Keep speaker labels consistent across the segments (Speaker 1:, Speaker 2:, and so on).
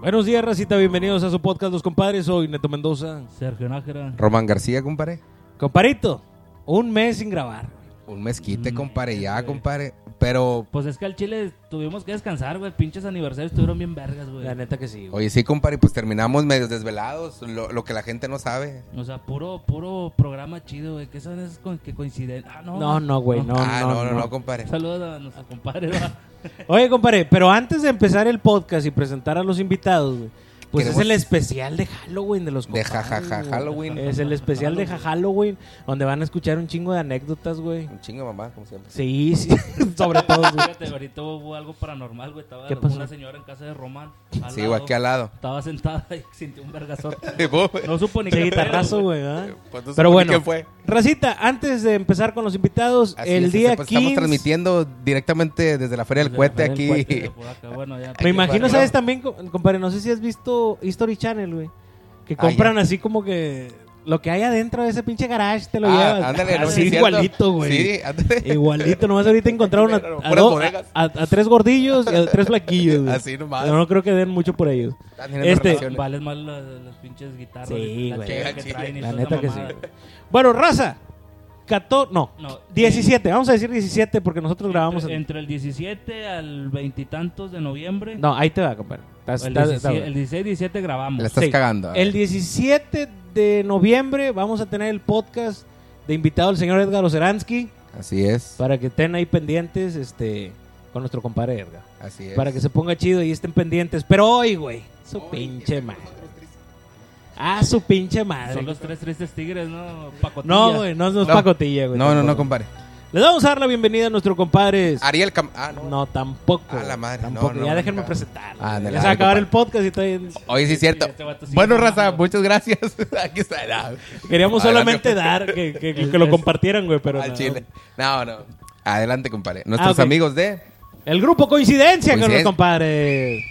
Speaker 1: Buenos días, Racita. Bienvenidos a su podcast Los Compadres. Soy Neto Mendoza.
Speaker 2: Sergio Nájera.
Speaker 3: Román García, compadre.
Speaker 1: Comparito, un mes sin grabar.
Speaker 3: Un mezquite,
Speaker 2: Mm,
Speaker 3: compadre, ya, compadre. Pero,
Speaker 2: Pues es que al Chile tuvimos que descansar, güey. Pinches aniversarios estuvieron bien vergas, güey.
Speaker 1: La neta que sí. güey.
Speaker 3: oye, sí, compadre, pues terminamos medios desvelados, lo, lo que la gente no sabe.
Speaker 2: O sea, puro, puro programa chido, güey. Que son esos con- que coinciden. Ah, no.
Speaker 4: No, no, güey, no.
Speaker 3: ah, no, no, no, compadre.
Speaker 2: Saludos a nuestro compadre. va.
Speaker 1: Oye, compadre, pero antes de empezar el podcast y presentar a los invitados, güey, pues
Speaker 3: Queremos-
Speaker 1: es el especial de Halloween de los
Speaker 3: De
Speaker 1: compadres.
Speaker 3: jajaja
Speaker 1: güey.
Speaker 3: Halloween.
Speaker 1: Es el especial de ja- Halloween, donde van a escuchar un chingo de anécdotas, güey.
Speaker 3: Un chingo, de mamá, como siempre.
Speaker 1: Sí, sí, sobre todo. güey.
Speaker 2: Fíjate, ahorita hubo algo paranormal, güey. Estaba
Speaker 4: ¿Qué pasó?
Speaker 2: una señora en casa de Román. al
Speaker 3: Sí,
Speaker 2: lado.
Speaker 3: güey, aquí al lado.
Speaker 2: Estaba sentada y sintió un vergazote.
Speaker 3: Eh, vos, güey.
Speaker 2: No supo ni
Speaker 1: Qué
Speaker 2: qué
Speaker 1: guitarrazo,
Speaker 2: pedo,
Speaker 1: güey. ¿verdad?
Speaker 3: Pues, no
Speaker 1: Pero
Speaker 3: supe
Speaker 1: bueno,
Speaker 3: quién fue.
Speaker 1: Racita, antes de empezar con los invitados,
Speaker 3: Así
Speaker 1: el
Speaker 3: es,
Speaker 1: día
Speaker 3: pues,
Speaker 1: 15.
Speaker 3: estamos transmitiendo directamente desde la Feria del
Speaker 2: Desde la
Speaker 3: Cohete
Speaker 2: Feria
Speaker 3: aquí.
Speaker 2: del Cohete, Pues, de por acá. Bueno, ya.
Speaker 1: Me
Speaker 3: Aquí
Speaker 1: imagino,
Speaker 3: para-
Speaker 1: ¿sabes también, co- compadre? No sé si has visto History Channel, güey. Que
Speaker 3: Ah,
Speaker 1: compran así como que lo que hay adentro de ese pinche garage te lo llevas.
Speaker 3: Ah, ándale, no, sí,
Speaker 1: así
Speaker 3: es cierto.
Speaker 1: igualito, güey.
Speaker 3: Sí, ándale.
Speaker 1: Igualito, nomás ahorita encontraron a,
Speaker 3: Pero,
Speaker 1: a
Speaker 3: puras
Speaker 1: do-
Speaker 3: bodegas.
Speaker 1: a- a- a tres gordillos y a tres flaquillos. güey.
Speaker 3: Así nomás.
Speaker 1: Pero no creo que den mucho por ellos.
Speaker 3: Ah, tienen
Speaker 1: Este,
Speaker 3: relaciones.
Speaker 2: Valen más las, las pinches guitarras.
Speaker 1: Sí,
Speaker 2: la
Speaker 1: güey.
Speaker 2: chela que
Speaker 3: Sí,
Speaker 2: traen y
Speaker 1: La
Speaker 2: toda
Speaker 1: neta
Speaker 2: esa
Speaker 1: que sí.
Speaker 2: mamada.
Speaker 1: Bueno, raza. 14, no,
Speaker 2: No,
Speaker 1: 17. Vamos a decir 17 porque nosotros grabamos.
Speaker 2: entre,
Speaker 1: en-
Speaker 2: entre el 17 al veintitantos de noviembre.
Speaker 1: No, ahí te va, compadre. Estás-
Speaker 2: el,
Speaker 1: estás-
Speaker 2: 16,
Speaker 1: estás-
Speaker 2: el 16 17 grabamos.
Speaker 3: La estás
Speaker 1: Sí.
Speaker 3: cagando. ¿eh?
Speaker 1: El 17 de noviembre vamos a tener el podcast de invitado el señor Edgar Oceransky
Speaker 3: Así es.
Speaker 1: para que estén ahí pendientes este con nuestro compadre Edgar.
Speaker 3: Así es.
Speaker 1: Para que se ponga chido y estén pendientes. Pero hoy, güey, su pinche madre. Ah, su pinche madre.
Speaker 2: Son los tres tristes tigres, ¿no? Pacotilla.
Speaker 1: No, güey, no, no es
Speaker 3: No.
Speaker 1: pacotilla, güey.
Speaker 3: No, no, no,
Speaker 1: tampoco.
Speaker 3: compadre.
Speaker 1: Les vamos a dar la bienvenida a nuestro compadre.
Speaker 3: Ariel Cam. Ah, no.
Speaker 1: No, tampoco.
Speaker 3: A la madre, no,
Speaker 1: Tampoco.
Speaker 3: no,
Speaker 1: ya
Speaker 3: no,
Speaker 1: déjenme
Speaker 3: no.
Speaker 1: presentar.
Speaker 3: Ah, ándale,
Speaker 1: Les va a
Speaker 3: ándale,
Speaker 1: acabar
Speaker 3: compadre.
Speaker 1: el podcast y estoy...
Speaker 3: Oye, sí, es cierto.
Speaker 2: Sí, este vato sigue
Speaker 3: bueno, Raza,
Speaker 2: mamando.
Speaker 3: muchas gracias. aquí está. nada.
Speaker 1: Queríamos
Speaker 3: Adelante. Este
Speaker 1: solamente dar que, que- que lo compartieran, güey, pero
Speaker 3: Al
Speaker 1: no.
Speaker 3: Chile. No, no. Adelante, compadre. Nuestros
Speaker 1: Ah, ok.
Speaker 3: amigos de.
Speaker 1: El grupo Coincidencia, con los
Speaker 3: Coincidencia.
Speaker 1: compadres.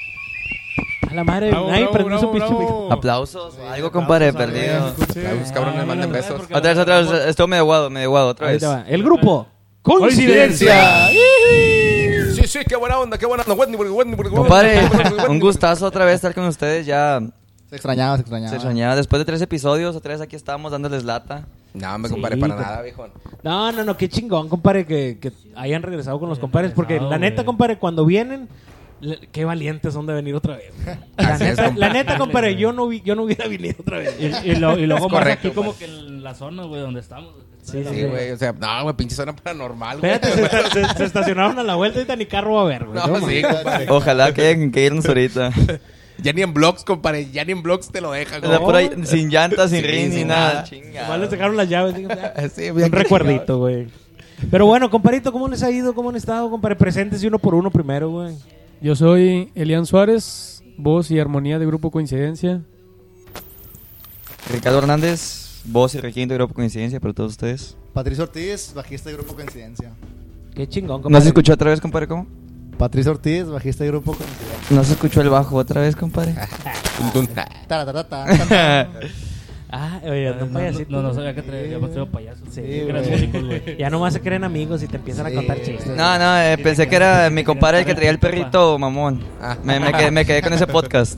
Speaker 1: A la madre,
Speaker 5: Bravo,
Speaker 1: nadie
Speaker 5: bravo,
Speaker 1: prendió su
Speaker 5: bravo,
Speaker 1: pinche
Speaker 5: bravo.
Speaker 1: micrófono.
Speaker 6: Aplausos, o algo compadre, perdido.
Speaker 3: Los cabrones
Speaker 2: Ah,
Speaker 3: manden
Speaker 2: no,
Speaker 3: besos.
Speaker 2: porque-
Speaker 6: Otra vez, otra vez, estuvo medio guado, medio guado, otra
Speaker 1: Ahí
Speaker 6: vez.
Speaker 1: te va. El grupo Coincidencia.
Speaker 3: Sí, sí, qué buena onda, qué buena onda. Wendy, Wendy, Wendy, Wendy,
Speaker 6: Compadre,
Speaker 3: Wendy, Wendy,
Speaker 6: un
Speaker 3: Wendy.
Speaker 6: gustazo otra vez estar con ustedes, ya
Speaker 7: Se extrañaba, se extrañaba.
Speaker 6: se extrañaba. Después de tres episodios, otra vez aquí estamos dándoles lata.
Speaker 3: No, me
Speaker 1: Sí,
Speaker 3: compadre, para
Speaker 1: compadre.
Speaker 3: nada, viejo.
Speaker 1: No, no, no, qué chingón, compadre, que, que hayan regresado con los compadres. Porque la
Speaker 2: regresado,
Speaker 1: neta,
Speaker 2: güey.
Speaker 1: compadre, cuando vienen, le- qué valientes son de venir otra vez. La
Speaker 3: Así es,
Speaker 1: neta, la
Speaker 3: compadre.
Speaker 1: neta, compadre, yo no, vi- yo no hubiera venido otra vez.
Speaker 2: Y, y lo- y luego
Speaker 3: Es
Speaker 2: más
Speaker 3: correcto,
Speaker 2: aquí como que en la zona, güey, donde estamos.
Speaker 1: Sí,
Speaker 3: Sí, güey, o sea, no, güey, pinche zona paranormal, güey.
Speaker 1: Espérate, se, esta- se- se estacionaron a la vuelta y ni carro va a ver, güey.
Speaker 3: No,
Speaker 1: No,
Speaker 3: sí,
Speaker 1: man.
Speaker 3: compadre.
Speaker 6: Ojalá que hayan que irnos ahorita.
Speaker 3: Ya ni en blogs, compadre, ya ni en blogs te lo deja,
Speaker 6: O sea,
Speaker 3: güey.
Speaker 6: por ahí, sin llantas, sin
Speaker 3: Sí,
Speaker 6: rin,
Speaker 3: sin
Speaker 6: ni nada.
Speaker 3: nada.
Speaker 6: Chinga.
Speaker 1: Nomás les dejaron las llaves. digo, ah,
Speaker 3: Sí,
Speaker 1: Un recuerdito, güey. Pero bueno, comparito, ¿cómo les ha ido? ¿Cómo han estado, compadre? Preséntese uno por uno primero, güey.
Speaker 5: Yo soy Elian Suárez, voz y armonía de Grupo Coincidencia.
Speaker 6: Ricardo Hernández, voz y requinto, grupo coincidencia para todos ustedes.
Speaker 7: Patricio Ortiz, bajista de Grupo Coincidencia.
Speaker 1: Qué chingón, compadre.
Speaker 6: ¿No se escuchó otra vez, compadre? ¿Cómo?
Speaker 7: Patricio Ortiz, bajista de Grupo Coincidencia.
Speaker 6: ¿No se escuchó el bajo otra vez, compadre?
Speaker 7: Taratarata. cantando.
Speaker 1: Ah, oye,
Speaker 2: No,
Speaker 1: no,
Speaker 2: no,
Speaker 1: payasito.
Speaker 2: no, no sabía que traíamos traído payasos.
Speaker 1: Sí,
Speaker 2: Que eran
Speaker 7: güey.
Speaker 2: músicos, güey.
Speaker 1: Ya nomás se creen amigos y te empiezan a
Speaker 7: Sí.
Speaker 1: contar chistes.
Speaker 6: No, no, eh, pensé que era mi compadre el que traía el perrito, mamón. Me, me quedé, me quedé con ese podcast.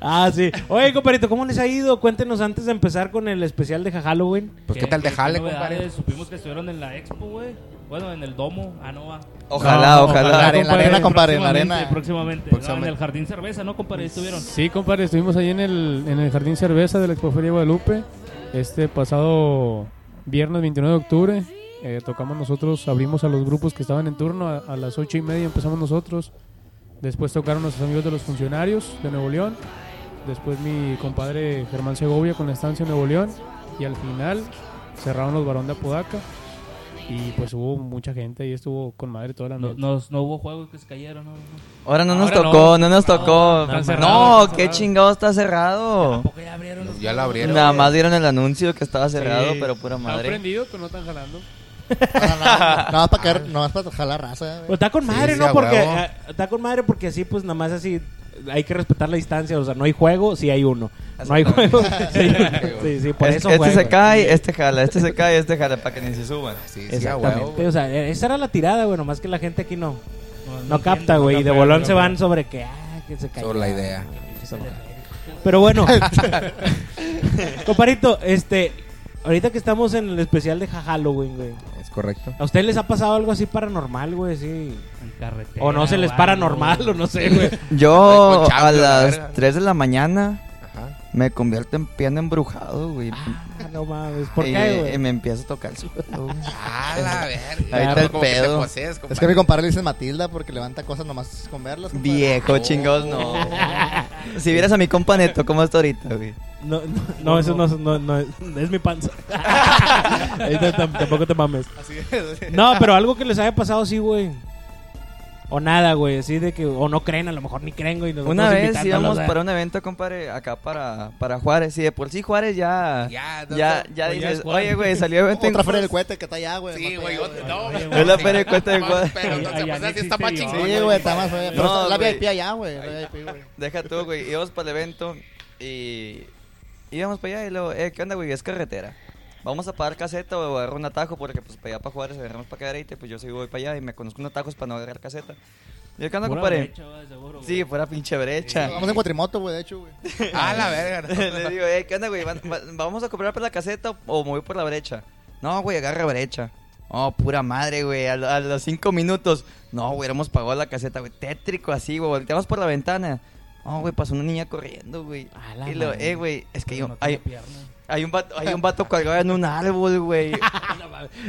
Speaker 1: Ah, sí. Oye, compadrito, ¿cómo les ha ido? Cuéntenos antes de empezar con el especial de Halloween.
Speaker 3: Pues qué tal de
Speaker 2: ¿Qué
Speaker 3: jale,
Speaker 2: novedades?
Speaker 3: compadre.
Speaker 2: Supimos que estuvieron en la expo, güey. Bueno, en el domo, ah, no va.
Speaker 6: Ojalá, ojalá.
Speaker 7: No, ojalá. En la arena, compadre, en la
Speaker 2: Próximamente,
Speaker 7: arena.
Speaker 2: Próximamente.
Speaker 7: Próximamente.
Speaker 2: No, en el jardín cerveza, ¿no, compadre? Ahí Estuvieron.
Speaker 5: Sí, compadre, estuvimos ahí en el, en el Jardín Cerveza de la Expoferia Guadalupe este pasado viernes 29 de octubre. Eh, tocamos nosotros, abrimos a los grupos que estaban en turno, a, a las ocho y media empezamos nosotros. Después tocaron nuestros amigos de los funcionarios de Nuevo León. Después mi compadre Germán Segovia con la estancia en Nuevo León. Y al final cerraron los Barón de Apodaca. Y pues hubo mucha gente y estuvo con madre toda la
Speaker 2: No,
Speaker 5: noche.
Speaker 2: nos- no hubo juegos que se cayeron, ¿no?
Speaker 6: Ahora no nos
Speaker 2: Ahora
Speaker 6: tocó, no, nos tocó.
Speaker 5: están
Speaker 6: No,
Speaker 5: cerrados,
Speaker 6: qué chingado está cerrado.
Speaker 2: Tampoco ya abrieron los
Speaker 3: Ya la
Speaker 2: juegos?
Speaker 3: abrieron.
Speaker 6: Nada más dieron el anuncio que estaba cerrado,
Speaker 5: Sí.
Speaker 6: pero
Speaker 1: Ah,
Speaker 6: pura
Speaker 5: Está
Speaker 6: madre.
Speaker 5: prendido, pero no están jalando.
Speaker 7: Nada más para caer, nada más para jalar raza.
Speaker 1: Pues está con
Speaker 3: Sí,
Speaker 1: madre,
Speaker 3: sí,
Speaker 1: ¿no?
Speaker 3: a
Speaker 1: Porque
Speaker 3: huevo.
Speaker 1: ah, está con madre porque así, pues nada más así hay que respetar la distancia. O sea, no hay juego, sí hay uno. No hay juego, sí hay uno. Sí, sí, por
Speaker 6: Es-
Speaker 1: eso
Speaker 6: este
Speaker 1: juego.
Speaker 6: se cae, este jala, este se cae, este jala, para que ni se suban.
Speaker 3: Sí, sí, a huevo.
Speaker 1: Exactamente. O sea, e-, esa era la tirada, güey. Nomás que la gente aquí no,
Speaker 2: No,
Speaker 1: no capta,
Speaker 2: entiendo,
Speaker 1: güey. Y de
Speaker 2: capta,
Speaker 1: bolón
Speaker 2: no
Speaker 1: se van
Speaker 2: capta.
Speaker 1: sobre que, ah, que se cae.
Speaker 3: Sobre la idea.
Speaker 1: Pero bueno, comparito, este. Ahorita que estamos en el especial de Halloween, güey.
Speaker 3: Es correcto.
Speaker 1: ¿A ustedes les ha pasado algo así paranormal, güey? Sí.
Speaker 2: En carretera,
Speaker 1: O no se les
Speaker 2: o
Speaker 1: paranormal,
Speaker 2: algo.
Speaker 1: o no sé, güey.
Speaker 6: Yo
Speaker 3: Estoy con
Speaker 6: a
Speaker 3: chambre, la
Speaker 6: las
Speaker 3: verga.
Speaker 6: 3 de la mañana
Speaker 3: Ajá.
Speaker 6: me convierto en piano embrujado, güey.
Speaker 1: Ah, no mames. ¿Por
Speaker 6: y,
Speaker 1: qué, güey?
Speaker 6: y me empiezo a tocar el suelo, güey.
Speaker 3: Ah, la verga.
Speaker 6: Ahí está el
Speaker 3: Como que te
Speaker 6: pedo.
Speaker 3: posees, compadre.
Speaker 7: Es que a mi compadre le dicen Matilda porque levanta cosas nomás con verlas. compadre.
Speaker 6: Viejo, chingados, no. Si vieras a mi compa Neto, ¿cómo está ahorita, güey?
Speaker 1: No, no, no, eso no, no, no, es, es mi panza. Ahí no, tam- tampoco te mames.
Speaker 7: Así es.
Speaker 1: No, pero algo que les haya pasado así, güey. O nada, güey, así de que o no creen, a lo mejor ni creen, güey. nosotros
Speaker 6: Una vez
Speaker 1: invitándolos,
Speaker 6: íbamos
Speaker 1: ¿verdad?
Speaker 6: para un evento, compadre, acá para, para Juárez. Y de por sí Juárez ya...
Speaker 3: Ya, no,
Speaker 6: Ya,
Speaker 3: no.
Speaker 6: ya
Speaker 2: Oye,
Speaker 6: dices,
Speaker 2: es Juárez.
Speaker 6: oye, güey, salió evento en
Speaker 7: Otra fuera del
Speaker 6: Juárez".
Speaker 7: cohete que está allá, güey.
Speaker 3: Sí,
Speaker 7: más
Speaker 3: güey,
Speaker 7: allá,
Speaker 3: yo- no.
Speaker 2: Oye,
Speaker 3: güey.
Speaker 6: Es la feria de cuenta de
Speaker 3: Más
Speaker 6: Juárez.
Speaker 3: Pero entonces,
Speaker 2: Ay,
Speaker 3: pues
Speaker 2: ya
Speaker 3: así
Speaker 2: ni
Speaker 3: está más
Speaker 2: existe,
Speaker 3: chingón.
Speaker 7: Sí, güey, está más fea. Pero
Speaker 6: No,
Speaker 7: está la
Speaker 6: güey.
Speaker 7: VIP allá, güey. la VIP, güey.
Speaker 6: Deja tú, güey. Íbamos para el evento y íbamos para allá y luego, eh, ¿qué onda, güey? Es carretera. Vamos a pagar caseta o agarrar un atajo porque pues para allá para Juárez agarramos para Cadereyte, pues yo sí voy para allá y me conozco unos atajos para no agarrar caseta. Y yo, ¿qué onda,
Speaker 2: Pura
Speaker 6: compadre?
Speaker 2: brecha, güey, seguro,
Speaker 6: Sí,
Speaker 2: güey.
Speaker 6: fuera pinche brecha.
Speaker 7: Vamos en cuatrimoto, güey, de hecho, güey.
Speaker 3: Ah, la verga.
Speaker 6: Le digo, eh, ¿qué onda, güey? ¿Van- va- ¿Vamos a comprar por la caseta o- o me voy por la brecha? No, güey, agarra brecha. Oh, pura madre, güey. A, lo- a los cinco minutos. No, güey, hemos pagado la caseta, güey. Tétrico así, güey. Volteamos por la ventana. Oh, güey, pasó una niña corriendo, güey.
Speaker 1: A la
Speaker 6: Y lo,
Speaker 1: madre.
Speaker 6: eh, güey, es que yo,
Speaker 2: No tiene
Speaker 6: hay,
Speaker 2: pierna.
Speaker 6: hay un vato, hay un vato colgado en un árbol, güey.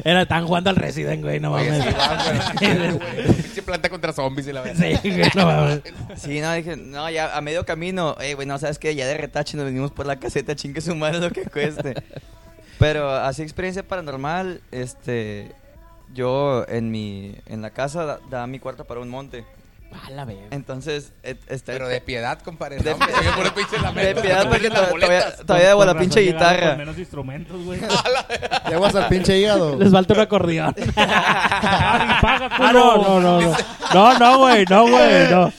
Speaker 1: Era tan jugando al Resident, güey, no
Speaker 3: Oye,
Speaker 1: mames.
Speaker 3: sí, va, güey. Pinche planta contra zombies y la verga.
Speaker 1: Sí, güey, no mames.
Speaker 6: Sí, no, dije, no, ya a medio camino. Eh, güey, no, ¿sabes qué? Ya de retache nos venimos por la caseta, chingue su madre lo que cueste. Pero así experiencia paranormal, este... Yo en mi... En la casa da, da mi cuarto para un monte.
Speaker 1: A la verga.
Speaker 6: Entonces, et- está...
Speaker 3: Pero
Speaker 6: el-
Speaker 3: de piedad, compadre.
Speaker 6: De
Speaker 3: No, hombre,
Speaker 6: piedad.
Speaker 3: yo puro pinche
Speaker 6: de
Speaker 3: lamento.
Speaker 6: piedad porque
Speaker 3: Las
Speaker 6: to- todavía,
Speaker 3: boletas.
Speaker 6: todavía debo
Speaker 2: Con
Speaker 6: la
Speaker 2: razón
Speaker 6: pinche
Speaker 2: llegaron
Speaker 6: guitarra.
Speaker 2: Con menos instrumentos, güey.
Speaker 7: Llego hasta el pinche hígado.
Speaker 1: Les falta un acordeón.
Speaker 2: Ah, y paga,
Speaker 1: Ah, no, no, no, no. No, no, güey, no, güey, no.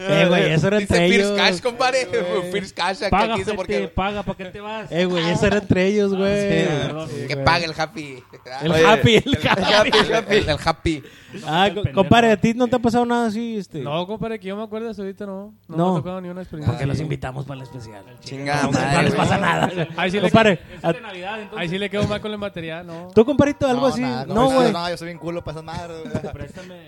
Speaker 1: Eh, güey, eso era entre
Speaker 3: Dice First
Speaker 1: ellos.
Speaker 3: Cash, compadre. First Cash, aquí,
Speaker 2: Paga,
Speaker 3: aquí dice
Speaker 2: porque...
Speaker 3: porque...
Speaker 2: paga, ¿para qué te vas? Ah.
Speaker 1: Eh, güey, eso era entre ellos, güey.
Speaker 6: sí,
Speaker 1: Perdón.
Speaker 3: Que pague el happy.
Speaker 1: El
Speaker 6: Oye,
Speaker 1: happy, el
Speaker 3: El
Speaker 1: happy.
Speaker 3: happy, el happy. El happy.
Speaker 1: Ah,
Speaker 2: el
Speaker 1: co-
Speaker 2: pendejo.
Speaker 1: compadre, ¿a ti no te ha pasado nada así? Este?
Speaker 5: No, compadre, que yo me acuerdo hasta ahorita no. No,
Speaker 1: No.
Speaker 5: me ha tocado ni una experiencia.
Speaker 1: Porque los invitamos para el especial.
Speaker 6: Chingada
Speaker 1: No,
Speaker 6: madre,
Speaker 1: no les
Speaker 6: güey.
Speaker 1: pasa nada.
Speaker 5: Ahí sí le-
Speaker 1: Compadre,
Speaker 2: Es de
Speaker 1: a-
Speaker 2: Navidad, entonces.
Speaker 5: Ahí sí le quedo mal con el material, ¿no?
Speaker 1: ¿tú, comparito, algo así?
Speaker 7: nada,
Speaker 1: no, güey.
Speaker 7: No, yo soy bien culo para esas madres, güey.
Speaker 2: Préstame.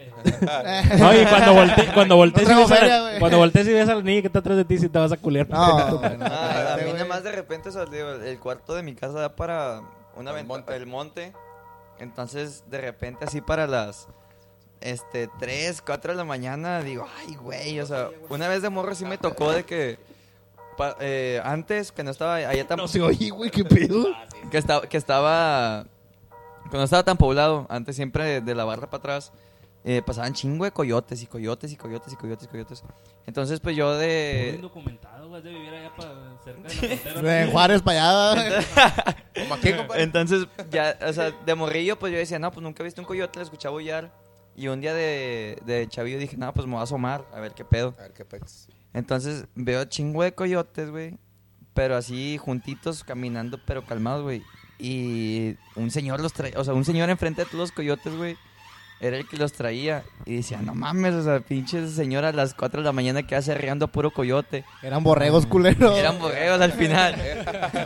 Speaker 1: No, y cuando voltees cuando voltees
Speaker 7: No
Speaker 1: y,
Speaker 7: traigo
Speaker 1: ves a
Speaker 7: feria,
Speaker 1: la-
Speaker 7: güey.
Speaker 1: cuando voltees y ves a la niña que está atrás de ti, si te vas a culiar.
Speaker 7: No, güey, no,
Speaker 6: Ah, a
Speaker 7: cállate,
Speaker 6: mí nada
Speaker 7: güey.
Speaker 6: más de repente salió el cuarto de mi casa da para una
Speaker 3: El
Speaker 6: venta-
Speaker 3: monte.
Speaker 6: el monte. Entonces, de repente así para las este 3, 4 de la mañana digo, ay, güey, o sea, una vez de morro sí me tocó de que pa- eh, antes que no estaba allá tan Ah,
Speaker 1: No se oye, güey, qué pedo.
Speaker 6: que estaba que estaba cuando estaba tan poblado, antes siempre de, de la barra para atrás eh, pasaban chingo de coyotes y coyotes y coyotes y coyotes y coyotes. Entonces, pues yo
Speaker 2: Muy
Speaker 6: de
Speaker 2: indocumentado, güey, has de vivir allá para cerca de la frontera.
Speaker 7: De Juárez para allá, güey.
Speaker 3: Como aquí, compadre.
Speaker 6: Entonces, ya, o sea, de morrillo, pues yo decía, no, pues nunca he visto un coyote, le escuchaba huyar. Y un día de, de chavillo dije, no, pues me voy a asomar, a ver qué pedo.
Speaker 3: A ver qué pex.
Speaker 6: Entonces, veo chingo de coyotes, güey. Pero así, juntitos, caminando, pero calmados, güey. Y un señor los trae, o sea, un señor enfrente de todos los coyotes, güey. era el que los traía. Y decía, no mames, o sea, pinche señora a las 4 de la mañana que hace riendo a puro coyote.
Speaker 7: Eran borregos culeros.
Speaker 6: Eran borregos al final.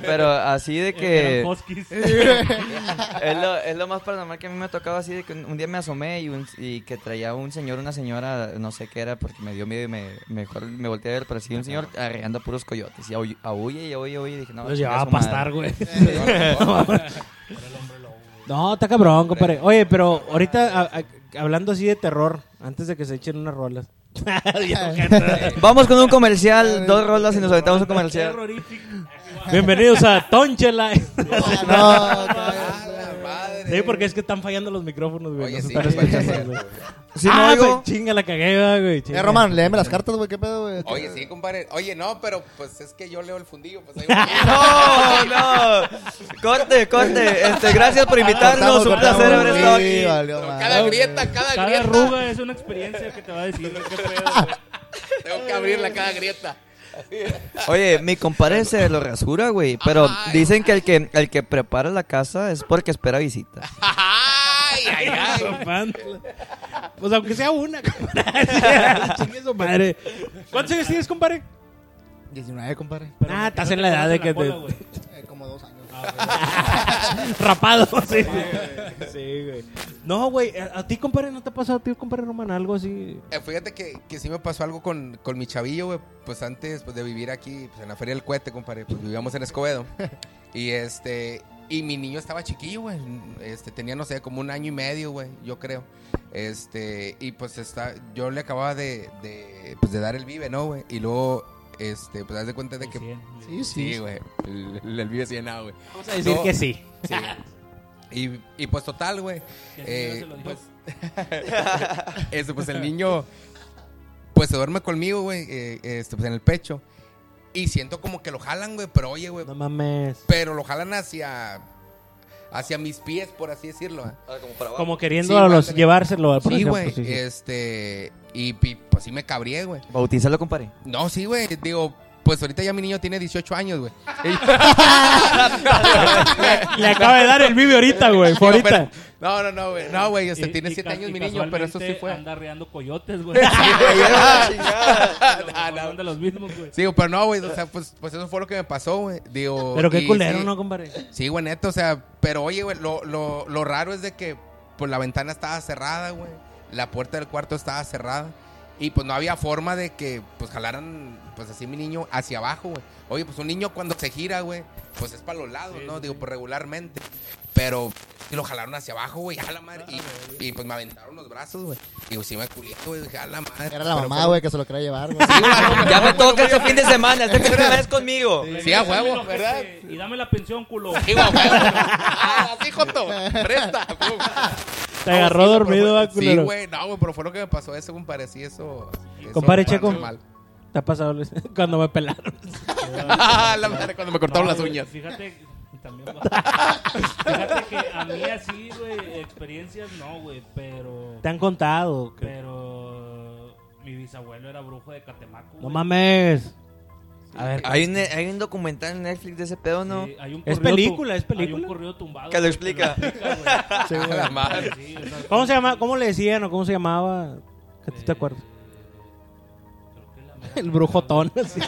Speaker 6: Pero así de que...
Speaker 2: Eran huskies.
Speaker 6: es, lo, es lo más paranormal que a mí me ha tocado así de que un, un día me asomé y, un- y que traía un señor, una señora, no sé qué era, porque me dio miedo y me, mejor me volteé a ver, pero sí un señor arreando puros coyotes. Y ahuy- ahuye y ahuye, ahuye. Y dije, no,
Speaker 1: Los
Speaker 6: chinga
Speaker 1: llevaba a
Speaker 6: su madre.
Speaker 1: pastar, güey.
Speaker 8: No, no,
Speaker 1: No, está cabrón, compadre. Oye, pero ahorita a- a- hablando así de terror, antes de que se echen unas rolas.
Speaker 6: Vamos con un comercial, dos rolas y nos aventamos un comercial.
Speaker 2: Terrorífico.
Speaker 1: Bienvenidos a Tonchela.
Speaker 7: No,
Speaker 8: a la madre.
Speaker 1: Sí, porque es que están fallando los micrófonos, güey.
Speaker 8: Oye,
Speaker 1: Nos
Speaker 8: sí,
Speaker 1: están
Speaker 8: sí, sí.
Speaker 1: escuchando, güey.
Speaker 6: Si no
Speaker 1: ah,
Speaker 6: oigo-
Speaker 1: pues, chinga la cagué, güey. chinga.
Speaker 7: Eh, Román, léeme las cartas, güey. ¿Qué pedo, güey?
Speaker 8: Oye, sí, compadre. Oye, no, pero pues es que yo leo el fundillo. Pues ahí
Speaker 6: No, no. Corte, corte. Este, gracias por
Speaker 7: Cortamos,
Speaker 6: invitarnos. Un
Speaker 7: cortamos.
Speaker 6: placer haber estado
Speaker 7: Sí,
Speaker 6: aquí.
Speaker 7: valió
Speaker 8: Cada
Speaker 7: madre.
Speaker 8: grieta, cada,
Speaker 2: Cada
Speaker 8: grieta.
Speaker 2: arruga es una experiencia que te va a decir qué pedo. güey.
Speaker 8: Tengo que abrirla cada grieta.
Speaker 6: Oye, mi compadre se lo rasura, güey. Pero dicen que el que el que prepara la casa es porque espera visitas.
Speaker 8: Ay, ay, ay.
Speaker 1: Román. Pues aunque sea una, compadre. Chingue su madre. ¿Cuántos años tienes, compadre?
Speaker 7: 19, compadre.
Speaker 1: Ah, estás en la edad de que
Speaker 2: Te conoce la
Speaker 1: te...
Speaker 2: cola, güey.
Speaker 7: Eh, como dos años.
Speaker 1: Ah, Rapado, sí.
Speaker 8: Ah,
Speaker 1: Sí, güey. No, güey, eh, a, a ti, compadre, ¿no te ha pasado a ti, compadre Román, algo así?
Speaker 8: Eh, Fíjate que, que sí me pasó algo con, con mi chavillo, güey. Pues antes pues, de vivir aquí, pues en la Feria del Cohete, compadre. Pues vivíamos en Escobedo. Y este. Y mi niño estaba chiquillo, güey. Este, tenía, no sé, como un año y medio, güey, yo creo. Este, y pues está, yo le acababa de, de, pues, de dar el vive, ¿no, güey? Y luego, este, pues haz de cuenta de que.
Speaker 2: Sí,
Speaker 7: Sí,
Speaker 8: Sí, güey. El, el- el vive 100 güey.
Speaker 1: Vamos a decir
Speaker 8: No.
Speaker 1: que sí.
Speaker 8: Sí. Y, y pues total, güey.
Speaker 2: Que el
Speaker 8: eh,
Speaker 2: señor se lo dijo.
Speaker 8: pues, eso, pues el niño pues se duerme conmigo, güey, eh, este, pues en el pecho. Y siento como que lo jalan, güey, pero oye, güey,
Speaker 1: No mames.
Speaker 8: pero lo jalan hacia hacia mis pies, por así decirlo. ¿eh?
Speaker 6: Ah,
Speaker 1: Como queriendo
Speaker 8: Sí,
Speaker 1: a los,
Speaker 8: ándale.
Speaker 1: llevárselo al por
Speaker 8: Sí,
Speaker 1: ejemplo,
Speaker 8: güey,
Speaker 1: sí, sí.
Speaker 8: este y pi- pues sí me cabré, güey.
Speaker 6: Bautízalo, compadre.
Speaker 8: No, sí, güey, digo, pues ahorita ya mi niño tiene 18 años, güey.
Speaker 1: Le acaba de dar el vive ahorita, güey. Fue
Speaker 8: Digo, pero-
Speaker 1: ahorita.
Speaker 8: no, no, no, güey. No, güey, este,
Speaker 2: Y-
Speaker 8: tiene
Speaker 2: y
Speaker 8: 7
Speaker 2: ca-
Speaker 8: años
Speaker 2: y
Speaker 8: mi niño, pero eso sí
Speaker 2: casualmente
Speaker 8: fue.
Speaker 2: Anda reando coyotes, güey.
Speaker 8: Ah, no.
Speaker 2: Son de los mismos, güey.
Speaker 8: Sí, digo, pero no, güey, o sea, pues, pues eso fue lo que me pasó, güey. Digo,
Speaker 1: Pero qué
Speaker 8: y
Speaker 1: culero,
Speaker 8: sí-
Speaker 1: ¿no, compadre?
Speaker 8: Sí, güey, neto, o sea, pero oye, güey, lo, lo, lo raro es de que pues la ventana estaba cerrada, güey. La puerta del cuarto estaba cerrada. Y pues no había forma de que pues jalaran pues así mi niño hacia abajo, güey. Oye, pues un niño cuando se gira, güey, pues es para los lados, ¿no? Digo, pues regularmente. Pero sí lo jalaron hacia abajo, güey, a la madre. Y, y, pues me aventaron los brazos, güey. Digo, sí me culié, güey, dije, a la madre.
Speaker 7: Era la
Speaker 8: Pero pues
Speaker 7: mamá,
Speaker 8: fue-
Speaker 7: güey, que se lo quería llevar, güey.
Speaker 6: Ya me toca este fin de semana. Este fin de semana es conmigo.
Speaker 8: Sí, a
Speaker 2: Dame
Speaker 8: huevo,
Speaker 2: lo que
Speaker 8: ¿verdad?
Speaker 2: sé, Y dame la pensión, culo.
Speaker 8: Sí, güey, a huevo. Ah, sí, Joto. Presta. pum.
Speaker 1: Te agarró
Speaker 8: No, sí,
Speaker 1: dormido,
Speaker 8: pero
Speaker 1: va,
Speaker 8: fue- Sí,
Speaker 1: culero.
Speaker 8: güey, no, güey, pero fue lo que me pasó eso, compadre, sí, eso... eso
Speaker 1: Compadre Checo.
Speaker 8: paranormal.
Speaker 1: ¿Te ha pasado Luis? cuando me pelaron?
Speaker 8: Ah, la madre, cuando me cortaron
Speaker 2: No,
Speaker 8: las
Speaker 2: güey,
Speaker 8: uñas.
Speaker 2: Fíjate, también, güey. Fíjate que a mí así, güey, experiencias no, güey, pero...
Speaker 1: Te han contado. que-
Speaker 2: Pero... Mi bisabuelo era brujo de Catemaco,
Speaker 1: No
Speaker 2: güey.
Speaker 1: mames. A ver.
Speaker 6: Hay un, hay un documental en Netflix de ese pedo, ¿no?
Speaker 2: Sí, hay un
Speaker 1: Es
Speaker 2: corrido
Speaker 1: película,
Speaker 2: tu-
Speaker 1: es película.
Speaker 2: Hay un corrido tumbado.
Speaker 6: Que lo
Speaker 2: güey,
Speaker 6: explica.
Speaker 2: explica, güey.
Speaker 8: A la madre.
Speaker 2: Sí, o sea,
Speaker 1: ¿Cómo se llama? ¿Cómo le decían o cómo se llamaba? Que tú te
Speaker 2: Eh,
Speaker 1: acuerdas.
Speaker 2: creo que la mera-
Speaker 1: El brujotón. así.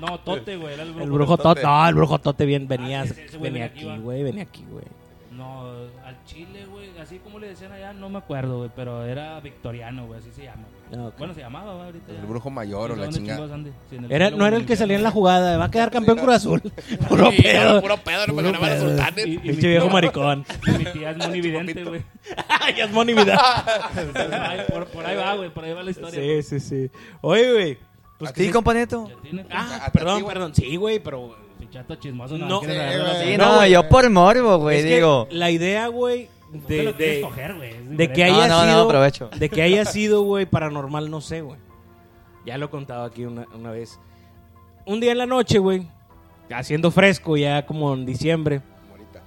Speaker 2: No, Tote, güey, era el brujo.
Speaker 1: El brujotote. No, el brujotote bien, venía,
Speaker 2: Ah, ese- ese güey venía
Speaker 1: venía
Speaker 2: aquí,
Speaker 1: aquí,
Speaker 2: va.
Speaker 1: güey. Venía aquí, güey.
Speaker 2: No, al chile, güey, así como le decían allá, no me acuerdo, güey, pero era victoriano, güey, así se llama. güey.
Speaker 1: Ah, ok.
Speaker 2: Bueno, se llamaba güey, ahorita. ya.
Speaker 8: El brujo mayor o
Speaker 2: No sé
Speaker 8: la
Speaker 2: dónde
Speaker 8: chingada.
Speaker 2: chingados ande, si en
Speaker 1: Era,
Speaker 2: pueblo
Speaker 1: no
Speaker 2: o
Speaker 1: era el que salía en la jugada. Va a quedar campeón Cruz Azul. Puro
Speaker 8: Puro
Speaker 1: pedo.
Speaker 8: Puro pedo, no me
Speaker 1: Puro
Speaker 8: ganaban los
Speaker 1: pedo.
Speaker 8: sultanes.
Speaker 2: Y- y mi
Speaker 1: Pinche viejo
Speaker 2: tía-
Speaker 1: maricón.
Speaker 2: Mi tía es muy evidente, güey.
Speaker 1: Ya es Moni Vidal.
Speaker 2: Ay, por, por ahí va, güey, por ahí va la historia.
Speaker 1: Sí,
Speaker 2: güey.
Speaker 1: sí, sí. Oye, güey. Pues que
Speaker 6: Sí,
Speaker 1: sí-
Speaker 6: compañero.
Speaker 2: Ya tiene-
Speaker 8: A-
Speaker 1: Ah,
Speaker 8: a ti,
Speaker 1: perdón,
Speaker 8: güey.
Speaker 1: perdón. Sí, güey, pero...
Speaker 2: Pinche chato chismoso,
Speaker 1: No,
Speaker 2: no.
Speaker 7: sí,
Speaker 2: no
Speaker 7: güey.
Speaker 6: Sí,
Speaker 7: Eh,
Speaker 6: no,
Speaker 7: no, güey.
Speaker 6: yo por morbo, güey,
Speaker 1: Es que
Speaker 6: digo.
Speaker 1: La idea, güey,
Speaker 2: te
Speaker 1: de...
Speaker 2: lo quieres
Speaker 1: de
Speaker 2: coger, güey. es
Speaker 1: De que
Speaker 2: diferente.
Speaker 6: hay-
Speaker 1: haya
Speaker 6: No, no, no,
Speaker 1: sido.
Speaker 6: aprovecho.
Speaker 1: De que haya sido, güey, paranormal, no sé, güey. Ya lo he contado aquí una, una vez. Un día en la noche, güey, haciendo fresco, ya como en diciembre.
Speaker 8: Ahorita.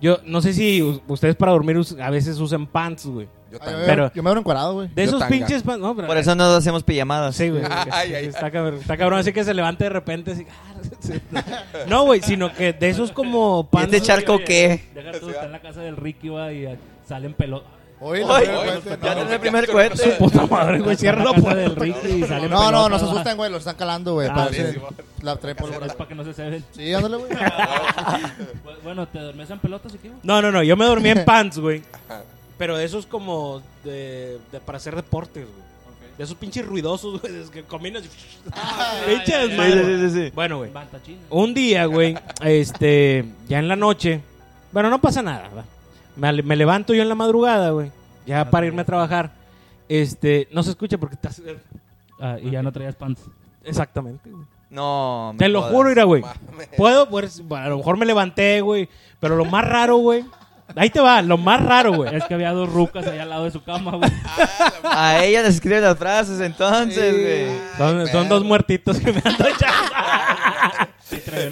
Speaker 1: Yo no sé si u- ustedes para dormir us- a veces usan pants, güey.
Speaker 8: Yo
Speaker 7: Ay,
Speaker 8: también.
Speaker 7: yo-
Speaker 1: Pero-
Speaker 7: Yo me abro encuadrado, güey.
Speaker 1: De
Speaker 8: Yo
Speaker 1: esos
Speaker 8: tanga.
Speaker 1: pinches pants. No, pero.
Speaker 6: Por eso no hacemos pijamadas.
Speaker 1: Sí, güey.
Speaker 8: Ay, ay.
Speaker 1: Está cabrón. Está cabrón, así que se levante de repente. así, ah, No, güey, sino que de esos como
Speaker 6: ¿Y este
Speaker 1: pants.
Speaker 6: charco
Speaker 2: Oye,
Speaker 6: qué?
Speaker 2: Deja todo, está en la casa del Ricky, va, y ah, salen pelotas.
Speaker 4: Hoy,
Speaker 6: Ay,
Speaker 4: le pone el cohete,
Speaker 6: ya
Speaker 4: no,
Speaker 6: tenés el primer cohete.
Speaker 1: Puta madre, güey, cierra la puerta del Ricky y sale
Speaker 7: No, no,
Speaker 1: pelota,
Speaker 7: no se
Speaker 1: va.
Speaker 7: asustan, güey. Lo están calando, güey.
Speaker 1: Ah,
Speaker 7: parece-
Speaker 4: sí,
Speaker 7: la trae
Speaker 2: Es
Speaker 7: pólvora.
Speaker 2: para que no se ceben.
Speaker 7: Sí, ándale, güey.
Speaker 2: Bu- Bueno, ¿te dormías en pelotas o qué? güey?
Speaker 1: No, no, no, yo me dormí en pants, güey. Pero de esos como de, de- para hacer deportes, güey. De esos pinches ruidosos, güey, de esos que combinas y...
Speaker 2: Ah,
Speaker 1: Pinche desmadre.
Speaker 6: sí, sí, sí.
Speaker 1: Bueno, güey.
Speaker 2: Banta china.
Speaker 1: Un día, güey, este, ya en la noche, bueno, no pasa nada, va. Me, ale- me levanto yo en la madrugada, güey, ya para irme a trabajar. Este, no se escucha porque estás...
Speaker 2: Ah, y ya no traías pants.
Speaker 1: Exactamente, güey.
Speaker 6: No. me
Speaker 1: Te lo
Speaker 6: jodas.
Speaker 1: juro, mira, güey.
Speaker 3: Mames.
Speaker 1: Puedo, pues, a lo mejor me levanté, güey, pero lo más raro, güey. Ahí te va, lo más raro, güey.
Speaker 2: Es que había dos rucas allá al lado de su cama, güey.
Speaker 6: Ah, A ella le escribe las frases, entonces, güey.
Speaker 1: Son, son dos muertitos que me han echando.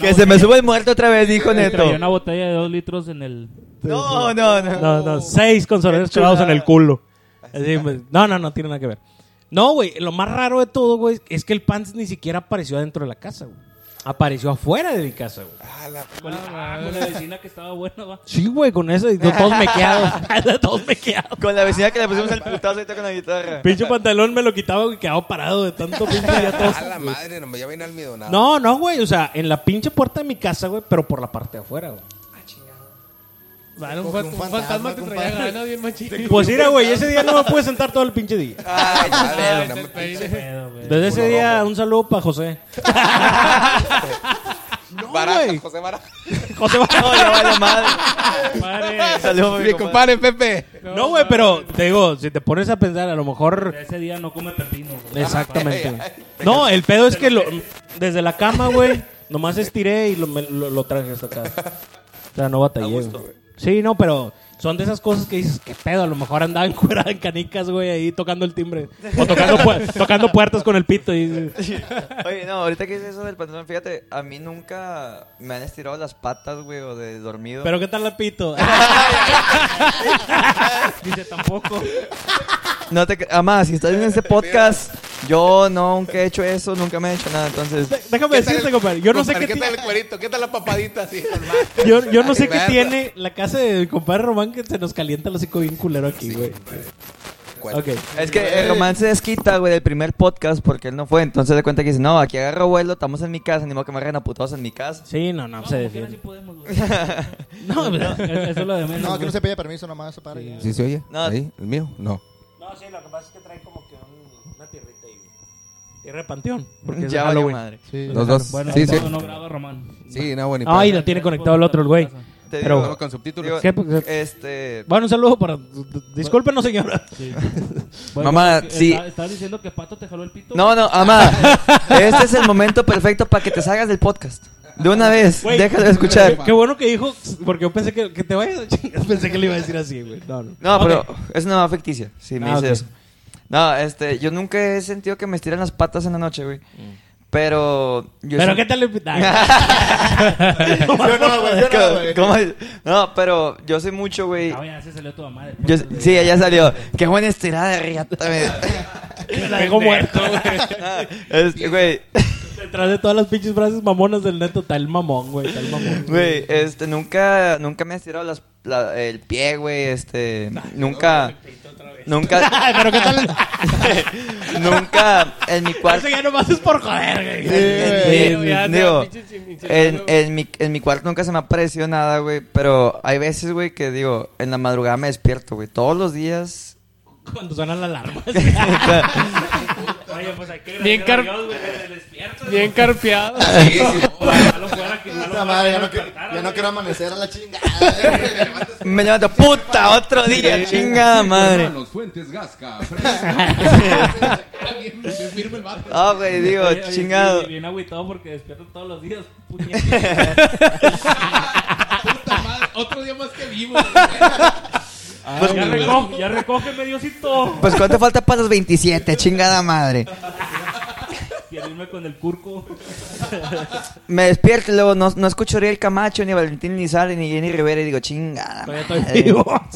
Speaker 6: Que se me sube el muerto otra vez, dijo Neto.
Speaker 2: Traía una botella de dos litros en el...
Speaker 6: No, no, no.
Speaker 1: No, no, seis consoladores
Speaker 6: Qué chulada.
Speaker 1: clavados en el culo. Así, pues, no, no, no, tiene nada que ver. No, güey, lo más raro de todo, güey, es que el Pants ni siquiera apareció adentro de la casa, güey. Apareció afuera de mi casa, güey.
Speaker 6: Ah,
Speaker 2: Con la, ah, con la vecina que estaba buena, va.
Speaker 1: Sí, güey, con eso, y todos mequeados. todos mequeados.
Speaker 6: Con la vecina que le pusimos el putazo ahorita con la guitarra.
Speaker 1: Pinche pantalón me lo quitaba y quedaba parado de tanto pinche ya todos-
Speaker 3: A la madre, no, ya viene almidonado.
Speaker 1: No, no, güey, o sea, en la pinche puerta de mi casa, güey, pero por la parte de afuera, güey.
Speaker 5: Vale, un,
Speaker 7: Coge
Speaker 5: fa-
Speaker 7: un
Speaker 5: un
Speaker 7: fantasma,
Speaker 5: fantasma te traía
Speaker 7: compadre.
Speaker 5: ganas bien machín.
Speaker 1: Pues mira, güey, ese día no me pude sentar todo el pinche día.
Speaker 3: Ay, madre, no me-
Speaker 2: Pedo, güey.
Speaker 1: Desde ese día, un saludo para José. no,
Speaker 3: Baraja,
Speaker 1: güey.
Speaker 3: José Baraja.
Speaker 1: José va-
Speaker 6: No, ya vale madre. Saludos, mi
Speaker 3: Mi
Speaker 6: compadre.
Speaker 3: compadre Pepe.
Speaker 1: No, güey, pero te digo, si te pones a pensar, a lo mejor.
Speaker 2: Desde Ese día no come pepino, güey.
Speaker 1: Exactamente. No, el pedo es que lo- desde la cama, güey, nomás estiré y lo, me- lo- lo traje hasta acá. O sea, no batallé. güey. Sí, no, pero son de esas cosas que dices, qué pedo, a lo mejor andaba encuerada en canicas, güey, ahí tocando el timbre. O tocando, pu- tocando puertas con el pito. Y,
Speaker 6: Oye, no, ahorita que es eso del pantalón, fíjate, a mí nunca me han estirado las patas, güey, o de dormido.
Speaker 1: pero ¿qué tal el pito?
Speaker 2: Dice tampoco.
Speaker 6: No te cre- Amá, si estás en este podcast, yo nunca he hecho eso, nunca me he hecho nada, entonces.
Speaker 3: ¿Qué
Speaker 1: Déjame
Speaker 3: tal
Speaker 1: decirte,
Speaker 3: el-
Speaker 1: compadre. Yo no sé
Speaker 3: compadre,
Speaker 1: qué
Speaker 3: ¿Qué
Speaker 1: tiene.
Speaker 3: tal el cuerito? ¿Qué tal la papadita así?
Speaker 1: Yo, yo no sé
Speaker 3: Ay,
Speaker 1: qué
Speaker 3: verga.
Speaker 1: tiene la casa del compadre Román que se nos calienta los hocico bien culero aquí, güey. Ok.
Speaker 6: Es que el romance se desquita, güey, del primer podcast porque él no fue. Entonces de cuenta que dice, no, aquí agarro vuelo, estamos en mi casa, ni modo que me agarren a putados en mi casa.
Speaker 1: Sí, no, no,
Speaker 2: No,
Speaker 1: se
Speaker 2: como quiera sí
Speaker 1: defiende.
Speaker 2: podemos, güey. No, eso es lo de menos.
Speaker 7: No, aquí
Speaker 2: güey.
Speaker 7: no se pide permiso nomás. Se para y ya.
Speaker 3: ¿Sí se oye?
Speaker 6: No.
Speaker 3: ¿Ahí? ¿El mío? No.
Speaker 1: No, sí, lo que pasa es que trae como que una tierrita ahí. Tierra de panteón. Porque
Speaker 6: ya
Speaker 1: ya
Speaker 6: valió
Speaker 1: Halloween.
Speaker 6: madre.
Speaker 7: Sí.
Speaker 3: Los dos.
Speaker 2: Bueno,
Speaker 3: sí, sí.
Speaker 2: no, no graba Román.
Speaker 3: Sí, no, bueno. y
Speaker 1: Ay,
Speaker 3: pedo.
Speaker 1: lo tiene conectado el otro, el güey.
Speaker 6: Te
Speaker 1: Pero-
Speaker 3: Todo con subtítulos.
Speaker 1: ¿Qué? Pues, eh,
Speaker 6: Este.
Speaker 1: Bueno, un saludo para. Discúlpenos, señora.
Speaker 6: Mamá,
Speaker 2: eh,
Speaker 6: sí.
Speaker 2: ¿está- ¿Estás diciendo que Pato te jaló el pito?
Speaker 6: No, no, amá. este es el momento perfecto para que te salgas del podcast. De una vez,
Speaker 1: Güey.
Speaker 6: déjalo de escuchar.
Speaker 1: Qué bueno que dijo, porque yo pensé que, que te vayas a chingar. Pensé que le iba a decir así, güey. No, no.
Speaker 6: No,
Speaker 1: Ok.
Speaker 6: pero es una mamá ficticia, si me
Speaker 1: Ah,
Speaker 6: dices
Speaker 1: ok.
Speaker 6: eso. No, este, yo nunca he sentido que me estiran las patas en la noche, güey.
Speaker 7: Mm.
Speaker 6: Pero. Yo
Speaker 1: Pero
Speaker 6: sí-
Speaker 1: ¿qué tal el pita?
Speaker 7: Yo no, güey. Yo no, güey.
Speaker 6: ¿Cómo es? No, pero yo sé mucho, güey.
Speaker 2: Ah, ya se salió tu mamá. del
Speaker 6: Yo,
Speaker 2: podcast, güey.
Speaker 6: sí, ella salió. Qué buena estirada de riata, güey.
Speaker 1: Tengo muerto, güey.
Speaker 6: Ah, este, Güey,
Speaker 1: Detrás de todas las pinches frases mamonas del neto, tal mamón, güey. Tal mamón.
Speaker 6: güey, este, nunca, nunca me has tirado las, la- el pie, güey, este, nunca, nunca,
Speaker 1: Ay, pero ¿qué tal? el-
Speaker 6: nunca en mi cuarto,
Speaker 1: Eso ya nomás es por joder, güey.
Speaker 6: en-
Speaker 5: güey, ya,
Speaker 6: en- digo,
Speaker 5: ya, pinche chin- chin-
Speaker 6: en, en mi, en mi cuarto nunca se me ha aparecido nada, güey, pero hay veces, güey, que digo, en la madrugada me despierto, güey, todos los días.
Speaker 1: Cuando suenan las alarmas.
Speaker 2: Oye, pues hay que agradecer
Speaker 5: Bien
Speaker 2: a
Speaker 5: car-
Speaker 2: Dios, güey, que te despiertas.
Speaker 5: Bien carpeado.
Speaker 3: Sí, sí.
Speaker 2: Ojalá fuera que- ojalá
Speaker 7: Puta madre, ya no,
Speaker 2: fuera
Speaker 7: quiero-
Speaker 2: que nos
Speaker 7: ya no
Speaker 2: despertara,
Speaker 7: quiero amanecer a la chingada.
Speaker 6: Me levanto, puta, otro día, chinga madre.
Speaker 8: Los Fuentes Gasca.
Speaker 6: Ah, güey, digo,
Speaker 2: Oye, oye,
Speaker 6: chingado.
Speaker 2: sí, Bien agüitado porque despierto todos los días. puñetas.
Speaker 8: Otro día más que vivo.
Speaker 6: Pues,
Speaker 2: Ah, Ya recoge, ya recógeme, Diosito.
Speaker 6: Pues cuánto falta para los 27, chingada madre.
Speaker 2: Quiero irme con el curco.
Speaker 6: Me despierto y luego no, no escucho a Uriel Camacho, ni a Valentín Lizardi, ni Jenny Rivera y digo, chingada madre.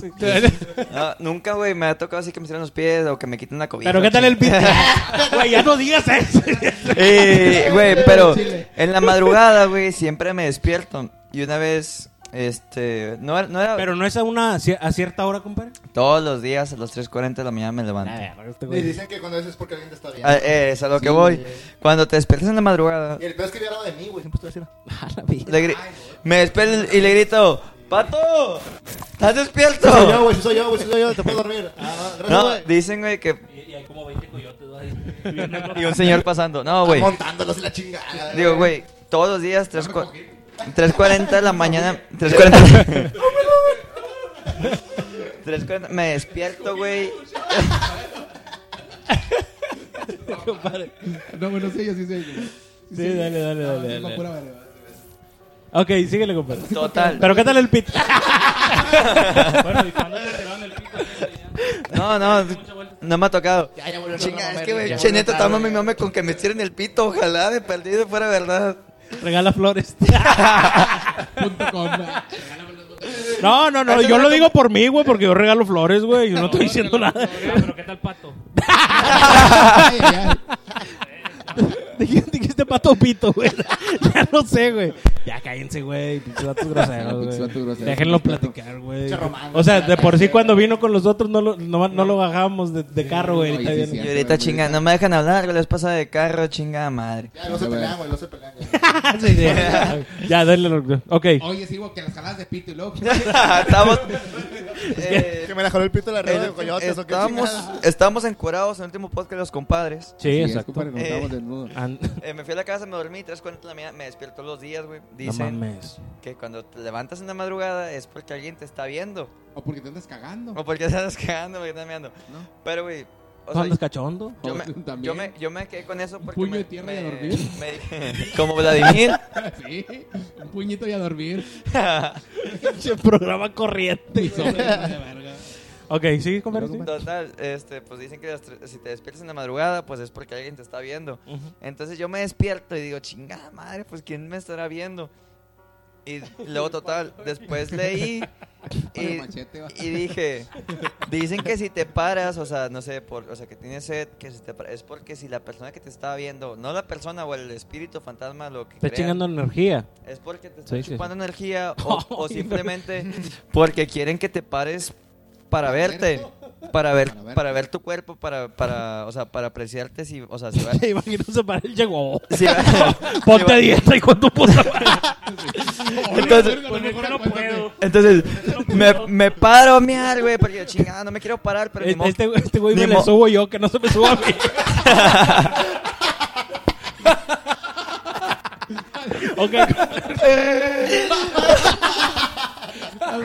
Speaker 6: Ah, No, nunca, güey, me ha tocado así que me tiran los pies o que me quiten la cobija.
Speaker 1: Pero ¿qué tal el pito?
Speaker 6: chingada.
Speaker 1: Güey, ya no digas eso.
Speaker 6: Eh, Güey, pero en la madrugada, güey, siempre me despierto. Y una vez Este, no, era- no era
Speaker 1: Pero no es a una a cier- a cierta hora, compadre. Ah,
Speaker 6: todos los días a las 3.40 de la mañana me levanto.
Speaker 1: este
Speaker 7: Y dicen que cuando eso es porque alguien te está viendo.
Speaker 6: Ah, eh, es a lo que voy. Cuando te despiertas en la madrugada,
Speaker 7: Y el peor es que había hablado de mí, güey. Siempre estoy haciendo.
Speaker 6: le gri- me despierto y le grito, ¡Pato! ¿Estás
Speaker 7: Soy yo,
Speaker 6: despierto?
Speaker 7: güey. sí Soy yo, güey. sí Soy yo. Te puedo dormir. Ah, gracias,
Speaker 6: No,
Speaker 7: güey.
Speaker 6: dicen, güey, que...
Speaker 2: Y, y hay como 20 coyotes, güey. viéndolo.
Speaker 6: Y un señor pasando. No, güey.
Speaker 7: Montándolos y la chingada.
Speaker 6: Digo, güey, todos los días, tres cua- 3.40 de la mañana. 3.40. 3.40, me despierto, güey.
Speaker 8: No, bueno, sí, yo sí, sí. Sí,
Speaker 1: Sí, dale, dale,
Speaker 8: Ah,
Speaker 1: dale,
Speaker 8: es la
Speaker 1: dale.
Speaker 8: pura verga.
Speaker 1: Ok, síguele, compadre.
Speaker 6: Total.
Speaker 1: Pero qué tal el pit.
Speaker 2: Bueno, y cuando le tiraron el pito,
Speaker 6: No, no, no me ha tocado.
Speaker 7: Ya, ya volvió a
Speaker 6: Chinga, es
Speaker 7: mamar,
Speaker 6: que, güey,
Speaker 7: ya
Speaker 6: che,
Speaker 7: volvió a
Speaker 6: neta,
Speaker 7: mamar,
Speaker 6: toma mi
Speaker 7: güey.
Speaker 6: mame con que me tiren el pito. Ojalá de perdido fuera verdad.
Speaker 1: Regala flores.
Speaker 8: Punto com.
Speaker 1: No, no, no. Yo lo digo por mí, güey, porque yo regalo flores, güey. Yo no estoy diciendo nada.
Speaker 2: "Ah, pero ¿qué tal pato?
Speaker 8: Ay, ay, ay.
Speaker 1: Dije- Dijiste pato pito, güey. Ya no sé, güey. Ya cállense, güey. Pinches vatos groseros,
Speaker 8: Pinches vatos
Speaker 1: güey.
Speaker 8: groseros.
Speaker 1: Déjenlo platicar, güey.
Speaker 7: Pinche romántico.
Speaker 1: O sea, de por sí cuando vino con los otros no lo, no, no lo bajábamos de, de carro, güey.
Speaker 8: No,
Speaker 1: Ahorita
Speaker 8: y sí,
Speaker 1: viene.
Speaker 8: sí.
Speaker 6: Y ahorita, chinga, no me dejan hablar, güey, les pasa de carro, chinga madre.
Speaker 7: Ya, no se pelean, güey. No se pelean. güey.
Speaker 1: Sí, sí. Ya, dale. lo- Ok.
Speaker 8: Oye, sí, güey, que las jaladas de pito y luego.
Speaker 6: Estamos. eh,
Speaker 7: Que me la jaló el pito la red de coyotes. o qué
Speaker 6: Estábamos,
Speaker 7: chingada.
Speaker 6: estábamos encurados en el último podcast de los compadres.
Speaker 1: Sí,
Speaker 8: Sí, es,
Speaker 1: exacto.
Speaker 8: compadre, nos estábamos desnudos.
Speaker 1: An-
Speaker 6: Eh, me fui a la casa, me dormí, 3.40 de la mañana, me despierto todos los días, güey.
Speaker 1: No
Speaker 6: Dicen
Speaker 1: mames.
Speaker 6: que cuando te levantas en la madrugada es porque alguien te está viendo.
Speaker 8: O porque te andas cagando.
Speaker 6: O porque estás cagando, porque estás meando.
Speaker 8: No.
Speaker 6: Pero, güey, o sea,
Speaker 1: ¿Andas cachondo?
Speaker 6: yo me,
Speaker 8: También.
Speaker 6: yo, me, yo me quedé con eso porque...
Speaker 8: puño
Speaker 6: me-
Speaker 8: de tierra y a
Speaker 6: me-
Speaker 8: dormir.
Speaker 6: me- como Vladimir.
Speaker 8: Sí, un puñito y a dormir.
Speaker 1: Pinche programa corriente.
Speaker 8: Y sobre, de verga.
Speaker 1: Ok, sí, compadre. sí.
Speaker 6: Total, este, pues dicen que las tres- si te despiertas en la madrugada, pues es porque alguien te está viendo. Entonces yo me despierto y digo, chingada madre, pues ¿quién me estará viendo? Y luego, total, después leí
Speaker 8: Con el
Speaker 6: y,
Speaker 8: machete, va.
Speaker 6: y dije, dicen que si te paras, o sea, no sé, por, o sea, que tienes sed, que si te paras, es porque si la persona que te está viendo, no la persona o el espíritu, fantasma, lo que
Speaker 1: Está
Speaker 6: crean,
Speaker 1: chingando energía.
Speaker 6: es porque te está
Speaker 1: Sí, sí,
Speaker 6: chupando energía o, o simplemente porque quieren que te pares para verte, para ver,
Speaker 8: Para ver.
Speaker 6: para ver tu cuerpo, para, para, o sea, para apreciarte si, o sea, si va-
Speaker 1: Te imagino separar el llegó.
Speaker 6: si va-
Speaker 1: Ponte
Speaker 6: si
Speaker 1: a
Speaker 6: va-
Speaker 1: dieta y con tu puta
Speaker 6: Entonces,
Speaker 8: Verga, a lo
Speaker 2: Pues es
Speaker 8: mejor
Speaker 2: que no
Speaker 8: acuérdate.
Speaker 2: puedo.
Speaker 6: entonces me, me paro a miar, güey, porque chingada, no me quiero parar, pero ni modo.
Speaker 1: Este, este güey
Speaker 6: Ni
Speaker 1: me
Speaker 6: mo-
Speaker 1: le subo yo, que no se me suba a mí. ok,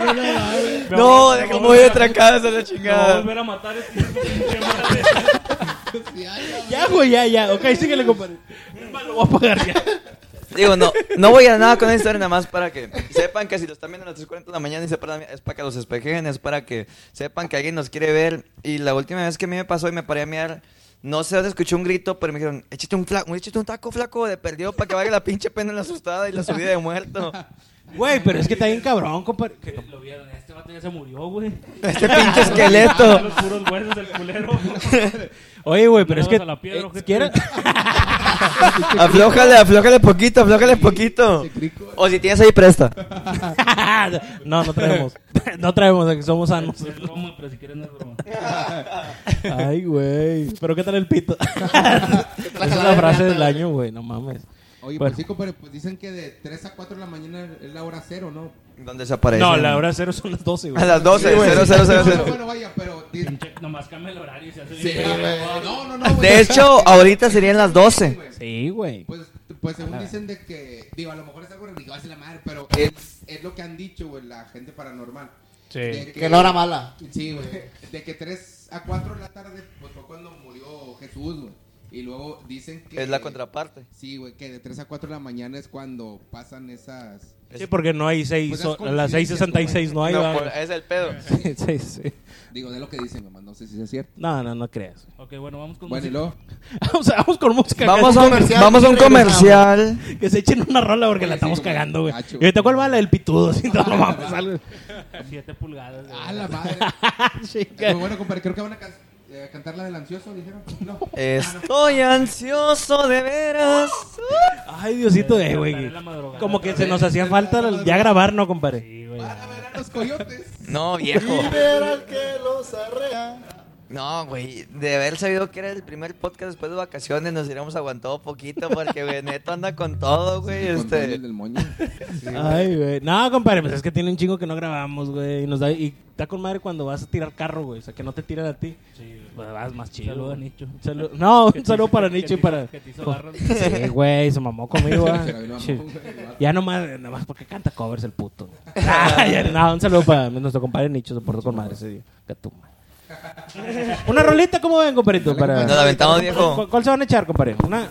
Speaker 6: No, de cómo voy atrancada esa la
Speaker 2: Me voy a
Speaker 6: chingada.
Speaker 2: volver a matar este hijo de pinche madre.
Speaker 1: ya, güey, ya, ya. Ok, síguele, compadre. Lo voy a pagar ya.
Speaker 6: Digo, no, no voy a nada con esta historia, nada más para que sepan que si lo están viendo a las 3.40 de la mañana y se paran, es para que los espejen, es para que sepan que alguien nos quiere ver. Y la última vez que a mí me pasó y me paré a mirar, no sé dónde escuché un grito, pero me dijeron, échate un, flaco, échate un taco flaco de perdido para que vaya la pinche pena en la asustada y la subida de muerto.
Speaker 1: Güey, pero es que está bien cabrón, compadre. Que-
Speaker 2: Lo vieron, este vato ya se murió, güey.
Speaker 6: Este pinche esqueleto.
Speaker 2: Los puros huesos del culero.
Speaker 1: Oye, güey, pero
Speaker 2: No
Speaker 1: es que.
Speaker 2: hagas a la piedra,
Speaker 1: eh,
Speaker 2: ojete.
Speaker 1: ¿quiere-
Speaker 6: Aflójale, aflójale poquito, aflójale poquito. O si tienes ahí, presta.
Speaker 1: no, no traemos. No traemos, que somos sanos.
Speaker 2: Es broma, pero si quieren no es broma.
Speaker 1: Ay, güey. Pero qué tal el pito. Esa es la frase del año, güey. No mames.
Speaker 8: Oye,
Speaker 1: Bueno.
Speaker 8: pues sí, compadre, pues dicen que de 3 a 4 de la mañana es la hora cero, ¿no?
Speaker 6: ¿Dónde se aparece?
Speaker 1: No, la hora cero son las 12, güey.
Speaker 6: A las 12, cero, cero, cero,
Speaker 8: Bueno,
Speaker 6: cero.
Speaker 8: bueno, vaya, pero... di-
Speaker 2: Che, Nomás cambia el horario y se hace
Speaker 8: Sí,
Speaker 2: bien.
Speaker 8: güey. No, no, no. güey.
Speaker 6: De hecho, ahorita serían las 12.
Speaker 1: Sí, güey.
Speaker 8: Pues, pues según dicen de que, digo, a lo mejor es algo religioso y la madre, pero es, es lo que han dicho, güey, la gente paranormal. De
Speaker 7: Que no era mala.
Speaker 8: Sí, güey. De que 3 a 4 de la tarde, pues fue cuando murió Jesús, güey. Y luego dicen que...
Speaker 6: Es la contraparte.
Speaker 8: Sí, güey, que de 3 a 4 de la mañana es cuando pasan esas...
Speaker 1: Sí, porque no hay
Speaker 8: Pues
Speaker 1: 6.
Speaker 8: es
Speaker 1: a las 6.66 no hay,
Speaker 6: No,
Speaker 1: va.
Speaker 6: por- es el pedo.
Speaker 1: Sí, sí.
Speaker 8: Digo, de lo que dicen, nomás, no sé si es cierto.
Speaker 1: No, no, no creas.
Speaker 2: Ok, bueno, vamos con
Speaker 8: Bueno, y
Speaker 2: música.
Speaker 8: luego...
Speaker 1: Vamos, vamos con música.
Speaker 6: Vamos
Speaker 7: Un
Speaker 6: a un,
Speaker 7: comercial,
Speaker 6: vamos a un
Speaker 7: regresamos.
Speaker 6: comercial.
Speaker 1: que, que se echen una rola porque la
Speaker 8: Oye, Pues sí,
Speaker 1: estamos
Speaker 8: como
Speaker 1: cagando, güey.
Speaker 8: gacho,
Speaker 1: Y ahorita cuál va la del pitudo, si no, no mames, algo.
Speaker 2: 7 pulgadas. güey.
Speaker 8: ¡Ah, la madre!
Speaker 1: Chica.
Speaker 8: Muy bueno, compadre, creo que van a can- eh, cantar la del ansioso, dijeron. No. Ah,
Speaker 6: Estoy ansioso de veras.
Speaker 1: Ay, Diosito, eh, güey.
Speaker 2: Cantaré la madrugada
Speaker 1: Como que
Speaker 2: otra
Speaker 1: se
Speaker 2: vez.
Speaker 1: nos hacía falta el- ya grabar, ¿no, compadre?
Speaker 2: Sí,
Speaker 1: güey.
Speaker 8: Van a ver a los coyotes.
Speaker 4: No, viejo.
Speaker 7: Y ver al que los arrea.
Speaker 4: No, güey, de haber sabido que era el primer podcast después de vacaciones, nos hubiéramos aguantado poquito porque, güey, Neto anda con todo, güey.
Speaker 8: Con todo
Speaker 4: Este,
Speaker 8: el del moño.
Speaker 1: Ay, güey. No, compadre, pues es que tiene un chingo que no grabamos, güey. Y nos da, y está con madre cuando vas a tirar carro, güey. O sea, que no te tiran a ti. Pues vas más chido.
Speaker 2: Saludo a
Speaker 1: güey.
Speaker 2: Nicho.
Speaker 1: Salu- no, un saludo para
Speaker 2: Que te-
Speaker 1: Nietzsche y para...
Speaker 2: que te hizo barras.
Speaker 1: Sí, güey, se mamó conmigo, ah.
Speaker 8: Se la vino a
Speaker 1: Sí.
Speaker 8: mamón, güey.
Speaker 1: Ya nomás, nomás porque canta covers el puto. güey. Ah, ya, no, un saludo para nuestro compadre Nicho, se portó con madre ese día. Catuma. Una rolita, ¿cómo ven, compadrito? Para...
Speaker 4: nos la aventamos,
Speaker 1: ¿Cu-
Speaker 4: viejo.
Speaker 1: ¿Cuál se van a echar, compadre? Una...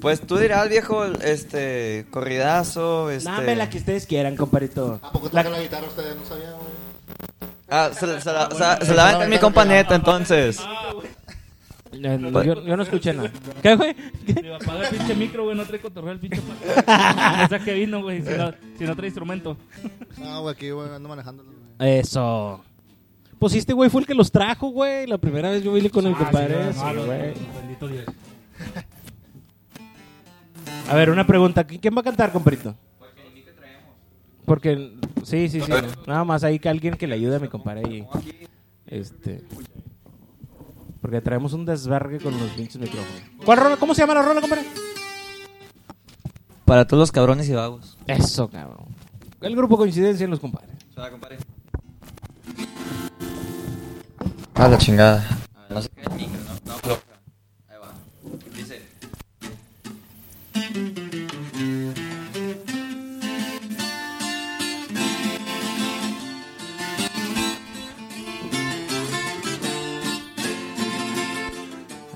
Speaker 4: Pues tú dirás, viejo, este, corridazo, este...
Speaker 1: Dame la que ustedes quieran, compadrito.
Speaker 7: ¿A poco toca la guitarra ustedes? No sabía, güey.
Speaker 4: Ah, se, la- se la- se la- se la va a aventar mi compa Neto, entonces.
Speaker 1: Eh, no, Yo, yo no escuché nada. ¿Qué, güey?
Speaker 2: Me va a apagar el pinche micro, güey. No trae cotorreo el pinche. pa- Esa que vino, güey. Si no, si no trae instrumento.
Speaker 7: No, güey, aquí güey, ando manejándolo. güey.
Speaker 1: Eso. Pues sí, este güey fue el que los trajo, güey. La primera vez yo vine con
Speaker 2: Ah,
Speaker 1: el compadre. ese, güey.
Speaker 2: Bendito Dios.
Speaker 1: A ver, una pregunta. ¿Qui- ¿Quién va a cantar, compadrito? Porque, sí, sí, sí. Nada más ahí que alguien que le ayude a mi compadre. ahí. Este. Porque traemos un desvergue con los pinches micrófonos. ¿Cuál rola? ¿Cómo se llama la rola, compadre?
Speaker 4: Para todos los cabrones y vagos.
Speaker 1: Eso, cabrón. El grupo coincidencia en los compadres.
Speaker 4: A la chingada. No se cae el micro, no, no floja. Ahí va. Dice.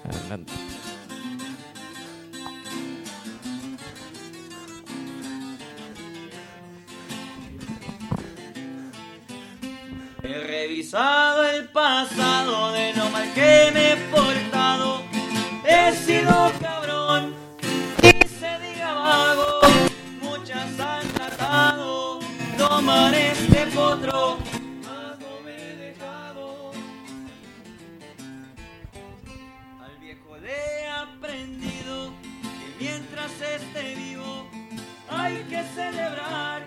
Speaker 1: Adelante.
Speaker 4: He revisado el pasado de lo mal que me he portado. He sido cabrón y se diga vago. Muchas han tratado tomar este potro. Algo me he dejado. Al viejo le he aprendido que mientras esté vivo hay que celebrar,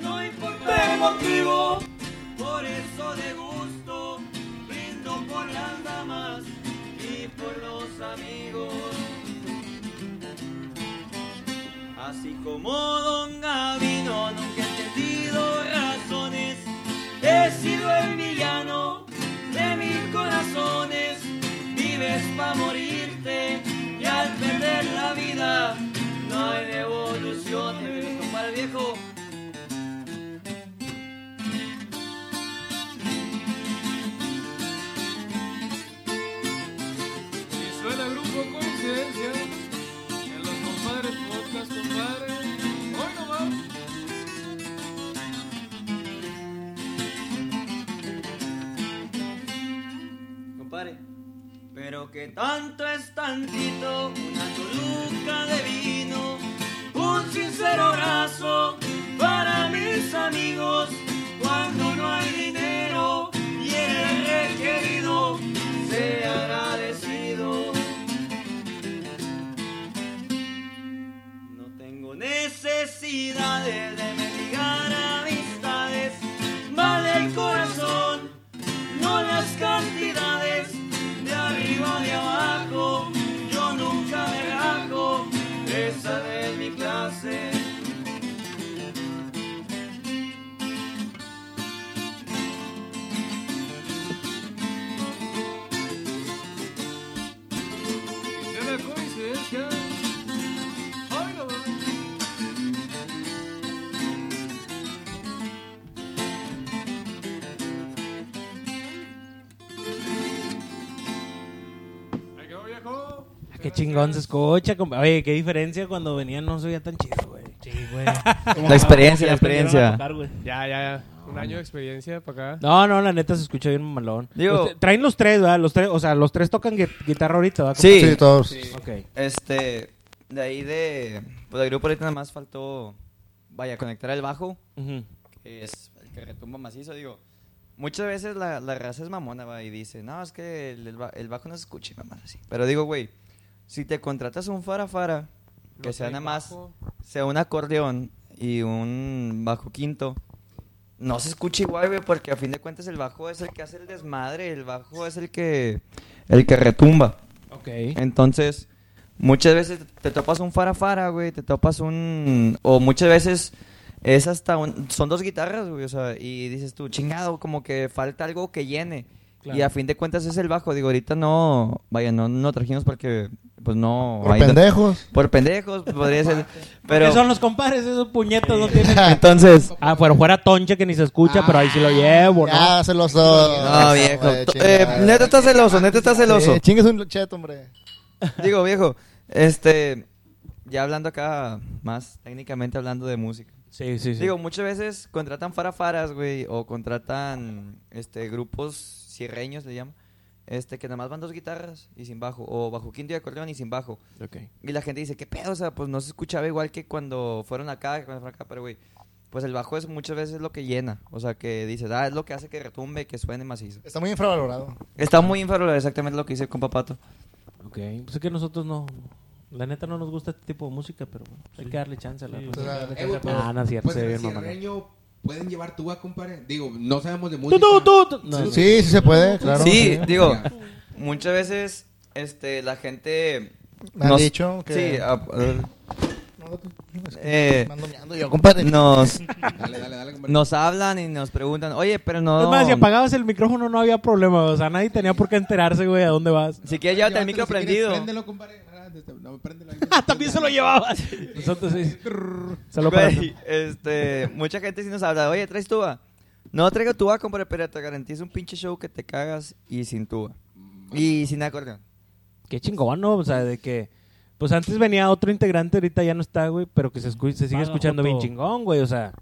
Speaker 4: no importa el motivo. Por eso de gusto brindo por las damas y por los amigos. Así como Don Gavino, nunca he entendido razones. He sido el villano de mil corazones. Vives pa' morirte y al perder la vida no hay devolución. Te vienes, compadre viejo.
Speaker 9: Y suena grupo coincidencia en los compadres podcast compadre. Hoy no va.
Speaker 4: compadre. Pero que tanto es tantito, una toluca de vino, un sincero abrazo para mis amigos. Cuando no hay dinero y el requerido, sea agradecido. No tengo necesidades de mendigar amistades, vale el corazón no las cantidades de arriba de abajo. Yo nunca me rajo, esa es mi clase.
Speaker 9: Y suena coincidencia. Hoy no va. Ahí quedó, viejo.
Speaker 1: Ah, Qué chingón se escucha, compa- Oye, qué diferencia cuando venían no se veía tan chido, güey.
Speaker 4: La experiencia, la
Speaker 2: Aprendieron a
Speaker 4: experiencia.
Speaker 2: tocar, güey.
Speaker 5: Ya, ya, ya. Un año de experiencia para acá.
Speaker 1: No, no, la neta se escucha bien malón.
Speaker 4: Digo-
Speaker 1: Usted- traen los tres, ¿verdad? Los tres, o sea, los tres tocan gui- guitarra ahorita, ¿verdad?
Speaker 4: Sí,
Speaker 7: Sí, todos.
Speaker 1: Ok.
Speaker 4: este, de ahí de, pues del grupo ahorita nada más faltó, vaya, conectar el bajo,
Speaker 1: Ujú.
Speaker 4: que es el que retumba macizo, digo. Muchas veces la, la raza es mamona va, y dice, no, es que el, el ba- el bajo no se escucha, mamá, así. Pero digo, güey, si te contratas un fara fara, que sea nada más... sea un acordeón y un bajo quinto
Speaker 6: no se escucha igual, güey, porque a fin de cuentas el bajo es el que hace el desmadre, el bajo es el que, el que retumba.
Speaker 1: Ok.
Speaker 6: Entonces, muchas veces te topas un farafara, güey, te topas un... O muchas veces es hasta un... Son dos guitarras, güey, o sea, y dices tú, chingado, como que falta algo que llene. Y a fin de cuentas es el bajo. Digo, ahorita no... Vaya, no, no trajimos porque, pues no...
Speaker 7: Por
Speaker 6: hay-
Speaker 7: pendejos.
Speaker 6: Por pendejos, podría ser... Pero...
Speaker 1: ¿Qué son los compares? Esos puñetos no tienen...
Speaker 6: Entonces...
Speaker 1: Ah, pero fuera tonche que ni se escucha, pero ahí sí lo llevo, ¿no?
Speaker 7: Ah, Ya, celoso. Ah,
Speaker 6: No, viejo. to- eh, neta está celoso, neta está celoso.
Speaker 7: Chingues un cheto, hombre.
Speaker 6: Digo, viejo, este... Ya hablando acá más técnicamente hablando de música.
Speaker 1: Sí, sí, sí.
Speaker 6: Digo, muchas veces contratan farafaras, güey, o contratan este grupos cierreños, le llaman, este, que nada más van dos guitarras y sin bajo, o bajo quinto y acordeón y sin bajo.
Speaker 1: Ok.
Speaker 6: Y la gente dice, ¿qué pedo? O sea, pues no se escuchaba igual que cuando fueron acá, que cuando fueron acá, pero güey, pues el bajo es muchas veces lo que llena, o sea, que dices, ah, es lo que hace que retumbe, que suene macizo.
Speaker 7: Está muy infravalorado.
Speaker 6: Está muy inferior exactamente lo que dice el compa Pato.
Speaker 1: Ok. Pues es que nosotros no... La neta no nos gusta este tipo de música, pero bueno, hay que darle chance a la...
Speaker 7: O sea,
Speaker 8: Eh, güey, pues,
Speaker 1: Ah, no es cierto,
Speaker 8: pues
Speaker 1: se ve
Speaker 8: el
Speaker 1: bien, mamá.
Speaker 8: cierreño pueden llevar tuba, compadre. Digo, no sabemos de
Speaker 1: Tú,
Speaker 8: música.
Speaker 1: tú, tú, tú. No, no.
Speaker 7: sí, sí se puede, claro.
Speaker 6: sí, digo,
Speaker 8: Ya.
Speaker 6: muchas veces este, la gente...
Speaker 7: Me han
Speaker 6: nos-
Speaker 7: dicho que-
Speaker 6: Sí, ah, eh,
Speaker 7: No, es que
Speaker 6: eh,
Speaker 7: me ando meando yo, compadre.
Speaker 6: nos,
Speaker 8: Dale, dale, dale, compadre.
Speaker 6: nos hablan y nos preguntan, oye, pero no...
Speaker 1: Es más, si apagabas el micrófono no había problema, o sea, nadie tenía por qué enterarse, güey, a dónde vas.
Speaker 6: Si quieres, llévate el
Speaker 8: Llévatelo
Speaker 6: micro
Speaker 8: si quieres,
Speaker 6: prendido.
Speaker 8: Préndelo, compadre. Ah, No, préndelo ahí.
Speaker 1: Ah, también se lo llevabas. Nosotros sí. Se
Speaker 6: Güey,
Speaker 1: lo paraste.
Speaker 6: este, mucha gente sí nos habla, oye, ¿traes tuba? No traigo tuba, compadre, pero te garantizo un pinche show que te cagas y sin tuba. Y sin acordeón.
Speaker 1: Qué chingón, ¿no? O sea, de que. Pues antes venía otro integrante, ahorita ya no está, güey, pero que se, escu- se sigue
Speaker 2: Paga
Speaker 1: escuchando bien
Speaker 2: Joto.
Speaker 1: chingón, güey, o sea.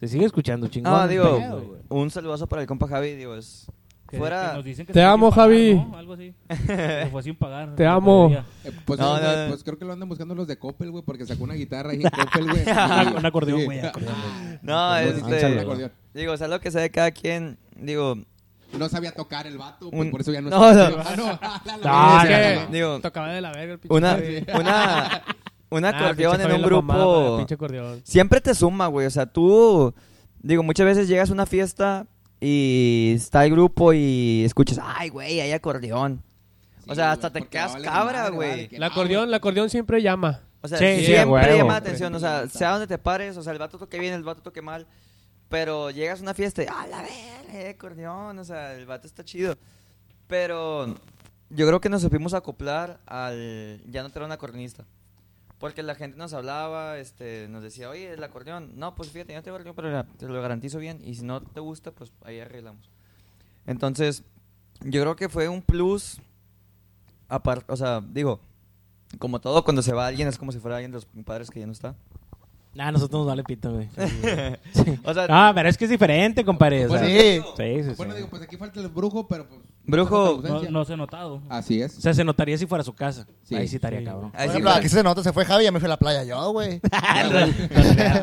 Speaker 1: Se sigue escuchando chingón.
Speaker 6: No, Ah, digo,
Speaker 1: Pedo, güey.
Speaker 6: un saludazo para el compa Javi, digo, es...
Speaker 2: Que- que
Speaker 6: fuera...
Speaker 2: nos dicen que
Speaker 5: Te
Speaker 2: se fue
Speaker 5: amo,
Speaker 2: sin pagar,
Speaker 5: Javi.
Speaker 2: ¿no? Algo así. Se fue sin pagar.
Speaker 5: Te amo.
Speaker 2: Día.
Speaker 8: Eh, Pues,
Speaker 6: No,
Speaker 8: eh,
Speaker 6: no,
Speaker 8: güey,
Speaker 6: no.
Speaker 8: pues creo que lo andan buscando los de Coppel, güey, porque sacó una guitarra ahí en Coppel, güey.
Speaker 1: Un un acordeón, güey.
Speaker 8: Sí.
Speaker 1: acordeón, güey.
Speaker 6: No,
Speaker 8: Ah,
Speaker 1: un
Speaker 6: este...
Speaker 8: acordeón.
Speaker 6: Digo, o sea, lo que sea de cada quien, digo...
Speaker 8: No sabía tocar el vato, pues,
Speaker 6: Un-
Speaker 8: por eso ya no,
Speaker 6: No,
Speaker 8: está-
Speaker 6: no.
Speaker 8: Ah, no. Ah, la-
Speaker 5: Ah,
Speaker 8: la-
Speaker 5: es
Speaker 8: la-
Speaker 5: que-
Speaker 6: Digo,
Speaker 5: Tocaba de la verga el pinche.
Speaker 6: una,
Speaker 5: Javi.
Speaker 6: una, un
Speaker 5: Ah,
Speaker 6: acordeón
Speaker 5: pinche
Speaker 6: en
Speaker 5: Javi
Speaker 6: un
Speaker 5: la mamada,
Speaker 6: grupo
Speaker 5: güey, pinche acordeón.
Speaker 6: siempre te suma, güey. O sea, tú, digo, muchas veces llegas a una fiesta y está el grupo y escuchas, ay, güey, hay acordeón.
Speaker 8: Sí,
Speaker 6: o sea, hasta
Speaker 8: güey,
Speaker 6: te
Speaker 8: porque
Speaker 6: quedas
Speaker 8: vale
Speaker 6: cabra,
Speaker 8: madre,
Speaker 6: güey.
Speaker 8: vale, que
Speaker 5: El
Speaker 8: no,
Speaker 5: acordeón, el acordeón siempre llama.
Speaker 6: O sea,
Speaker 1: Sí, sí, a
Speaker 6: siempre
Speaker 1: huevo.
Speaker 6: llama la atención. O sea, sea donde te pares, o sea, el vato toque bien, el vato toque mal. Pero llegas a una fiesta y, a la verga, eh, acordeón. O sea, el vato está chido. Pero yo creo que nos supimos acoplar al. Ya no traer un acordeonista. Porque la gente nos hablaba, este, nos decía, oye, el acordeón. No, pues fíjate, yo no tengo acordeón, pero mira, te lo garantizo bien. Y si no te gusta, pues ahí arreglamos. Entonces, yo creo que fue un plus. apar- o sea, digo, como todo, cuando se va alguien es como si fuera alguien de los padres que ya no está.
Speaker 1: Nah, Ah, nosotros nos vale pito, güey.
Speaker 6: O sea,
Speaker 1: Ah, pero es que es diferente, compadre. o
Speaker 8: Pues
Speaker 1: sea.
Speaker 7: sí.
Speaker 1: Sí, sí, sí.
Speaker 8: Bueno, digo, pues aquí falta el brujo, pero pues.
Speaker 6: brujo,
Speaker 2: No, no se ha notado.
Speaker 8: Así
Speaker 1: O
Speaker 8: es.
Speaker 1: sea, se notaría si fuera su casa.
Speaker 8: Sí.
Speaker 1: Ahí sí estaría cabrón.
Speaker 6: ahí
Speaker 7: Por
Speaker 6: sí,
Speaker 7: ejemplo,
Speaker 6: güey.
Speaker 7: aquí se nota, se fue Javi y ya me fui a la playa yo, güey.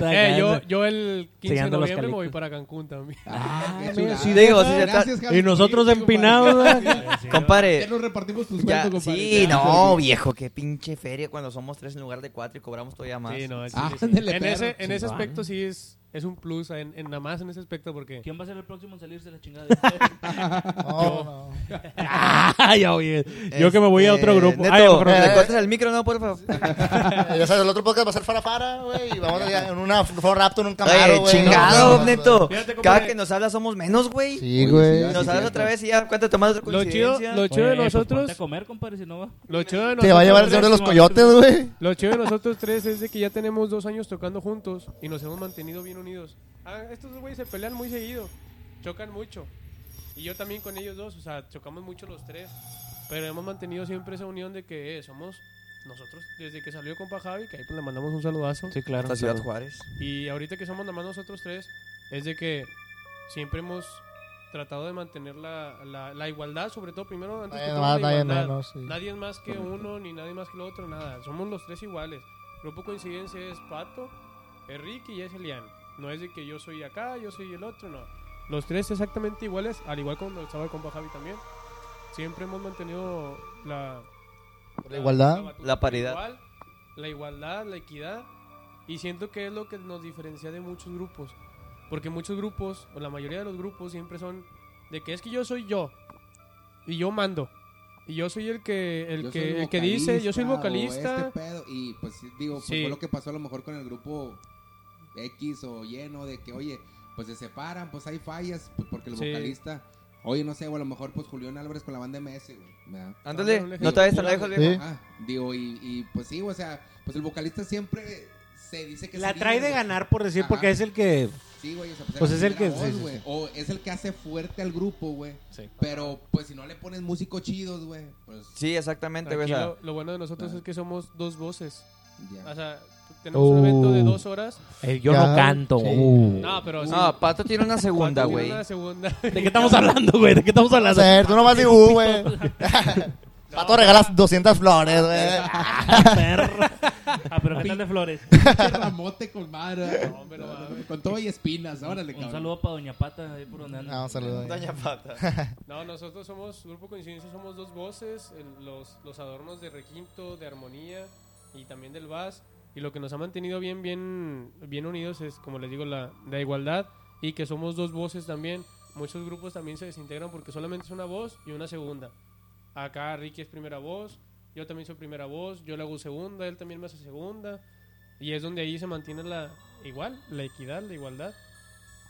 Speaker 5: Eh, yo, yo el 15 de
Speaker 1: Sellando los
Speaker 5: noviembre me voy
Speaker 1: calitos.
Speaker 5: para Cancún también.
Speaker 8: Ah, qué chulada.
Speaker 1: mira, sí, digo,
Speaker 6: sí, ya está.
Speaker 8: Javi.
Speaker 1: Y nosotros
Speaker 8: Sí, compadre.
Speaker 1: empinados, ¿verdad?
Speaker 8: Ya
Speaker 6: compadre.
Speaker 8: nos repartimos tus
Speaker 6: ya-
Speaker 8: cuentos, compadre.
Speaker 6: sí,
Speaker 8: Ya,
Speaker 6: no, viejo, qué pinche feria cuando somos tres en lugar de cuatro y cobramos todavía más.
Speaker 5: Sí, no, es-
Speaker 8: Ah,
Speaker 5: sí, sí.
Speaker 8: ándale,
Speaker 5: En
Speaker 8: perro.
Speaker 5: ese, en ese
Speaker 1: Chingón.
Speaker 5: aspecto sí es, es un plus, en, en- nada más en ese aspecto porque...
Speaker 2: ¿Quién va a ser el próximo en salirse de la chingada?
Speaker 7: No, no.
Speaker 1: Ay, oye, Yo que me voy a otro
Speaker 6: Este,
Speaker 1: grupo.
Speaker 6: Neto,
Speaker 1: Ay, Eh. a lo mejor-
Speaker 6: le cortas el micro, no, por favor.
Speaker 7: Eh, Ya sabes, el otro podcast va a ser farafara, güey. Y vamos a ir en una Ford Raptor, en un
Speaker 6: Oye,
Speaker 7: camaro, güey.
Speaker 6: chingado,
Speaker 7: No, no, no, no.
Speaker 6: Neto.
Speaker 5: Fíjate,
Speaker 6: Cada
Speaker 5: compadre.
Speaker 6: que nos habla somos menos, güey.
Speaker 7: Sí, pues,
Speaker 8: Oye,
Speaker 7: güey.
Speaker 8: sí,
Speaker 6: Nos
Speaker 8: sí,
Speaker 6: hablas
Speaker 8: sí.
Speaker 6: otra vez y ya cuánto tomas otra
Speaker 5: Lo chido,
Speaker 6: coincidencia.
Speaker 5: lo chido de nosotros...
Speaker 2: a comer, compadre, si no va.
Speaker 5: Lo chido de
Speaker 7: Te va a llevar el
Speaker 5: nosotros-
Speaker 7: señor de los coyotes, güey.
Speaker 5: Lo chido de nosotros tres es de que ya tenemos dos años tocando juntos y nos hemos mantenido bien unidos. Ah, estos dos güeyes se pelean muy seguido, chocan mucho. Y yo también con ellos dos, o sea, chocamos mucho los tres. Pero hemos mantenido siempre esa unión de que eh, somos nosotros, desde que salió compa Javi, que ahí pues le mandamos un saludazo.
Speaker 1: Sí, claro.
Speaker 6: Hasta Ciudad Juárez.
Speaker 5: Y ahorita que somos nada más nosotros tres, es de que siempre hemos tratado de mantener la, la- la igualdad, sobre todo primero antes que
Speaker 7: Nadie
Speaker 5: todo
Speaker 7: más,
Speaker 5: la
Speaker 7: nadie
Speaker 5: igualdad.
Speaker 7: menos, sí.
Speaker 5: Nadie es más que uno ni nadie más que el otro, nada. Somos los tres iguales. Grupo Coincidencia es Pato, es Ricky y es Elian. No es de que yo soy acá, yo soy el otro, no. Los tres exactamente iguales, al igual como estaba el compa Javi también. Siempre hemos mantenido la,
Speaker 7: La igualdad.
Speaker 5: batuta
Speaker 6: La paridad.
Speaker 5: igual, la igualdad, la equidad. Y siento que es lo que nos diferencia de muchos grupos. Porque muchos grupos, o la mayoría de los grupos, siempre son de que es que yo soy yo. Y yo mando. Y yo soy el que, el
Speaker 8: Yo soy
Speaker 5: que, el que dice, yo soy el
Speaker 8: vocalista, o
Speaker 5: vocalista.
Speaker 8: este pedo. Y pues sí, digo, pues,
Speaker 5: Sí.
Speaker 8: fue lo que pasó a lo mejor con el grupo X o Y, ¿no? De que, oye, pues se separan, pues hay fallas, pues porque el
Speaker 5: Sí.
Speaker 8: vocalista. Oye, no sé, o a lo mejor pues Julián Álvarez con la banda MS, güey. ¿verdad?
Speaker 6: Ándale,
Speaker 5: Ándale,
Speaker 6: no te vayas tan lejos,
Speaker 7: Sí.
Speaker 6: viejo.
Speaker 8: Ah, digo, y, y, pues sí, o sea, pues el vocalista siempre se dice que
Speaker 1: La
Speaker 8: es
Speaker 1: trae
Speaker 8: líder,
Speaker 1: de
Speaker 8: güey.
Speaker 1: ganar, por decir,
Speaker 8: Ajá.
Speaker 1: porque es el que.
Speaker 8: Sí, güey, o sea, pues,
Speaker 1: Pues
Speaker 8: era
Speaker 1: es el
Speaker 8: primera
Speaker 1: que- sí, sí,
Speaker 8: voz, güey.
Speaker 1: sí.
Speaker 8: O es el que hace fuerte al grupo, güey.
Speaker 5: Sí.
Speaker 8: Pero pues si no le pones músicos chidos, güey, pues
Speaker 6: Sí, exactamente, güey.
Speaker 5: Aquí
Speaker 6: o sea,
Speaker 5: lo, lo bueno de nosotros es que somos dos voces.
Speaker 8: ya.
Speaker 5: O sea, tenemos un evento de
Speaker 1: Oh.
Speaker 5: dos horas.
Speaker 1: yo
Speaker 7: Ya,
Speaker 1: no canto.
Speaker 7: sí.
Speaker 1: uh.
Speaker 5: No, Ah, pero sí.
Speaker 6: No, Pato tiene una segunda,
Speaker 5: Tiene
Speaker 6: güey.
Speaker 5: una segunda.
Speaker 1: ¿De qué estamos hablando, güey? ¿De qué estamos hablando?
Speaker 7: Ser, tú nomás digo, güey. Pato regalas 200 flores, güey.
Speaker 2: Ah, pero ¿qué tal de flores?
Speaker 8: Pinche ramote con madre.
Speaker 5: No, pero, a ver.
Speaker 8: con todo y espinas, órale,
Speaker 2: Un
Speaker 8: cabrón.
Speaker 2: saludo para Doña Pata, ahí por donde anda.
Speaker 7: No, saludos. güey.
Speaker 5: No, nosotros somos, Grupo Coincidencia, somos dos voces, el- los, los adornos de requinto, de armonía y también del bass. Y lo que nos ha mantenido bien, bien, bien unidos es, como les digo, la, la igualdad y que somos dos voces también. Muchos grupos también se desintegran porque solamente es una voz y una segunda. Acá Ricky es primera voz, yo también soy primera voz, yo le hago segunda, él también me hace segunda. Y es donde ahí se mantiene la igual, la equidad, la igualdad.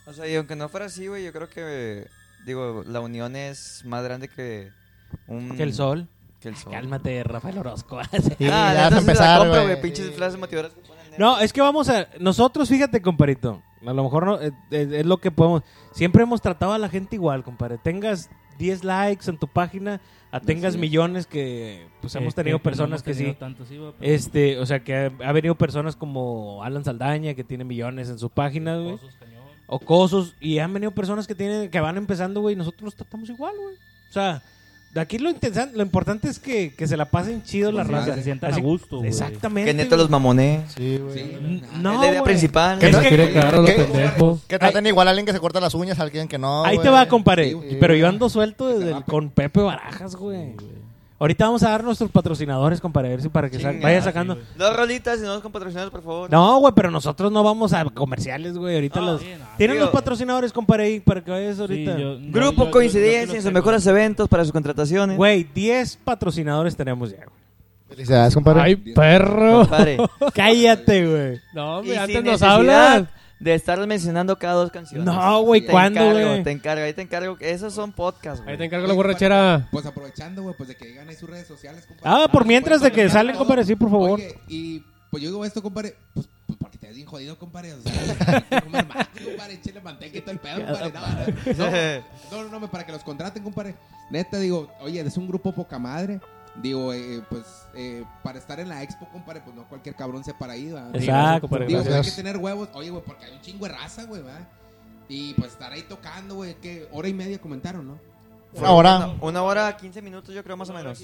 Speaker 6: O sea, y aunque no fuera así, güey, yo creo que, digo, la unión es más grande que un...
Speaker 1: Que el sol.
Speaker 6: Que el sol.
Speaker 1: Cálmate, Rafael Orozco.
Speaker 7: Sí,
Speaker 6: Ah,
Speaker 7: ya vas a
Speaker 6: entonces la
Speaker 7: empezar,
Speaker 6: compro,
Speaker 7: güey.
Speaker 6: Pinches frases motivadoras que ponen. eh.
Speaker 1: No, es que vamos a. Nosotros, fíjate, comparito. A lo mejor no, eh, es, es lo que podemos. Siempre hemos tratado a la gente igual, compadre. Tengas 10 likes en tu página, a tengas millones que. Pues hemos tenido personas que, sí. Este, o sea, que ha, ha venido personas como Alan Saldaña, que tiene millones en su página, güey. O cosos. Y han venido personas que tienen, que van empezando, güey. y Nosotros los tratamos igual, güey. O sea, de aquí lo interesante, lo importante es que, que se la pasen chido la
Speaker 2: Pues,
Speaker 1: raza.
Speaker 2: que se sientan
Speaker 1: Así-
Speaker 2: a gusto, güey.
Speaker 1: Exactamente.
Speaker 6: Que neto los mamoné.
Speaker 5: Sí, güey.
Speaker 8: Sí,
Speaker 1: No,
Speaker 6: es la idea
Speaker 1: güey.
Speaker 6: principal.
Speaker 7: Que no-
Speaker 1: Es que-
Speaker 5: Quiere cagar a los
Speaker 7: ¿Qué?
Speaker 5: pendejos.
Speaker 7: Que traten igual a alguien que se corta las uñas, a alguien que no.
Speaker 1: Ahí te
Speaker 7: güey.
Speaker 1: va, compadre.
Speaker 8: Sí, güey.
Speaker 1: Pero yo ando suelto desde
Speaker 8: se
Speaker 1: el-
Speaker 8: va,
Speaker 1: con Pepe Barajas, güey. Ahorita vamos a dar nuestros patrocinadores, compadre, a ver si para que sa-
Speaker 6: Chinga,
Speaker 1: vaya sacando.
Speaker 6: Dos rolitas y no nos compatrocinas, por favor.
Speaker 1: No, güey, pero nosotros no vamos a comerciales, güey. Ahorita
Speaker 2: Ah,
Speaker 1: los.
Speaker 2: bien, ah,
Speaker 1: Tienen
Speaker 6: digo-
Speaker 1: los patrocinadores, compadre, ahí, para que vayas ahorita.
Speaker 6: Grupo Coincidencia en sus mejores eventos para sus contrataciones.
Speaker 1: Güey, 10 patrocinadores tenemos ya, güey.
Speaker 7: Felicidades, compadre.
Speaker 5: perro!
Speaker 6: Compadre.
Speaker 1: Cállate, güey.
Speaker 5: No,
Speaker 6: Y
Speaker 5: hombre,
Speaker 6: sin
Speaker 5: antes nos
Speaker 6: necesidad
Speaker 5: hablan.
Speaker 6: De estar mencionando cada dos canciones.
Speaker 1: No, güey,
Speaker 6: Te
Speaker 1: ¿cuándo,
Speaker 6: encargo,
Speaker 1: güey?
Speaker 6: Te encargo, ahí te encargo. Esos son podcasts,
Speaker 5: Ahí
Speaker 6: güey.
Speaker 5: te encargo la borrachera.
Speaker 8: Pues aprovechando, güey, pues de que digan ahí sus redes sociales, compadre.
Speaker 1: Ah, por mientras de que
Speaker 8: pues,
Speaker 1: salen,
Speaker 8: todo.
Speaker 1: compadre, sí, por favor.
Speaker 8: Oye, y pues yo digo esto, compadre, pues, pues porque te ves bien jodido, compadre. O sea, hay que comer más, compadre, échale manteca y todo el pedo, compadre. No, no, no. No, no, no, para que los contraten, compadre. Neta, digo, oye, es un grupo poca madre. Digo, eh, pues, eh, para estar en la expo, compadre, pues no cualquier cabrón se para ahí, ¿va?
Speaker 1: Exacto.
Speaker 8: Digo,
Speaker 7: Gracias.
Speaker 8: hay que tener huevos. Oye, güey, porque hay un chingo de raza, güey, ¿va? Y pues estar ahí tocando, güey, que hora y media comentaron, ¿no?
Speaker 7: Una hora.
Speaker 6: Una hora, 15 minutos, yo creo, más o menos.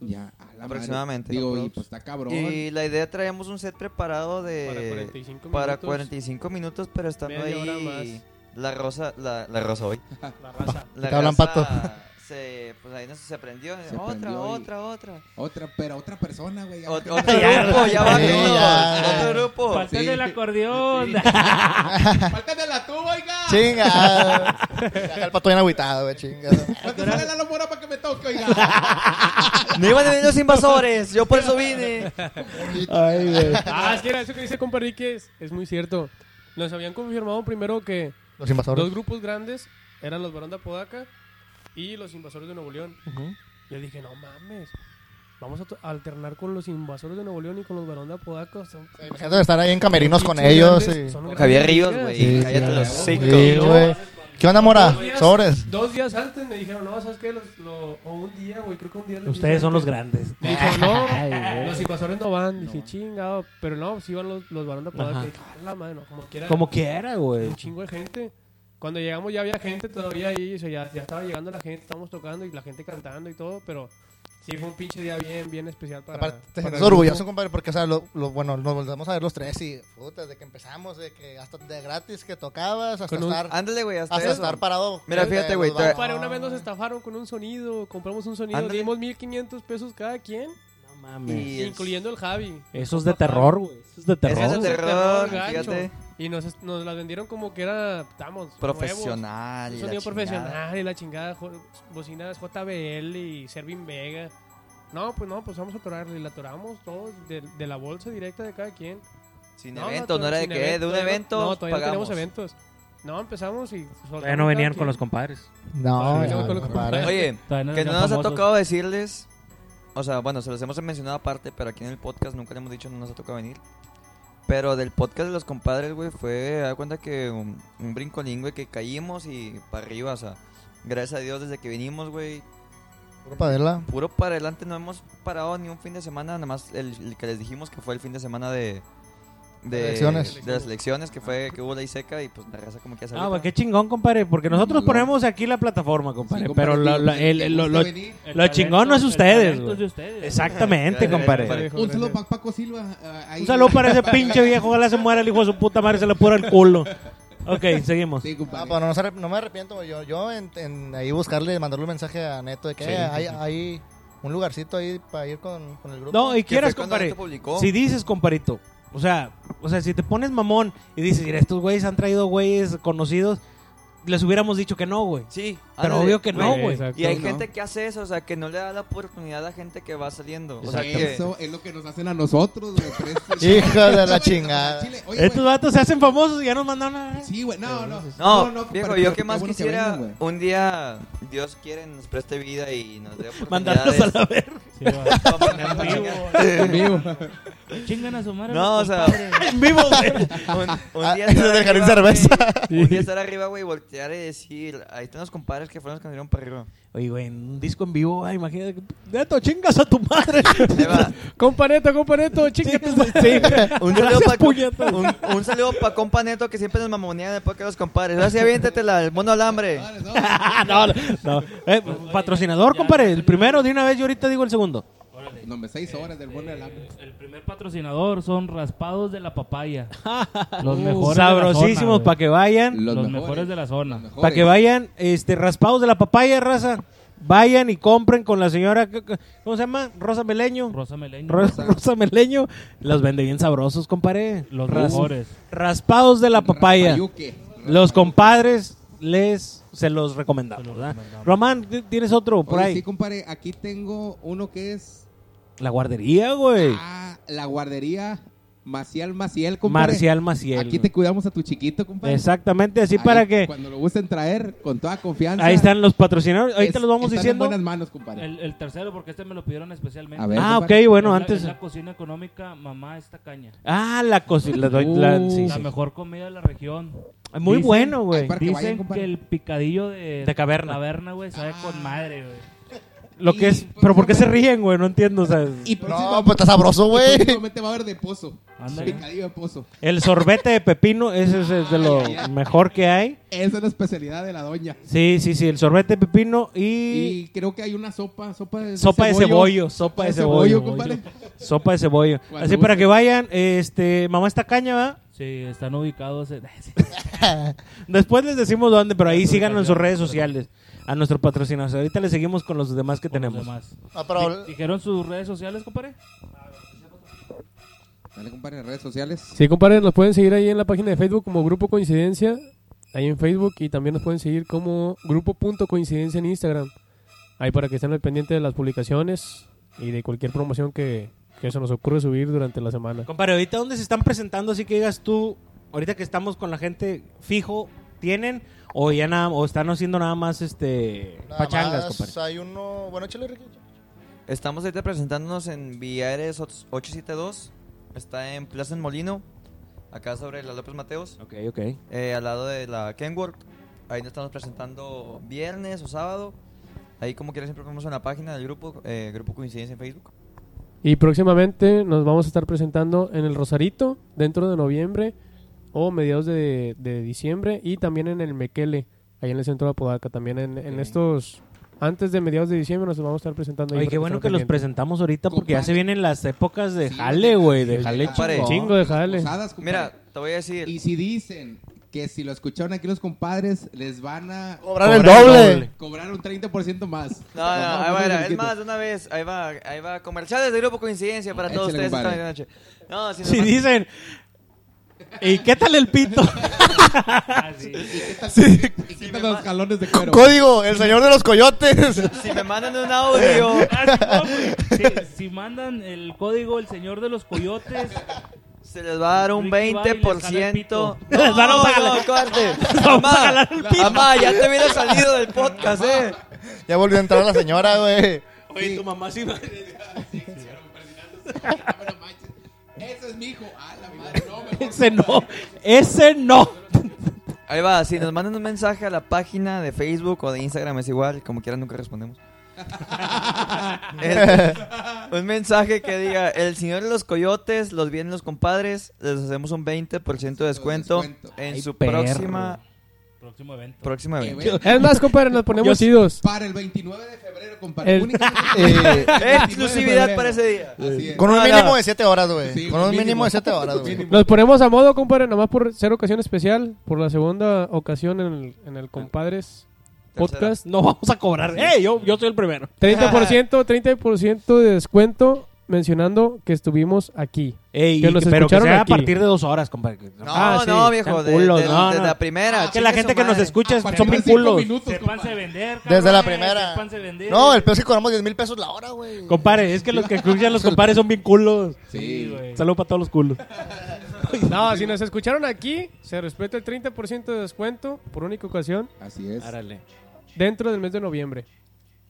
Speaker 8: Ya, a la madre.
Speaker 6: Aproximadamente,
Speaker 8: Digo,
Speaker 6: ¿no?
Speaker 8: y pues está cabrón.
Speaker 6: Y la idea traíamos un set preparado de
Speaker 5: Para 45
Speaker 6: para
Speaker 5: minutos.
Speaker 6: 45 minutos, pero estando
Speaker 5: Media hora
Speaker 6: ahí
Speaker 5: más.
Speaker 6: la rosa la, la rosa hoy.
Speaker 5: La raza.
Speaker 6: La
Speaker 7: Te hablan,
Speaker 6: raza
Speaker 7: Pato.
Speaker 6: Se pues ahí nos se prendió,
Speaker 8: Se
Speaker 6: otra,
Speaker 8: prendió y-
Speaker 6: otra, otra.
Speaker 8: Otra, pero otra persona, güey. ya.
Speaker 6: Ot- Otro grupo, ya va
Speaker 7: Sí, ya.
Speaker 6: otro grupo.
Speaker 2: Faltan el acordeón.
Speaker 8: ¡Faltan de la tuba, oiga!
Speaker 7: Chinga. Acá el pato bien agüitado, güey, chinga.
Speaker 8: ¡Falta sale la lomora para que me toque, oiga!
Speaker 6: No iban a venir los invasores, yo por eso vine.
Speaker 1: Ay, güey.
Speaker 5: Ah, es que era eso que dice compa Ricky es, es muy cierto. Nos habían confirmado primero que
Speaker 7: Los
Speaker 5: dos
Speaker 7: invasores.
Speaker 5: grupos grandes eran los Barón de Apodaca y los Invasores de Nuevo León. Yo dije, no mames, vamos a to- alternar con los Invasores de Nuevo León y con los Barón de Apodaca. Son,
Speaker 7: Imagínate estar ahí en camerinos con
Speaker 5: pinches
Speaker 7: ellos.
Speaker 5: grandes,
Speaker 7: y-
Speaker 5: son
Speaker 6: Con Javier
Speaker 5: grandes
Speaker 6: Ríos,
Speaker 5: ligas.
Speaker 6: güey.
Speaker 7: Sí,
Speaker 6: cállate
Speaker 7: sí,
Speaker 6: los
Speaker 7: Sí,
Speaker 6: cinco.
Speaker 7: güey. ¿Qué onda, Mora? Sobres.
Speaker 5: Dos días antes me dijeron, no, ¿sabes qué? Los- lo- o un día, güey, creo que un día. les
Speaker 1: Ustedes
Speaker 5: dije
Speaker 1: son los grandes.
Speaker 5: antes. Me dijo, no,
Speaker 1: Ay, güey.
Speaker 5: los invasores no van. Dije, chingado. Pero no, sí van los, los varón de Apodaca.
Speaker 1: Ajá.
Speaker 5: Dije, "Ah, la madre, no, como quiera.
Speaker 1: Como quiera, güey.
Speaker 5: Un chingo de gente. Cuando llegamos ya había gente todavía ahí. o sea, ya, ya estaba llegando la gente, estábamos tocando y la gente cantando y todo. Pero sí fue un pinche día bien, bien especial para.
Speaker 7: Aparte, te
Speaker 5: para
Speaker 7: sientes
Speaker 5: el grupo.
Speaker 7: orgulloso, compadre, porque, o sea, lo, lo- bueno, nos volvemos a ver los tres y, puta, desde que empezamos, de que hasta de gratis que tocabas, hasta
Speaker 5: Con un-
Speaker 7: estar,
Speaker 6: Ándale, güey, hasta,
Speaker 7: hasta
Speaker 6: eso.
Speaker 7: estar parado.
Speaker 6: Mira,
Speaker 7: frente
Speaker 6: fíjate,
Speaker 7: a
Speaker 6: güey,
Speaker 7: los Ah.
Speaker 6: te-
Speaker 7: vagones.
Speaker 5: Para una vez nos estafaron con un sonido. Compramos un sonido.
Speaker 6: Ándale.
Speaker 5: Dimos 1500 pesos cada quien.
Speaker 1: No mames.
Speaker 6: Y es-
Speaker 5: Incluyendo el Javi.
Speaker 1: Eso es de terror, güey. Eso es de
Speaker 6: Ese
Speaker 1: terror.
Speaker 6: es de
Speaker 5: Terror,
Speaker 6: terror,
Speaker 5: gacho.
Speaker 6: fíjate.
Speaker 5: Y nos, nos las vendieron como que era, estamos, nuevos.
Speaker 6: Profesional.
Speaker 5: Un
Speaker 6: y la
Speaker 5: sonido
Speaker 6: chingada.
Speaker 5: profesional y la chingada, jo- bocinas JBL y Servin Vega. No, pues no, pues vamos a atorarle. Y la atoramos todos de, de la bolsa directa de cada quien.
Speaker 6: Sin
Speaker 5: No,
Speaker 6: evento, no,
Speaker 5: to-
Speaker 6: era de
Speaker 5: sin
Speaker 6: que de un
Speaker 5: todavía no-
Speaker 6: evento.
Speaker 5: No, todavía no
Speaker 6: pagamos.
Speaker 5: teníamos eventos. No, empezamos y...
Speaker 2: Todavía no venían con los compadres.
Speaker 7: No,
Speaker 5: Sí, yo con lo que-
Speaker 6: Oye,
Speaker 2: Todavía no
Speaker 6: que no
Speaker 2: eran
Speaker 6: nos ha
Speaker 2: famosos.
Speaker 6: tocado decirles. O sea, bueno, se los hemos mencionado aparte, pero aquí en el podcast nunca le hemos dicho, no nos ha tocado venir. Pero del podcast de los compadres, güey, fue, da cuenta que un, un brincolín, güey, que caímos y para arriba, o sea, gracias a Dios desde que vinimos, güey,
Speaker 7: Padela.
Speaker 6: puro para adelante, no hemos parado ni un fin de semana, nada más el, el que les dijimos que fue el fin de semana de... De,
Speaker 7: Elecciones.
Speaker 6: de las elecciones que fue que hubo ley seca y pues la raza como que ya
Speaker 1: Ah,
Speaker 6: salió.
Speaker 1: güey, qué chingón, compadre. Porque nosotros ponemos aquí la plataforma, compadre.
Speaker 8: Sí,
Speaker 1: pero
Speaker 8: compadre,
Speaker 1: lo, lo-
Speaker 8: digo,
Speaker 1: el-
Speaker 8: ¿te
Speaker 1: el- lo-
Speaker 8: gusta
Speaker 1: lo-
Speaker 8: venir?
Speaker 2: El
Speaker 1: Lo chingón no
Speaker 2: talento-
Speaker 1: es
Speaker 2: el
Speaker 1: ustedes,
Speaker 2: talento
Speaker 1: güey.
Speaker 2: es de ustedes.
Speaker 1: Exactamente,
Speaker 6: Ya, ya, ya,
Speaker 1: compadre.
Speaker 6: compadre.
Speaker 8: Un saludo para Paco Silva. ah, ahí.
Speaker 1: Un saludo para ese pinche viejo. Ojalá se muera el hijo de su puta madre. Se le pura el culo. Ok, seguimos.
Speaker 8: Sí,
Speaker 7: Ah,
Speaker 8: compadre.
Speaker 7: pero no, se arrep- no me arrepiento, yo, yo en, en ahí buscarle, mandarle un mensaje a Neto de que eh, hay, hay un lugarcito ahí para ir con, con el grupo.
Speaker 1: No, y
Speaker 6: Que
Speaker 1: quieras,
Speaker 6: fue cuando
Speaker 1: compadre.
Speaker 6: Neto publicó.
Speaker 1: Si dices, comparito, o sea, o sea, si te pones mamón y dices, mira, estos güeyes han traído güeyes conocidos, les hubiéramos dicho que no, güey.
Speaker 6: Sí,
Speaker 1: Pero
Speaker 6: ándale,
Speaker 1: obvio que no,
Speaker 5: Sí,
Speaker 1: güey.
Speaker 5: exacto.
Speaker 6: Y hay
Speaker 8: No.
Speaker 6: gente que hace eso, o sea, que no le da la oportunidad a la gente que va saliendo. O sea, que...
Speaker 8: Eso es lo que nos hacen a nosotros, güey. pero es-
Speaker 7: Hijo de la
Speaker 8: Oye,
Speaker 7: chingada.
Speaker 8: Chile, oye,
Speaker 1: Estos
Speaker 8: güey,
Speaker 1: vatos se hacen famosos y ya nos mandan a...
Speaker 8: Sí, güey, no,
Speaker 6: No,
Speaker 8: no. compadre,
Speaker 6: viejo,
Speaker 8: pero
Speaker 6: yo
Speaker 8: qué
Speaker 6: que más
Speaker 8: bueno
Speaker 6: quisiera
Speaker 8: vengan, güey.
Speaker 6: un día Dios quiere nos preste vida y nos dé
Speaker 1: Mandarnos a
Speaker 6: oportunidades.
Speaker 1: la verga.
Speaker 5: Sí, va.
Speaker 6: para ponernos a chingar.
Speaker 8: En vivo.
Speaker 2: Chingan a su madre.
Speaker 6: No,
Speaker 2: los
Speaker 6: o sea-
Speaker 2: compadres.
Speaker 1: En vivo, güey.
Speaker 6: un,
Speaker 7: Ah,
Speaker 6: un día
Speaker 7: eso
Speaker 6: estar
Speaker 7: del jardín
Speaker 6: arriba, güey,
Speaker 7: cerveza.
Speaker 6: un día estar arriba, güey, voltear y decir, ahí están los compadres que fueron los que nos dieron para arriba.
Speaker 1: Oye, güey, en un disco en vivo, ay, imagínate. Neto, chingas a tu madre.
Speaker 6: Ahí va.
Speaker 5: Companeto, companeto, chinga tu madre.
Speaker 6: Un saludo, pa, un, un saludo pa' compa Neto que siempre nos mamonea después que los compadres. Ahora sí, aviéntate la, el mono alambre.
Speaker 8: Dale, no.
Speaker 1: no, no. Eh, patrocinador, compadre. El primero de una vez, yo ahorita digo el segundo.
Speaker 2: Órale.
Speaker 8: No, me seis horas del
Speaker 6: Eh,
Speaker 8: buen alambre.
Speaker 2: El primer patrocinador son raspados de la papaya. Los mejores.
Speaker 1: Sabrosísimos para que vayan.
Speaker 2: Uh, Los, mejores. de la zona.
Speaker 8: mejores.
Speaker 1: Para que vayan, este, raspados de la papaya, raza. Vayan y compren con la señora, c- c- ¿cómo se llama? Rosa Meleño.
Speaker 2: Rosa Meleño.
Speaker 1: Ro- Rosa, Meleño. Los vende bien sabrosos, compadre.
Speaker 2: Los
Speaker 1: Ras-
Speaker 2: mejores.
Speaker 1: Raspados de la papaya.
Speaker 8: Rapayuque.
Speaker 1: Los compadres les se los recomendamos.
Speaker 2: Se los
Speaker 1: ¿verdad?
Speaker 2: recomendamos.
Speaker 1: Román, t- tienes otro por
Speaker 8: Oye,
Speaker 1: ahí.
Speaker 8: Sí, compadre, aquí tengo uno que es
Speaker 1: La guardería, güey.
Speaker 8: ah, la guardería Maciel Maciel, compadre.
Speaker 1: Marcial Maciel.
Speaker 8: Aquí te cuidamos a tu chiquito, compadre.
Speaker 1: Exactamente, así
Speaker 8: Ahí,
Speaker 1: para que
Speaker 8: Cuando lo gusten traer, con toda confianza.
Speaker 1: ahí están los patrocinadores. Ahorita
Speaker 8: Es-
Speaker 1: los vamos
Speaker 8: están en
Speaker 1: diciendo.
Speaker 8: buenas manos, compadre.
Speaker 2: El, el tercero, porque este me lo pidieron especialmente.
Speaker 8: A ver.
Speaker 1: Ah, ok,
Speaker 8: compadre.
Speaker 1: bueno,
Speaker 2: Es la-
Speaker 1: antes.
Speaker 2: es la cocina económica, mamá, esta caña.
Speaker 1: Ah, la cocina. la doy- la-
Speaker 8: Uh,
Speaker 1: sí,
Speaker 2: La
Speaker 1: sí.
Speaker 2: mejor comida de la región.
Speaker 1: Muy
Speaker 2: Dicen-
Speaker 1: bueno, güey.
Speaker 8: Para que
Speaker 2: Dicen
Speaker 8: vayan, compadre.
Speaker 2: que el picadillo de,
Speaker 1: De caverna. Ah.
Speaker 2: güey, sabe con madre, güey.
Speaker 1: Lo que es.
Speaker 8: Y, pues,
Speaker 1: Pero ¿por qué se
Speaker 8: compadre.
Speaker 1: ríen, güey? No entiendo. o sea,
Speaker 8: Y
Speaker 7: No, pues está sabroso, güey.
Speaker 8: Próximamente va a haber de pozo.
Speaker 2: Ándale.
Speaker 8: Picadillo de pozo.
Speaker 1: el sorbete de pepino, ese es, es de lo
Speaker 8: Ay, ay, ay.
Speaker 1: mejor que hay.
Speaker 8: Esa es la especialidad de la doña.
Speaker 1: Sí, sí, sí, el sorbete de pepino y,
Speaker 8: Y creo que hay una sopa, sopa de
Speaker 1: sopa de cebollo, sopa de cebollo,
Speaker 8: compadre.
Speaker 1: sopa de cebollo.
Speaker 8: Cuando
Speaker 1: Así para
Speaker 8: guste.
Speaker 1: que vayan, este, mamá está caña, ¿va?
Speaker 2: Sí, están ubicados en...
Speaker 1: Después les decimos dónde, pero ahí
Speaker 2: Eso
Speaker 1: síganos en sus
Speaker 2: también.
Speaker 1: redes sociales a nuestro patrocinador. Ahorita le seguimos con los demás que
Speaker 2: con los
Speaker 1: tenemos.
Speaker 2: demás.
Speaker 7: No, pero-
Speaker 2: Di- ¿Dijeron sus redes sociales, compadre?
Speaker 8: Dale, compadre, en redes sociales.
Speaker 5: Sí, compadre, nos pueden seguir ahí en la página de Facebook como Grupo Coincidencia, ahí en Facebook, y también nos pueden seguir como Grupo.coincidencia en Instagram. Ahí para que estén al pendiente de las publicaciones y de cualquier promoción que, que se nos ocurre subir durante la semana.
Speaker 1: Compadre, ahorita dónde se están presentando, así que digas tú, ahorita que estamos con la gente fijo, ¿tienen? O ya nada, o están haciendo nada más este
Speaker 7: Nada
Speaker 1: pachangas,
Speaker 7: más
Speaker 1: compadre.
Speaker 7: Hay uno, bueno, chile Ricky.
Speaker 6: Estamos ahorita presentándonos en Villares 872. Está en Plaza en Molino, acá sobre la López Mateos,
Speaker 1: Ok, ok.
Speaker 6: eh, al lado de la Kenworth. Ahí nos estamos presentando viernes o sábado. Ahí como quiera siempre ponemos en la página del grupo, eh, Grupo Coincidencia en Facebook.
Speaker 5: Y próximamente nos vamos a estar presentando en el Rosarito dentro de noviembre o mediados de, de diciembre y también en el Mequele, ahí en el centro de Apodaca. También en, en
Speaker 6: Ok.
Speaker 5: estos, antes de mediados de diciembre nos vamos a estar presentando. ahí
Speaker 1: Oye,
Speaker 5: para
Speaker 1: qué bueno
Speaker 5: estén
Speaker 1: que los
Speaker 5: pendientes.
Speaker 1: presentamos ahorita porque ya se
Speaker 8: Compadre.
Speaker 1: vienen las épocas de
Speaker 8: Sí,
Speaker 1: jale, güey, de
Speaker 5: sí,
Speaker 1: jale
Speaker 6: compadre.
Speaker 1: chingón.
Speaker 5: Chingo de jale.
Speaker 8: Posadas, compadre.
Speaker 6: Mira, te voy a decir,
Speaker 8: Y si dicen que si lo escucharon aquí los compadres, les van a
Speaker 7: Cobrar el
Speaker 1: Cobrar el
Speaker 7: doble.
Speaker 1: doble.
Speaker 8: cobrar un 30% más.
Speaker 6: No, no,
Speaker 8: Vamos,
Speaker 6: ahí va,
Speaker 8: vamos,
Speaker 6: mira, es
Speaker 8: chiquito.
Speaker 6: más, de una vez, ahí va, ahí va, comerciales de grupo coincidencia para todos
Speaker 8: Échale,
Speaker 6: ustedes esta
Speaker 8: compadre.
Speaker 6: noche. No, si nos
Speaker 1: Si
Speaker 6: van-
Speaker 1: dicen ¿Y qué tal el pito?
Speaker 2: Así.
Speaker 8: Sí. Y quita los jalones de cuero.
Speaker 7: Código, el señor de los coyotes.
Speaker 6: Si me mandan un audio.
Speaker 2: Ah, sí, no, güey. Si, si mandan el código el señor de los coyotes,
Speaker 6: Se les va a dar un
Speaker 2: Ricky va y les
Speaker 6: 20%. No,
Speaker 2: jala el
Speaker 1: Les vamos a
Speaker 6: no,
Speaker 1: jalar-
Speaker 6: corte.
Speaker 1: vamos a
Speaker 6: Mamá,
Speaker 1: jalar el pito.
Speaker 6: Mamá, ya te hubiera salido del podcast, eh.
Speaker 7: Ya volvió a entrar la señora, güey.
Speaker 1: Oye, tu mamá sí
Speaker 8: Ese es mi hijo. Ah, la madre. No, mejor.
Speaker 1: Ese no. Ese no.
Speaker 6: Ahí va, si nos mandan un mensaje a la página de Facebook o de Instagram, es igual, como quieran, nunca respondemos. Este, un mensaje que diga, el señor de los coyotes, los vienen los compadres, les hacemos un 20% de descuento
Speaker 8: Descuento.
Speaker 6: en
Speaker 1: Ay,
Speaker 6: su
Speaker 1: perro.
Speaker 6: próxima,
Speaker 2: próximo evento.
Speaker 6: próxima
Speaker 8: Eh,
Speaker 6: evento.
Speaker 8: güey,
Speaker 5: Es más, compadre, nos ponemos
Speaker 1: Yo-
Speaker 5: chidos.
Speaker 8: Para el 29 de febrero, compadre.
Speaker 5: El-
Speaker 8: Únicamente
Speaker 7: Eh,
Speaker 8: el 29 de
Speaker 6: Exclusividad
Speaker 8: febrero.
Speaker 6: para ese día.
Speaker 8: Así es.
Speaker 7: Con un
Speaker 6: No,
Speaker 7: mínimo
Speaker 6: no.
Speaker 7: de 7 horas, güey.
Speaker 8: Sí,
Speaker 7: Con un mínimo de 7 horas, güey.
Speaker 8: Mínimo.
Speaker 5: Nos ponemos a modo, compadre, nomás por ser ocasión especial, por la segunda ocasión en el, en el Compadres Podcast.
Speaker 1: No vamos a cobrar. Eh, yo, yo soy el primero.
Speaker 5: 30%, 30% de descuento mencionando que estuvimos aquí.
Speaker 1: Ey,
Speaker 5: Que nos
Speaker 1: pero que
Speaker 5: escucharon
Speaker 1: sea
Speaker 5: aquí.
Speaker 1: a partir de dos horas, compadre. que-
Speaker 6: No,
Speaker 5: Ah, sí.
Speaker 6: no, viejo, de,
Speaker 1: Culos,
Speaker 6: de-
Speaker 1: no,
Speaker 6: de
Speaker 1: no. Ah,
Speaker 6: la primera.
Speaker 1: Que la
Speaker 6: chingue
Speaker 1: gente
Speaker 6: su
Speaker 1: que nos
Speaker 6: madre. Ah,
Speaker 1: escucha
Speaker 8: A
Speaker 1: es-
Speaker 8: partir
Speaker 1: son
Speaker 8: de
Speaker 1: bien
Speaker 8: cinco
Speaker 1: culos.
Speaker 8: minutos,
Speaker 2: Sepanse
Speaker 8: compadre.
Speaker 2: vender,
Speaker 7: Desde la
Speaker 2: cabrones,
Speaker 7: primera.
Speaker 2: sépanse vender.
Speaker 7: No, el peor es que cobramos 10 mil pesos la hora, güey.
Speaker 1: Compadre, es que los que escuchan los compadres son bien culos.
Speaker 8: Sí, güey.
Speaker 1: Saludos para todos los culos.
Speaker 5: No, si nos escucharon aquí, se respeta el 30% de descuento por única ocasión
Speaker 8: Así es.
Speaker 1: Árale.
Speaker 5: dentro del mes de noviembre.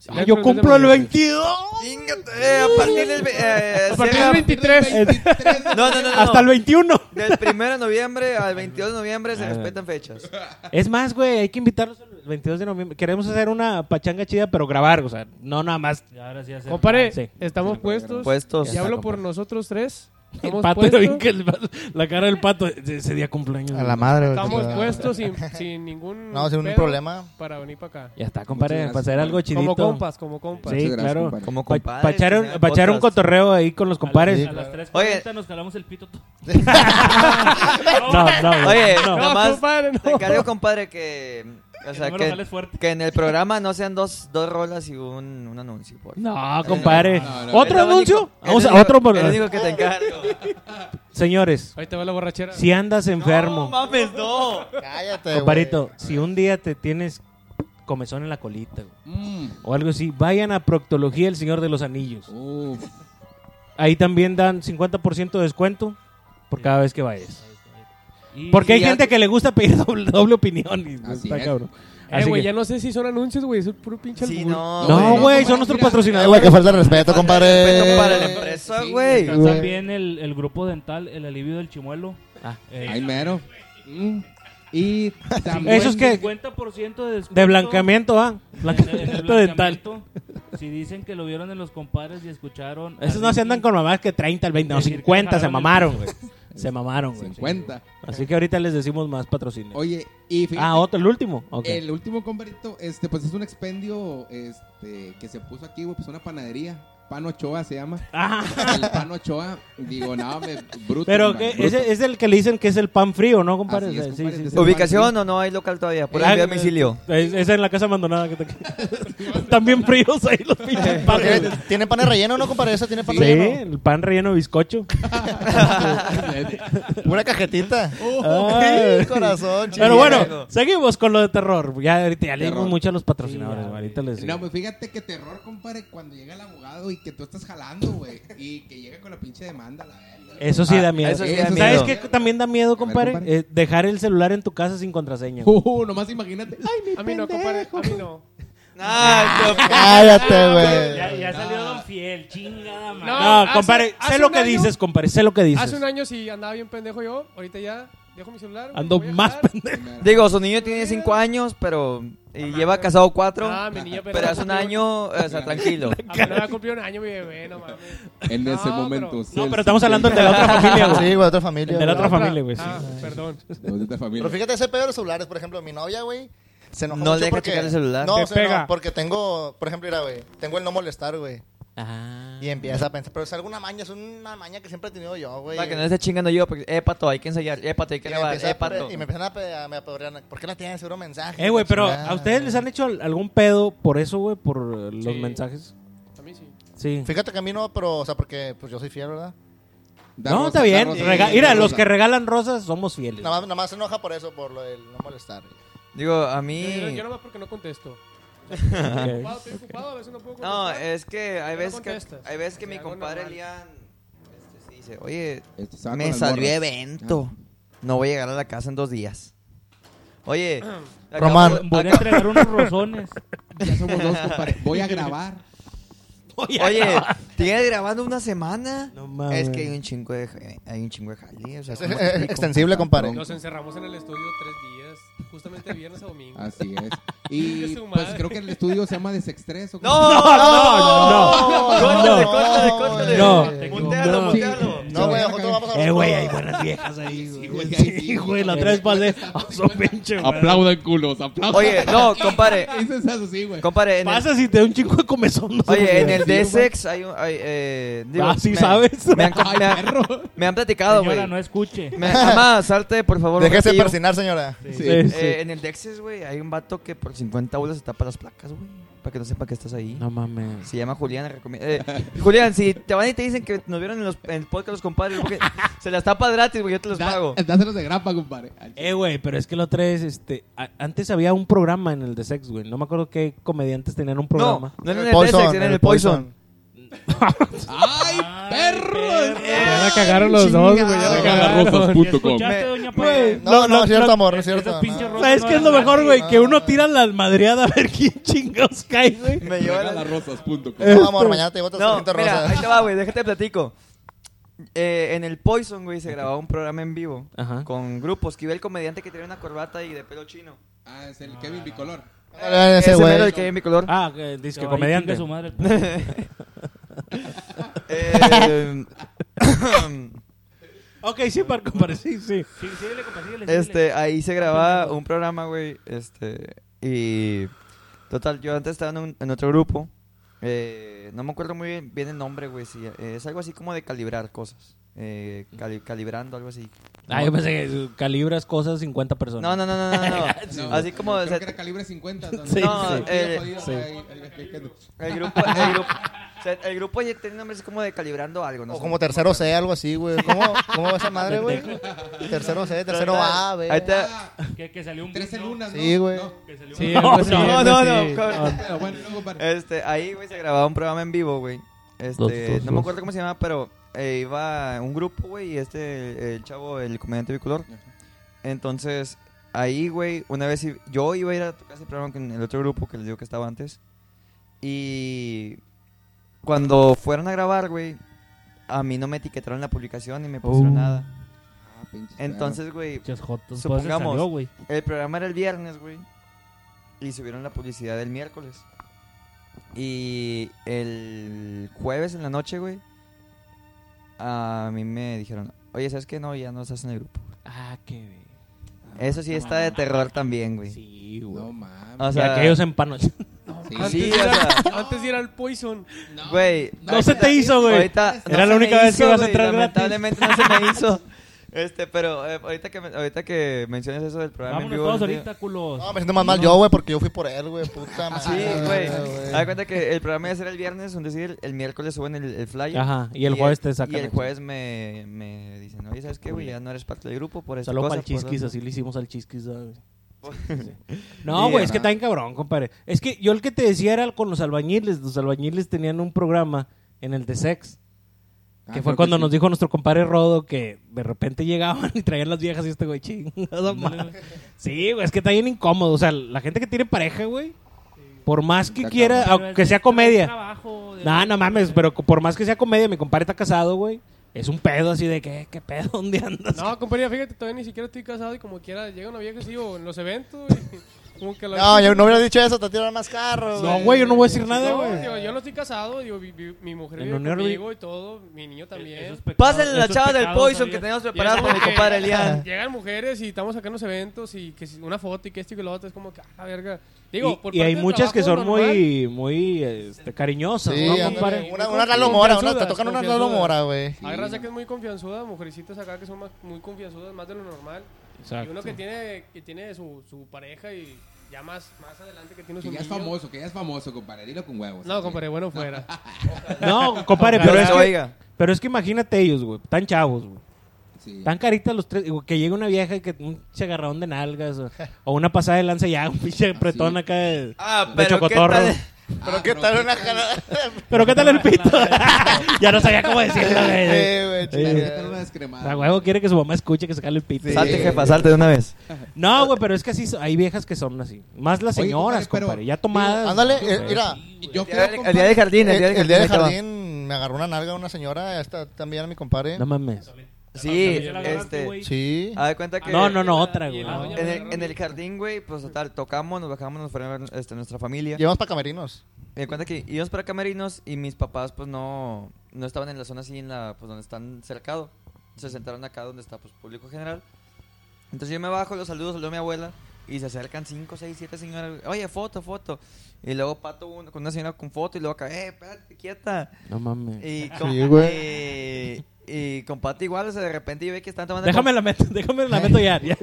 Speaker 1: Ah, yo cumplo el 22.
Speaker 6: Chingate, eh, a partir del... ve- eh,
Speaker 5: A partir
Speaker 6: cierra-
Speaker 5: del 23.
Speaker 8: 23 de-
Speaker 6: No, no, no, no.
Speaker 1: Hasta el 21.
Speaker 6: Del 1 de noviembre al 22 de noviembre
Speaker 1: Ah.
Speaker 6: se respetan fechas.
Speaker 1: Es más, güey, hay que invitarlos el 22 de noviembre. Queremos hacer una pachanga chida, pero grabar. O sea, no nada más.
Speaker 2: Y ahora sí hace-
Speaker 5: Compadre,
Speaker 1: Sí.
Speaker 5: estamos puestos.
Speaker 6: Puestos.
Speaker 5: Y hablo por nosotros tres.
Speaker 1: El
Speaker 5: Estamos
Speaker 1: pato,
Speaker 5: puestos,
Speaker 1: bien que el pato- la cara del pato ese ese día cumpleaños.
Speaker 7: A la madre, güey.
Speaker 5: estamos
Speaker 7: que-
Speaker 5: puestos sin, sin ningún
Speaker 7: No, sin un
Speaker 5: pedo
Speaker 7: problema.
Speaker 5: para venir para acá.
Speaker 1: Ya está, compadre,
Speaker 8: Muchas gracias,
Speaker 1: para hacer algo chidito.
Speaker 5: Como compas, como compas.
Speaker 1: Sí,
Speaker 8: Muchas gracias,
Speaker 1: claro.
Speaker 8: compadre.
Speaker 6: Como compadres.
Speaker 1: Pachar
Speaker 6: que sean
Speaker 1: un, pa' echar un
Speaker 6: podcast.
Speaker 1: cotorreo ahí con los
Speaker 2: A
Speaker 1: compadres.
Speaker 2: las, a las 3
Speaker 6: Oye.
Speaker 2: nos jalamos el pito. todos.
Speaker 1: No, no, güey,
Speaker 6: Oye,
Speaker 1: no.
Speaker 6: nada más,
Speaker 5: compadre, no.
Speaker 6: te encargo, Ah, compadre, que... O sea,
Speaker 2: no me lo
Speaker 6: que,
Speaker 2: jales fuerte.
Speaker 6: que en el programa no sean dos, dos rolas y un, un anuncio. por favor.
Speaker 1: No, compadre.
Speaker 8: No, no, no.
Speaker 1: ¿Otro
Speaker 6: Es lo único-
Speaker 1: anuncio?
Speaker 6: es
Speaker 1: Vamos
Speaker 6: lo
Speaker 1: a
Speaker 6: único-
Speaker 1: otro. por-
Speaker 6: Es lo único que te encargo.
Speaker 1: Señores,
Speaker 5: Ahí te va la borrachera.
Speaker 1: si andas
Speaker 6: No,
Speaker 1: enfermo,
Speaker 6: mames, no.
Speaker 7: Cállate, güey.
Speaker 1: comparito, si un día te tienes comezón en la colita güey,
Speaker 8: Mm.
Speaker 1: o algo así, vayan a Proctología El Señor de los Anillos.
Speaker 8: Uf.
Speaker 1: Ahí también dan 50% de descuento por cada vez que vayas.
Speaker 2: Y-
Speaker 1: Porque hay
Speaker 6: ya-
Speaker 1: gente que le gusta pedir doble, doble opinión. Y pues,
Speaker 8: Así
Speaker 1: está
Speaker 8: es.
Speaker 1: cabrón.
Speaker 5: Eh,
Speaker 1: Así
Speaker 5: güey,
Speaker 1: que-
Speaker 5: ya no sé si son anuncios, güey. Es un puro pinche
Speaker 6: Sí,
Speaker 5: albur.
Speaker 6: no.
Speaker 1: No, güey,
Speaker 8: no,
Speaker 1: son nuestros
Speaker 8: mira,
Speaker 7: Eh,
Speaker 1: patrocinadores.
Speaker 7: güey, que falta de respeto, compadre.
Speaker 6: Respeto para la empresa,
Speaker 8: Sí,
Speaker 6: güey.
Speaker 2: Eh, Está También el, el grupo dental, el alivio del chimuelo.
Speaker 1: Ah.
Speaker 2: Eh,
Speaker 8: Ay, mero. Mm. Y también.
Speaker 1: Eso es que-
Speaker 2: 50% de descuento.
Speaker 1: De blanqueamiento, ¿ah?
Speaker 2: En el- en el
Speaker 1: Blanqueamiento dental.
Speaker 2: blanqueamiento. Si dicen que lo vieron en los compadres y escucharon. a
Speaker 1: Esos no
Speaker 2: Ricky,
Speaker 1: se andan con mamás que 30 al 20, no,
Speaker 2: Decir que
Speaker 1: 50 se
Speaker 2: jalaron el-
Speaker 1: mamaron, güey. Se mamaron, güey.
Speaker 8: 50.
Speaker 1: Así que ahorita les decimos más patrocinio.
Speaker 8: Oye, y fíjate,
Speaker 1: Ah, otro, el último. Ok.
Speaker 8: el último compadrito, este, pues es un expendio este, que se puso aquí, güey, pues una panadería. Pan Ochoa se llama.
Speaker 1: Ah,
Speaker 8: El pan Ochoa, digo, no, me, bruto.
Speaker 1: pero
Speaker 8: man,
Speaker 1: que
Speaker 8: bruto.
Speaker 1: ese es el que le dicen que es el pan frío, ¿no, compadre?
Speaker 8: Así es,
Speaker 1: Sí, sí,
Speaker 8: compadre,
Speaker 1: sí.
Speaker 8: es-
Speaker 6: Ubicación o no hay local todavía. Por
Speaker 1: Ah,
Speaker 6: envío a domicilio.
Speaker 1: Es, es en la casa abandonada que te- Están bien fríos ahí los pinches panes.
Speaker 7: Eh, Porque ¿Tiene panes relleno, no, compadre? Esa tiene pan
Speaker 1: Sí,
Speaker 7: relleno.
Speaker 1: el pan relleno de bizcocho.
Speaker 7: Una cajetita.
Speaker 1: Ay.
Speaker 7: corazón,
Speaker 1: Pero bueno,
Speaker 6: Chileno.
Speaker 1: seguimos con lo de terror. Ya ahorita ya le dimos
Speaker 8: Terror.
Speaker 1: mucho a los patrocinadores. ahorita les
Speaker 8: No, pues fíjate que terror, compadre, cuando llega el abogado y que tú estás jalando, güey. Y que llega con la pinche demanda. La verga.
Speaker 1: Eso sí
Speaker 6: Ah,
Speaker 1: da miedo.
Speaker 6: eso
Speaker 8: sí da
Speaker 1: ¿Sabes
Speaker 8: miedo.
Speaker 1: qué también da miedo, compadre?
Speaker 8: compadre.
Speaker 1: Eh, dejar el celular en tu casa sin contraseña. güey.
Speaker 8: Uh, nomás imagínate. Ay, mi
Speaker 5: A mí no, compadre. A mí no.
Speaker 6: Ah, compadre.
Speaker 7: Cállate,
Speaker 2: Ya,
Speaker 7: güey.
Speaker 2: ya salió Don Fiel, chingada madre.
Speaker 1: No,
Speaker 5: hace-
Speaker 1: compadre,
Speaker 5: hace
Speaker 1: sé lo
Speaker 5: un
Speaker 1: que
Speaker 5: año-
Speaker 1: dices, compadre, sé lo que
Speaker 5: Hace
Speaker 1: dices.
Speaker 5: un año sí andaba bien pendejo yo. Ahorita ya dejo mi celular.
Speaker 1: Ando
Speaker 5: voy a
Speaker 1: más
Speaker 5: jalar.
Speaker 1: pendejo.
Speaker 6: Digo, su niño tiene 5 años, pero. Y lleva casado 4.
Speaker 5: Ah, mi niña,
Speaker 6: Pero hace un año, o sea, tranquilo.
Speaker 5: A mí no me cumplido un año mi bebé, no mames.
Speaker 8: En
Speaker 5: No,
Speaker 8: ese
Speaker 5: pero-
Speaker 8: momento. sí,
Speaker 1: No,
Speaker 8: el-
Speaker 1: pero estamos hablando del de la otra familia, güey.
Speaker 7: Sí, güey, otra familia.
Speaker 1: De la
Speaker 7: güey.
Speaker 1: otra familia, güey, sí.
Speaker 5: Ah, perdón.
Speaker 8: Los de esta familia.
Speaker 7: Pero fíjate ese pedo de los celulares, por ejemplo, mi novia, güey, se enojó
Speaker 6: No
Speaker 7: mucho
Speaker 6: le deja
Speaker 7: porque...
Speaker 6: checar el celular.
Speaker 7: No,
Speaker 5: Te
Speaker 7: o sea, no,
Speaker 5: pega.
Speaker 7: porque tengo, por ejemplo, mira, güey, tengo el no molestar, güey.
Speaker 1: Ah.
Speaker 7: Y empieza a pensar, pero es alguna maña, es una maña que siempre he tenido yo, güey.
Speaker 6: Para que no esté chingando yo, porque, eh, pato, hay que ensayar, eh, pato, hay que
Speaker 7: y, me
Speaker 6: grabar,
Speaker 7: empieza
Speaker 6: eh,
Speaker 7: a pe-
Speaker 6: pato.
Speaker 7: y me empiezan a, pe- a- me apedrean, ¿por qué la tienen seguro mensaje?
Speaker 1: Eh, güey, pero
Speaker 7: Chingada.
Speaker 1: ¿a ustedes les han hecho al- algún pedo por eso, güey? Por eh, los
Speaker 5: Sí.
Speaker 1: mensajes.
Speaker 5: A mí sí.
Speaker 1: Sí.
Speaker 7: Fíjate que a mí no, pero, o sea, porque pues yo soy fiel, ¿verdad?
Speaker 8: Da
Speaker 1: no,
Speaker 8: rosa,
Speaker 1: está
Speaker 8: da
Speaker 1: bien.
Speaker 8: rosa,
Speaker 1: Rega-
Speaker 8: da
Speaker 1: Mira,
Speaker 8: rosa.
Speaker 1: los que regalan rosas somos fieles.
Speaker 7: Nada más, nada más se enoja por eso, por lo del no molestar.
Speaker 6: Digo, a
Speaker 4: Yo,
Speaker 6: mí...
Speaker 4: yo nomás porque no contesto.
Speaker 1: Ok.
Speaker 4: Ocupado, estoy ocupado, a veces no puedo
Speaker 6: No,
Speaker 4: contestar.
Speaker 6: es que hay
Speaker 4: No
Speaker 6: veces que,
Speaker 4: contestas.
Speaker 6: hay veces que mi
Speaker 4: Algo
Speaker 6: compadre
Speaker 4: normal.
Speaker 6: Elian este, sí dice, oye,
Speaker 8: Este, estaba con
Speaker 6: me
Speaker 8: las
Speaker 6: salió
Speaker 8: morras.
Speaker 6: evento. No voy a llegar a la casa en dos días. Oye,
Speaker 7: Román.
Speaker 6: acabo-
Speaker 2: Voy a entregar unos rozones.
Speaker 8: Ya somos dos, compadre. Voy a grabar.
Speaker 6: Oye, tienes grabando una semana.
Speaker 1: No mames.
Speaker 6: Es que hay un chingo de eh, hay un chingo de jale, o sea,
Speaker 7: Es,
Speaker 6: ¿cómo
Speaker 7: es-
Speaker 6: te
Speaker 7: es
Speaker 6: explico?
Speaker 7: Eh, extensible, compadre.
Speaker 4: Nos encerramos en el estudio tres días, justamente viernes a domingo.
Speaker 8: Así es.
Speaker 4: Que
Speaker 8: Y
Speaker 4: su
Speaker 8: pues
Speaker 4: madre.
Speaker 8: creo que el estudio se llama Desextreso.
Speaker 6: No, no, no,
Speaker 1: no,
Speaker 6: córtale,
Speaker 7: no,
Speaker 6: córtale, córtale.
Speaker 1: no.
Speaker 6: Mutealo,
Speaker 1: No.
Speaker 6: mutealo.
Speaker 7: No, güey, nosotros vamos a
Speaker 1: Eh, güey, hay
Speaker 7: nosotros.
Speaker 1: buenas viejas ahí, güey.
Speaker 8: güey, ahí
Speaker 1: Sí,
Speaker 8: sí,
Speaker 1: güey, la
Speaker 8: güey.
Speaker 1: otra vez pasé. a su pinche, güey.
Speaker 8: Aplaudan culos, aplaudan.
Speaker 6: Oye, no, compadre,
Speaker 8: Dices eso sí, güey.
Speaker 6: compadre, en el-
Speaker 1: Pasa si te da un chingo de comezón. no sé por
Speaker 6: Oye, en
Speaker 1: qué.
Speaker 6: el
Speaker 8: Sí, güey.
Speaker 6: DSX hay un. Hay, eh, digo,
Speaker 1: pues. Ah, sí
Speaker 6: me-
Speaker 1: sabes.
Speaker 6: Me han,
Speaker 8: Ay,
Speaker 6: me han-
Speaker 8: perro.
Speaker 6: me han platicado, güey.
Speaker 2: Señora, no escuche.
Speaker 6: Me- Mamá, salte, por favor. un
Speaker 7: Déjese
Speaker 6: ratillo.
Speaker 7: persinar, señora.
Speaker 8: Sí.
Speaker 1: Sí, sí.
Speaker 6: Eh, en el Dexes, güey, hay un vato que por 50 bolas se tapa las placas, güey. Para que no sepa que estás ahí.
Speaker 1: No mames.
Speaker 6: Se llama Julián. recomiendo- eh, Julián, si te van y te dicen que nos vieron en, los, en el podcast los compadres, porque se las tapa gratis, güey, yo te los pago.
Speaker 8: Da- Dáselos de grapa, compadre.
Speaker 1: Eh, güey, pero es que la otra vez, este, a- antes había un programa en el de sex, güey. No me acuerdo qué comediantes tenían un
Speaker 6: No,
Speaker 1: programa.
Speaker 6: no era en el Dexes, era en el Poison.
Speaker 8: ¡Ay, perro!
Speaker 5: Ya la cagaron los dos, güey. Ya la cagaron.
Speaker 2: ¿Escuchaste, doña Paula?
Speaker 7: No, no, es cierto, amor, es
Speaker 2: Esas
Speaker 7: cierto.
Speaker 2: pinches
Speaker 7: no.
Speaker 2: rosas
Speaker 1: ¿Sabes
Speaker 2: no
Speaker 1: qué Pues, es
Speaker 2: eran
Speaker 1: lo mejor,
Speaker 2: gratis.
Speaker 1: güey? Que uno
Speaker 7: no.
Speaker 1: tira la madreada a ver quién chingados cae, güey.
Speaker 6: Me lleva la-
Speaker 7: No, amor, mañana te llevo
Speaker 6: Este-
Speaker 7: otra
Speaker 6: No,
Speaker 7: tarjeta
Speaker 6: mira, ahí
Speaker 7: rosa.
Speaker 6: te va, güey, déjate platico. Eh, en el Poison, güey, se grababa un programa en vivo
Speaker 1: Ajá.
Speaker 6: con grupos. Que iba el comediante que tenía una corbata y de pelo chino.
Speaker 8: Ah, es el Kevin Bicolor.
Speaker 7: Dale, dale, Ah, ese
Speaker 6: mero
Speaker 7: güey.
Speaker 6: el que hay en mi color.
Speaker 1: Ah, que dice que
Speaker 2: Ahí
Speaker 1: comediante.
Speaker 2: chinga su madre el perro.
Speaker 6: Eh,
Speaker 1: Ok, sí, para compadre, sí, sí.
Speaker 2: Sí, síguele, compa, síguele, síguele.
Speaker 6: este, ahí se grababa un programa, güey. Este, y. Total, yo antes estaba en, un- en otro grupo. eh, no me acuerdo muy bien, bien el nombre, güey. si, eh, es algo así como de calibrar cosas. eh, cali- calibrando, algo así.
Speaker 1: Ah, yo pensé que calibras cosas 50 personas.
Speaker 6: No, no, no, no, no. no. así como.
Speaker 8: Creo
Speaker 6: o sea,
Speaker 8: que era calibre 50. ¿no?
Speaker 1: Sí,
Speaker 6: No,
Speaker 1: sí.
Speaker 6: eh,
Speaker 8: Jodido,
Speaker 1: sí.
Speaker 8: ahí, ahí, ahí,
Speaker 6: el grupo. El grupo o sea, el grupo ya tenía un nombre así como de calibrando algo, ¿no?
Speaker 7: O
Speaker 6: sé.
Speaker 7: como tercero C, algo así, güey. ¿Cómo, cómo va esa madre, güey? Tercero C, tercero A, güey.
Speaker 6: Ahí te-
Speaker 2: Que, que salió un
Speaker 8: Trece
Speaker 2: beat, ¿no?
Speaker 8: lunas, ¿no?
Speaker 7: Sí, güey.
Speaker 8: No,
Speaker 2: Que salió
Speaker 5: Sí,
Speaker 2: un-
Speaker 5: algo así,
Speaker 6: No,
Speaker 5: algo
Speaker 6: no,
Speaker 5: así.
Speaker 6: no, cabrón.
Speaker 8: Pero bueno, no, compadre.
Speaker 6: Este, ahí, güey, se grababa un programa en vivo, güey. Este,
Speaker 1: Dos,
Speaker 6: no
Speaker 1: dos,
Speaker 6: me
Speaker 1: dos.
Speaker 6: acuerdo cómo se llamaba, pero eh, iba un grupo, güey, y este, el, el chavo, el comediante bicolor. Entonces, ahí, güey, una vez i- yo iba a ir a tocar ese programa con el otro grupo que les digo que estaba antes. Y cuando fueron a grabar, güey, a mí no me etiquetaron en la publicación ni me pusieron
Speaker 2: Oh.
Speaker 6: nada.
Speaker 8: Ah, pinches
Speaker 6: Entonces, güey,
Speaker 2: Muchas jotas.
Speaker 6: Supongamos.
Speaker 2: Pues, salió, güey.
Speaker 6: el programa era el viernes, güey. Y subieron la publicidad del miércoles. Y el jueves en la noche, güey. A mí me dijeron, oye, ¿sabes qué? No, ya no estás en el grupo.
Speaker 1: Ah, qué.
Speaker 6: Eso sí está de terror también, güey.
Speaker 1: Sí,
Speaker 8: perros.
Speaker 1: güey.
Speaker 8: No mames.
Speaker 6: O
Speaker 1: o
Speaker 6: sea,
Speaker 1: sea, aquellos empanos.
Speaker 4: Antes,
Speaker 6: sí,
Speaker 4: de ir
Speaker 6: o sea,
Speaker 4: al- antes de ir al Poison.
Speaker 6: güey.
Speaker 1: No se te
Speaker 6: ahorita-
Speaker 1: hizo, güey.
Speaker 6: ahorita no
Speaker 1: Era la
Speaker 6: se me
Speaker 1: única vez que
Speaker 6: hizo,
Speaker 1: ibas a
Speaker 6: güey,
Speaker 1: entrar
Speaker 6: Lamentablemente no se me hizo. Este, pero eh, ahorita, que, me- ahorita que mencionas eso del programa
Speaker 2: Vámonos
Speaker 6: en vivo.
Speaker 2: todos
Speaker 6: del-
Speaker 2: ahorita, culos.
Speaker 7: No, me siento más mal yo, güey, porque yo fui por él, güey. Puta madre.
Speaker 6: Sí, güey. Haz de
Speaker 7: güey.
Speaker 6: cuenta que el programa iba a ser el viernes, un decir, el miércoles suben el, el flyer.
Speaker 1: Ajá, y el jueves te sacan
Speaker 6: Y el
Speaker 1: el-
Speaker 6: jueves me, me dicen, oye, ¿sabes qué, güey? Ya no eres parte del grupo por esta
Speaker 1: Solo
Speaker 6: cosa.
Speaker 1: para el
Speaker 6: por
Speaker 1: chisquis,
Speaker 6: la-
Speaker 1: así le hicimos al chisquis. ¿sabes?
Speaker 6: por-
Speaker 1: No,
Speaker 6: Sí,
Speaker 1: güey, es
Speaker 6: ajá.
Speaker 1: que está en cabrón, compadre. Es que yo el que te decía era con los albañiles. Los albañiles tenían un programa en el de sex.
Speaker 8: Ah,
Speaker 1: Que
Speaker 8: creo
Speaker 1: fue cuando
Speaker 8: sí.
Speaker 1: nos dijo nuestro compadre Rodo que de repente llegaban y traían las viejas y este güey chingado. madre. Sí, güey, es que está bien incómodo. O sea, la gente que tiene pareja, güey, por más que
Speaker 8: Está
Speaker 1: quiera,
Speaker 2: Pero es-
Speaker 1: aunque sea
Speaker 2: es un
Speaker 1: comedia.
Speaker 2: trabajo de-
Speaker 1: No, no mames, pero por más que sea comedia, mi compadre está casado, güey. Es un pedo así de que, qué pedo, ¿dónde andas?
Speaker 4: No, compañía, fíjate, todavía ni siquiera estoy casado y como quiera llega una vieja así o en los eventos. y como que la-
Speaker 7: No, yo no hubiera dicho eso, te tiran más carros.
Speaker 1: No, güey, yo no voy a decir nada,
Speaker 4: No,
Speaker 1: güey.
Speaker 4: digo, yo no estoy casado, digo, vi- vi- mi mujer
Speaker 1: En
Speaker 4: vive
Speaker 1: honor vi-
Speaker 4: conmigo y todo, mi niño también.
Speaker 2: Eso es pecado,
Speaker 6: Pásenle la
Speaker 2: eso es
Speaker 6: chava del
Speaker 2: pecado,
Speaker 6: Poison
Speaker 2: ¿sabías?
Speaker 6: que teníamos
Speaker 4: Y es
Speaker 6: preparada
Speaker 4: como
Speaker 6: para mi
Speaker 4: que
Speaker 6: compadre Elian.
Speaker 4: Llegan mujeres y estamos acá en los eventos y que si una foto y que esto y que lo otro es como que, ah, la verga. Digo, por
Speaker 1: y, y
Speaker 4: parte
Speaker 1: hay
Speaker 4: del
Speaker 1: muchas que
Speaker 4: trabajo
Speaker 1: son
Speaker 4: normal,
Speaker 1: muy, muy este, cariñosas,
Speaker 7: Sí,
Speaker 1: ¿no,
Speaker 7: ándale,
Speaker 1: compadre?
Speaker 7: una, una Lalo Mora, una, te
Speaker 4: Confianzudas,
Speaker 7: tocan una Lalo
Speaker 4: confianzudas.
Speaker 9: Ah,
Speaker 7: Mora, güey.
Speaker 4: Hay raza que es muy confianzuda, mujercitas acá que son más- muy confianzudas, más de lo normal.
Speaker 1: Exacto.
Speaker 9: Y uno que tiene, que tiene su, su pareja y ya más, más adelante que tiene su
Speaker 8: Que ya es
Speaker 9: niño.
Speaker 8: famoso, que ya es famoso, compadre. Dilo con huevos.
Speaker 9: No, compadre, bueno fuera.
Speaker 1: No, compadre,
Speaker 6: Ojalá
Speaker 1: pero es,
Speaker 6: se
Speaker 1: que,
Speaker 6: oiga.
Speaker 1: pero es que imagínate ellos, güey. Tan chavos, güey.
Speaker 8: Sí.
Speaker 1: Tan caritas los tres. digo, Que llegue una vieja y que un pinche agarradón de nalgas o, o una pasada de lanza ya, un pinche pretón acá de,
Speaker 6: Ah,
Speaker 1: de
Speaker 6: pero ¿qué
Speaker 1: chocotorro.
Speaker 6: tal? Ah,
Speaker 7: Pero qué tal una jalada.
Speaker 1: Pero ¿qué tal el pito? ya no sabía cómo decirlo, güey.
Speaker 7: Eh, güey,
Speaker 8: Claro,
Speaker 7: chingada.
Speaker 8: ¿qué tal una
Speaker 1: O sea,
Speaker 8: descremada?
Speaker 1: huevo quiere que su mamá escuche que se jale el pito.
Speaker 8: Sí.
Speaker 6: Salte, jefa, salte de una vez.
Speaker 1: No, güey, pero es que así so- hay viejas que son así. Más las
Speaker 8: Oye, compadre,
Speaker 1: señoras,
Speaker 8: pero-
Speaker 1: compadre. Ya tomadas.
Speaker 7: Ándale,
Speaker 1: Sí,
Speaker 7: eh,
Speaker 1: güey.
Speaker 7: mira,
Speaker 8: Yo
Speaker 6: El día
Speaker 8: creo,
Speaker 6: del- el día del
Speaker 8: compadre,
Speaker 6: jardín, el día
Speaker 7: el,
Speaker 6: del
Speaker 7: eh, el día del
Speaker 6: ahí te va.
Speaker 7: jardín me agarró una nalga una señora, esta también a mi compadre.
Speaker 1: No mames.
Speaker 6: Sí,
Speaker 2: Ya la agarraste,
Speaker 6: este.
Speaker 2: güey.
Speaker 7: Sí.
Speaker 6: A de cuenta que.
Speaker 1: Ah, No, no, no, otra, güey.
Speaker 9: Y la
Speaker 6: En
Speaker 9: doña me
Speaker 6: el,
Speaker 9: agarró
Speaker 6: en el
Speaker 9: mi-
Speaker 6: jardín, güey, pues total, tocamos, nos bajamos, nos fuimos este, nuestra familia.
Speaker 7: Llevamos para camerinos.
Speaker 6: Me di cuenta que íbamos para camerinos y mis papás, pues no, no estaban en la zona así, en la, pues donde están cercado. Se sentaron acá donde está, pues público general. Entonces yo me bajo, los saludo, saludo a mi abuela y se acercan 5, 6, 7 señoras. Oye, foto, foto. Y luego pato uno- con una señora con foto y luego acá, eh, espérate, quieta.
Speaker 1: No mames.
Speaker 6: Y con, y,
Speaker 7: Sí,
Speaker 6: y con pato igual, o sea, de repente yo ve que están tomando.
Speaker 1: Déjame la meto, déjame la meto ya. ya.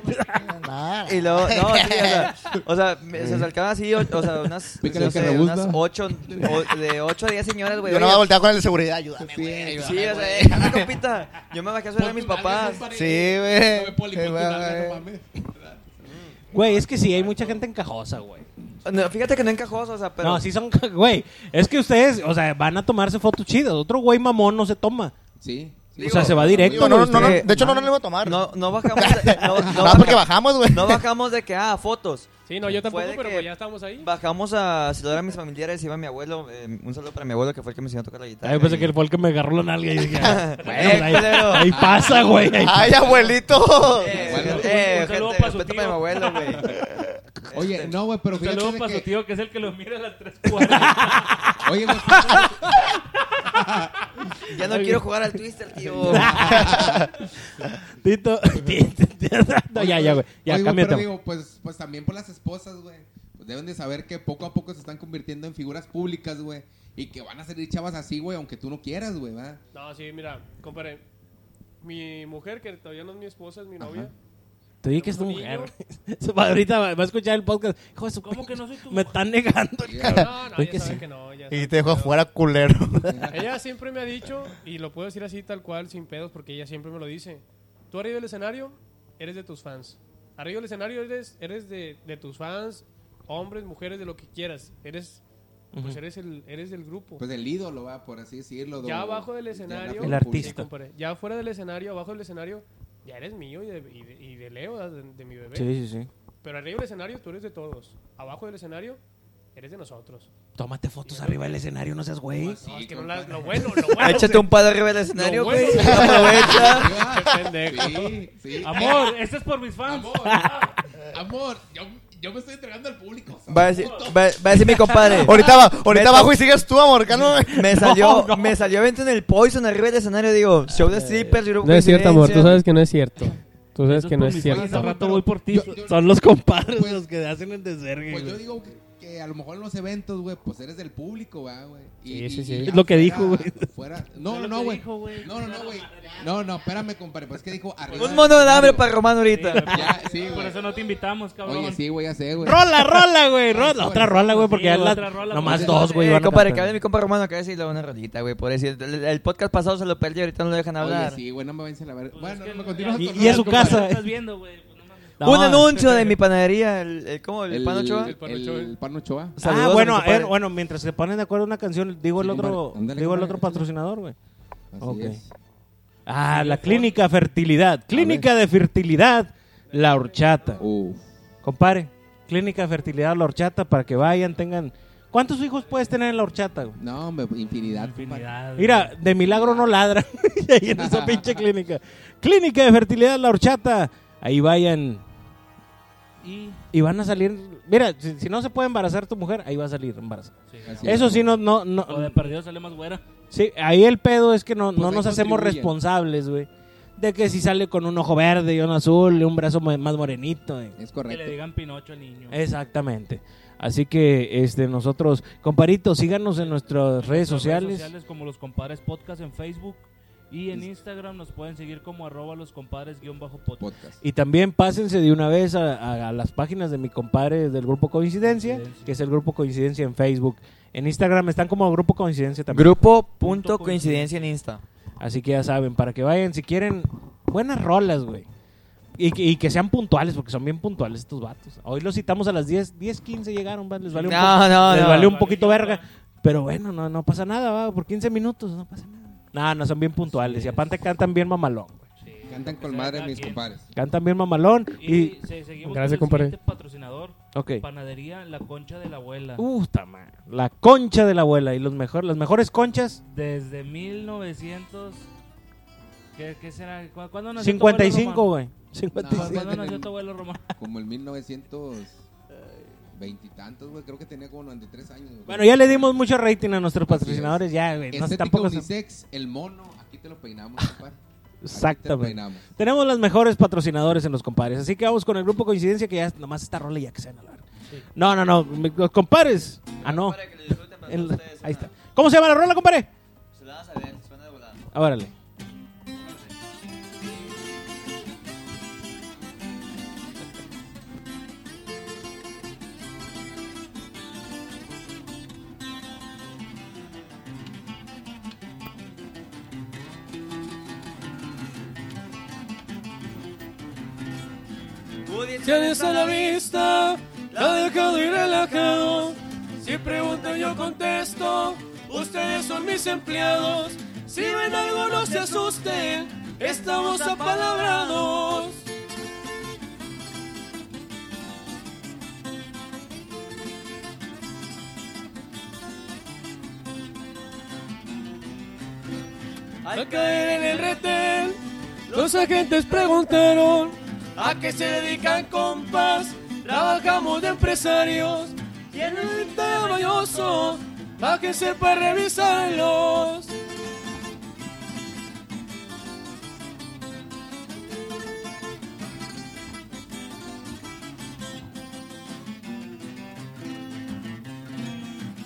Speaker 7: Nada.
Speaker 6: Y luego, no, sí, o sea, o sea, me- se acercaban así, o, o sea, unas,
Speaker 8: Pícale
Speaker 6: no
Speaker 8: que
Speaker 6: sé,
Speaker 8: rebuzna.
Speaker 6: unas ocho, o- de 8 a 10 señoras, güey.
Speaker 7: Yo no me
Speaker 6: Oye,
Speaker 7: voy a voltear con el de seguridad, ayúdame,
Speaker 8: Sí,
Speaker 7: güey.
Speaker 8: ayúdame,
Speaker 6: Sí, o sea, eh, dame, compita. Yo me bajé a saludar a mis papás.
Speaker 7: Sí,
Speaker 8: No me
Speaker 7: güey.
Speaker 8: poli,
Speaker 7: Sí,
Speaker 8: poli, nada, no
Speaker 7: güey.
Speaker 8: mames.
Speaker 1: Güey, es que sí, hay mucha gente encajosa, güey.
Speaker 6: No, fíjate que no encajó, o sea, pero.
Speaker 1: No, sí son, güey. Es que ustedes, o sea, van a tomarse fotos chidas. Otro güey mamón no se toma.
Speaker 8: Sí. sí.
Speaker 1: o sea, se va
Speaker 7: Digo,
Speaker 1: directo.
Speaker 7: no,
Speaker 1: güey, este-
Speaker 7: no, no,
Speaker 1: ustedes.
Speaker 7: de hecho, no, no le voy a tomar. No,
Speaker 6: No, no bajamos. de- No, no
Speaker 7: Nada, porque
Speaker 6: baja-
Speaker 7: bajamos, güey.
Speaker 6: no bajamos de que, ah, fotos.
Speaker 9: Sí, no, yo tampoco,
Speaker 6: Puede
Speaker 9: pero
Speaker 6: que-
Speaker 9: pues ya estamos ahí.
Speaker 6: Bajamos a saludar a mis familiares. Iba mi abuelo. eh, un saludo para mi abuelo que fue el que me enseñó a tocar la guitarra.
Speaker 1: Ay, yo pensé que fue el que me agarró la nalga y dije, bueno, pues
Speaker 6: Eh,
Speaker 1: ahí,
Speaker 6: culero.
Speaker 1: ahí pasa, güey. ahí
Speaker 7: Ay, abuelito.
Speaker 6: Eh,
Speaker 8: Bueno,
Speaker 6: eh,
Speaker 2: un saludo
Speaker 6: gente,
Speaker 2: para su
Speaker 6: respétame a mi
Speaker 2: tío.
Speaker 6: abuelo, Este güey. Este.
Speaker 8: Oye, no, güey, pero
Speaker 2: Un
Speaker 8: fíjate
Speaker 2: saludo
Speaker 8: de
Speaker 2: para su
Speaker 8: que...
Speaker 2: tío, que es el que los mira a las 3.40.
Speaker 8: Oye, güey,
Speaker 6: Ya no quiero jugar al Twister, tío.
Speaker 1: pasa. Tito, Tito, Tito. No, ya, ya, güey. Ya,
Speaker 8: Oye,
Speaker 1: cambia de
Speaker 8: pero
Speaker 1: tema.
Speaker 8: digo, pues, pues también por las esposas, güey. Pues deben de saber que poco a poco se están convirtiendo en figuras públicas, güey. Y que van a salir chavas así, güey, aunque tú no quieras, güey, ¿va?
Speaker 9: No, sí, mira, compadre. Mi mujer, que todavía no es mi esposa, es mi novia.
Speaker 1: Te dije que es tu
Speaker 9: Tenemos un
Speaker 1: mujer. Ahorita va va a escuchar el podcast. Hijo de su
Speaker 2: ¿Cómo
Speaker 1: pinche-
Speaker 2: que no soy tu
Speaker 1: Me
Speaker 2: mujer?
Speaker 1: están negando.
Speaker 9: No, no,
Speaker 1: Oye,
Speaker 9: ya
Speaker 1: que
Speaker 9: sabe
Speaker 1: sí.
Speaker 9: que no. ya
Speaker 7: Y
Speaker 9: sabe
Speaker 7: te
Speaker 9: que
Speaker 7: dejo
Speaker 9: no.
Speaker 7: afuera, culero.
Speaker 9: Ella siempre me ha dicho, y lo puedo decir así tal cual, sin pedos, porque ella siempre me lo dice. Tú arriba del escenario eres de tus fans. Arriba del escenario eres, eres de, de tus fans, hombres, mujeres, de lo que quieras. Eres, pues eres, el, eres del grupo.
Speaker 8: Pues el ídolo, va, por así decirlo.
Speaker 9: ya
Speaker 8: do-
Speaker 9: abajo del
Speaker 8: de la
Speaker 9: escenario.
Speaker 8: figura
Speaker 1: El artista.
Speaker 9: sí, compadre, ya afuera del escenario, abajo del escenario, ya eres mío y de, y de- y de Leo, de, de mi bebé.
Speaker 1: Sí, sí, sí.
Speaker 9: Pero arriba del escenario tú eres de todos. Abajo del escenario eres de nosotros.
Speaker 1: Tómate fotos arriba del escenario, no seas güey.
Speaker 8: pública.
Speaker 9: No,
Speaker 8: Sí,
Speaker 9: es que no
Speaker 8: compadre.
Speaker 9: la- lo bueno, lo bueno.
Speaker 6: Ah, Échate un palo arriba del escenario,
Speaker 9: Lo bueno.
Speaker 6: güey. Aprovecha.
Speaker 9: Qué pendejo.
Speaker 8: Sí, sí.
Speaker 2: Amor, este es por mis fans.
Speaker 8: Amor, yo, yo me estoy entregando al público. ¿sabes?
Speaker 6: Va a decir, va, va a decir mi compadre.
Speaker 7: Ahorita, va, ahorita
Speaker 6: Beto.
Speaker 7: abajo y sigues tú, amor. que no-
Speaker 6: Me salió,
Speaker 1: No, no.
Speaker 6: me salió evento en el Poison arriba del escenario, digo, show de strippers, grupo
Speaker 5: No es cierto, amor. Tú
Speaker 6: Coincidencia.
Speaker 5: sabes que no es cierto. Tú sabes
Speaker 2: Eso
Speaker 5: que no
Speaker 2: por
Speaker 5: es
Speaker 2: mis
Speaker 5: cierto.
Speaker 2: fans, Al rato voy por ti.
Speaker 8: Yo- yo-
Speaker 1: Son los compadres
Speaker 8: Pues-
Speaker 1: los que hacen el desvergue.
Speaker 8: Pues yo
Speaker 1: güey.
Speaker 8: digo que, que a lo mejor en los eventos, güey, pues eres del público, va, güey.
Speaker 5: Sí, sí, sí.
Speaker 1: Es lo que
Speaker 8: fuera-
Speaker 1: dijo, güey.
Speaker 8: fuera- No, no,
Speaker 2: Es lo
Speaker 8: no,
Speaker 2: que
Speaker 8: güey.
Speaker 2: dijo, güey.
Speaker 8: No, no, no, güey. No, no, espérame, compadre. Pues que dijo arriba.
Speaker 6: Un mono de
Speaker 8: del
Speaker 6: hambre
Speaker 8: escenario.
Speaker 6: para Román ahorita.
Speaker 8: Ya, sí,
Speaker 2: Por
Speaker 8: güey.
Speaker 2: eso no te invitamos, cabrón.
Speaker 8: Oye, sí, güey, ya sé, güey.
Speaker 1: Rola, rola, güey. Rola. Otra rola, güey, porque
Speaker 2: Sí,
Speaker 1: ya la-
Speaker 2: otra rola,
Speaker 1: nomás
Speaker 8: porque-
Speaker 1: dos, güey.
Speaker 6: Eh,
Speaker 1: van a
Speaker 6: compadre, que
Speaker 1: cantar.
Speaker 6: hable mi compa Romano, que va a decirle una rolita, güey, por decir, el, el podcast pasado se lo perdió, ahorita no lo dejan
Speaker 8: Oye,
Speaker 6: hablar.
Speaker 8: sí, güey, no me vayan a la verga.
Speaker 2: Pues
Speaker 8: Bueno,
Speaker 2: es que
Speaker 8: no me continúas
Speaker 1: Y-
Speaker 8: con
Speaker 1: y a
Speaker 8: rolas,
Speaker 1: su
Speaker 8: compadre.
Speaker 1: casa.
Speaker 2: Estás viendo, güey. pues, no mames.
Speaker 1: No.
Speaker 6: Un anuncio de mi panadería, el, el- ¿cómo? El, pan Ochoa.
Speaker 8: El,
Speaker 9: Pan
Speaker 8: el,
Speaker 9: Ochoa.
Speaker 8: pan Ochoa.
Speaker 6: Saludos a
Speaker 1: ah,
Speaker 6: mi
Speaker 1: bueno,
Speaker 6: compadre.
Speaker 1: eh, bueno, mientras se ponen de acuerdo una canción, digo el
Speaker 8: Sí,
Speaker 1: otro,
Speaker 8: compadre. Ándale,
Speaker 1: digo el
Speaker 8: compadre,
Speaker 1: otro
Speaker 8: échale.
Speaker 1: patrocinador, güey.
Speaker 8: Así
Speaker 1: Ok.
Speaker 8: es.
Speaker 1: Ah, la clínica fertilidad, clínica de fertilidad, la horchata.
Speaker 8: Uf.
Speaker 1: Compadre, clínica fertilidad, la horchata, para que vayan, tengan. ¿Cuántos hijos puedes tener en la horchata? güey?
Speaker 8: No, hombre, infinidad.
Speaker 2: Infinidad, güey.
Speaker 1: Mira, de milagro no ladra ahí en esa pinche clínica. Clínica de fertilidad, la horchata. Ahí vayan
Speaker 2: Y
Speaker 1: y van a salir. Mira, si, si no se puede embarazar tu mujer, ahí va a salir embarazada.
Speaker 2: Sí,
Speaker 8: Así
Speaker 1: Eso
Speaker 8: es.
Speaker 1: sí, no, no, no.
Speaker 2: O de perdido sale más güera.
Speaker 1: Sí, ahí el pedo es que no,
Speaker 8: Pues
Speaker 1: no
Speaker 8: ahí
Speaker 1: nos hacemos
Speaker 8: contribuyen.
Speaker 1: responsables, güey. De que si sale con un ojo verde y un azul y un brazo mo- más morenito. güey.
Speaker 8: Es
Speaker 2: Que le
Speaker 8: correcto.
Speaker 2: digan Pinocho al niño.
Speaker 1: Exactamente. Así que este nosotros, comparito, síganos en nuestras redes
Speaker 2: Nuestras
Speaker 1: sociales.
Speaker 2: sociales como los compadres podcast en Facebook Y en Instagram nos pueden seguir como arroba los compadres guión bajo podcast.
Speaker 8: podcast.
Speaker 1: Y también pásense de una vez a, a- a las páginas de mi compadre del Grupo Coincidencia, que es el Grupo Coincidencia en Facebook. En Instagram están como Grupo Coincidencia también.
Speaker 6: Grupo.coincidencia en Insta.
Speaker 1: Así que ya saben, para que vayan, si quieren, buenas rolas, güey. Y, que- y que sean puntuales, porque son bien puntuales estos vatos. Hoy los citamos a las 10, 10, 15 llegaron, va, les vale un,
Speaker 6: No,
Speaker 1: poco-
Speaker 6: no,
Speaker 1: les
Speaker 6: no.
Speaker 1: vale un poquito verga. Pero bueno, no, no pasa nada, va, por 15 minutos, no pasa nada. No, no, son bien puntuales. Y aparte cantan bien mamalón, güey.
Speaker 8: Cantan con madre mis compadres.
Speaker 1: Cantan bien mamalón y...
Speaker 2: Y, se- seguimos
Speaker 5: Gracias,
Speaker 2: con el
Speaker 5: compadre.
Speaker 2: siguiente patrocinador,
Speaker 1: Ok. Uh,
Speaker 2: Panadería La Concha de la Abuela.
Speaker 1: Puta madre. La concha de la abuela y los mejor, las mejores conchas.
Speaker 2: Desde 1900... ¿Qué, qué será? ¿Cu- ¿Cuándo nació tu abuelo
Speaker 1: 55,
Speaker 2: Román?
Speaker 1: güey. 55.
Speaker 8: No,
Speaker 2: ¿Cuándo
Speaker 8: güey,
Speaker 2: nació
Speaker 8: en-
Speaker 2: tu abuelo Román?
Speaker 8: Como el 1920 y tantos, güey. Creo que tenía como 93 años. güey.
Speaker 1: Bueno, ya le dimos mucho rating a nuestros
Speaker 8: Así es.
Speaker 1: patrocinadores, ya, güey. No,
Speaker 8: Estética
Speaker 1: tampoco se-
Speaker 8: unisex, el mono, aquí te lo peinamos, compadre. Aquí te lo
Speaker 1: Exactamente.
Speaker 8: peinamos.
Speaker 1: Tenemos los mejores patrocinadores en los compadres. Así que vamos con el grupo Coincidencia, que ya nomás está rola y ya que se van a hablar. No, no, no. me- Los compadres. Ah, no. El- ahí está. ¿Cómo se llama la rola, compadre?
Speaker 6: Se la vas a ver, suena de volada.
Speaker 1: Ah, órale.
Speaker 9: Tienes a la vista, la dejado ir relajado. Si pregunto yo contesto, ustedes son mis empleados. Si ven algo no se asusten, estamos apalabrados. Al caer en el retén, los agentes preguntaron a qué se dedican compas. Trabajamos de empresarios, tienen el tamañoso, bájense para revisarlos.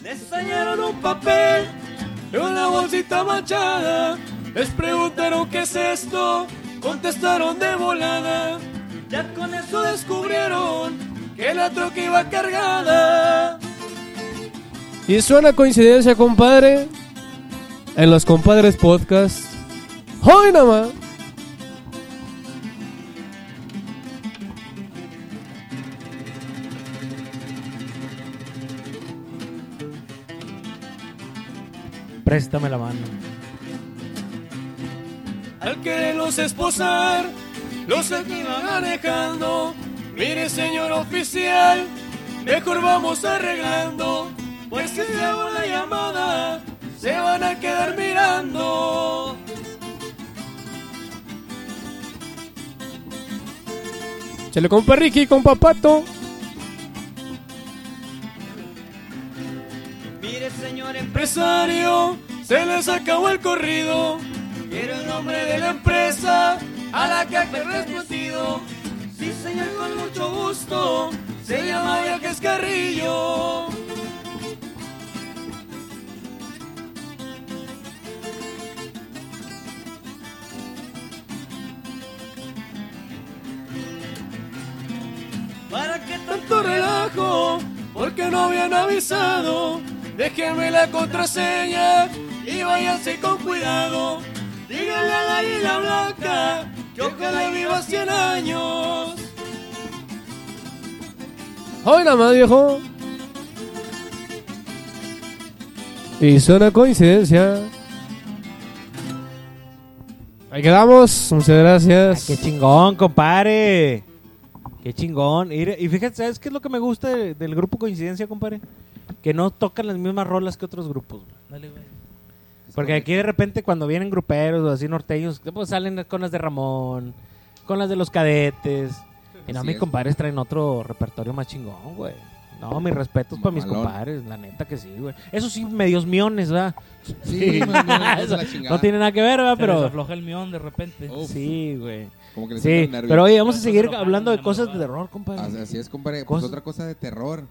Speaker 9: Les enseñaron un papel de una bolsita manchada. Les preguntaron qué es esto, contestaron de volada. Ya con eso descubrieron que la troca iba cargada. Y suena coincidencia, compadre. En los compadres podcast. ¡Hoy nomás!
Speaker 1: Préstame la mano.
Speaker 9: Al quererlos esposar, los iban manejando. Mire, señor oficial, mejor vamos arreglando. Pues si le hago la llamada, se van a quedar mirando. Chale, compa Ricky, compa Pato.
Speaker 6: Mire, señor
Speaker 9: Empresario, se les acabó el corrido. Quiero el nombre de la empresa a la que ha correspondido. Sí, señor, con mucho gusto. Se llama Viajes Carrillo. ¿Para qué tanto relajo? Porque no habían avisado. Déjenme la contraseña y váyanse con cuidado. Díganle a la isla blanca que ojalá viva 100 años. Hoy nada más, viejo. Y suena coincidencia. Ahí quedamos. Muchas gracias.
Speaker 1: Qué chingón, compadre. Qué chingón. Y y fíjate, ¿sabes qué es lo que me gusta de- del grupo Coincidencia, compadre? Que no tocan las mismas rolas que otros grupos, güey.
Speaker 2: Dale, güey.
Speaker 1: Porque aquí de repente cuando vienen gruperos o así norteños, pues salen con las de Ramón, con las de los cadetes. Y no,
Speaker 8: Así
Speaker 1: mis
Speaker 8: es.
Speaker 1: compadres traen otro repertorio más chingón, güey. No, mis respetos para mis
Speaker 8: Mamalón.
Speaker 1: compadres, la neta que sí, güey. Eso sí, medios miones, ¿verdad?
Speaker 8: Sí, man, no, no,
Speaker 1: Eso
Speaker 8: la chingada.
Speaker 1: no tiene nada que ver, ¿verdad?
Speaker 2: Se les
Speaker 1: Pero...
Speaker 2: afloja el mión de repente.
Speaker 8: Uf,
Speaker 1: Sí, güey.
Speaker 8: Como que les entra
Speaker 1: Sí,
Speaker 8: el nervio.
Speaker 1: pero oye, vamos a
Speaker 2: Eso
Speaker 1: seguir
Speaker 2: se lo
Speaker 1: hablando de
Speaker 2: pagan,
Speaker 1: cosas
Speaker 2: se
Speaker 1: de
Speaker 2: lo
Speaker 1: terror, compadre.
Speaker 8: Así así es, compadre.
Speaker 1: Cosas-
Speaker 8: Pues otra cosa de terror.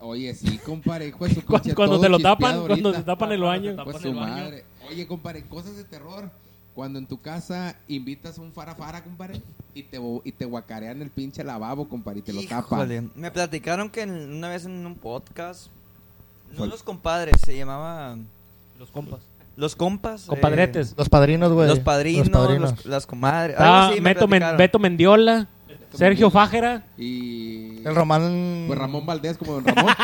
Speaker 8: Oye, sí, compadre, hijo de su
Speaker 1: Cu-
Speaker 8: pinche,
Speaker 1: Cuando
Speaker 8: todo
Speaker 1: te lo
Speaker 8: chispeado
Speaker 1: tapan, cuando te
Speaker 8: ahorita.
Speaker 1: tapan el
Speaker 2: Cuando te
Speaker 1: baño.
Speaker 2: tapan
Speaker 8: Hijo de
Speaker 2: el
Speaker 8: su
Speaker 2: baño.
Speaker 8: madre. Oye, Oye, compadre, cosas de terror. Cuando en tu casa invitas a un farafara, compadre, y te, bo- y te guacarean el pinche lavabo, compadre, y te lo tapan.
Speaker 6: Híjole, me platicaron que en- una vez en un podcast, no
Speaker 8: ¿Cuál?
Speaker 6: los compadres, se llamaba
Speaker 1: Los compas.
Speaker 6: Los Compas. eh,
Speaker 1: Compadretes.
Speaker 7: Los padrinos, güey.
Speaker 6: los padrinos,
Speaker 7: Los padrinos.
Speaker 6: los- las comadres. algo
Speaker 1: Estaba
Speaker 6: así me
Speaker 1: Beto, Ah, Men-
Speaker 6: platicaron.
Speaker 1: Beto Mendiola, Sergio Fájera.
Speaker 8: Y.
Speaker 7: El Román.
Speaker 1: Mm.
Speaker 8: Pues Ramón Valdés, como don Ramón.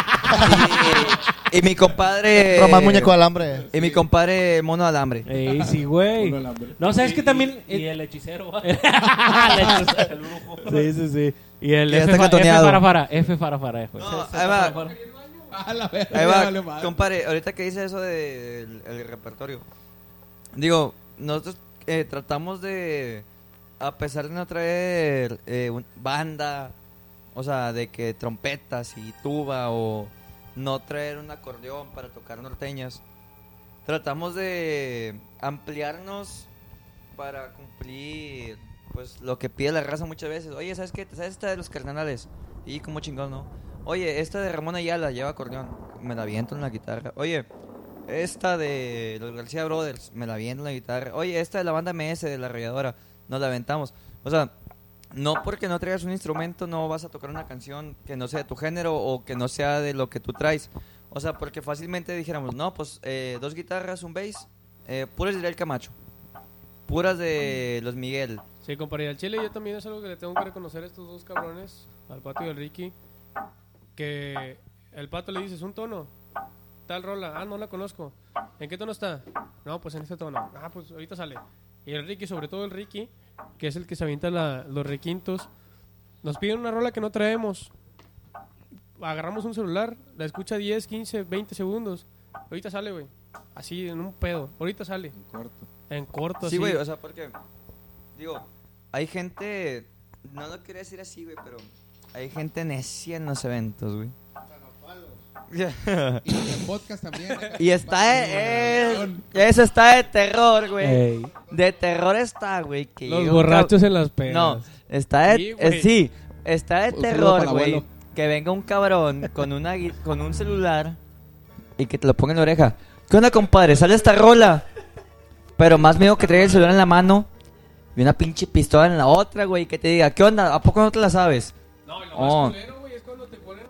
Speaker 6: Y, y mi compadre.
Speaker 7: Román Muñeco de Alambre.
Speaker 6: Y mi compadre Mono Alambre.
Speaker 1: Ey, sí, güey.
Speaker 8: Uno al hambre.
Speaker 1: No, sabes que también.
Speaker 3: Y el hechicero, va. el brujo.
Speaker 1: Sí, sí, sí. Y el
Speaker 6: Ya
Speaker 1: F,
Speaker 6: está
Speaker 1: Fa- F
Speaker 6: catoneado.
Speaker 1: Farafara. F Farafara. güey.
Speaker 6: No, ahí va,
Speaker 8: A la verga,
Speaker 6: ahí
Speaker 8: ya
Speaker 6: va.
Speaker 8: valió madre.
Speaker 6: Compadre, ahorita que dice eso del el repertorio. Digo, nosotros eh, tratamos de. A pesar de no traer eh, un- banda, o sea, de que trompetas y tuba o no traer un acordeón para tocar norteñas, tratamos de ampliarnos para cumplir pues lo que pide la raza muchas veces. Oye, ¿sabes qué? ¿Sabes esta de los cardenales? Y como chingón, ¿no? Oye, esta de Ramón Ayala lleva acordeón. Me la aviento en la guitarra. Oye, esta de los García Brothers. Me la aviento en la guitarra. Oye, esta de la banda MS de la arrolladora. Nos la aventamos. O sea, no porque no traigas un instrumento no vas a tocar una canción que no sea de tu género o que no sea de lo que tú traes. O sea, porque fácilmente dijéramos, no, pues eh, dos guitarras, un bass, eh, puras de Israel Camacho, puras de Los Miguel.
Speaker 5: Sí, compadre, y Eh, al Chile yo también es algo que le tengo que reconocer a estos dos cabrones, al Pato y al Ricky, que el Pato le dices un tono, tal rola, ah, no la conozco, ¿en qué tono está? No, pues en este tono, ah, pues ahorita sale. Y el Ricky, sobre todo el Ricky, que es el que se avienta la- los requintos, nos piden una rola que no traemos, agarramos un celular, la escucha 10, 15, 20 segundos, ahorita sale, güey, así, en un pedo, ahorita sale,
Speaker 8: Corto.
Speaker 5: en corto,
Speaker 6: Sí,
Speaker 5: así.
Speaker 6: güey, o sea, pues, porque, digo, hay gente, no lo quería decir así, güey, pero hay gente necia en los eventos, güey.
Speaker 8: Y en podcast también.
Speaker 6: y está, eh, eh, eso está de terror, güey.
Speaker 1: Ey.
Speaker 6: De terror está, güey. que
Speaker 4: Los
Speaker 6: llega un
Speaker 4: borrachos en las pedas.
Speaker 6: No, está de,
Speaker 5: Sí,
Speaker 6: eh,
Speaker 5: güey.
Speaker 6: sí, está de
Speaker 8: Un saludo
Speaker 6: terror,
Speaker 8: para el
Speaker 6: güey.
Speaker 8: abuelo.
Speaker 6: Que venga un cabrón con, una, gui- con un celular y que te lo ponga en la oreja. ¿Qué onda, compadre? Sale esta rola. Pero más miedo que traiga el celular en la mano y una pinche pistola en la otra, güey. Que te diga, ¿qué onda? ¿A poco no te la sabes?
Speaker 5: No, y lo
Speaker 6: Oh.
Speaker 5: más culero, güey, es cuando te ponen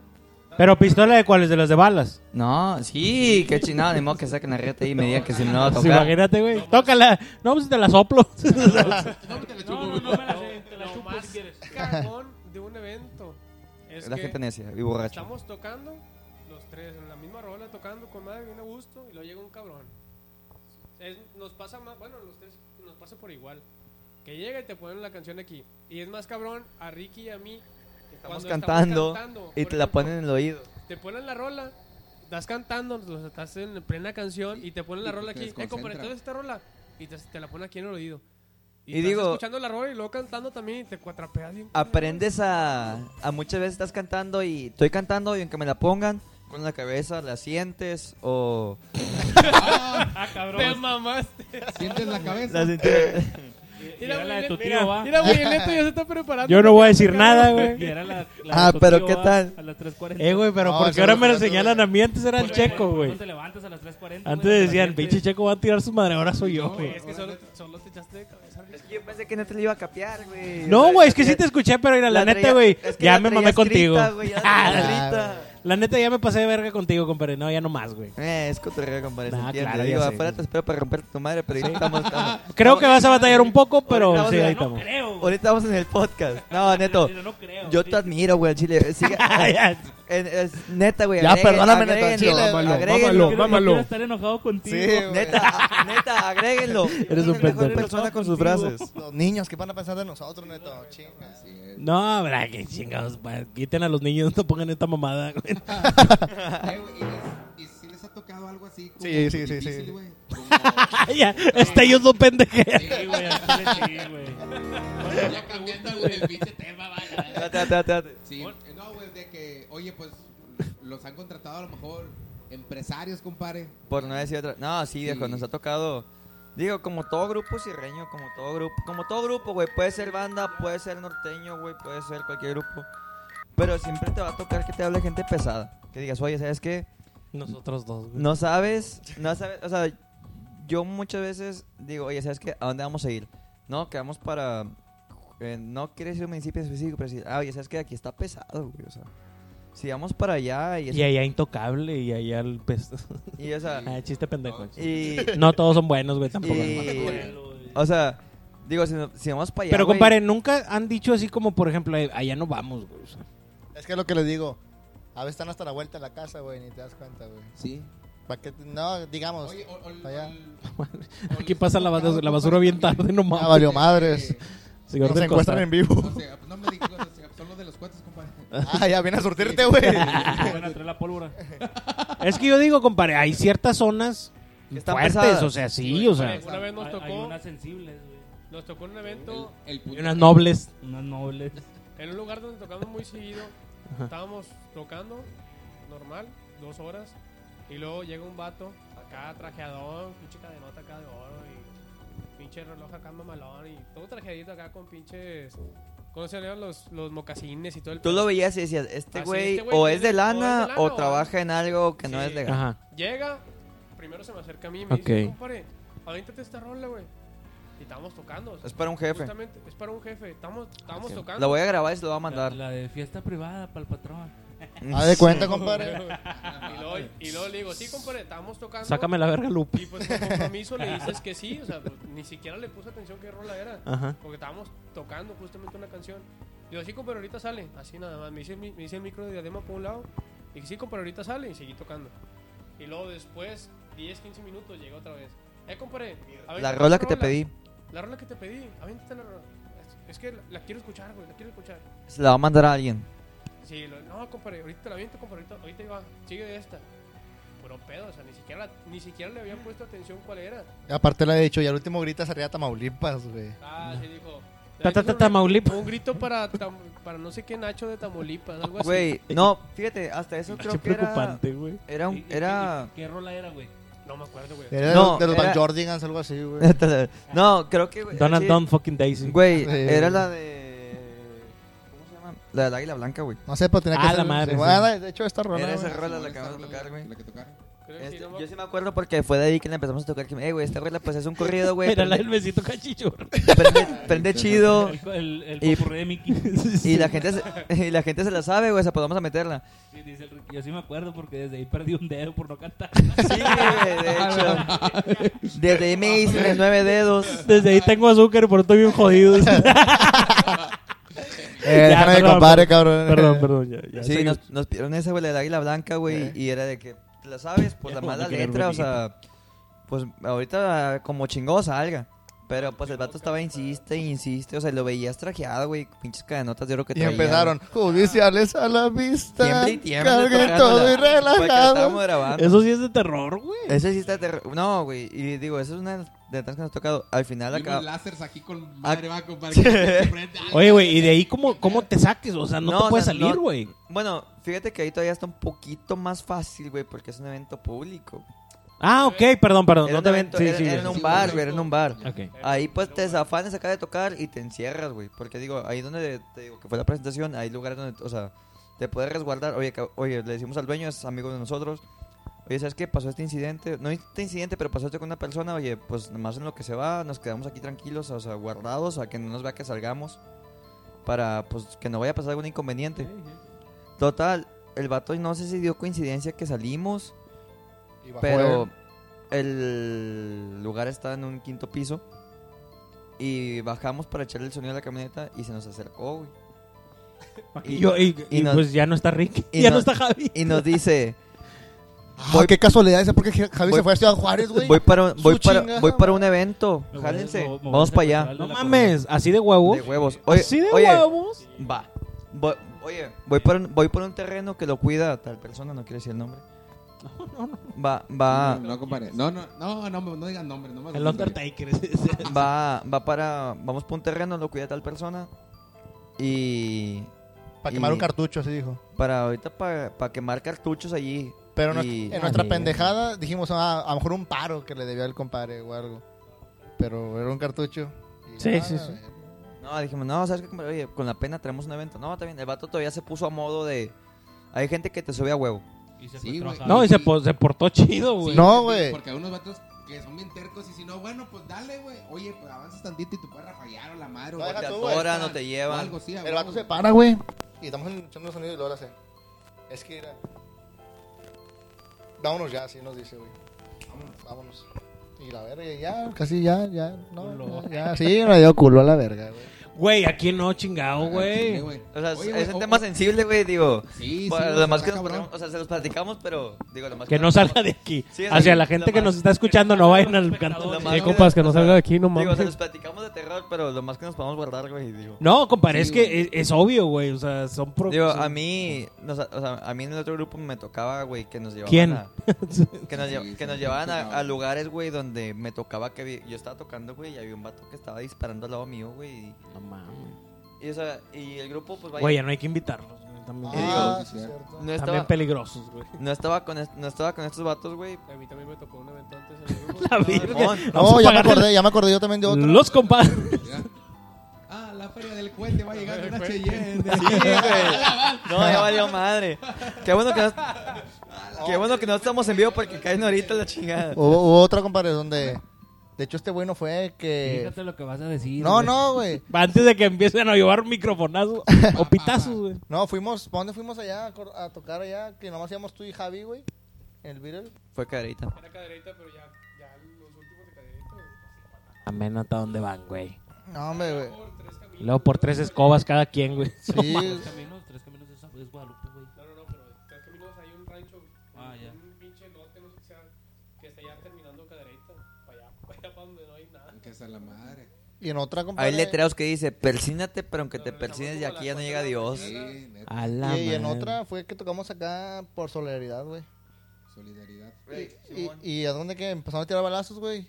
Speaker 1: Pero pistola de cuáles? De las de balas.
Speaker 6: No, sí, qué chingado. Ni modo que saquen la reta y me digan que si no la va a
Speaker 1: Pues
Speaker 6: tocar.
Speaker 1: imagínate, güey. Tócala. No, pues te la soplo.
Speaker 5: No, no, no, me la sé, te la chupo si quieres. cagón de un evento es
Speaker 6: la
Speaker 5: que
Speaker 6: gente necia y borracha.
Speaker 5: estamos tocando los tres en la misma rola, tocando con madre, bien a gusto, y luego llega un cabrón. Es- nos pasa más, bueno, los tres nos pasa por igual. Que llega y te ponen la canción aquí. Y es más cabrón a Ricky y a mí. que
Speaker 6: Estamos
Speaker 5: cuando
Speaker 6: cantando y
Speaker 5: por
Speaker 6: te la
Speaker 5: ejemplo,
Speaker 6: ponen en el oído.
Speaker 5: Te ponen la rola, estás cantando, los- estás en plena canción y te ponen la
Speaker 8: Y
Speaker 5: rola
Speaker 8: te
Speaker 5: aquí. Eh,
Speaker 8: desconcentra.
Speaker 5: compadre, entonces esta rola. Y te, te la ponen aquí en el oído.
Speaker 6: Y
Speaker 5: estás
Speaker 6: digo-
Speaker 5: escuchando la rola y luego cantando también y te cuatrapeas bien.
Speaker 6: aprendes a, a muchas veces estás cantando y estoy cantando y aunque me la pongan con la cabeza la sientes o
Speaker 5: Te mamaste.
Speaker 8: Sientes la cabeza.
Speaker 6: la sientes
Speaker 3: Y era la de tu
Speaker 5: mira,
Speaker 3: tío, va.
Speaker 5: Mira, güey, el neto ya se está preparando.
Speaker 1: Yo no voy a decir nada,
Speaker 3: Y
Speaker 1: güey.
Speaker 3: era la, la
Speaker 6: Ah,
Speaker 3: de tu
Speaker 6: pero
Speaker 3: tío,
Speaker 6: ¿qué
Speaker 3: va,
Speaker 6: tal?
Speaker 3: A las 3.40.
Speaker 1: Eh, güey, pero
Speaker 7: No,
Speaker 1: porque
Speaker 7: eso
Speaker 1: ahora
Speaker 7: no
Speaker 1: me lo
Speaker 7: tanto,
Speaker 1: señalan a mí? Antes era el
Speaker 3: Porque
Speaker 1: checo,
Speaker 3: cuando
Speaker 1: güey.
Speaker 3: te levantas a las 3.40.
Speaker 1: Antes
Speaker 3: güey,
Speaker 1: decían,
Speaker 3: la
Speaker 1: pinche checo va a tirar su madre, ahora soy yo,
Speaker 5: Güey,
Speaker 1: güey.
Speaker 5: es que solo, solo te echaste de cabeza.
Speaker 6: es que yo pensé que no te la iba a capear güey
Speaker 1: No, güey, es que sí te escuché, pero mira, la, neta,
Speaker 6: traía-
Speaker 1: güey,
Speaker 6: es que
Speaker 1: ya
Speaker 6: la
Speaker 1: me
Speaker 6: traía
Speaker 1: mamé contigo. Ah,
Speaker 6: escrita, güey, ya la traía escrita.
Speaker 1: La neta, ya me pasé de verga contigo, compadre. No, ya no más, güey.
Speaker 6: Eh, es cotorreo, compadre. se
Speaker 1: Nah,
Speaker 6: entiende.
Speaker 1: claro, ya
Speaker 6: Digo,
Speaker 1: sé.
Speaker 6: afuera te espero para romper tu madre, pero ahorita estamos, estamos-
Speaker 1: Creo que vas a batallar un poco,
Speaker 6: Ahorita
Speaker 1: pero
Speaker 6: vamos
Speaker 1: sí,
Speaker 6: a-
Speaker 1: ahí
Speaker 6: no
Speaker 1: estamos.
Speaker 3: Creo. güey.
Speaker 6: Ahorita vamos en el podcast. No, neto.
Speaker 3: Yo no creo.
Speaker 6: Yo te admiro, güey, al chile. Sigue-
Speaker 1: Ah, Ya,
Speaker 6: en- es- neta, güey.
Speaker 7: Ya, perdóname, neto, al
Speaker 6: agréguenlo,
Speaker 7: chile. Mámalo,
Speaker 6: agréguenlo.
Speaker 3: Quiero-
Speaker 4: mámalo.
Speaker 3: quiero estar enojado contigo.
Speaker 6: Neta, neta, agréguenlo.
Speaker 1: Eres un
Speaker 6: mejor
Speaker 1: pendejo.
Speaker 6: persona con sus frases.
Speaker 7: Los niños, ¿qué van a pensar de nosotros, neto? Chinga.
Speaker 1: No, verdad, que chingados. pa, Quiten a los niños, no pongan esta mamada, güey.
Speaker 8: Eh, güey, y les- y si les ha tocado algo así. como
Speaker 7: Sí, sí, sí,
Speaker 8: difícil,
Speaker 7: sí.
Speaker 8: güey.
Speaker 1: Ya, hasta ellos no pendejean.
Speaker 3: Sí, güey, al chile sí, güey.
Speaker 8: Ya cambiando, güey, el pinche tema, vaya.
Speaker 6: Espérate, espérate, espérate.
Speaker 8: Sí, eh, no, güey, de que, oye, pues los han contratado a lo mejor empresarios, compadre.
Speaker 6: Por no decir otra. No, sí, viejo,
Speaker 8: Sí.
Speaker 6: nos ha tocado. Digo, como todo grupo sirreño, como todo grupo. Como todo grupo, güey. Puede ser banda, puede ser norteño, güey. Puede ser cualquier grupo. Pero siempre te va a tocar que te hable gente pesada. Que digas, oye, ¿sabes qué?
Speaker 1: Nosotros dos, güey.
Speaker 6: No sabes, no sabes. O sea, yo muchas veces digo, oye, ¿sabes qué? ¿A dónde vamos a ir? No, que vamos para... eh, no quiere decir un municipio específico, pero sí, ah, oye, ¿sabes qué? Aquí está pesado, güey, o sea. Si vamos para allá y... es-
Speaker 1: Y allá intocable y allá el pez.
Speaker 6: y, o sea,
Speaker 1: Ah, chiste pendejo.
Speaker 6: y-
Speaker 1: No todos son buenos, güey, tampoco.
Speaker 6: y- o sea, Eh, digo, si, no- si vamos para allá,
Speaker 1: Pero
Speaker 6: güey,
Speaker 1: compadre, nunca han dicho así como, por ejemplo, "Ay, allá no vamos, güey. o sea,
Speaker 7: Es que es lo que les digo. A veces están hasta la vuelta de la casa, güey, ni te das cuenta, güey.
Speaker 3: Sí.
Speaker 7: Pa' que- No, digamos.
Speaker 3: Oye, o- o-
Speaker 7: pa' allá.
Speaker 1: Aquí pasa la basura, la basura bien tarde, no
Speaker 7: Ah,
Speaker 1: mames.
Speaker 7: valió madres.
Speaker 1: Señor
Speaker 7: Nos
Speaker 1: del
Speaker 7: encuentran
Speaker 1: Costa.
Speaker 7: en vivo.
Speaker 3: No sé, no me digas, o sea, son los de los cuates, compadre.
Speaker 7: Ah, ya viene a surtirte, güey.
Speaker 2: Van a traer la pólvora.
Speaker 1: Es que yo digo, compadre, hay ciertas zonas
Speaker 6: Que están
Speaker 1: fuertes,
Speaker 6: pesadas.
Speaker 1: o sea, sí, o sea,
Speaker 5: Oye, Una vez nos
Speaker 2: Hay- Hay
Speaker 5: tocó,
Speaker 2: unas sensibles, güey.
Speaker 5: nos tocó en un evento,
Speaker 3: El
Speaker 1: hay
Speaker 3: punto.
Speaker 1: unas nobles.
Speaker 2: Unas nobles.
Speaker 5: en un lugar donde tocamos muy seguido. Estábamos tocando, normal, dos horas. Y luego llega un vato, acá trajeadón, pinche cadenota acá de oro y pinche reloj acá mamalón. Y todo trajeadito acá con pinches. ¿Cómo se llaman los, los mocasines y todo el
Speaker 6: Tú
Speaker 5: pedo?
Speaker 6: lo veías y decías, este
Speaker 5: Así,
Speaker 6: güey
Speaker 5: este güey
Speaker 6: o
Speaker 5: tiene-
Speaker 6: es de lana o,
Speaker 5: o es de lana, o-
Speaker 6: trabaja en algo que no
Speaker 5: Sí.
Speaker 6: es legal.
Speaker 1: Ajá.
Speaker 5: Llega, primero se me acerca a mí y me
Speaker 1: Ok.
Speaker 5: dice, compadre, avéntate esta rola, güey. Y estábamos tocando. o sea,
Speaker 6: Es para un jefe.
Speaker 5: Justamente, es para un jefe. Estamos, estamos tocando.
Speaker 6: La voy a grabar y se lo voy a
Speaker 2: La,
Speaker 6: mandar.
Speaker 2: la de fiesta privada para el patrón.
Speaker 7: Ah, de cuenta, compadre.
Speaker 5: y, luego, y luego le digo, sí, compadre, estábamos tocando.
Speaker 1: Sácame la verga, Lupe.
Speaker 5: Y pues por compromiso le dices que sí. O sea, pues, ni siquiera le puse atención qué rola era.
Speaker 1: Ajá.
Speaker 5: Porque estábamos tocando justamente una canción. Le digo, sí, compadre, ahorita sale. Así nada más. Me hice, el mi- me hice el micro de diadema por un lado. Y dije, sí, compadre, ahorita sale. Y seguí tocando. Y luego después, 10, 15 minutos, llegó otra vez. Eh, compadre. avéntate
Speaker 6: La
Speaker 5: esta
Speaker 6: rola que te pedí,
Speaker 5: La rola que te pedí. Avéntate la rola. Es- Es que la, la quiero escuchar, güey. La quiero escuchar.
Speaker 6: se la va a mandar a alguien.
Speaker 5: Sí, lo- no, compadre, ahorita te la viento, compadre, ahorita, ahorita iba, sigue esta. Puro pedo, o sea, ni siquiera, la- ni siquiera le
Speaker 6: Mm.
Speaker 5: habían puesto atención cuál era.
Speaker 7: Aparte le he dicho, y al último gritas arriba Tamaulipas, güey.
Speaker 5: Ah, sí, dijo.
Speaker 1: Ta, ta, ta, Tamaulipas.
Speaker 5: Un grito para, tam- para no sé qué Nacho de Tamaulipas, algo así.
Speaker 6: Güey, no, fíjate, hasta eso creo
Speaker 1: Qué
Speaker 6: que era...
Speaker 1: preocupante, güey.
Speaker 6: Era
Speaker 2: ¿Y-
Speaker 6: un...
Speaker 2: y-
Speaker 6: Era...
Speaker 2: y- ¿Qué rola era, güey?
Speaker 5: No me acuerdo, güey.
Speaker 7: Era de
Speaker 6: No,
Speaker 7: los- de los
Speaker 6: era-
Speaker 7: Van Jordigans, algo así, güey.
Speaker 6: no, creo que... güey,
Speaker 1: Donald
Speaker 6: sí,
Speaker 1: Don fucking Daisy.
Speaker 6: Güey,
Speaker 7: Sí.
Speaker 6: era la de... ¿Cómo se llama? La del Águila Blanca, güey.
Speaker 7: No sé, pero tenía que
Speaker 1: Ah, la
Speaker 7: ser-
Speaker 1: madre,
Speaker 7: sí,
Speaker 1: sí.
Speaker 7: bueno, de hecho, esta rola,
Speaker 6: Era esa
Speaker 7: güey.
Speaker 6: rola la
Speaker 3: Esta
Speaker 6: que acabamos de
Speaker 3: rola,
Speaker 6: tocar, güey.
Speaker 3: La que tocaron.
Speaker 5: Creo que
Speaker 6: Este,
Speaker 5: sí, no me-
Speaker 6: yo sí me acuerdo porque fue de ahí que le empezamos a tocar. Que, eh, güey, esta rola pues es un corrido, güey.
Speaker 1: Era la
Speaker 6: Prende,
Speaker 1: del besito cachichor.
Speaker 6: prende- prende chido.
Speaker 2: El, el, el
Speaker 6: Y-
Speaker 2: popurrí de Mickey.
Speaker 6: Y la gente se, y la gente se la sabe, güey. O sea, pues vamos a meterla.
Speaker 2: Sí, dice el Ricky. Yo sí me acuerdo porque desde ahí perdí un dedo por no cantar.
Speaker 6: Sí, güey, de hecho. Desde ahí me hice nueve dedos.
Speaker 1: Desde ahí tengo azúcar, pero estoy bien jodido.
Speaker 7: Eh,
Speaker 1: Ya,
Speaker 7: déjame de
Speaker 1: perdón,
Speaker 7: compadre, cabrón.
Speaker 1: perdón, perdón. Ya, ya.
Speaker 6: Sí, nos, nos pidieron esa, güey, la del Águila Blanca, güey. Y era de que, ¿te la sabes? Pues la
Speaker 1: Ya,
Speaker 6: mala
Speaker 1: no quiero
Speaker 6: letra, o
Speaker 1: dormir.
Speaker 6: sea. Pues ahorita como chingado salga. Pero pues el vato estaba insiste, insiste. O sea, lo veías trajeado, güey. Pinches cadenotas de oro que
Speaker 7: Y
Speaker 6: traía.
Speaker 7: empezaron, judiciales a la vista.
Speaker 6: Tiemble y tiemble
Speaker 7: Carguen
Speaker 6: tocándola.
Speaker 7: todo y
Speaker 6: Porque la estábamos
Speaker 7: relajado.
Speaker 6: grabando.
Speaker 1: Eso sí es de terror, güey.
Speaker 6: Ese sí está terror. No, güey. Y digo, esa es una de las tantas que nos ha tocado. Al final
Speaker 3: Y unos
Speaker 6: acá.
Speaker 3: láseres aquí con madre va, compadre. Frente. Ay,
Speaker 1: Oye, güey, ¿y de ahí cómo, cómo te saques? O sea, no,
Speaker 6: No,
Speaker 1: te
Speaker 6: o
Speaker 1: puedes
Speaker 6: sea,
Speaker 1: salir,
Speaker 6: no-
Speaker 1: güey.
Speaker 6: Bueno, fíjate que ahí todavía está un poquito más fácil, güey, porque es un evento público.
Speaker 1: Ah, ok, perdón, perdón.
Speaker 6: Era
Speaker 1: No
Speaker 6: un
Speaker 1: te ven.
Speaker 6: evento-
Speaker 1: Sí,
Speaker 6: era-
Speaker 1: sí.
Speaker 6: era en
Speaker 1: ya.
Speaker 6: un bar, güey, era en un bar.
Speaker 1: Ok.
Speaker 6: Ahí pues te zafanes acá de tocar y te encierras, güey. Porque digo, ahí donde te digo que fue la presentación, hay lugares donde, o sea, te puedes resguardar. Oye, ca- oye, le decimos al dueño, es amigo de nosotros. Oye, ¿sabes qué? Pasó este incidente. No este incidente, pero pasó esto con una persona. Oye, pues nomás en lo que se va, nos quedamos aquí tranquilos, o sea, guardados, a que no nos vea que salgamos. Para, pues, que no vaya a pasar algún inconveniente. Total, el vato no sé si dio coincidencia que salimos. Pero el lugar está en un quinto piso. Y bajamos para echarle el sonido a la camioneta y se nos acercó, güey.
Speaker 1: Y, yo, y,
Speaker 6: y
Speaker 1: y
Speaker 6: nos-
Speaker 1: pues ya no está Ricky.
Speaker 6: y
Speaker 1: ya no,
Speaker 6: nos-
Speaker 1: está Javi.
Speaker 6: Y nos dice,
Speaker 7: Ah, qué casualidad esa, porque Javi
Speaker 6: Voy-
Speaker 7: se fue a Ciudad Juárez, güey.
Speaker 6: voy para,
Speaker 7: Su
Speaker 6: voy para,
Speaker 7: chingada
Speaker 6: voy para un evento,
Speaker 2: Me voy a-
Speaker 6: jálense,
Speaker 2: me voy a
Speaker 6: vamos para allá.
Speaker 2: desesperar de
Speaker 1: No
Speaker 2: la
Speaker 1: mames, así de huevo.
Speaker 6: De huevos. Oye,
Speaker 1: así de
Speaker 6: oye,
Speaker 1: huevos.
Speaker 6: va. Voy, oye, voy por, un, voy por un terreno que lo cuida tal persona, no quiero decir el nombre. Va, va,
Speaker 3: No, no, compadre. No, no, no, no, no digan nombre. No me
Speaker 1: El Undertaker.
Speaker 6: va, va para, vamos por un terreno, lo cuida tal persona. Y
Speaker 7: Para quemar un
Speaker 6: y-
Speaker 7: cartucho, así dijo.
Speaker 6: Para ahorita, para quemar cartuchos allí.
Speaker 7: Pero nos-
Speaker 6: Y-
Speaker 7: en nuestra
Speaker 1: Ah,
Speaker 7: pendejada dijimos, ah, a lo mejor un paro que le debió al compadre o algo. Pero era un cartucho. Y,
Speaker 1: Sí,
Speaker 7: ah,
Speaker 1: sí, sí.
Speaker 6: No, dijimos, no, ¿sabes qué? compadre? Oye, con la pena tenemos un evento. No, también, el vato todavía se puso a modo de... Hay gente que te sube a huevo.
Speaker 2: corona. Y
Speaker 3: Sí,
Speaker 2: se fue
Speaker 3: güey.
Speaker 2: trabajando.
Speaker 1: No, y se, po- se portó chido, güey.
Speaker 7: No, güey.
Speaker 3: Porque a unos vatos
Speaker 8: que son bien tercos y si no, bueno, pues dale, güey. Oye, pues avanzas tantito y te puedes rafallar o la madre.
Speaker 7: No,
Speaker 8: o
Speaker 7: deja
Speaker 8: te
Speaker 7: tú,
Speaker 8: atoran,
Speaker 6: güey. no te llevan.
Speaker 8: o algo, sí, a
Speaker 7: El
Speaker 8: huevo,
Speaker 7: vato se
Speaker 8: güey.
Speaker 7: para, güey. Y estamos echando sonido y luego lo hace. Es que era. Vámonos ya, así nos dice, güey. Vámonos, vámonos. Y la verga, y ya, casi ya, ya. No, ya, ya. Sí, me dio culo a la verga, güey.
Speaker 1: Güey, aquí no, chingado,
Speaker 8: Sí,
Speaker 1: güey.
Speaker 8: güey.
Speaker 6: O sea,
Speaker 8: Oye,
Speaker 6: es
Speaker 8: güey,
Speaker 6: es
Speaker 8: o-
Speaker 6: un tema
Speaker 8: o-
Speaker 6: sensible, güey, digo.
Speaker 8: Sí, sí,
Speaker 6: Para
Speaker 8: güey,
Speaker 6: lo demás
Speaker 8: está
Speaker 6: que nos
Speaker 8: cabrón.
Speaker 6: platicamos, o sea, se los platicamos, pero digo, lo más
Speaker 1: Que no
Speaker 6: nos
Speaker 1: salga de aquí.
Speaker 6: Sí, es
Speaker 1: Hacia
Speaker 6: así,
Speaker 1: la gente
Speaker 6: lo
Speaker 1: que
Speaker 6: más-
Speaker 1: nos está escuchando, no vayan al cantón.
Speaker 6: Lo
Speaker 5: Eh,
Speaker 6: más-
Speaker 5: compas, que no
Speaker 6: o sea,
Speaker 5: salga de aquí, no
Speaker 6: Digo, se los
Speaker 5: mames.
Speaker 6: platicamos de terror, pero lo más que nos podemos guardar, güey, digo.
Speaker 1: No, compadre, es
Speaker 8: Sí,
Speaker 1: que
Speaker 8: güey.
Speaker 1: es, es obvio, güey. O sea, son pro-
Speaker 6: Digo,
Speaker 1: son-
Speaker 6: a mí, no, o sea, o sea, a mí en el otro grupo me tocaba, güey, que nos llevaban
Speaker 1: ¿Quién?
Speaker 6: a... Que nos, lle-
Speaker 8: Sí,
Speaker 6: que
Speaker 8: sí,
Speaker 6: nos
Speaker 8: sí,
Speaker 6: llevaban
Speaker 8: sí,
Speaker 6: a,
Speaker 8: claro.
Speaker 6: a lugares, güey, donde me tocaba que... vi- Yo estaba tocando, güey, y había un vato que estaba disparando al lado mío, güey. y-
Speaker 1: No mames.
Speaker 6: Y, o sea, y el grupo, pues, vaya...
Speaker 1: Güey, ya no hay que invitarlos. güey, También,
Speaker 7: Ah,
Speaker 8: digo,
Speaker 7: sí, es cierto.
Speaker 6: no,
Speaker 1: también
Speaker 6: estaba,
Speaker 1: peligrosos, güey.
Speaker 6: no, estaba con, est- no estaba con estos vatos, güey.
Speaker 9: A mí también me tocó un evento antes en el grupo.
Speaker 1: La
Speaker 9: No,
Speaker 1: verga.
Speaker 6: Simón.
Speaker 1: Vamos
Speaker 7: No,
Speaker 1: a
Speaker 7: ya me
Speaker 1: pagarle
Speaker 7: acordé, ya me acordé yo también de otro.
Speaker 1: Los compadres.
Speaker 8: Ah, la feria del cohete va a llegar
Speaker 9: feria
Speaker 8: una
Speaker 9: del
Speaker 8: Cheyenne.
Speaker 6: Sí, güey. No, ya valió madre. Qué bueno que no, qué bueno que no estamos en vivo porque caen ahorita la chingada.
Speaker 7: Hubo, hubo otra, compadre, donde. De hecho, este güey no fue que.
Speaker 2: Fíjate lo que vas a decir.
Speaker 7: No,
Speaker 2: güey.
Speaker 7: no, güey.
Speaker 1: Antes de que empiecen a llevar microfonazos o pitazos, güey.
Speaker 7: No, fuimos. ¿Para dónde fuimos allá a cor- a tocar allá? Que nomás íbamos tú y Javi, güey. En el Beatle.
Speaker 6: Fue carita.
Speaker 9: Era caderita, pero ya, ya los últimos de caderita. güey.
Speaker 1: Amén hasta dónde van, güey.
Speaker 7: No, hombre, güey.
Speaker 1: Y luego por tres escobas cada quien, güey.
Speaker 7: Sí,
Speaker 2: Tres caminos, tres caminos es, es Guadalupe, güey.
Speaker 9: No, no, no, pero tres caminos hay un rancho.
Speaker 2: Ah,
Speaker 9: un,
Speaker 2: ya.
Speaker 9: un pinche lote, no sé qué sea. Que está ya terminando caderita. Para allá, para allá, para donde no hay nada.
Speaker 8: Que esa es la madre.
Speaker 7: Y en otra, compadre.
Speaker 6: Hay letreros que dice, persínate, pero aunque te
Speaker 9: Nos regresamos
Speaker 6: persines de
Speaker 9: como a
Speaker 6: aquí ya
Speaker 9: las
Speaker 6: no
Speaker 9: cuatro
Speaker 6: llega
Speaker 9: de la
Speaker 6: Dios.
Speaker 9: mañana.
Speaker 8: Sí, neta,
Speaker 1: A la
Speaker 7: Y, y en
Speaker 1: madre.
Speaker 7: otra fue que tocamos acá por solidaridad, güey.
Speaker 8: solidaridad.
Speaker 7: Y, y a dónde que empezaron a tirar balazos, güey.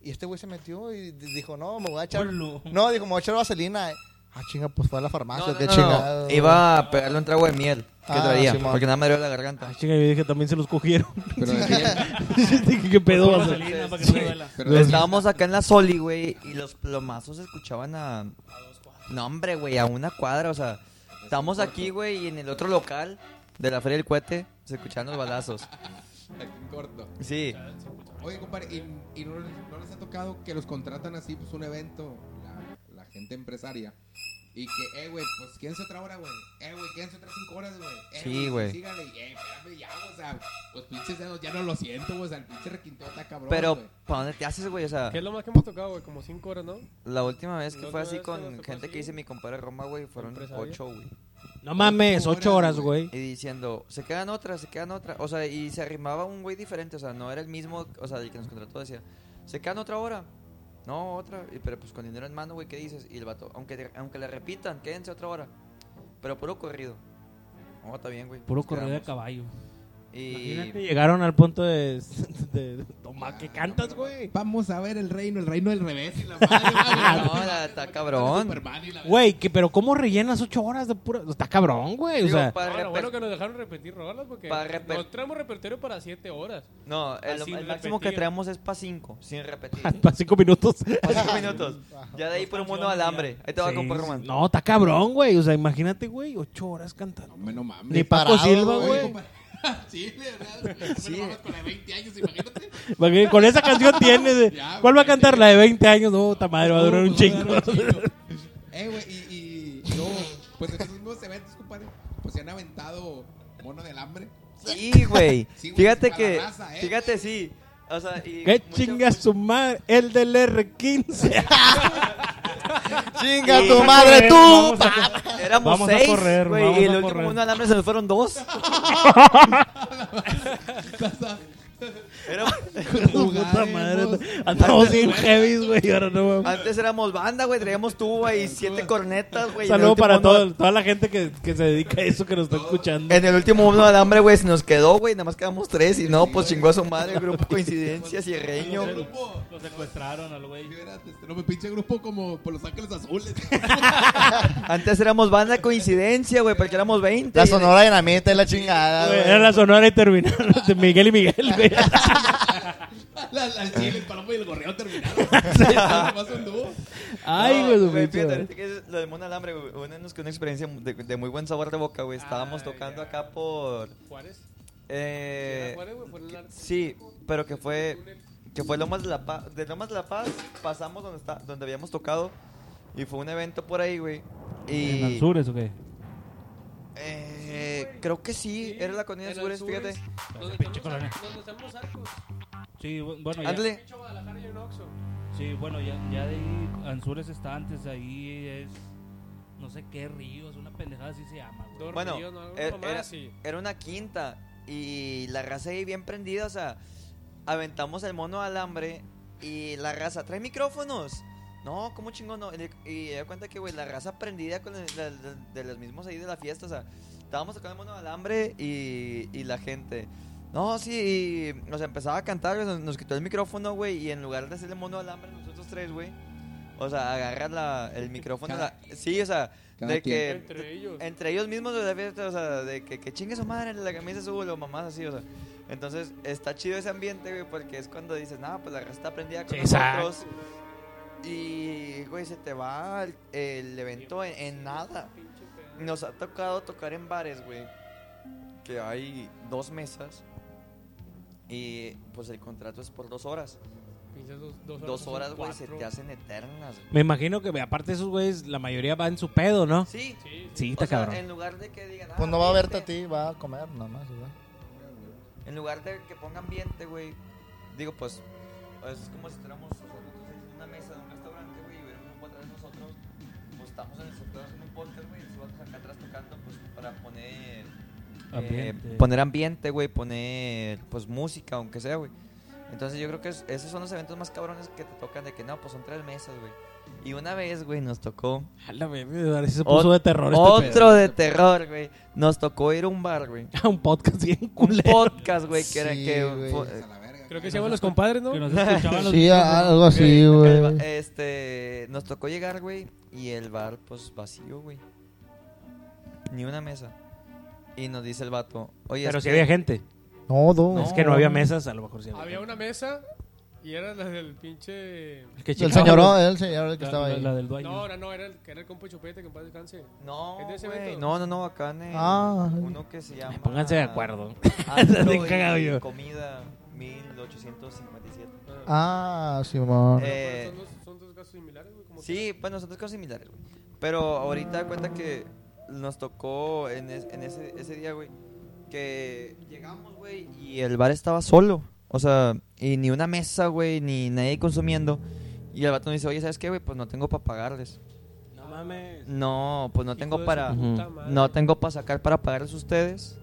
Speaker 7: Y este güey se metió y d- dijo, no, me voy a echar.
Speaker 2: Hola.
Speaker 7: No, dijo, me voy a echar vaselina. Ah, chinga, pues fue a la farmacia,
Speaker 6: No, no,
Speaker 7: qué
Speaker 6: no, no.
Speaker 7: chingado.
Speaker 6: Iba a pegarle un trago de miel que
Speaker 7: Ah,
Speaker 6: traía,
Speaker 7: Simón.
Speaker 6: porque nada me dio la garganta.
Speaker 1: Ay, chinga, yo dije, también se los cogieron.
Speaker 8: Pero de aquella-
Speaker 1: Dije, ¿Qué pedo va a ser?
Speaker 2: Vaselina, para que no duela.
Speaker 8: pero de aquella-
Speaker 6: Estábamos acá en la Soli, güey, y los plomazos se escuchaban a... No, hombre, güey, a una cuadra, o sea, estamos aquí, güey, y en el otro local de la Feria del Cohete se escuchaban los balazos.
Speaker 8: aquí en corto.
Speaker 6: Sí.
Speaker 8: Oye, compadre, ¿y, y no, les- no les ha tocado que los contratan así, pues un evento, la, la gente empresaria? Y que, eh, güey, pues quédense otra hora, güey. Eh, güey, quédense otras cinco horas, güey. Eh,
Speaker 6: Sí,
Speaker 8: pues,
Speaker 6: güey.
Speaker 8: Síganle, y, eh, espérame ya, o sea, pues pinches dedos, ya no lo siento, güey. O sea, el pinche requinteo está cabrón.
Speaker 6: Pero,
Speaker 8: güey.
Speaker 6: ¿para dónde te haces, güey? O sea,
Speaker 9: ¿Qué es lo más que hemos tocado, güey? Como cinco horas, ¿no?
Speaker 6: la última vez que
Speaker 9: La
Speaker 6: fue
Speaker 9: última
Speaker 6: así
Speaker 9: vez que nos
Speaker 6: con
Speaker 9: tocó
Speaker 6: gente
Speaker 9: así.
Speaker 6: que hice mi compadre Roma, güey, fueron
Speaker 9: Empresario.
Speaker 6: ocho, güey.
Speaker 1: No mames, ocho horas, güey.
Speaker 6: Y diciendo, se quedan otras, se quedan otras. O sea, y se arrimaba un güey diferente, o sea, no era el mismo, o sea, el que nos contrató decía, se quedan otra hora. No, otra. Y, pero pues con dinero en mano, güey, ¿qué dices? Y el vato, aunque, te- aunque le repitan, quédense otra hora. Pero puro corrido. No, está bien, güey.
Speaker 2: Puro
Speaker 6: nos
Speaker 2: correr de
Speaker 6: quedamos.
Speaker 2: caballo.
Speaker 1: Imagínate,
Speaker 6: Y...
Speaker 1: llegaron al punto de. de, de- toma, ¿qué cantas, güey?
Speaker 8: Vamos a ver el reino, el reino del revés y la madre, güey.
Speaker 6: Ah, No, la- está cabrón.
Speaker 8: Superman y la-
Speaker 1: Güey, que- pero ¿cómo rellenas ocho horas de pura.? Está cabrón, güey. O
Speaker 6: Digo,
Speaker 1: sea,
Speaker 6: para
Speaker 5: Ah,
Speaker 9: Ahora,
Speaker 6: reper-
Speaker 9: bueno que nos dejaron repetir rolas porque
Speaker 6: Para reper-
Speaker 9: no traemos repertorio para siete horas.
Speaker 6: No, el,
Speaker 9: Así
Speaker 6: el máximo que
Speaker 9: repetir.
Speaker 6: traemos es para cinco, sin repetir.
Speaker 1: para cinco minutos.
Speaker 6: Para cinco minutos. Ya de ahí por un mundo de alambre. Ahí te va,
Speaker 1: Sí,
Speaker 6: compa Román.
Speaker 1: No, está cabrón, güey. O sea, imagínate, güey, ocho horas cantando.
Speaker 8: No, me no mames.
Speaker 1: Ni Paco
Speaker 7: parado,
Speaker 1: Silva,
Speaker 7: güey.
Speaker 1: güey.
Speaker 8: Sí, de verdad. Sí. con la de 20 años, imagínate.
Speaker 1: Porque Con esa canción tienes. eh.
Speaker 8: Ya,
Speaker 1: ¿Cuál va a
Speaker 8: güey.
Speaker 1: cantar? La de 20 años. No, ta madre, va a durar
Speaker 8: No,
Speaker 1: un
Speaker 8: pues, va a
Speaker 1: chingo.
Speaker 8: durar un chingo. Eh, güey, y, y no, pues en esos mismos eventos, compadre, pues se han aventado mono del hambre.
Speaker 6: Sí, güey.
Speaker 8: Sí, güey,
Speaker 6: fíjate
Speaker 8: para la
Speaker 6: que,
Speaker 8: raza, eh,
Speaker 6: fíjate, sí. O sea, y
Speaker 1: ¿Qué
Speaker 6: mucha-
Speaker 1: chinga su madre? El del R15.
Speaker 7: Chinga tu madre, tú.
Speaker 6: Éramos
Speaker 2: Vamos a
Speaker 6: seis,
Speaker 2: correr,
Speaker 6: güey,
Speaker 2: vamos
Speaker 6: y el
Speaker 2: a
Speaker 6: último
Speaker 2: correr.
Speaker 6: mundo de alambre se nos fueron dos. Éramos-
Speaker 1: Puta madre. Andamos bien heavy, güey. Ahora no mames.
Speaker 6: antes éramos banda, güey, traíamos tuba y siete cornetas, güey. y en el
Speaker 1: Saludo
Speaker 6: último
Speaker 1: para
Speaker 6: mundo-
Speaker 1: todo- toda la gente que, que se dedica a eso que nos está escuchando.
Speaker 6: En el
Speaker 8: Este
Speaker 6: último mundo de alambre, güey, se nos quedó, güey, nada más quedamos tres y no, pues chingó a su madre el grupo Coincidencias y Reño.
Speaker 8: Grupo,
Speaker 2: Lo secuestraron al güey.
Speaker 8: libérate, este, no me pinche grupo como por los ángeles azules.
Speaker 6: Antes éramos banda Coincidencia, güey, porque éramos 20.
Speaker 7: La
Speaker 6: y-
Speaker 7: sonora dinamita es la chingada,
Speaker 1: Güey, Era
Speaker 7: güey.
Speaker 1: la sonora y terminaron de Miguel y Miguel, güey.
Speaker 8: la, la, el chile, el palomo y el gorrión terminaron. Nomás anduvo.
Speaker 1: Ay,
Speaker 6: No,
Speaker 1: güey, su
Speaker 6: güey,
Speaker 1: pinche
Speaker 6: fíjate,
Speaker 1: madre.
Speaker 6: ahorita que es lo de Mon Alambre, güey, una, nos quedó una experiencia de, de muy buen sabor de boca, güey. Estábamos
Speaker 9: Ah,
Speaker 6: tocando
Speaker 9: ya.
Speaker 6: acá por...
Speaker 9: Juárez.
Speaker 6: Eh,
Speaker 9: Juárez, güey, por el arte.
Speaker 6: sí, pero que fue... que fue Lomas de la Paz. De Lomas de la Paz pasamos donde, está, donde habíamos tocado y fue un evento por ahí, güey. Y,
Speaker 1: ¿En Anzures o qué?
Speaker 6: eh, creo que sí, era la colonia
Speaker 5: en
Speaker 6: Azures,
Speaker 5: Anzures,
Speaker 6: fíjate.
Speaker 5: Donde están
Speaker 2: Pinche
Speaker 5: los
Speaker 2: colonia.
Speaker 5: ar- donde están los arcos.
Speaker 2: Sí, bu- bueno, ya,
Speaker 6: Ándale.
Speaker 5: Pinche Guadalajara y un Oxxo.
Speaker 2: sí, bueno, ya, ya de ahí Anzures está antes, ahí es no sé qué ríos, una pendejada así se llama, güey.
Speaker 5: Dos
Speaker 6: Bueno,
Speaker 5: ríos, ¿no? Alguna
Speaker 6: er-
Speaker 5: mamada
Speaker 6: era-
Speaker 5: así.
Speaker 6: Era una quinta y la raza ahí bien prendida, o sea, aventamos el mono de alambre y la raza, trae micrófonos. No, ¿cómo chingón no? Y le- Y me da cuenta que, güey, la raza prendida con el- la- la- de los mismos ahí de la fiesta, o sea, estábamos tocando el mono de alambre y, y la gente. No, sí, y nos empezaba a cantar, güey, nos, nos quitó el micrófono, güey, y en lugar de hacerle mono de alambre nosotros tres, güey, o sea, agarrar la- el micrófono.
Speaker 3: Este, Cada-
Speaker 6: la- sí, o sea,
Speaker 3: cada
Speaker 6: de que...
Speaker 3: quien.
Speaker 5: Entre ellos.
Speaker 6: Entre ellos mismos, de la fiesta, o sea, de que, que chingue su madre, la camisa subo, los mamás así, o sea. Entonces, está chido ese ambiente, güey, porque es cuando dices, no, pues la raza está prendida con
Speaker 1: Sí, exacto.
Speaker 6: nosotros. Y, güey, se te va el, el evento en, en nada. Nos ha tocado tocar en bares, güey, que hay dos mesas. Y, pues, el contrato es por dos horas.
Speaker 5: Pinches dos, dos horas.
Speaker 6: Dos
Speaker 5: son
Speaker 6: horas, güey, se
Speaker 5: cuatro.
Speaker 6: te hacen eternas, güey.
Speaker 1: Me imagino que aparte esos güeyes, la mayoría va en su pedo, ¿no?
Speaker 6: Sí,
Speaker 5: Sí, sí.
Speaker 1: Sí,
Speaker 6: o
Speaker 1: está
Speaker 6: sea,
Speaker 1: cabrón.
Speaker 6: en lugar de que digan...
Speaker 7: Pues
Speaker 6: "Ah,
Speaker 7: no va a verte
Speaker 6: vente".
Speaker 7: a ti, va a comer nomás, ¿verdad?
Speaker 6: En lugar de que ponga ambiente, güey. Digo, pues, es como si estuviéramos o sea, nosotros en una mesa de un restaurante, güey, y hubiera un grupo atrás de nosotros. Pues estamos en el sector haciendo un podcast, güey, y se va acá atrás tocando, pues, para poner.
Speaker 2: Ambiente.
Speaker 6: eh, poner ambiente, güey, poner, pues, música, aunque sea, güey. Entonces, yo creo que es- esos son los eventos más cabrones que te tocan, de que no, pues son tres mesas, güey. Y una vez, güey, nos tocó.
Speaker 1: A la verga, ahora sí se puso de terror este
Speaker 6: Otro de terror, güey. Nos tocó ir a un bar, güey.
Speaker 1: pedo. Un podcast bien
Speaker 6: Un
Speaker 1: culero.
Speaker 6: podcast, güey, que era
Speaker 7: Sí,
Speaker 6: que.
Speaker 7: güey.
Speaker 6: fue-
Speaker 3: A la verga.
Speaker 5: Creo que se llaman los compadres, ¿no?
Speaker 2: Que nos escuchaban los
Speaker 7: Sí,
Speaker 2: niños,
Speaker 7: a-
Speaker 2: ¿no?
Speaker 7: algo así,
Speaker 6: Ahí va.
Speaker 7: güey.
Speaker 6: Este, nos tocó llegar, güey, y el bar, pues, vacío, güey. Ni una mesa. Y nos dice el vato, oye,
Speaker 1: Pero
Speaker 6: es
Speaker 1: si
Speaker 6: que-
Speaker 1: había gente.
Speaker 7: No, no.
Speaker 1: Es que no había mesas, a lo mejor sí había.
Speaker 5: Había una mesa y era la del pinche.
Speaker 7: El señor, el señor el que
Speaker 2: La-
Speaker 7: estaba
Speaker 2: la-
Speaker 7: ahí.
Speaker 2: la del dueño.
Speaker 5: No, no, no, era el, que era el compa Chupete, que en paz descanse.
Speaker 6: no,
Speaker 5: ¿Es de ese
Speaker 6: güey,
Speaker 5: evento?
Speaker 6: no, no, no, acá en el-
Speaker 7: Ah.
Speaker 6: uno que se llama...
Speaker 1: Pónganse de acuerdo.
Speaker 6: Antro
Speaker 1: Bien
Speaker 6: y
Speaker 1: cagado yo.
Speaker 6: Comida 1857.
Speaker 7: Ah, Simón.
Speaker 6: Eh,
Speaker 5: Son dos- son dos casos similares, güey. como
Speaker 6: Sí, pues nosotros cosas similares, güey. Pero ahorita da cuenta que nos tocó en, es- en ese, ese día, güey, que llegamos, güey, y el bar estaba solo. O sea, y ni una mesa, güey, ni nadie consumiendo. Y el vato nos dice, oye, ¿sabes qué, güey? Pues no tengo para pagarles.
Speaker 1: No mames.
Speaker 6: No, pues no
Speaker 5: Hijo de
Speaker 6: tengo
Speaker 5: su
Speaker 6: para...
Speaker 5: puta
Speaker 6: Ujú.
Speaker 5: madre.
Speaker 6: No tengo para sacar para pagarles a ustedes.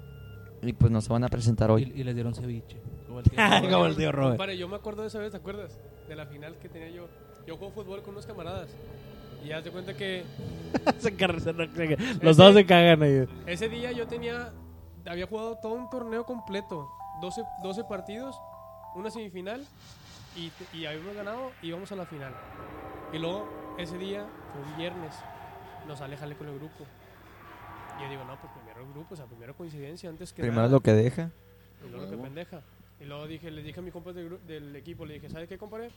Speaker 6: Y pues no se van a presentar hoy.
Speaker 2: Y, y les dieron ceviche. Como el
Speaker 5: que-
Speaker 1: Como el tío Robert.
Speaker 5: Compadre, yo me acuerdo de esa vez, ¿te acuerdas? De la final que tenía yo. Yo juego fútbol con unos camaradas. Y haz de cuenta que
Speaker 1: Se car- se no- se- Los dos se cagan ahí.
Speaker 5: Ese día yo tenía. Había jugado todo un torneo completo: 12, 12 partidos, una semifinal. Y, te- y habíamos ganado y íbamos a la final. Y luego, ese día, fue un viernes. Nos alejale con el grupo. Y yo digo, no, pues primero el grupo, o sea, primero coincidencia, antes que.
Speaker 6: Primero
Speaker 5: nada.
Speaker 6: lo que deja.
Speaker 5: Y luego que pendeja. Y luego dije, les dije a mis compas del, gru- del equipo, le dije, ¿sabes qué, compadre?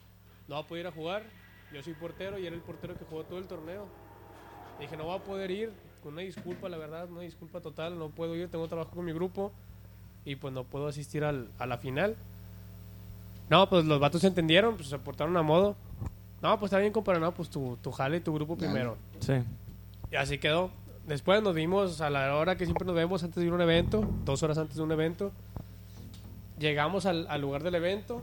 Speaker 5: No va a poder ir a jugar. Yo soy portero y era el portero que jugó todo el torneo. Le dije, no va a poder ir. Con una disculpa, la verdad, una disculpa total. No puedo ir, tengo trabajo con mi grupo. Y pues no puedo asistir al- a la final. No, pues los vatos se entendieron, pues se portaron a modo. No, pues está bien, compadre. No, pues tu, tu jale y tu grupo
Speaker 3: Dale.
Speaker 5: primero.
Speaker 1: Sí.
Speaker 5: Y así quedó. Después nos vimos a la hora que siempre nos vemos antes de ir a un evento, dos horas antes de un evento. Llegamos al, al lugar del evento.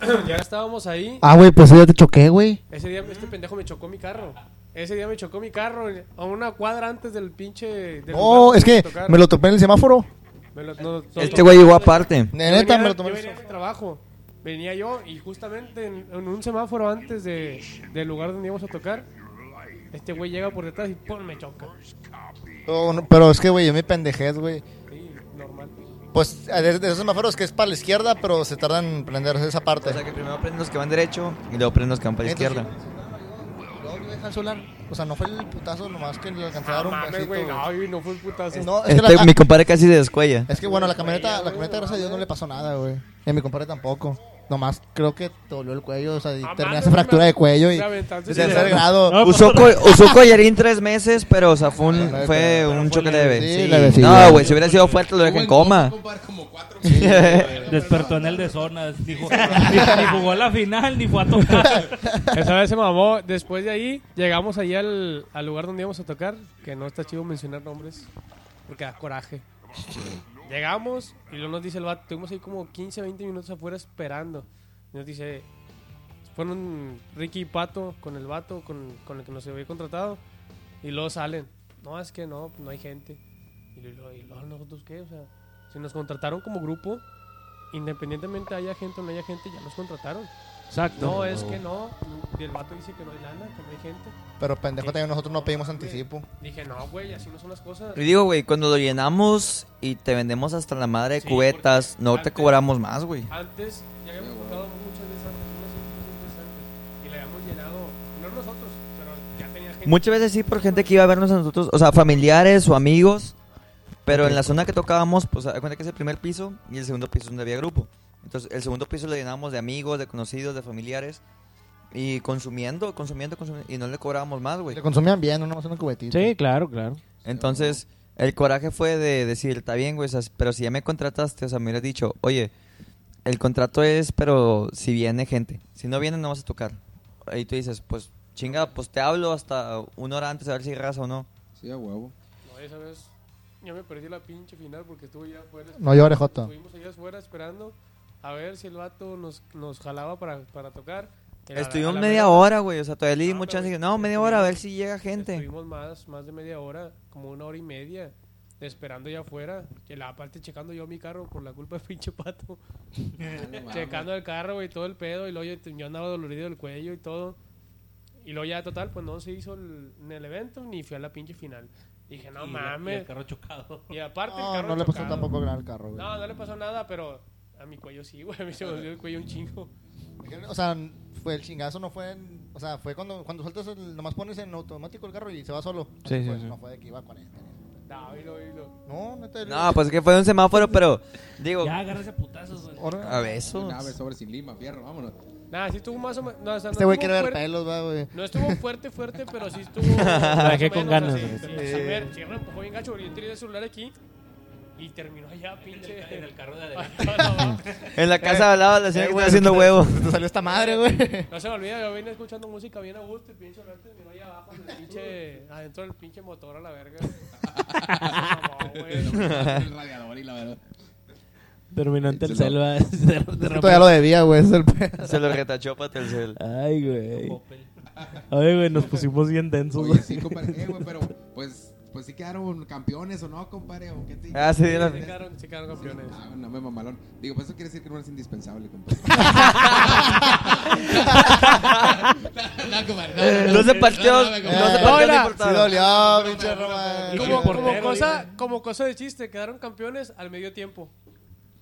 Speaker 5: ya estábamos ahí.
Speaker 7: Ah, güey, pues yo te choqué, güey.
Speaker 5: Ese día este pendejo me chocó mi carro. Ese día me chocó mi carro a una cuadra antes del pinche. del
Speaker 7: No,
Speaker 5: lugar
Speaker 7: es que
Speaker 5: tocar.
Speaker 7: me lo topé en el semáforo.
Speaker 5: Me lo- no, no,
Speaker 6: Este güey llegó aparte.
Speaker 7: De
Speaker 5: yo
Speaker 7: neta,
Speaker 5: venía-
Speaker 7: me lo tomé
Speaker 5: yo
Speaker 7: en el
Speaker 5: venía
Speaker 7: semáforo.
Speaker 5: del trabajo. Venía yo y justamente en, en un semáforo antes de, del lugar donde íbamos a tocar, este güey llega por detrás y ¡pum! me choca.
Speaker 7: No, no, pero es que, güey, yo me pendejez, güey.
Speaker 5: Sí, normal.
Speaker 7: Pues eh, de, de esos semáforos que es para la izquierda, pero se tardan en prender esa parte.
Speaker 6: O sea que primero prenden los que van derecho y luego prenden los que van para la
Speaker 7: Entonces,
Speaker 6: izquierda.
Speaker 7: No, yo dejé el solar. O sea, no fue el putazo, nomás que le alcanzé a dar un
Speaker 5: Ah, Mames,
Speaker 7: pasito,
Speaker 5: güey,
Speaker 7: güey.
Speaker 5: no, y no fue el putazo.
Speaker 7: No, es, que
Speaker 6: Este,
Speaker 7: la-
Speaker 6: mi compadre casi se descuella.
Speaker 7: es que, bueno, la camioneta, la camioneta, gracias a Dios, no le pasó nada, güey. Y a mi compadre tampoco. Nomás creo que te dolió el cuello, o sea, y
Speaker 5: Ah,
Speaker 7: terminaste
Speaker 5: madre,
Speaker 7: fractura
Speaker 5: me-
Speaker 7: de cuello y
Speaker 5: me aventaste
Speaker 7: de
Speaker 5: sin
Speaker 7: tercer
Speaker 5: querer.
Speaker 7: grado.
Speaker 1: No,
Speaker 6: usó,
Speaker 1: pues,
Speaker 6: co- usó collarín tres meses, pero o sea, fue un,
Speaker 7: Pero-
Speaker 6: fue
Speaker 7: pero
Speaker 6: un
Speaker 5: fue
Speaker 6: choque
Speaker 5: leve.
Speaker 6: leve.
Speaker 7: Sí, levecillo.
Speaker 6: No, güey, si hubiera sido fuerte lo deja en coma.
Speaker 2: Despertó en el de zonas. Dijo, ni, ni jugó la final, ni fue a tocar.
Speaker 5: Esa vez se mamó. Después de ahí, llegamos allí al, al lugar donde íbamos a tocar. Que no está chido mencionar nombres. Porque da coraje. Llegamos y luego nos dice el vato. Tuvimos ahí como 15, 20 minutos afuera esperando. Y nos dice. Fueron Ricky y Pato con el vato con, con el que nos había contratado. Y luego salen. No, es que no, no hay gente. Y luego, y luego "Ah, nosotros qué, o sea, si nos contrataron como grupo, independientemente haya gente o no haya gente, ya nos contrataron.
Speaker 1: Exacto.
Speaker 5: No, es que no. Y el vato dice que no hay lana, que no hay gente.
Speaker 7: Pero pendejo también nosotros no pedimos anticipo.
Speaker 5: Dije, no, güey, así no son las cosas.
Speaker 6: Y digo, güey, cuando lo llenamos y te vendemos hasta la madre de
Speaker 5: Sí,
Speaker 6: cubetas,
Speaker 5: porque
Speaker 6: no te
Speaker 5: antes-
Speaker 6: cobramos más, güey.
Speaker 5: Antes ya habíamos juntado muchas veces antes, unas cinco, seis veces antes, y le habíamos llenado, no nosotros, pero ya tenía gente.
Speaker 6: Muchas veces sí por gente que iba a vernos a nosotros, o sea, familiares o amigos, pero en la zona que tocábamos, pues da cuenta que es el primer piso y el segundo piso es donde había grupo. Entonces, el segundo piso lo llenábamos de amigos, de conocidos, de familiares y consumiendo, consumiendo, consumiendo y no le cobrábamos más, güey.
Speaker 7: Le consumían bien, no nomás una cubetita.
Speaker 1: Sí, claro, claro.
Speaker 6: Entonces, el coraje fue de decir, está bien, güey, o sea, pero si ya me contrataste, o sea, me hubieras dicho, oye, el contrato es, pero si viene gente, si no viene no vas a tocar. Y tú dices, pues chinga, pues te hablo hasta una hora antes a ver si raza o no.
Speaker 8: Sí, a huevo.
Speaker 5: No, esa vez ya me perdí la pinche final porque estuve ya afuera.
Speaker 7: No llores, Joto.
Speaker 5: Estuvimos allá afuera esperando a ver si el vato nos, nos jalaba para, para tocar. Era- a
Speaker 6: Estuvimos
Speaker 5: la
Speaker 6: media
Speaker 5: mera-
Speaker 6: hora, güey, o sea, todavía le di
Speaker 5: No,
Speaker 6: mucha
Speaker 5: pero,
Speaker 6: chance.
Speaker 5: güey,
Speaker 6: No, media hora a ver si llega gente.
Speaker 5: Estuvimos más, más de media hora, como una hora y media, esperando allá afuera. Que la parte checando yo mi carro por la culpa del pinche pato. checando el carro y todo el pedo. Y luego yo, yo andaba dolorido del cuello y todo. Y luego ya, total, pues no se hizo el, ni el evento ni fui a la pinche final. Dije, no
Speaker 2: Y- y
Speaker 5: mames.
Speaker 2: el carro chocado.
Speaker 5: Y aparte, el
Speaker 7: No,
Speaker 5: carro
Speaker 7: no le pasó
Speaker 5: chocado.
Speaker 7: tampoco gran al carro, güey.
Speaker 5: No, no le pasó nada, pero a mi cuello sí, güey. A mí se me dolió el cuello un chingo.
Speaker 7: O sea, fue el chingazo, no fue. en- o sea, fue cuando, cuando sueltas, el, nomás pones en automático el carro y se va solo.
Speaker 1: Sí, sí,
Speaker 7: Pues,
Speaker 1: sí.
Speaker 7: No fue de que iba a 40. ni-
Speaker 5: No, y lo, y lo.
Speaker 7: No, no te.
Speaker 6: No, pues que fue un semáforo, pero digo,
Speaker 2: Ya, agárrese putazos, güey.
Speaker 7: Ahora-
Speaker 6: a besos.
Speaker 8: Nave sobre sin lima, fierro, vámonos.
Speaker 5: Nada, sí estuvo más o menos. No, o sea, no
Speaker 7: Este güey
Speaker 5: estuvo
Speaker 7: quiere ver
Speaker 5: fuerte.
Speaker 7: pelos, va, güey.
Speaker 5: No estuvo fuerte, fuerte, pero sí estuvo. La
Speaker 1: dejé con ganas, güey.
Speaker 5: Sí, sí, me empujó bien gacho. porque Yo tenía el celular aquí y terminó allá, pinche.
Speaker 2: En el carro de adelante.
Speaker 5: no,
Speaker 6: En la casa de al lado la señora
Speaker 7: Eh,
Speaker 6: que
Speaker 7: güey,
Speaker 6: está haciendo
Speaker 7: te-
Speaker 6: huevo.
Speaker 7: Te salió esta madre, güey.
Speaker 5: no se me olvida, yo venía escuchando música bien a gusto. El pinche celular terminó allá abajo, en el pinche. Adentro del pinche motor a la verga.
Speaker 8: Este,
Speaker 5: No, güey.
Speaker 8: El radiador y la verdad.
Speaker 1: Terminante el
Speaker 8: Se
Speaker 1: selva.
Speaker 7: Es que todavía lo debía, güey. Es el pedo.
Speaker 6: Se lo retachó para
Speaker 8: Este,
Speaker 6: Telcel.
Speaker 1: Ay, güey. Ay, güey, nos pusimos bien densos.
Speaker 8: Oye, sí, compadre. Eh, güey, pero pues, pues sí quedaron campeones o no, compadre. ¿O qué te
Speaker 6: Ah, sí, la-
Speaker 5: Se quedaron, se quedaron campeones.
Speaker 8: Ah, no me mamalón. Digo, pues eso quiere decir que no eres indispensable, compadre. no, no, compadre.
Speaker 6: No se partió, no
Speaker 8: no,
Speaker 6: se
Speaker 8: no,
Speaker 7: Eh,
Speaker 6: partió
Speaker 5: mira,
Speaker 6: ni
Speaker 7: Sí
Speaker 6: portada.
Speaker 7: dolió, pinche Roman.
Speaker 5: Como,
Speaker 2: portero,
Speaker 5: como,
Speaker 2: dime.
Speaker 5: cosa, como cosa de chiste, quedaron campeones al medio tiempo.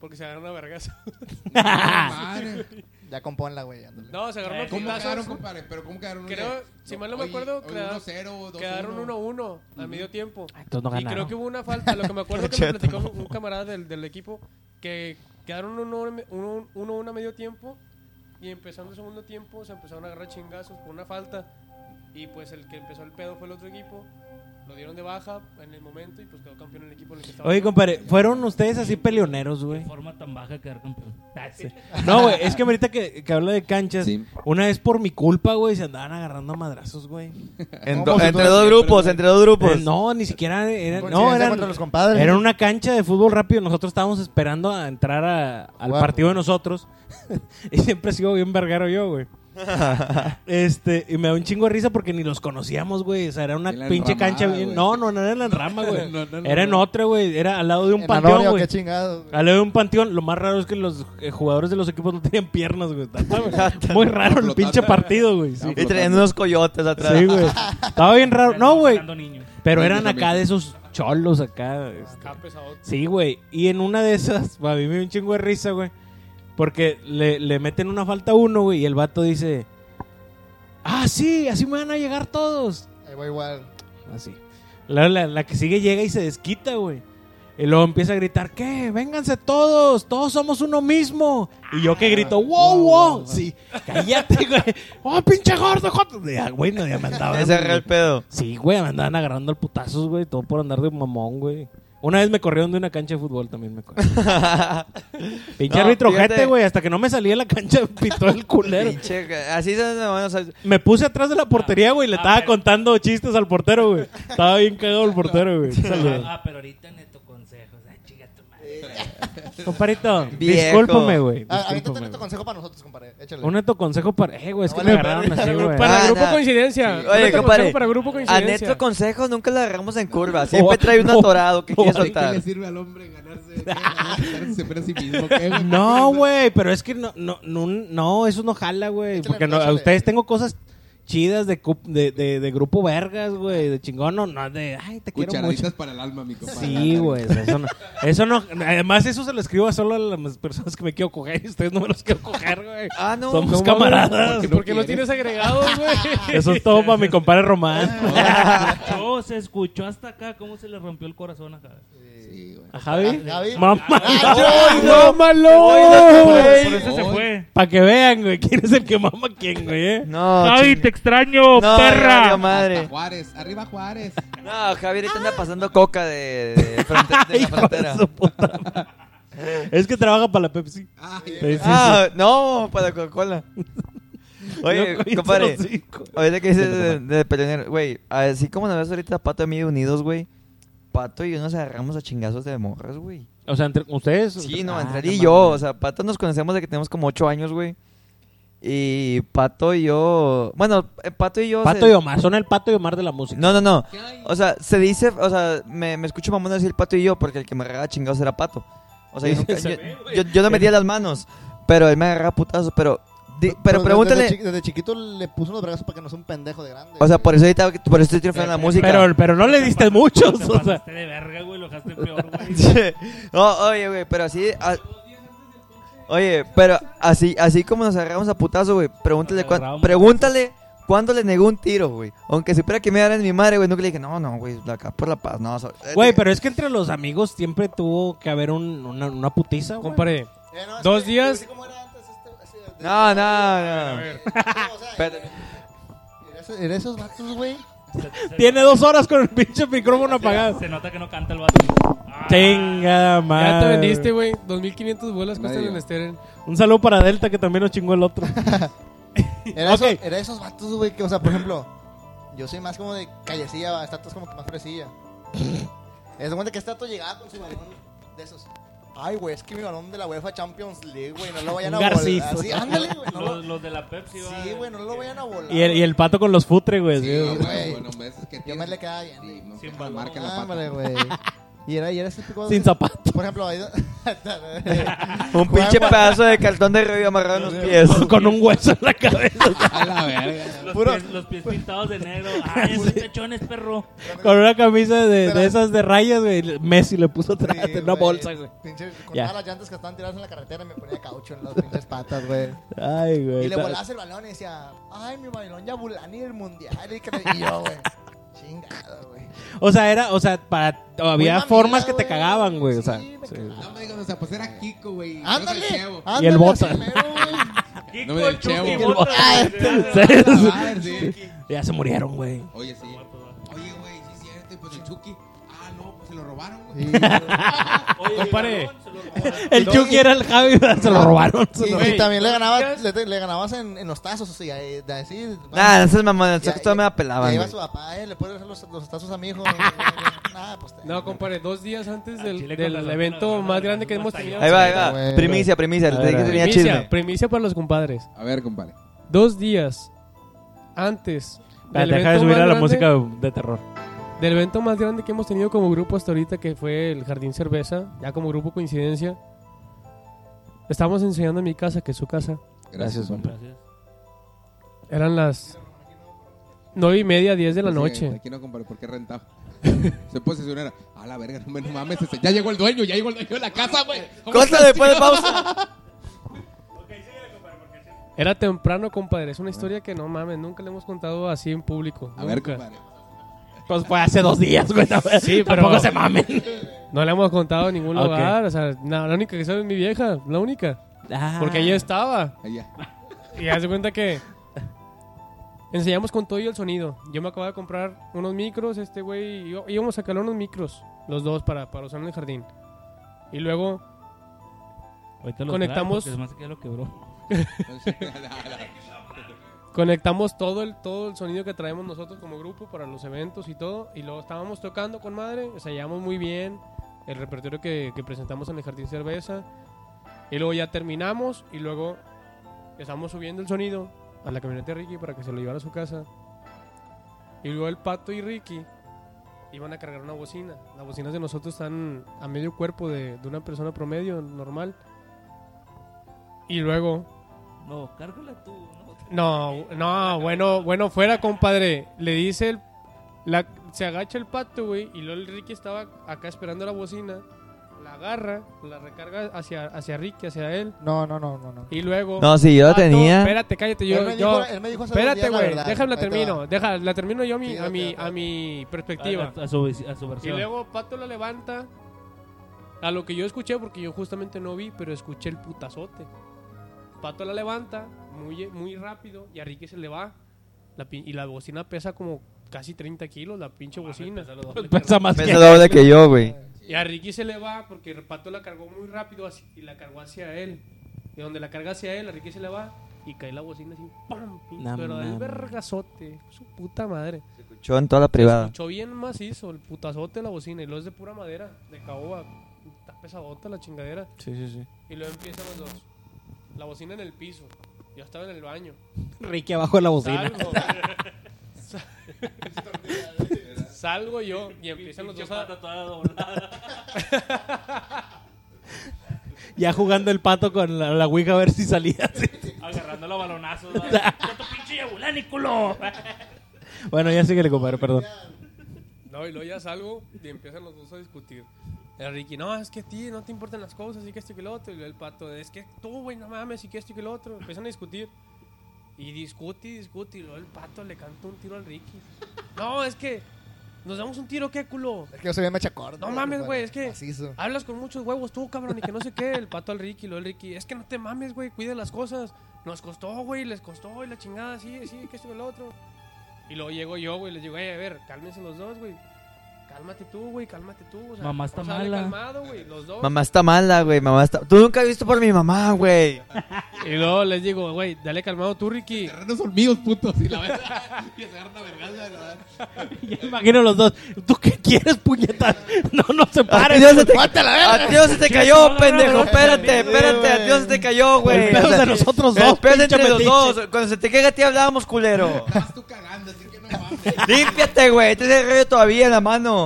Speaker 5: Porque se agarraron a vergazo.
Speaker 8: Compadre.
Speaker 7: Ya componla, güey. ándale.
Speaker 5: No, se
Speaker 2: Eh,
Speaker 5: agarraron a
Speaker 8: Eh, ¿Cómo
Speaker 5: putazos.
Speaker 8: quedaron, compadre? ¿Pero cómo quedaron?
Speaker 5: Creo, si mal no me acuerdo, quedaron-
Speaker 8: quedaron 1-0, 2-1.
Speaker 5: Quedaron 1-1 al medio tiempo.
Speaker 1: Ah, Entonces no
Speaker 5: Y creo
Speaker 1: ganaron.
Speaker 5: que hubo una falta, lo que me acuerdo que me platicó un, un camarada del, del equipo, que quedaron 1-1 uno, uno, uno a medio tiempo y empezando el segundo tiempo se empezaron a agarrar chingazos por una falta y pues el que empezó el pedo fue el otro equipo, lo dieron de baja en el momento y pues quedó campeón el equipo en el que estaba.
Speaker 1: Oye,
Speaker 5: yo.
Speaker 1: compadre, ¿fueron ustedes así peleoneros, güey?
Speaker 2: Forma tan baja de quedar campeón. Ah, sí.
Speaker 1: No, güey, es que ahorita que, que habla de canchas,
Speaker 8: Sí.
Speaker 1: una vez por mi culpa, güey, se andaban agarrando a madrazos, güey.
Speaker 6: En do-
Speaker 7: No, pues,
Speaker 6: entre
Speaker 7: entonces-
Speaker 6: dos grupos, entre dos grupos.
Speaker 1: Eh, no, ni siquiera era, no,
Speaker 7: Coincidencia
Speaker 1: eran,
Speaker 7: contra los compadres.
Speaker 1: era una cancha de fútbol rápido. Nosotros estábamos esperando a entrar a- al
Speaker 7: Guau.
Speaker 1: partido de nosotros. y siempre sigo bien verguero yo, güey. este, y me da un chingo de risa porque ni los conocíamos, güey. O sea, era una
Speaker 8: En la
Speaker 1: pinche
Speaker 8: enramada,
Speaker 1: cancha bien.
Speaker 8: güey.
Speaker 1: No, no, no era en la rama, güey.
Speaker 8: No, no, no,
Speaker 1: era en
Speaker 8: no.
Speaker 1: otra, güey. Era al lado de un
Speaker 7: En
Speaker 1: panteón,
Speaker 7: Antonio,
Speaker 1: güey.
Speaker 7: qué chingados. güey.
Speaker 1: Al lado de un panteón, lo más raro es que los eh, jugadores de los equipos no tenían piernas, güey. Estaba Muy raro el pinche partido, güey. Sí,
Speaker 6: Y traían unos coyotes atrás.
Speaker 1: Sí, güey. Estaba bien raro. No, güey.
Speaker 2: Matando niños.
Speaker 1: Pero
Speaker 8: Sí,
Speaker 1: eran
Speaker 8: yo también.
Speaker 1: acá de esos cholos acá. este.
Speaker 5: Acá pesado.
Speaker 1: Sí, güey. Y en una de esas, a mí me dio un chingo de risa, güey. Porque le, le meten una falta a uno, güey, y el vato dice, ah, sí, así me van a llegar todos.
Speaker 7: Ahí va igual.
Speaker 1: Así. La, la- la que sigue llega y se desquita, güey. Y luego empieza a gritar, ¿qué? Vénganse todos, todos somos uno mismo. Y yo que grito, wow, wow. Sí, cállate, güey. Oh, pinche gordo, joto. Ya, ah, güey, no, ya me andaban.
Speaker 6: Ese era el pedo.
Speaker 1: Sí, güey, me andaban agarrando al putazos, güey, todo por andar de mamón, güey. Una vez me corrieron de una cancha de fútbol también me corrieron. Pinche
Speaker 6: No,
Speaker 1: árbitro
Speaker 6: fíjate.
Speaker 1: ojete, güey, hasta que no me salí de la cancha pitó el culero.
Speaker 6: Pinche, así se me van a sal-
Speaker 1: Me puse atrás de la portería, güey, y le
Speaker 2: Ah,
Speaker 1: estaba
Speaker 2: pero-
Speaker 1: contando chistes al portero, güey. Estaba bien cagado el portero, güey. Saludos.
Speaker 2: Ah, pero ahorita neto consejos. Ay, chica tu madre.
Speaker 1: Comparito,
Speaker 6: Viejo.
Speaker 1: discúlpame, güey.
Speaker 7: Ah, Ahorita
Speaker 1: discúlpame,
Speaker 7: tengo este
Speaker 1: güey.
Speaker 7: consejo para nosotros, compadre. Échale.
Speaker 1: Un neto consejo para... Eh, güey, es que
Speaker 7: No
Speaker 1: me
Speaker 7: vale
Speaker 1: agarraron así, güey.
Speaker 9: Para
Speaker 6: Ah,
Speaker 9: grupo
Speaker 6: nah.
Speaker 9: coincidencia.
Speaker 6: Oye,
Speaker 9: Neto
Speaker 6: compadre,
Speaker 9: consejo Para grupo
Speaker 6: A
Speaker 9: coincidencia.
Speaker 6: Neto consejos nunca la agarramos en curva.
Speaker 1: No,
Speaker 6: Siempre trae un
Speaker 1: no,
Speaker 6: atorado que
Speaker 1: no,
Speaker 6: quiere
Speaker 1: ¿de qué
Speaker 8: ¿Qué
Speaker 6: soltar.
Speaker 8: le sirve al hombre ganarse? ganarse siempre a sí mismo? ¿Qué, güey?
Speaker 1: No, güey, pero es que no, no, no, no, eso no jala, güey.
Speaker 7: Échale,
Speaker 1: Porque no- a
Speaker 7: échale.
Speaker 1: ustedes tengo cosas chidas de, cup- de, de, de grupo vergas, güey, de chingón, no, no, de, ay, te quiero mucho.
Speaker 8: Cucharaditas para el alma, mi compadre.
Speaker 1: Sí, güey, eso no, eso no, además eso se lo escribo a solo a las personas que me quiero coger y ustedes no me los quiero coger, güey.
Speaker 6: Ah, no.
Speaker 1: Somos
Speaker 9: ¿Cómo, güey?
Speaker 1: camaradas.
Speaker 9: Porque no
Speaker 8: quieres.
Speaker 9: tienes agregados, güey.
Speaker 1: Eso es todo para mi compadre Román.
Speaker 2: Yo Oh, se escuchó hasta acá cómo se le rompió el corazón acá.
Speaker 8: Sí, güey.
Speaker 1: ¿A Javi? Ah,
Speaker 7: Javi.
Speaker 1: Mamá.
Speaker 2: Ah,
Speaker 7: ¡Ay,
Speaker 1: no,
Speaker 2: Por eso se
Speaker 8: Ay.
Speaker 2: fue.
Speaker 1: Para que vean, güey, quién es el que mama a quién, güey. eh.
Speaker 6: No,
Speaker 2: Ay,
Speaker 6: ching-
Speaker 2: te extraño,
Speaker 6: no, valió
Speaker 2: perra.
Speaker 8: Hasta
Speaker 6: madre.
Speaker 8: Juárez, arriba Juárez.
Speaker 6: No, Javier ahorita
Speaker 1: Ah.
Speaker 6: anda pasando coca de, de fronte- de la
Speaker 1: Hijo de
Speaker 6: frontera.
Speaker 1: su puta madre. es que trabaja para la Pepsi.
Speaker 8: Ay,
Speaker 1: Sí, sí,
Speaker 6: Ah, no, para Coca-Cola. Oye,
Speaker 1: No, cállate
Speaker 6: compadre.
Speaker 1: los hocico.
Speaker 6: Ahorita que dices de, de peleonero, güey, así como nos ves ahorita Pato y mí de unidos, güey, Pato y yo nos agarramos a chingazos de morras, güey.
Speaker 1: O sea, entre ustedes.
Speaker 6: Sí, no,
Speaker 1: Ah,
Speaker 6: entre él
Speaker 1: no
Speaker 6: y yo, o
Speaker 1: mames.
Speaker 6: sea, Pato nos conocemos de que tenemos como ocho años, güey. Y Pato y yo, bueno, eh, Pato y yo...
Speaker 1: Pato
Speaker 6: se-
Speaker 1: y Omar, son el Pato y Omar de la música.
Speaker 6: No, no, no. O sea, se dice, o sea, me, me escucho mamón decir Pato y yo porque el que me agarraba chingados era Pato. O sea, yo, nunca- yo, yo, yo no metía las manos, pero él me agarraba putazos, pero... di- pero
Speaker 7: Pues, desde-
Speaker 6: pregúntale...
Speaker 7: Desde, chi- desde chiquito le puso unos brazos para que no sea un pendejo de grande.
Speaker 6: O sea, por eso ahorita, por eso estoy triunfando en la música.
Speaker 1: Eh, pero, pero no le diste muchos.
Speaker 2: Te
Speaker 1: O sea,
Speaker 2: pasaste de verga, güey, lo dejaste peor, güey.
Speaker 6: No, oye, güey, pero así. a- Oye, pero así, así como nos agarramos a putazo, güey. Pregúntale,
Speaker 2: Nos
Speaker 6: cuán-
Speaker 2: agarramos.
Speaker 6: pregúntale cuándo le negó un tiro, güey. Aunque supiera que me dieran mi madre, güey. Nunca le dije, no, no, güey, acá por la paz, no. so-
Speaker 1: güey, pero es que entre los amigos siempre tuvo que haber un- una, una putiza. güey.
Speaker 9: Compadre,
Speaker 7: Eh, no, es
Speaker 9: dos
Speaker 7: que-
Speaker 9: días-
Speaker 7: así como era antes, este- ese- de-
Speaker 6: No, no, no.
Speaker 7: No, o sea,
Speaker 6: Espérate.
Speaker 7: era ese- Era esos vatos, güey.
Speaker 1: Tiene dos horas con el pinche micrófono apagado.
Speaker 2: Se nota que no canta el vato. Ah,
Speaker 1: Tenga, madre.
Speaker 9: ya te vendiste, güey. 2.500 bolas cuestan
Speaker 8: Medio.
Speaker 9: en Steren.
Speaker 1: Un saludo para Delta que también nos chingó el otro.
Speaker 7: Era,
Speaker 1: Ok.
Speaker 7: esos, era esos vatos, güey, que, o sea, por ejemplo, yo soy más como de callecilla, va, estatus como que más fresilla. es de cuenta que este dato llegaba con su balón de esos. Ay, güey, es que mi balón de la UEFA Champions League, güey, no lo vayan a
Speaker 1: Un
Speaker 7: volar.
Speaker 1: garcizo.
Speaker 7: Así, ándale, güey. no lo-
Speaker 2: Los, los de la Pepsi,
Speaker 7: sí, güey, no lo vayan a volar.
Speaker 1: y, el, y el pato con los futres, güey.
Speaker 8: Sí,
Speaker 1: sí, güey.
Speaker 8: güey,
Speaker 7: güey.
Speaker 8: bueno, hombre, es que
Speaker 7: Yo me
Speaker 8: tienes-
Speaker 7: le quedaba bien.
Speaker 8: Sí, no,
Speaker 2: Sin
Speaker 8: que
Speaker 2: balón.
Speaker 8: marca la pata.
Speaker 7: Hombre, güey. Y era, y era ese tipo de...
Speaker 1: Sin zapato.
Speaker 7: Por ejemplo, ahí...
Speaker 6: Un pinche pedazo de cartón de rollo amarrado en los pies.
Speaker 1: Con un hueso en la cabeza.
Speaker 8: A la verga.
Speaker 2: Los,
Speaker 7: Puro-
Speaker 2: pies, los pies pintados de negro. Ay, esos pechones, perro.
Speaker 1: con una camisa de, de esas de rayas, güey. Messi le puso atrás
Speaker 7: Sí,
Speaker 1: en una
Speaker 7: güey.
Speaker 1: bolsa, güey.
Speaker 7: Pinche, con
Speaker 1: Ya.
Speaker 7: todas las llantas que estaban tiradas en la carretera me ponía caucho en las pinches patas, güey.
Speaker 1: Ay, güey.
Speaker 7: Y le
Speaker 1: ta-
Speaker 7: volabas el balón y decía, ay, mi balón ya Bulani del mundial. Y, que le- y yo, güey. Chingado, güey.
Speaker 1: O sea, era, o sea, para, o
Speaker 7: Muy
Speaker 1: había
Speaker 7: mamila,
Speaker 1: formas que te
Speaker 7: güey.
Speaker 1: cagaban, güey. O
Speaker 7: Sí,
Speaker 1: sea,
Speaker 7: me
Speaker 1: sí.
Speaker 7: cagaba.
Speaker 8: No me digas, o sea, pues era Kiko, güey. No
Speaker 7: Ándale.
Speaker 8: se llevo.
Speaker 7: ándale,
Speaker 1: el bota. Ah,
Speaker 7: así mero, güey.
Speaker 2: Kiko,
Speaker 8: No me
Speaker 2: el Chucky,
Speaker 8: dechevo.
Speaker 2: Bota, güey.
Speaker 8: A ver, sí.
Speaker 1: ya se murieron, güey.
Speaker 8: Oye, sí. Oye, güey, sí es cierto. Y pues el Chucky. Ah, no, pues se lo robaron, güey.
Speaker 2: Oye,
Speaker 9: Compare.
Speaker 2: cabrón, se lo robaron.
Speaker 1: El Chucky era el Javi, güey, se lo robaron. se
Speaker 7: Y-
Speaker 1: lo-
Speaker 7: y,
Speaker 9: Güey,
Speaker 7: también le,
Speaker 9: ¿no
Speaker 7: ganaba,
Speaker 9: ubicas?
Speaker 7: le, te- le ganabas en, en los tazos, o sea, eh, de así.
Speaker 6: Nah,
Speaker 7: vamos.
Speaker 6: esas mamadas,
Speaker 7: Ya-
Speaker 6: que todavía me
Speaker 7: ya-
Speaker 6: la pelaban.
Speaker 7: ya iba
Speaker 6: güey.
Speaker 7: su papá, eh, le puedes hacer los, los tazos a mi hijo. Nada, pues. te-
Speaker 9: No, compadre, dos días antes
Speaker 2: Al
Speaker 9: del,
Speaker 2: chile
Speaker 9: del
Speaker 2: con razón,
Speaker 9: evento
Speaker 2: no,
Speaker 9: más
Speaker 2: no,
Speaker 9: grande que
Speaker 2: no,
Speaker 9: hemos
Speaker 2: hasta
Speaker 9: tenido.
Speaker 6: Ahí va, ahí
Speaker 7: Güey,
Speaker 6: va.
Speaker 7: güey.
Speaker 6: Primicia, primicia.
Speaker 1: A
Speaker 6: Le
Speaker 1: ver,
Speaker 6: dije que
Speaker 1: a ver.
Speaker 6: tenía
Speaker 9: Primicia,
Speaker 6: chisme.
Speaker 9: primicia para los compadres.
Speaker 8: A ver, compadre.
Speaker 9: Dos días antes del
Speaker 1: Deja de
Speaker 9: evento
Speaker 1: subir
Speaker 9: más
Speaker 1: a la
Speaker 9: grande-
Speaker 1: música de terror.
Speaker 9: Del evento más grande que hemos tenido como grupo hasta ahorita, que fue el Jardín Cerveza, ya como grupo coincidencia. Estamos enseñando en mi casa, que es su casa.
Speaker 8: Gracias, compadre.
Speaker 9: Eran las nueve y media, diez de la
Speaker 8: Así que
Speaker 9: noche.
Speaker 8: Pues Aquí no compadre, porque es rentado. Se posicionera. A la verga, no, me- no mames. este- Ya llegó el dueño, ya llegó el dueño de la casa, güey.
Speaker 6: Corta después de pausa.
Speaker 9: Era temprano, compadre. Es una historia que no mames, nunca le hemos contado así en público.
Speaker 8: A ver,
Speaker 9: nunca.
Speaker 8: compadre.
Speaker 1: Pues fue hace dos días, güey. Sí,
Speaker 9: pero-
Speaker 1: Tampoco se mamen.
Speaker 5: No le hemos contado en ningún
Speaker 1: Ok.
Speaker 5: lugar. O sea, no, la única que sabe es mi vieja, la única.
Speaker 1: Ah.
Speaker 5: Porque ella estaba.
Speaker 8: Allá.
Speaker 5: Y hace cuenta que enseñamos con todo y el sonido. Yo me acababa de comprar unos micros, este güey, y yo- íbamos a calar unos micros, los dos, para, para usar en el jardín. Y luego
Speaker 2: Ahorita lo
Speaker 5: Conectamos-
Speaker 2: Trae, porque se me hace que ya lo quebró.
Speaker 5: conectamos todo el, todo el sonido que traemos nosotros como grupo para los eventos y todo. Y luego estábamos tocando con madre, o sea, llevamos muy bien el repertorio que, que presentamos en el Jardín Cerveza. Y luego ya terminamos y luego estamos subiendo el sonido a la camioneta de Ricky para que se lo llevara a su casa. Y luego el pato y Ricky iban a cargar una bocina. Las bocinas de nosotros están a medio cuerpo de, de una persona promedio, normal. Y luego
Speaker 2: No, cárgala tú. No,
Speaker 5: no, no, bueno, bueno, fuera, compadre. Le dice el. La, se agacha el pato, güey, y luego el Ricky estaba acá esperando la bocina. La agarra, la recarga hacia, hacia Ricky, hacia él.
Speaker 7: No, no, no, no. no.
Speaker 5: Y luego.
Speaker 6: No, sí, yo la
Speaker 5: Pato,
Speaker 6: tenía.
Speaker 5: Ah, Espérate, cállate. Yo,
Speaker 7: él, me
Speaker 5: yo-
Speaker 7: dijo, él me dijo hace dos
Speaker 5: espérate,
Speaker 7: días la
Speaker 5: güey.
Speaker 7: verdad.
Speaker 5: Déjame la
Speaker 7: Ahí te va.
Speaker 5: termino. Déjala, la termino yo a mi,
Speaker 7: Sí,
Speaker 5: a, mi,
Speaker 7: date, date.
Speaker 5: a mi
Speaker 2: a,
Speaker 5: perspectiva.
Speaker 2: a- a su, veci- a su
Speaker 5: Y
Speaker 2: versión.
Speaker 5: luego Pato la levanta. A lo que yo escuché, porque yo justamente no vi, pero escuché el putazote. Pato la levanta muy, muy rápido y a Ricky se le va. La pin- y la bocina pesa como casi 30 kilos, la pinche bocina.
Speaker 1: Pesa más que...
Speaker 6: Pesa doble que yo, güey.
Speaker 5: Y a Ricky se le va porque el Pato la cargó muy rápido así- y la cargó hacia él. Y donde la carga hacia él, a Ricky se le va y cae la bocina así. ¡Pam! Pinche,
Speaker 1: No
Speaker 5: pero del
Speaker 1: mames.
Speaker 5: vergazote. Su puta madre.
Speaker 6: Escuchó en toda la privada.
Speaker 5: Escuchó bien macizo el putazote de la bocina y lo es de pura madera, de caoba. Está pesadota la chingadera.
Speaker 1: Sí, sí, sí.
Speaker 5: Y luego empiezan los dos. La bocina en el piso. Yo estaba en el baño.
Speaker 1: Ricky abajo de la bocina.
Speaker 5: Salgo. Salgo yo y empiezan los dos a.
Speaker 1: Ya jugando el pato con la, la ouija a ver si salía. sí.
Speaker 2: Agarrando los balonazos. ¡Con tu pinche yabulani, culo!
Speaker 1: Bueno, ya sí que le compadre, perdón.
Speaker 5: No, y luego ya salgo y empiezan los dos a discutir. El Ricky, no, es que a ti no te importan las cosas y que esto y que lo otro. Y luego el pato, es que tú, güey, no mames y que esto y que lo otro. Empiezan a discutir. Y discute y discute. Y luego el pato le canta un tiro al Ricky. No, es que nos damos un tiro, qué culo.
Speaker 7: Es que yo soy bien machacor.
Speaker 5: No mames, güey, es que-
Speaker 7: Macizo.
Speaker 5: Hablas con muchos huevos tú, cabrón, y que no sé qué. El pato al Ricky, lo del Ricky. Es que no te mames, güey, cuida las cosas. Nos costó, güey, les costó, y la chingada, sí, sí, que esto y el otro. Y luego llego yo, güey, les digo, "Ey, a ver, cálmense los dos, güey. Cálmate tú, güey, cálmate tú. O sea,
Speaker 2: Mamá está
Speaker 5: vamos a darle
Speaker 2: mala.
Speaker 5: calmado, güey, los dos.
Speaker 6: Mamá está mala, güey. Mamá está. Tú nunca has visto por mi mamá, güey.
Speaker 5: Y luego les digo, güey, dale calmado tú, Ricky.
Speaker 8: Terrenos hormigos, putos. Y la verdad. Y se agarran a vergas, la verdad.
Speaker 1: Ya imagino los dos. ¿Tú qué quieres, puñetas? No nos
Speaker 6: A ti
Speaker 1: separes.
Speaker 6: no se te,
Speaker 7: ¡Mátala,
Speaker 6: a ti no se te cayó, pendejo. Espérate, espérate. A ti no se te cayó, güey.
Speaker 1: El pedo
Speaker 6: O sea,
Speaker 1: es de nosotros
Speaker 6: El
Speaker 1: dos,
Speaker 6: pedo es
Speaker 1: pinche
Speaker 6: entre los
Speaker 1: metiche.
Speaker 6: dos. Cuando se te caiga a ti hablábamos, culero.
Speaker 8: Estás tú cagando, así que no mames.
Speaker 6: Límpiate, güey. Tienes el rollo todavía en la mano.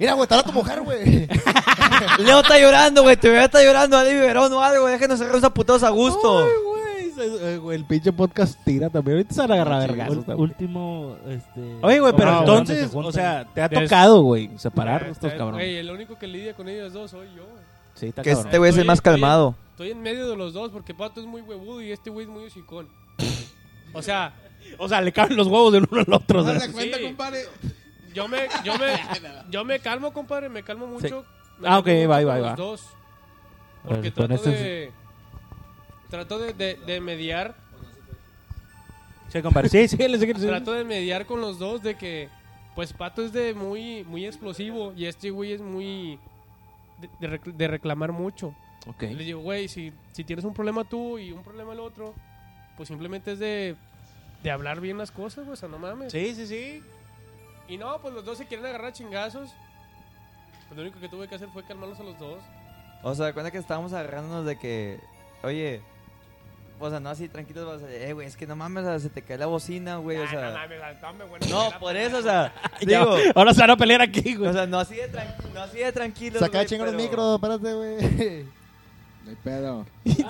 Speaker 7: Mira, güey, está a tu mujer, güey.
Speaker 6: Leo está llorando, güey. Tu bebé está llorando. Dale biberón o algo. Déjenos cerrar unos putados a gusto.
Speaker 1: Ay, güey, se- eh, güey, El pinche podcast tira también. Ahorita se van a agarrar a vergazos
Speaker 2: Ul-
Speaker 1: también.
Speaker 2: Último, este...
Speaker 1: Oye, güey, pero
Speaker 2: Ah,
Speaker 1: entonces,
Speaker 2: ¿dónde se
Speaker 1: o
Speaker 2: juntan?
Speaker 1: sea, te ha
Speaker 5: Des-
Speaker 1: tocado, güey, separar a estos
Speaker 5: Eh,
Speaker 1: cabrones.
Speaker 5: Güey, el único que lidia con ellos dos soy yo. güey.
Speaker 1: Sí, está
Speaker 6: Que
Speaker 1: cabrón.
Speaker 6: este güey es el más calmado.
Speaker 5: Estoy en medio de los dos porque Pato es muy huevudo y este güey es muy hocicón. O sea,
Speaker 1: O sea, le caben los huevos del uno al otro. o sea.
Speaker 8: No se cuenta,
Speaker 5: Sí.
Speaker 8: compadre.
Speaker 5: Yo me, yo me, yo me calmo, compadre, me calmo mucho. Me
Speaker 1: Ah,
Speaker 5: calmo
Speaker 1: ok,
Speaker 5: mucho
Speaker 1: va,
Speaker 5: con
Speaker 1: va,
Speaker 5: los
Speaker 1: va.
Speaker 5: dos.
Speaker 2: Pero
Speaker 5: Porque
Speaker 2: con este-
Speaker 5: trato de, trato de, de- de mediar,
Speaker 1: Sí, compadre. Sí, sí, sí, sí, sí.
Speaker 5: trato de mediar con los dos de que, pues Pato es de muy, muy explosivo y este güey es muy de, de rec- de reclamar mucho.
Speaker 1: Ok.
Speaker 5: Le digo, güey, si, si tienes un problema tú y un problema el otro, pues simplemente es de, de hablar bien las cosas, güey, o sea, no mames.
Speaker 1: Sí, sí, sí.
Speaker 5: Y no, pues los dos se quieren agarrar a chingazos. Pues lo único que tuve que hacer fue calmarlos a los dos.
Speaker 6: O sea, cuenta que estábamos agarrándonos de que, oye, o sea, no así tranquilos, o sea, eh, güey, es que no mames, o sea, se te cae la bocina, güey, o sea. No, por eso, o sea,
Speaker 1: Ya,
Speaker 6: digo,
Speaker 1: ahora se van a pelear aquí, güey.
Speaker 6: o sea, no así de tranquilo, no así de tranquilos,
Speaker 7: Saca
Speaker 6: güey,
Speaker 7: de chingar los
Speaker 6: pero-
Speaker 7: micros, espérate, güey.
Speaker 8: No hay pedo.
Speaker 1: Sí.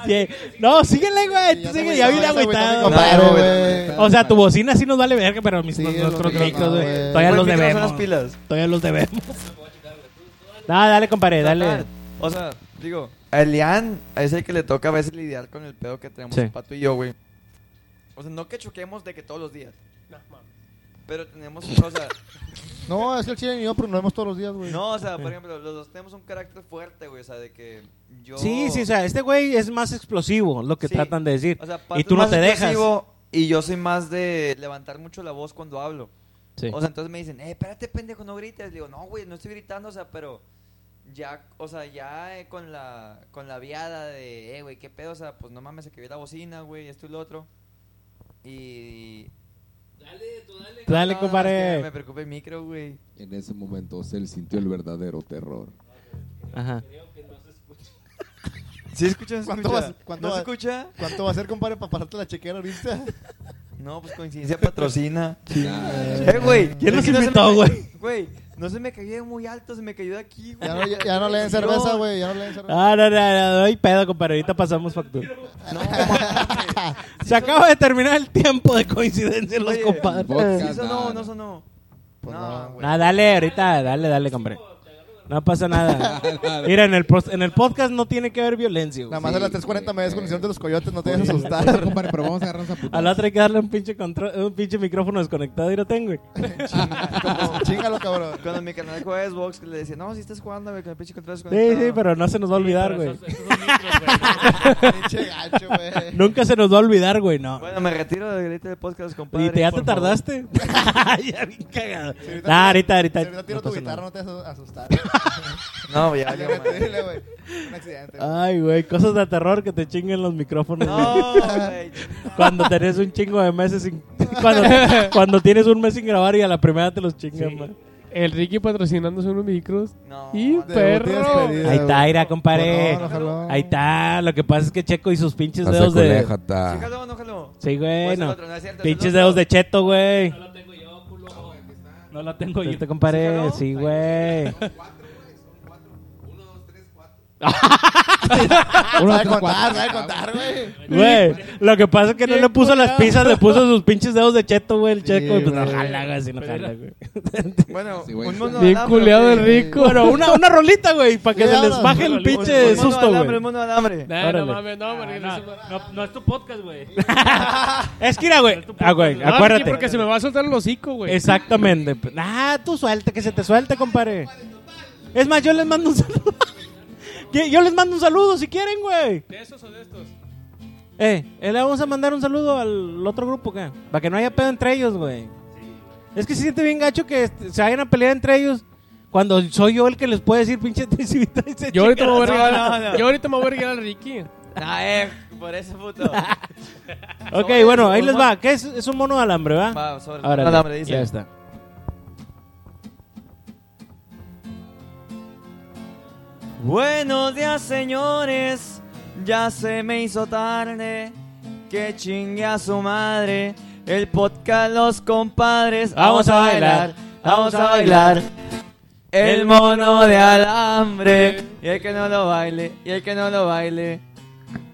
Speaker 1: No, síguele, güey. tú
Speaker 7: Ya se agüitó,
Speaker 1: Sigue, ya vine
Speaker 7: ya se agüitó mi
Speaker 1: agüitado.
Speaker 6: compadre.
Speaker 7: compadre,
Speaker 6: No,
Speaker 7: güey.
Speaker 1: O sea, tu bocina sí nos vale verga, pero mis,
Speaker 7: Sí,
Speaker 1: nos-
Speaker 7: los
Speaker 1: nuestros
Speaker 7: micros,
Speaker 1: micros, güey,
Speaker 7: güey.
Speaker 1: todavía
Speaker 6: Güey,
Speaker 1: los
Speaker 6: micros son
Speaker 1: debemos.
Speaker 6: las pilas.
Speaker 1: Todavía los debemos. No, dale, compadre, dale.
Speaker 6: Total, O sea, digo, a Elian es el que le toca a veces lidiar con el pedo que tenemos
Speaker 1: Sí.
Speaker 6: Pato y yo, güey. O sea, no que choquemos de que todos los días.
Speaker 5: No, mames.
Speaker 6: Pero tenemos, o sea,
Speaker 7: No, es que el chile ni yo, pero nos vemos todos los días, güey.
Speaker 6: no, o sea, por ejemplo, los dos tenemos un carácter fuerte, güey, o sea, de que yo...
Speaker 1: Sí, sí, o sea, este güey es más explosivo, lo que
Speaker 6: Sí.
Speaker 1: tratan de decir.
Speaker 6: O sea,
Speaker 1: y
Speaker 6: Pato
Speaker 1: tú
Speaker 6: es
Speaker 1: no
Speaker 6: más
Speaker 1: te dejas.
Speaker 6: explosivo Y yo soy más de levantar mucho la voz cuando hablo.
Speaker 1: Sí.
Speaker 6: O sea, entonces me dicen, eh, espérate, pendejo, no grites. Digo, no, güey, no estoy gritando, o sea, pero ya, o sea, ya eh, con la con la viada de, eh, güey, qué pedo, o sea, pues no mames, que vi la bocina, güey, esto y lo otro. Y...
Speaker 1: Dale,
Speaker 6: No, es que Me
Speaker 1: compadre.
Speaker 6: preocupa el micro, güey.
Speaker 8: En ese momento él sintió el verdadero terror.
Speaker 1: Ajá.
Speaker 6: ¿Sí escuchan?
Speaker 7: ¿Cuánto
Speaker 6: escucha?
Speaker 7: vas- cuánto
Speaker 6: ¿No se
Speaker 7: vas-
Speaker 6: escucha?
Speaker 7: ¿Cuánto va a ser, compadre, para pasarte la chequera ahorita?
Speaker 6: No, pues coincidencia patrocina.
Speaker 8: Nah,
Speaker 6: eh, güey.
Speaker 1: ¿Quién
Speaker 6: es
Speaker 1: nos
Speaker 6: que no se
Speaker 1: invitó,
Speaker 6: me-
Speaker 1: güey?
Speaker 6: Güey, no se me cayó de muy alto, se me cayó de aquí, güey.
Speaker 7: Ya no, ya, ya no leen cerveza, güey. Ya no leen cerveza.
Speaker 1: Ah, no, no, no, no hay pedo, compadre. Ahorita pasamos factura.
Speaker 6: No, mames.
Speaker 1: Se acaba de terminar el tiempo de coincidencia en los
Speaker 6: Oye,
Speaker 1: compadres.
Speaker 8: vodka.
Speaker 6: ¿Sí sonó o no sonó? No, güey.
Speaker 1: Ah, dale, ahorita, dale, dale, compadre. No pasa nada. Mira, en el, pros- en el podcast no tiene que haber violencia.
Speaker 7: Nada
Speaker 1: güey.
Speaker 7: más a las 3.40 me ves con el señor de los coyotes, no te dejes asustar.
Speaker 8: Compadre, pero vamos a agarrarnos a putas.
Speaker 1: Al otro hay que darle un pinche, control, un pinche micrófono desconectado y lo tengo, güey.
Speaker 7: Chingalo, cabrón.
Speaker 6: Cuando mi canal jugaba Xbox, le decía, no, si estás jugando, güey, con el pinche control
Speaker 1: Sí,
Speaker 6: desconectado.
Speaker 1: sí, pero no se nos va a olvidar,
Speaker 2: Pero
Speaker 1: güey.
Speaker 2: esos- esos son micros, güey.
Speaker 7: Pinche gacho, güey.
Speaker 1: Nunca se nos va a olvidar, güey, no.
Speaker 6: Bueno, me retiro de ahorita del podcast, compadre.
Speaker 1: Y te, ya te
Speaker 6: por favor.
Speaker 1: tardaste. ya bien cagado. Nah, ahorita, ahorita.
Speaker 7: Si ahorita tiro
Speaker 1: no
Speaker 7: tu
Speaker 1: pasa
Speaker 7: guitarra,
Speaker 1: nada.
Speaker 7: no te dejes asustar.
Speaker 6: No, ya, ya,
Speaker 7: Dile, güey,
Speaker 6: madre.
Speaker 7: dile, güey. Un accidente.
Speaker 1: Ay, güey, cosas de terror que te chinguen los micrófonos. güey.
Speaker 6: No, güey.
Speaker 1: Cuando tenés un chingo de meses sin. Cuando, cuando tienes un mes sin grabar y a la primera te los chingan,
Speaker 5: Sí.
Speaker 1: man.
Speaker 5: El Ricky patrocinándose unos micros.
Speaker 6: No.
Speaker 5: Y
Speaker 7: De
Speaker 5: perro.
Speaker 7: despedida,
Speaker 1: Ahí
Speaker 7: güey. Pues
Speaker 1: está, Ira, compadre.
Speaker 7: No, no, jaló.
Speaker 1: Ahí está. Lo que pasa es que Checo y sus pinches dedos de.
Speaker 6: ¿Sí jaló o no jaló?
Speaker 1: Sí, güey.
Speaker 6: Pues el
Speaker 1: no.
Speaker 6: otro, no es cierto,
Speaker 1: Pinches
Speaker 6: el otro.
Speaker 1: dedos de Cheto, güey.
Speaker 7: Ah,
Speaker 2: No la tengo yo.
Speaker 1: Este compadre, sí, güey.
Speaker 7: Sabe contar, sabe contar, güey.
Speaker 1: Güey, lo que pasa es que no
Speaker 5: Bien
Speaker 1: le puso las
Speaker 5: colgado.
Speaker 1: pizzas, le puso sus pinches dedos de cheto, güey, el checo. y pues no
Speaker 7: güey.
Speaker 1: jala, güey, así no jala, güey.
Speaker 6: Bueno,
Speaker 8: Sí, güey.
Speaker 6: un mono
Speaker 5: Bien
Speaker 6: alambre.
Speaker 5: culeado el
Speaker 6: güey.
Speaker 5: Rico.
Speaker 1: Bueno, una, una rolita, güey, para que
Speaker 7: Sí,
Speaker 1: se les
Speaker 7: ahora,
Speaker 1: baje el
Speaker 2: una
Speaker 1: pinche
Speaker 6: Un mono
Speaker 1: susto,
Speaker 6: alambre,
Speaker 1: güey.
Speaker 6: Un mono alambre.
Speaker 9: Nah,
Speaker 1: Órale. Ah,
Speaker 9: no mames, no, porque
Speaker 2: No,
Speaker 9: no,
Speaker 2: no, no es tu podcast, güey.
Speaker 1: Es que, mira, güey, ah, güey,
Speaker 9: Ricky,
Speaker 1: acuérdate.
Speaker 9: porque se me va a soltar el hocico, güey.
Speaker 1: Exactamente. Ah, tú suelta, que se te suelte, compadre. Es más, yo les mando un saludo. Que Yo les mando un saludo si quieren, güey.
Speaker 9: ¿De esos o de estos?
Speaker 1: Eh, eh, le vamos a mandar un saludo al otro grupo, ¿qué? Para que no haya pedo entre ellos, güey. Es que se siente bien gacho que este, se vayan a pelear entre ellos cuando soy yo el que les puede decir pinche tesivita y se
Speaker 5: Yo ahorita me voy a
Speaker 6: No,
Speaker 5: regalar,
Speaker 6: no, no.
Speaker 5: yo ahorita me voy a regalar al Ricky.
Speaker 6: Nah, eh, por eso, puto.
Speaker 1: chingan. Ok, bueno, ahí les va. ¿Qué es? Es un mono de alambre, ¿va?
Speaker 6: Va, sobre el
Speaker 1: Ahora,
Speaker 6: mono alambre, dice.
Speaker 1: ya está.
Speaker 6: Buenos días, señores. Ya se me hizo tarde. Que chingue a su madre. El podcast Los Compadres.
Speaker 1: Vamos a bailar,
Speaker 6: Vamos a bailar. El mono de alambre. Y el que no lo baile. Y el que no lo baile.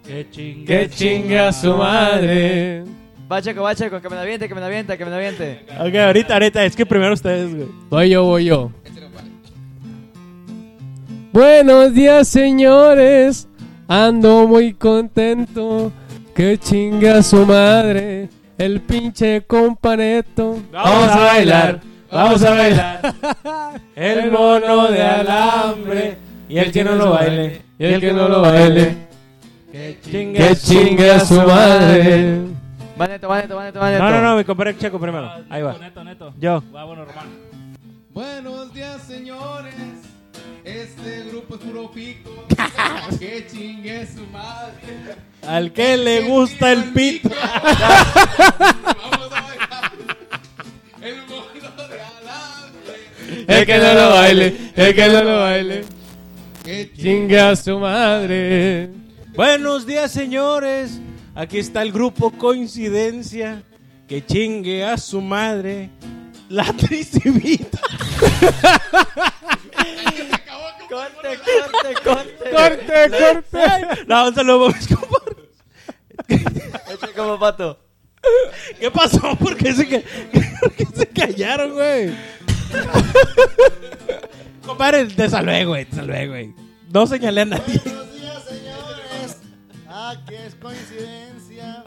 Speaker 2: Qué chingue.
Speaker 5: Que chingue a su madre.
Speaker 6: Va, checo, va, checo. Que me la aviente, que me la aviente, que me la aviente.
Speaker 1: Ok, ahorita, ahorita. Es que primero ustedes, güey.
Speaker 5: Voy yo, voy yo. Buenos días, señores. Ando muy contento. Que chingue a su madre. El pinche companeto.
Speaker 1: Vamos a bailar, vamos a bailar. El mono de alambre. Y el que no lo baile,
Speaker 5: Y el que no lo baile. Que chingue a su madre.
Speaker 6: Va, neto, va, neto, va, neto, va, neto.
Speaker 1: No, no, no, mi compadre Checo primero. Ahí va.
Speaker 2: Neto, neto.
Speaker 1: Yo.
Speaker 2: Va, bueno, Román.
Speaker 8: Buenos días, señores. Este grupo es puro pico. que chingue su madre.
Speaker 1: Al que le gusta el pito.
Speaker 8: Vamos a bailar. El mono de alambre.
Speaker 5: El que no lo baile. El que no lo baile.
Speaker 8: Que
Speaker 5: Chingue a su madre.
Speaker 1: Buenos días, señores. Aquí está el grupo Coincidencia. Que chingue a su madre. La tricivita.
Speaker 6: Corte, corte, corte.
Speaker 5: Corte, corte.
Speaker 1: No, un saludo para mis compadres.
Speaker 6: Eche como pato.
Speaker 1: ¿Qué pasó? ¿Por qué se, ca- por qué se callaron, güey? Compadre, te salvé, güey. Te salvé, güey. No señalé a nadie.
Speaker 7: Buenos días, señores. Ah, que es coincidencia.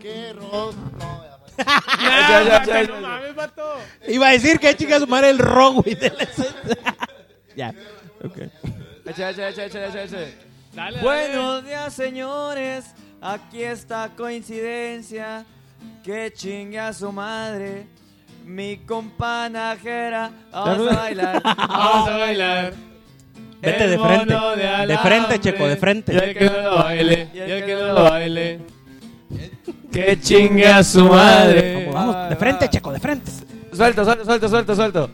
Speaker 7: Qué ro... No, ya, pues.
Speaker 5: Ya, ya, ya, no mames, vato.
Speaker 1: Iba a decir que chica su madre el rock, güey. de la- ya. Ok.
Speaker 6: Echa, echa, echa, echa, echa, echa.
Speaker 5: Dale, dale.
Speaker 6: Buenos días, señores. Aquí está coincidencia. Que chingue a su madre. Mi companajera. Vamos a bailar.
Speaker 5: Vamos a bailar.
Speaker 1: Vete
Speaker 5: El
Speaker 1: de frente.
Speaker 5: mono
Speaker 1: De
Speaker 5: alambre.
Speaker 1: frente, Checo, de frente.
Speaker 5: Y el que no lo baile. Y el que no lo baile. Que chingue a su madre.
Speaker 1: Vamos, vamos, de frente, Checo, de frente.
Speaker 6: Suelto, suelto, suelto, suelto, suelto.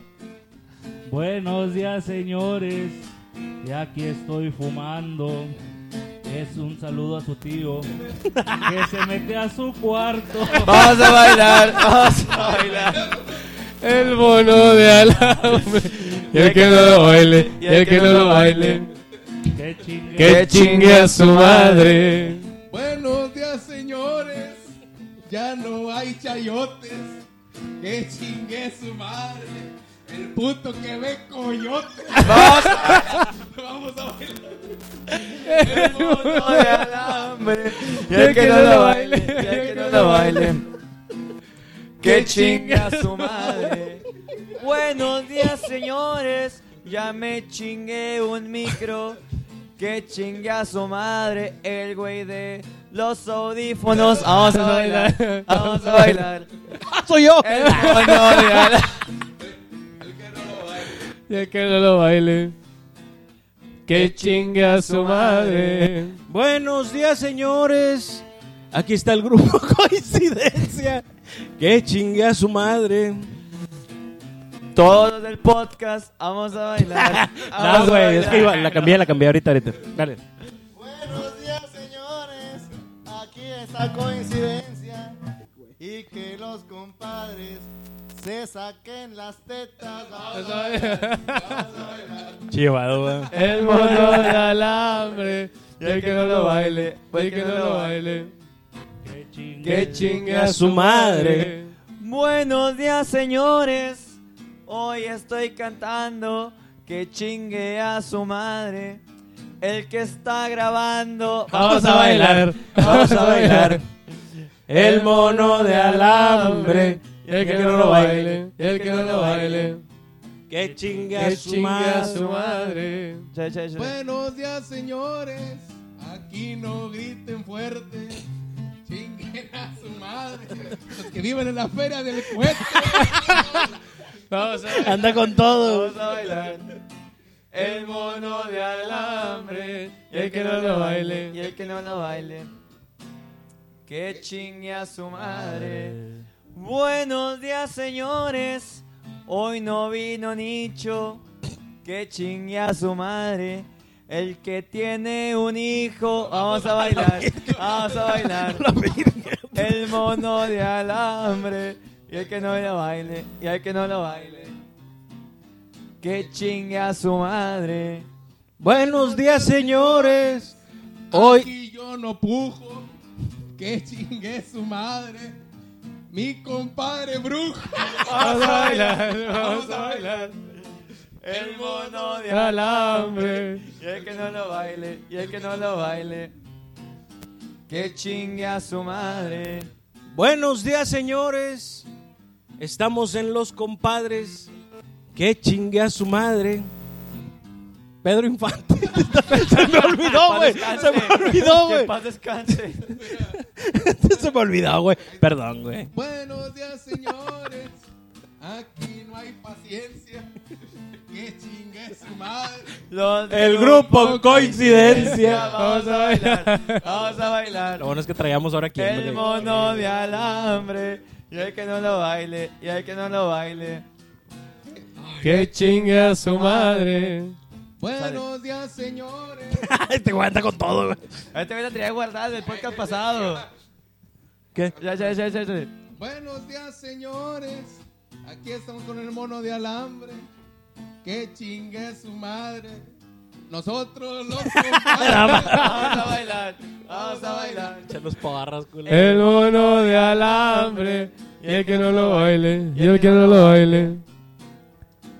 Speaker 2: Buenos días, señores. Ya aquí estoy fumando. Es un saludo a su tío que se mete a su cuarto.
Speaker 6: Vamos a bailar. Vamos a bailar.
Speaker 5: El mono de alambre. Y el que no lo baile. Y el que no lo baile.
Speaker 2: Qué chingue.
Speaker 5: Que chingue a su madre.
Speaker 3: Buenos días, señores. Ya no hay chayotes. Que chingue su madre. El puto que ve coyote. Vamos a bailar.
Speaker 6: Mono de alambre. Y el que no lo baile. Y el que no lo baile. Que chingue a su madre. Buenos días, señores. Ya me chingué un micro. Que chingue a su madre el güey de los audífonos. Vamos a bailar. Vamos a bailar.
Speaker 1: Soy yo.
Speaker 6: El mono de alambre.
Speaker 5: Y el que no lo baile. Que chingue a su madre.
Speaker 1: Buenos días, señores. Aquí está el grupo Coincidencia. Que chingue a su madre.
Speaker 6: Todos del podcast, vamos a bailar.
Speaker 1: No,
Speaker 5: Ah,
Speaker 6: Vamos a
Speaker 1: güey, es
Speaker 6: bailar.
Speaker 1: que iba- la cambié, la cambié ahorita, ahorita. Dale.
Speaker 7: Buenos días, señores. Aquí está coincidencia. Y que los compadres se saquen las tetas. Vamos a
Speaker 1: Chivado, güey.
Speaker 5: El mono de alambre. Y el que no lo baile. Y el que no lo baile. Que chingue a su madre.
Speaker 6: Buenos días, señores. Hoy estoy cantando que chingue a su madre. El que está grabando,
Speaker 5: Vamos a bailar.
Speaker 1: Vamos a bailar. El mono de alambre.
Speaker 5: Alambre. Y el que no lo baile. Y el que no lo baile.
Speaker 1: Que chingue a
Speaker 5: Que
Speaker 1: su
Speaker 5: chingue a su
Speaker 1: madre.
Speaker 5: madre.
Speaker 6: Cha, cha, cha.
Speaker 3: Buenos días, señores. Aquí no griten fuerte. Chinguen a su madre. Los que viven en la feria del cohete.
Speaker 5: Vamos a bailar.
Speaker 1: Anda con todo.
Speaker 6: Vamos a bailar.
Speaker 5: El mono de alambre. Y el que no lo
Speaker 6: Y
Speaker 5: baile.
Speaker 6: el que no lo baile. Que chingue a su madre. Buenos días, señores. Hoy no vino Nicho. Que chingue a su madre. El que tiene un hijo. Vamos a bailar. Vamos a bailar. El mono de alambre. Y el que no lo baile. Y el que no lo baile. Que chingue a su madre.
Speaker 1: Buenos días, señores. Hoy.
Speaker 3: Aquí yo no pujo. Que chingue su madre. Mi compadre brujo.
Speaker 5: Vamos a bailar. Vamos a bailar.
Speaker 6: El mono de
Speaker 5: De
Speaker 9: Ah,
Speaker 5: alambre.
Speaker 6: Y el que no lo baile, y el que no lo baile, que chingue a su madre.
Speaker 1: Buenos días, señores. Estamos en Los Compadres. Que chingue a su madre. Pedro Infante. Se me olvidó, güey. Se me olvidó,
Speaker 6: Que
Speaker 1: güey.
Speaker 6: paz descanse.
Speaker 1: Se me olvidó, güey. Perdón, güey.
Speaker 3: Buenos días, señores. Aquí no hay paciencia. Que chingue su madre.
Speaker 6: Los de
Speaker 1: El
Speaker 6: los
Speaker 1: grupo
Speaker 6: Coincidencia,
Speaker 1: Coincidencia.
Speaker 6: Vamos a bailar, vamos a bailar.
Speaker 1: Lo bueno es que traíamos ahora aquí.
Speaker 6: El mono de alambre, y el que no lo baile, y el que no lo baile.
Speaker 5: Que chingue a su madre.
Speaker 3: Buenos días, señores.
Speaker 1: Este güey anda con todo, güey.
Speaker 6: Este me la tenía guardada del podcast pasado.
Speaker 1: ¿Qué?
Speaker 6: Ya, ya, ya, ya, ya.
Speaker 3: Buenos días, señores. Aquí estamos con el mono de alambre. Que chingue su madre. Nosotros los compadres.
Speaker 6: Vamos a bailar, vamos a bailar.
Speaker 1: los pavarras, güey.
Speaker 5: El mono de alambre. Y el que no lo baile. Y el que no lo baile.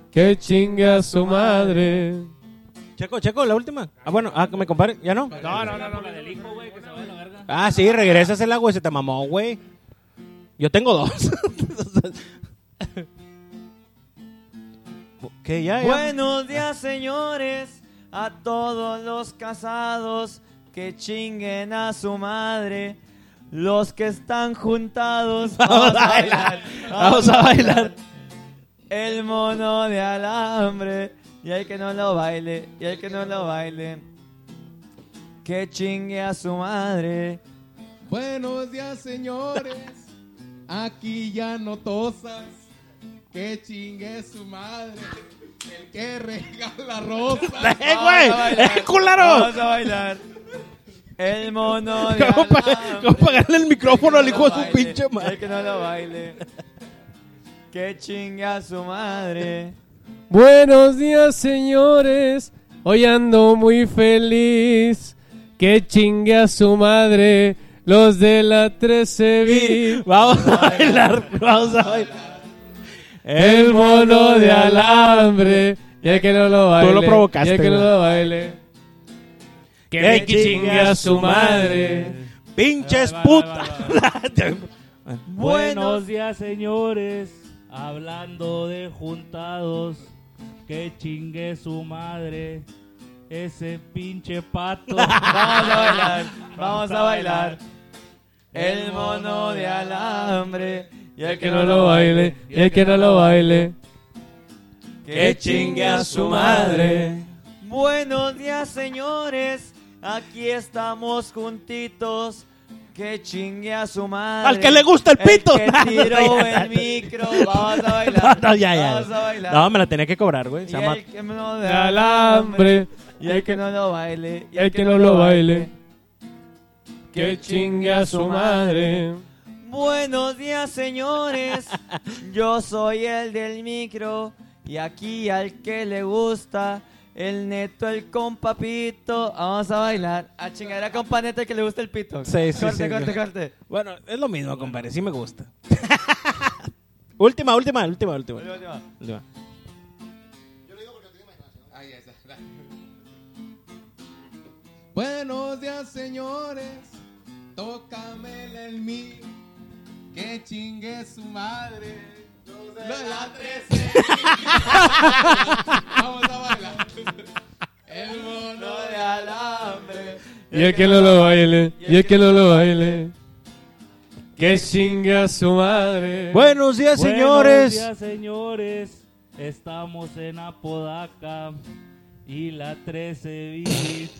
Speaker 5: Que chingue a su madre.
Speaker 1: Checo, Checo, la última. Ah, bueno, ah, que me compare. ¿Ya no?
Speaker 2: No, no, no, no, la del hijo, güey, que se va a la verga.
Speaker 1: Ah, sí, regresas el agua y se te mamó, güey. Yo tengo dos. que ya, ya.
Speaker 6: Buenos días, señores, a todos los casados que chinguen a su madre. Los que están juntados.
Speaker 1: Vamos a bailar. Vamos a bailar.
Speaker 6: El mono de alambre. Y el que no lo baile. Y el que no lo baile. Que chingue a su madre.
Speaker 8: Buenos días, señores. Aquí ya no tosas. Que chingue su madre. El que regala rosas.
Speaker 1: ¡Eh, güey! ¡Eh, culero!
Speaker 6: Vamos a bailar. El mono de
Speaker 1: ¿Cómo, pa-
Speaker 6: alambre.
Speaker 1: cómo pagarle el micrófono al
Speaker 6: que no
Speaker 1: hijo de
Speaker 6: lo
Speaker 1: su
Speaker 6: baile,
Speaker 1: pinche
Speaker 6: El
Speaker 1: madre?
Speaker 6: que no lo baile. Que chingue a su madre.
Speaker 5: Buenos días, señores. Hoy ando muy feliz. Que chingue a su madre. Los de la 13 vi.
Speaker 1: Vamos a bailar. Vamos a bailar.
Speaker 5: El mono de alambre. Y el que no lo baile.
Speaker 1: lo provocaste,
Speaker 5: Y el que no
Speaker 1: güey.
Speaker 5: lo baile. Que me chingue a su madre.
Speaker 1: Pinches
Speaker 2: Va, va,
Speaker 1: putas.
Speaker 2: Buenos días, señores. Hablando de juntados, que chingue su madre. Ese pinche pato.
Speaker 6: Vamos a bailar, vamos a bailar. El mono de alambre. Y
Speaker 5: Y el que no lo baile. Y el que no lo baile.
Speaker 6: Que chingue a su madre. Buenos días, señores. Aquí estamos juntitos. Que chingue a su madre.
Speaker 1: Al que le gusta el pito.
Speaker 6: El que tiró
Speaker 1: No, ya,
Speaker 6: el
Speaker 1: ya.
Speaker 6: micro. Vamos a
Speaker 1: No,
Speaker 6: bailar.
Speaker 1: no, ya, ya.
Speaker 6: Vamos a bailar.
Speaker 1: No, me la tenía que cobrar, güey.
Speaker 6: y
Speaker 1: Se llama-
Speaker 6: el que no
Speaker 5: De
Speaker 6: de
Speaker 5: alambre.
Speaker 6: Y el que no lo baile.
Speaker 5: Y el que no lo baile. Que chingue a su madre.
Speaker 6: Buenos días, señores. Yo soy el del micro. Y aquí al que le gusta, el neto, el compapito. Vamos a bailar. A chingar a compa neto el que le gusta el pito.
Speaker 1: Sí, sí,
Speaker 6: corte,
Speaker 1: sí.
Speaker 6: corte, corte.
Speaker 1: Bueno, es lo mismo, compadre. Sí me gusta. última, última, última, última.
Speaker 6: Última,
Speaker 1: Última.
Speaker 8: Buenos días, señores. Tócame el mí. Que chingue su madre. Los de la 13. Vamos a bailar. El mono
Speaker 6: Lo
Speaker 8: de
Speaker 6: de alambre.
Speaker 5: Y el que no lo baile, y el que no lo baile. Que chinga su madre.
Speaker 1: Buenos días,
Speaker 2: Buenos
Speaker 1: señores.
Speaker 2: días, señores. Estamos en Apodaca y la 13 bis.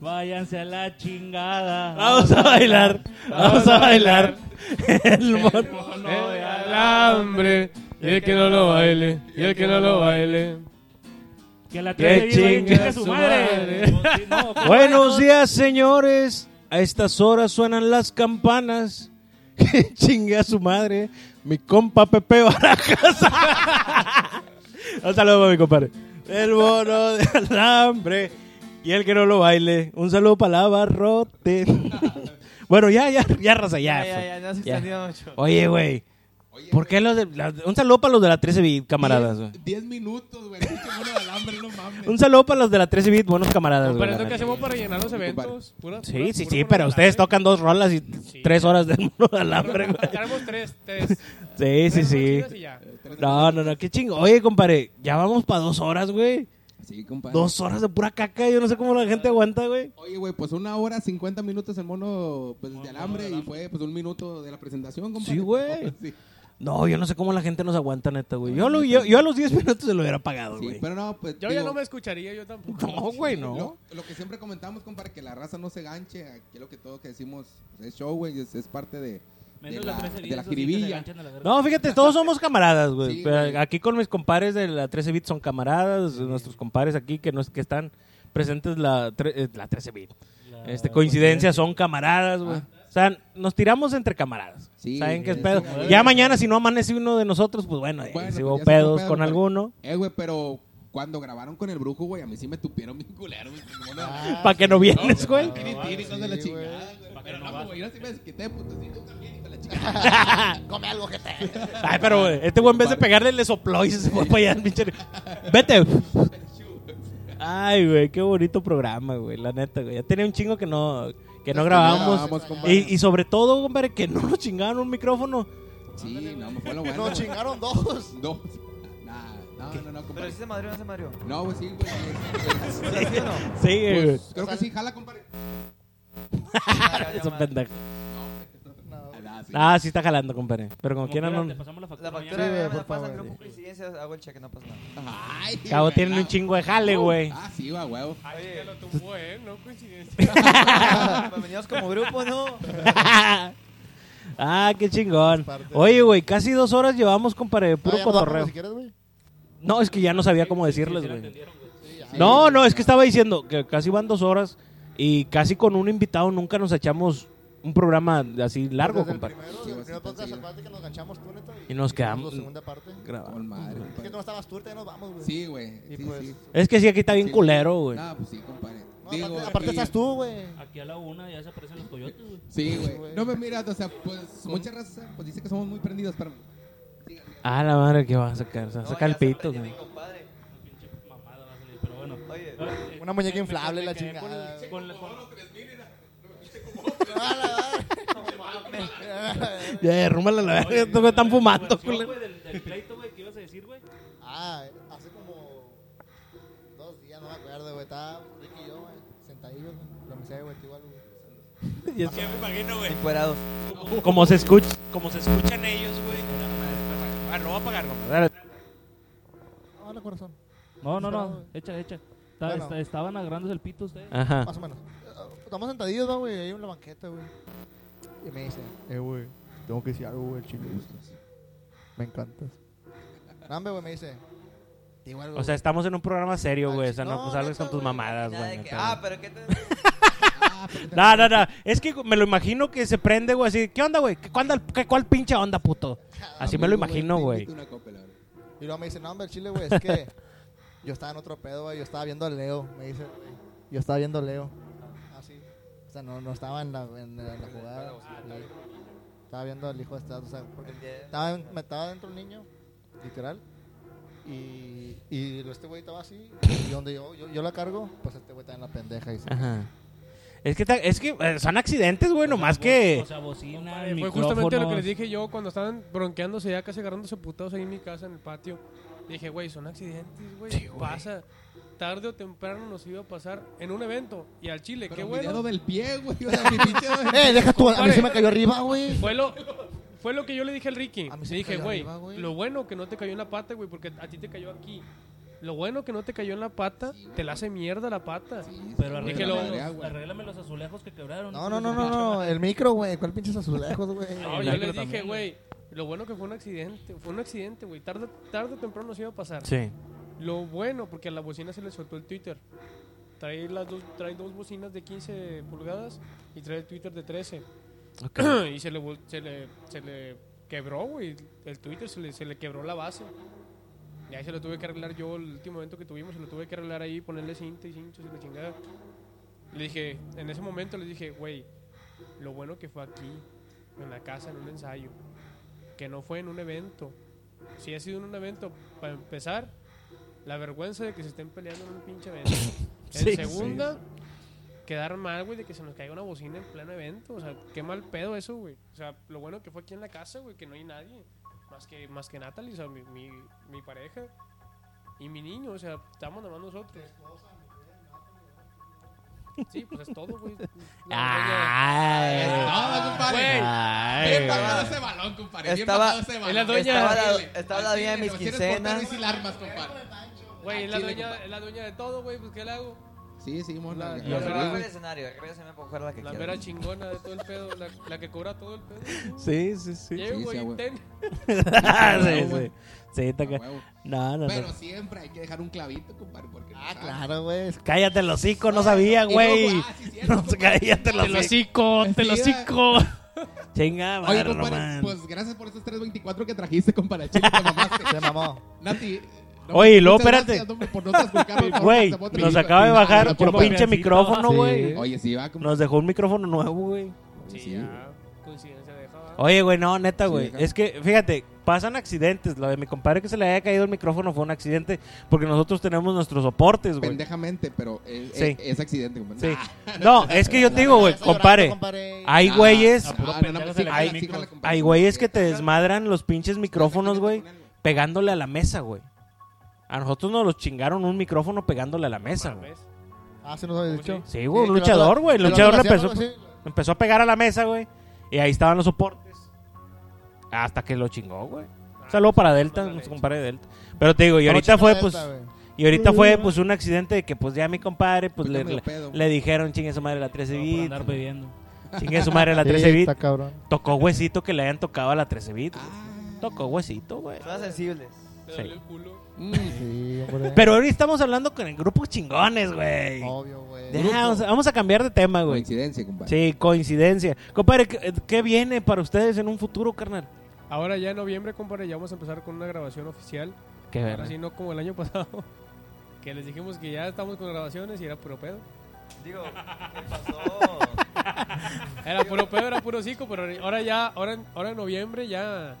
Speaker 2: Váyanse a la chingada.
Speaker 1: Vamos a bailar. Vamos a bailar. El mon-
Speaker 5: Eh.
Speaker 2: No, de
Speaker 5: alambre. Y el que no lo baile, y el que no lo baile.
Speaker 2: Que la
Speaker 5: Que
Speaker 2: 13 bis vaya y
Speaker 5: chingue
Speaker 2: chingue
Speaker 5: a
Speaker 2: su
Speaker 5: su
Speaker 2: madre. Pues sí, no, pues
Speaker 1: Buenos días, señores. A estas horas suenan las campanas. Que Chingue a su madre. Mi compa Pepe Barajas. Un saludo para mi compadre. El bono de alambre. Y el que no lo baile. Un saludo para la barrote. bueno, ya, ya, ya, raza, ya.
Speaker 6: Ya, ya, ya, no se
Speaker 1: Ya.
Speaker 6: extendió mucho.
Speaker 1: Oye, güey. ¿Por qué los de, la- un saludo para los de la 13 bit, camaradas? güey.
Speaker 8: 10 minutos, güey. Pinche mono de alambre, no mames.
Speaker 1: Un saludo para los de la 13 bit, buenos camaradas.
Speaker 9: Pero
Speaker 1: güey,
Speaker 9: es
Speaker 1: la
Speaker 9: lo que
Speaker 1: neta.
Speaker 9: hacemos para llenar los eventos. Pura- pura-
Speaker 1: Sí, sí,
Speaker 9: pura
Speaker 1: sí,
Speaker 9: por
Speaker 1: pero
Speaker 9: la
Speaker 1: ustedes
Speaker 9: tarde.
Speaker 1: tocan dos rolas y tres horas de mono de alambre, güey.
Speaker 9: Tenemos tres, tres.
Speaker 1: Sí, sí,
Speaker 9: tres
Speaker 1: sí.
Speaker 9: chidas y ya.
Speaker 1: No, no, no, qué chingo. Oye, compadre, ya vamos para dos horas, güey.
Speaker 8: Sí, compadre.
Speaker 1: Dos horas de pura caca. Yo no sé cómo la gente aguanta, güey.
Speaker 8: Oye, güey, pues una hora, 50 minutos el mono pues, de alambre y fue pues un minuto de la presentación, compadre.
Speaker 1: Sí, güey.
Speaker 8: Sí.
Speaker 1: No, yo no sé cómo la gente nos aguanta, neta, güey. Yo, lo- yo, yo a los 10 minutos se lo hubiera pagado,
Speaker 8: Sí,
Speaker 1: güey.
Speaker 8: pero no, pues.
Speaker 9: Yo ya
Speaker 8: digo,
Speaker 9: no me escucharía, yo tampoco.
Speaker 1: No, güey, no.
Speaker 8: Lo, lo que siempre comentamos, compadre, que la raza no se ganche. Aquí lo que todos que decimos pues, es show, güey, es, es parte de, de
Speaker 2: menos
Speaker 8: la,
Speaker 2: las 13
Speaker 8: de la
Speaker 2: bis, esos sí que se
Speaker 8: jiribilla.
Speaker 2: ganchan a la verga.
Speaker 1: No, fíjate, todos somos camaradas, güey.
Speaker 8: Sí,
Speaker 1: Pero
Speaker 8: güey.
Speaker 1: aquí con mis compares de la 13 bit son camaradas, nuestros compares aquí que no es que están presentes la, tre- eh, la 13 bit. Este coincidencia son camaradas, güey. O sea, nos tiramos entre camaradas.
Speaker 8: Ah. Sí,
Speaker 1: ¿Saben qué es
Speaker 8: sí,
Speaker 1: pedo?
Speaker 8: sí.
Speaker 1: ya mañana si no amanece uno de nosotros, pues bueno, eh,
Speaker 8: Bueno,
Speaker 1: si
Speaker 8: pues ya
Speaker 1: hubo
Speaker 8: se fue
Speaker 1: pedos
Speaker 8: pedo,
Speaker 1: con
Speaker 8: compadre.
Speaker 1: alguno,
Speaker 8: Eh, güey, pero cuando grabaron con el brujo, güey, a mí sí me tupieron bien culero, güey. que el mono de alambre.
Speaker 1: para Ah, que no vienes, güey.
Speaker 8: Tiri, tiri, hijos de la chingada, güey. Pero no, güey, yo sí me desquité, pues, puto. Sí, tú también, hijo de la chingada.
Speaker 7: Come algo que te.
Speaker 1: Ay, pero güey, este güey en vez de pegarle le sopló y se fue para allá, pinche. Vete. Ay, güey, qué bonito programa, güey, la neta, güey. Ya tenía un chingo que no que no grabábamos.
Speaker 8: grabábamos, compadre.
Speaker 1: Y, y sobre todo, compadre, que no nos chingaban un micrófono.
Speaker 8: Sí, no, me fue lo bueno.
Speaker 7: Nos
Speaker 8: güey.
Speaker 7: chingaron dos.
Speaker 8: Dos. Nah, no, no, no,
Speaker 3: Pero
Speaker 8: compadre.
Speaker 3: si se madrió o no se madrió.
Speaker 8: No, güey, sí, güey.
Speaker 3: O sea, ¿sí o no?
Speaker 1: Sí, güey.
Speaker 8: Pues, creo que sí, jala, compadre.
Speaker 1: Es un pendejo.
Speaker 8: Ah, nah, sí.
Speaker 1: Ah, sí está jalando, compadre. Pero como
Speaker 2: Como quiera,
Speaker 1: quieran,
Speaker 2: te
Speaker 1: no.
Speaker 2: pasamos la factura.
Speaker 3: La
Speaker 2: mañana.
Speaker 3: factura
Speaker 7: Sí,
Speaker 3: me
Speaker 7: güey,
Speaker 3: la
Speaker 7: por
Speaker 3: pasan
Speaker 7: favor,
Speaker 3: grupo
Speaker 7: sí.
Speaker 3: coincidencia, hago el cheque, no pasa nada.
Speaker 8: Ay,
Speaker 1: Cabo,
Speaker 8: güey,
Speaker 1: tienen
Speaker 8: nah.
Speaker 1: un chingo de jale, güey.
Speaker 8: Ah, sí, va, huevo.
Speaker 5: Ay, que lo tumbó, ¿eh? No coincidencia.
Speaker 3: Pues veníamos como grupo, ¿no?
Speaker 1: Ah, qué chingón.
Speaker 7: Parte de-
Speaker 1: Oye, güey, casi dos horas llevamos, compadre.
Speaker 7: Ah,
Speaker 1: Puro
Speaker 7: ya nos vamos,
Speaker 1: cotorreo.
Speaker 7: Si quieres, güey.
Speaker 1: No, es que ya no sabía cómo
Speaker 2: Sí,
Speaker 1: decirles,
Speaker 2: sí la
Speaker 1: güey.
Speaker 2: entendieron, güey.
Speaker 1: No, no, es que estaba diciendo que casi van dos horas y casi con un invitado nunca nos echamos un programa así largo,
Speaker 7: Desde el
Speaker 1: compadre.
Speaker 7: primero, desde
Speaker 8: Sí,
Speaker 7: el
Speaker 8: güey,
Speaker 7: primer
Speaker 8: sí,
Speaker 7: podcast,
Speaker 8: sí.
Speaker 7: acuérdate que nos ganchamos tú, neta.
Speaker 1: Y nos quedamos-
Speaker 7: La segunda parte.
Speaker 8: Con madre,
Speaker 7: Es que
Speaker 8: compadre.
Speaker 7: tú no estabas tú, ahorita ya nos vamos, güey.
Speaker 8: Sí, güey.
Speaker 7: Y
Speaker 8: Sí,
Speaker 7: pues-
Speaker 8: sí.
Speaker 1: Es que sí, aquí está bien
Speaker 8: Sí.
Speaker 1: culero, güey.
Speaker 8: No, pues sí, compadre.
Speaker 7: No,
Speaker 8: Digo, eh,
Speaker 7: aparte, aparte
Speaker 8: y-
Speaker 7: estás tú, güey.
Speaker 2: Aquí a la una ya se aparecen los coyotes, güey.
Speaker 8: Sí,
Speaker 7: güey.
Speaker 8: güey. No me miras, o sea, pues muchas razas pues dice que somos muy prendidos, pero
Speaker 1: Ah, la madre que va a sacar. Se va a
Speaker 3: No,
Speaker 1: sacar el
Speaker 3: ya se
Speaker 1: pito,
Speaker 3: prendió mi
Speaker 1: güey.
Speaker 3: compadre.
Speaker 2: Una pinche mamada va a salir, pero bueno.
Speaker 3: Oye,
Speaker 2: Eh,
Speaker 7: Una muñeca
Speaker 2: me-
Speaker 7: inflable,
Speaker 2: me
Speaker 7: la
Speaker 2: quedé con el-
Speaker 7: chingada.
Speaker 2: con la- con-
Speaker 1: Ya, derrúmala la verga, estos me están fumando,
Speaker 2: Güey,
Speaker 1: culero.
Speaker 2: del, del pleito, güey, ¿qué ibas a decir, güey?
Speaker 7: Ah, hace como dos días, no me acuerdo, güey. Estaba Ricky y yo, güey, sentadillos, güey. Lo misé, güey, igual, güey.
Speaker 1: Ya me imagino, güey.
Speaker 3: encuerados.
Speaker 1: Como se escucha, como se escuchan ellos, güey. Ah, lo voy a apagar, compadre.
Speaker 7: Hola, corazón.
Speaker 2: No, no, no, echa, echa. Está-
Speaker 7: Bueno.
Speaker 2: está- estaban agarrándose el pito ustedes.
Speaker 1: Ajá.
Speaker 7: Más o menos. Eh, Estamos sentadillos, ¿no, güey, ahí en la banqueta, güey. Y me dice, eh, güey, tengo que decir algo, güey, chico. Me encantas. No, hombre, güey, me dice, "Te digo algo.
Speaker 1: O sea, estamos en un programa serio, güey. O sea, no,
Speaker 7: No,
Speaker 1: no salgas
Speaker 7: neta,
Speaker 1: con tus
Speaker 7: güey.
Speaker 1: mamadas,
Speaker 3: Nada
Speaker 1: güey.
Speaker 3: de que,
Speaker 1: neta,
Speaker 3: ah,
Speaker 1: güey.
Speaker 3: pero ¿qué te...
Speaker 1: Ah, No, no, no. Es que me lo imagino que se prende, güey. Así, ¿qué onda, güey? ¿Qué, cuándo- qué- ¿Cuál pinche onda, puto? Así me lo imagino, güey.
Speaker 7: Y luego me dice, no, hombre, el chile, güey, es que yo estaba en otro pedo, güey, yo estaba viendo a Leo, me dice, güey. Yo estaba viendo a Leo.
Speaker 5: Ah,
Speaker 7: Así. O sea, no, no estaba en la, en la- en la jugada. sí. Estaba viendo al hijo de Estado, o sea, porque estaba, en- me estaba dentro un niño, literal. Y, y este güey estaba así, y donde yo, yo, yo la cargo, pues este güey está en la pendeja y se...
Speaker 1: Ajá. Es que, ta- es que eh, son accidentes, güey. Nomás
Speaker 2: O sea, bo-
Speaker 1: que.
Speaker 2: O sea, bocina,
Speaker 5: Fue justamente lo que les dije yo cuando estaban bronqueándose ya casi agarrándose putados ahí en mi casa, en el patio. Dije, güey, son accidentes, güey. Pasa. Tarde o temprano nos iba a pasar en un evento. Y al Chile,
Speaker 8: Pero
Speaker 5: qué
Speaker 8: mi
Speaker 5: bueno.
Speaker 8: dedo del pie, güey. O sea, mi pinche dedo del-
Speaker 7: ¡Eh, deja tú! A mí
Speaker 5: Compadre.
Speaker 7: se me cayó arriba, güey.
Speaker 5: Fue lo, fue lo que yo le dije al Ricky.
Speaker 7: A mí
Speaker 5: Le
Speaker 7: se me
Speaker 5: dije,
Speaker 7: cayó
Speaker 5: güey,
Speaker 7: arriba, güey.
Speaker 5: lo bueno que no te cayó en la pata, güey, porque a ti te cayó aquí. Lo bueno que no te cayó en la pata, te la hace mierda la pata.
Speaker 8: Sí,
Speaker 2: Pero
Speaker 8: sí,
Speaker 5: arréglalo.
Speaker 8: la madrea,
Speaker 2: arréglame,
Speaker 8: güey.
Speaker 2: arréglame los azulejos que quebraron.
Speaker 7: No, no, no, no, no, el micro, güey. ¿Cuál pinches azulejos, güey?
Speaker 5: No,
Speaker 1: El
Speaker 5: yo
Speaker 1: micro
Speaker 5: les dije,
Speaker 1: también,
Speaker 5: güey, lo bueno que fue un accidente. Fue un accidente, güey. Tarde, tarde o temprano nos iba a pasar.
Speaker 1: Sí.
Speaker 5: Lo bueno, porque a la bocina se le soltó el Twitter. Trae, las dos, trae dos bocinas de 15 pulgadas y trae el Twitter de 13.
Speaker 1: Ok.
Speaker 5: y se le, vol- se le, se le quebró, güey. El Twitter se le, se le quebró la base. Y ahí se lo tuve que arreglar yo el último evento que tuvimos. Se lo tuve que arreglar ahí, ponerle cinta y cinchos y la chingada. Le dije, en ese momento le dije, güey, lo bueno que fue aquí, en la casa, en un ensayo. Que no fue en un evento. Si ha sido en un evento, para empezar, la vergüenza de que se estén peleando en un pinche evento. En
Speaker 1: Sí,
Speaker 5: segunda, quedar mal, güey, de que se nos caiga una bocina en pleno evento. O sea, qué mal pedo eso, güey. O sea, lo bueno que fue aquí en la casa, güey, que no hay nadie. Más que, más que Natalie, o sea, mi, mi, mi pareja y mi niño. O sea, estamos nomás nosotros. Sí, pues es todo, güey. La
Speaker 3: Ah.
Speaker 8: Es
Speaker 1: Ay.
Speaker 8: todo, compadre.
Speaker 5: Güey.
Speaker 1: Ay,
Speaker 8: Bien
Speaker 1: güey.
Speaker 8: pagado ese balón, compadre. Bien
Speaker 3: Estaba-
Speaker 8: pagado ese balón.
Speaker 5: es la dueña.
Speaker 3: Estaba la-
Speaker 8: Al chile.
Speaker 3: estaba la
Speaker 8: Al
Speaker 3: dueña de
Speaker 8: chile,
Speaker 3: mis
Speaker 8: no quieres
Speaker 3: quincenas.
Speaker 8: portar y sin armas, compadre.
Speaker 5: doña- Güey, es la
Speaker 8: Al chile,
Speaker 5: dueña,
Speaker 8: compadre.
Speaker 5: es la dueña de todo, güey. Pues, ¿qué le hago?
Speaker 8: Sí, sí, mona.
Speaker 5: La-
Speaker 8: Sí,
Speaker 5: la-
Speaker 8: güey.
Speaker 5: la-
Speaker 3: Arriba el escenario, arriba se me puede jugar la que
Speaker 5: La
Speaker 3: quiera.
Speaker 5: mera chingona de todo el pedo. La, la que cobra todo el pedo.
Speaker 1: Sí, sí, sí.
Speaker 5: Llego
Speaker 8: sí,
Speaker 5: güey,
Speaker 8: güey.
Speaker 5: ten.
Speaker 1: Ah, sí,
Speaker 8: huevo.
Speaker 1: sí. Sí, está
Speaker 8: A
Speaker 1: ca-
Speaker 8: huevo.
Speaker 1: No, no,
Speaker 8: Pero
Speaker 1: no.
Speaker 8: siempre hay que dejar un clavito, compadre. Porque
Speaker 7: Ah, claro, güey. es-
Speaker 1: Cállate el hocico, no sabía,
Speaker 8: Y luego,
Speaker 1: güey.
Speaker 8: ah, sí, cierto,
Speaker 1: No, pues,
Speaker 8: compadre.
Speaker 1: cállate el hocico.
Speaker 5: hocico,
Speaker 8: te lo hocico.
Speaker 1: Chinga, madre,
Speaker 8: Oye, compadre,
Speaker 1: Román.
Speaker 8: pues gracias por esos 324 que trajiste, compadre. Al Chile, te mamaste.
Speaker 7: Se mamó.
Speaker 8: Nati.
Speaker 1: Oye, y
Speaker 8: muchas
Speaker 1: luego, espérate.
Speaker 8: gracias, hombre, por no transculcarnos, por
Speaker 1: Güey,
Speaker 8: no hacer
Speaker 1: nos
Speaker 8: otro-
Speaker 1: acaba de bajar
Speaker 8: Por
Speaker 1: un pinche
Speaker 8: favor.
Speaker 1: micrófono,
Speaker 10: Sí.
Speaker 1: güey.
Speaker 8: Oye, sí, va como.
Speaker 1: Nos dejó un micrófono nuevo, güey.
Speaker 5: Sí,
Speaker 8: Sí,
Speaker 5: ya. Coincidencia de
Speaker 1: Oye, güey, no, neta, güey.
Speaker 8: ajá.
Speaker 1: es que, fíjate, pasan accidentes. Lo de mi compadre que se le haya caído el micrófono fue un accidente porque nosotros tenemos nuestros soportes, güey.
Speaker 8: Pendejamente, pero es,
Speaker 1: Sí.
Speaker 8: es- es accidente, compadre.
Speaker 1: Sí. No, es que yo te digo, güey,
Speaker 7: Está llorando,
Speaker 1: compadre.
Speaker 7: compadre.
Speaker 1: Hay
Speaker 8: Ah,
Speaker 1: güeyes,
Speaker 8: ah,
Speaker 2: puro
Speaker 8: no, no,
Speaker 2: pendejo
Speaker 8: sí,
Speaker 2: se le
Speaker 8: jala,
Speaker 2: cae
Speaker 8: sí,
Speaker 2: el micro.
Speaker 8: jala, compadre.
Speaker 1: hay güeyes que te desmadran los pinches micrófonos, güey, pegándole a la mesa, güey. A nosotros nos los chingaron un micrófono pegándole a la mesa, güey.
Speaker 5: Mames.
Speaker 7: Ah, se nos había dicho.
Speaker 1: Sí, güey, un
Speaker 7: que
Speaker 1: luchador,
Speaker 7: lo-
Speaker 1: güey.
Speaker 7: que
Speaker 1: El
Speaker 7: lo
Speaker 1: luchador le
Speaker 7: hacían,
Speaker 1: empezó,
Speaker 7: ¿no? Sí.
Speaker 1: le empezó a pegar a la mesa, güey. Y ahí estaban los soportes. Hasta que lo chingó, güey. Un
Speaker 7: Ah,
Speaker 1: saludo para Delta, nos compadre de Delta. Pero te digo, y
Speaker 7: Pero
Speaker 1: ahorita
Speaker 7: chingada
Speaker 1: fue,
Speaker 7: esta,
Speaker 1: pues,
Speaker 7: güey. Uh.
Speaker 1: y ahorita fue, pues, un accidente de que, pues, ya mi compadre, pues,
Speaker 8: Fue
Speaker 1: le,
Speaker 8: medio
Speaker 1: le-
Speaker 8: pedo, güey.
Speaker 1: le dijeron, chingue su madre la 13
Speaker 2: Por
Speaker 1: bit,
Speaker 2: andar bebiendo.
Speaker 1: chingue su madre la 13
Speaker 7: Sí,
Speaker 1: bit.
Speaker 7: está cabrón. Ah.
Speaker 1: Tocó huesito que le hayan tocado a la 13 bit. güey. Tocó huesito, güey.
Speaker 6: Todas sensibles.
Speaker 11: Te
Speaker 1: Sí.
Speaker 11: duele el culo.
Speaker 8: Mm.
Speaker 7: Sí, hombre.
Speaker 1: Pero ahorita estamos hablando con el grupo chingones, güey.
Speaker 7: Obvio, güey.
Speaker 1: Ya, vamos, a- vamos a cambiar de tema, güey.
Speaker 8: Coincidencia, compadre.
Speaker 1: Sí, coincidencia. Compadre, ¿qué, qué viene para ustedes en un futuro, carnal?
Speaker 5: Ahora ya en noviembre, compadre, ya vamos a empezar con una grabación oficial.
Speaker 1: Qué
Speaker 5: Ahora sí, no como el año pasado. Que les dijimos que ya estamos con grabaciones y era puro pedo.
Speaker 6: Digo, ¿qué pasó?
Speaker 5: Era puro pedo, era puro cico, pero ahora ya, ahora en, ahora en noviembre ya.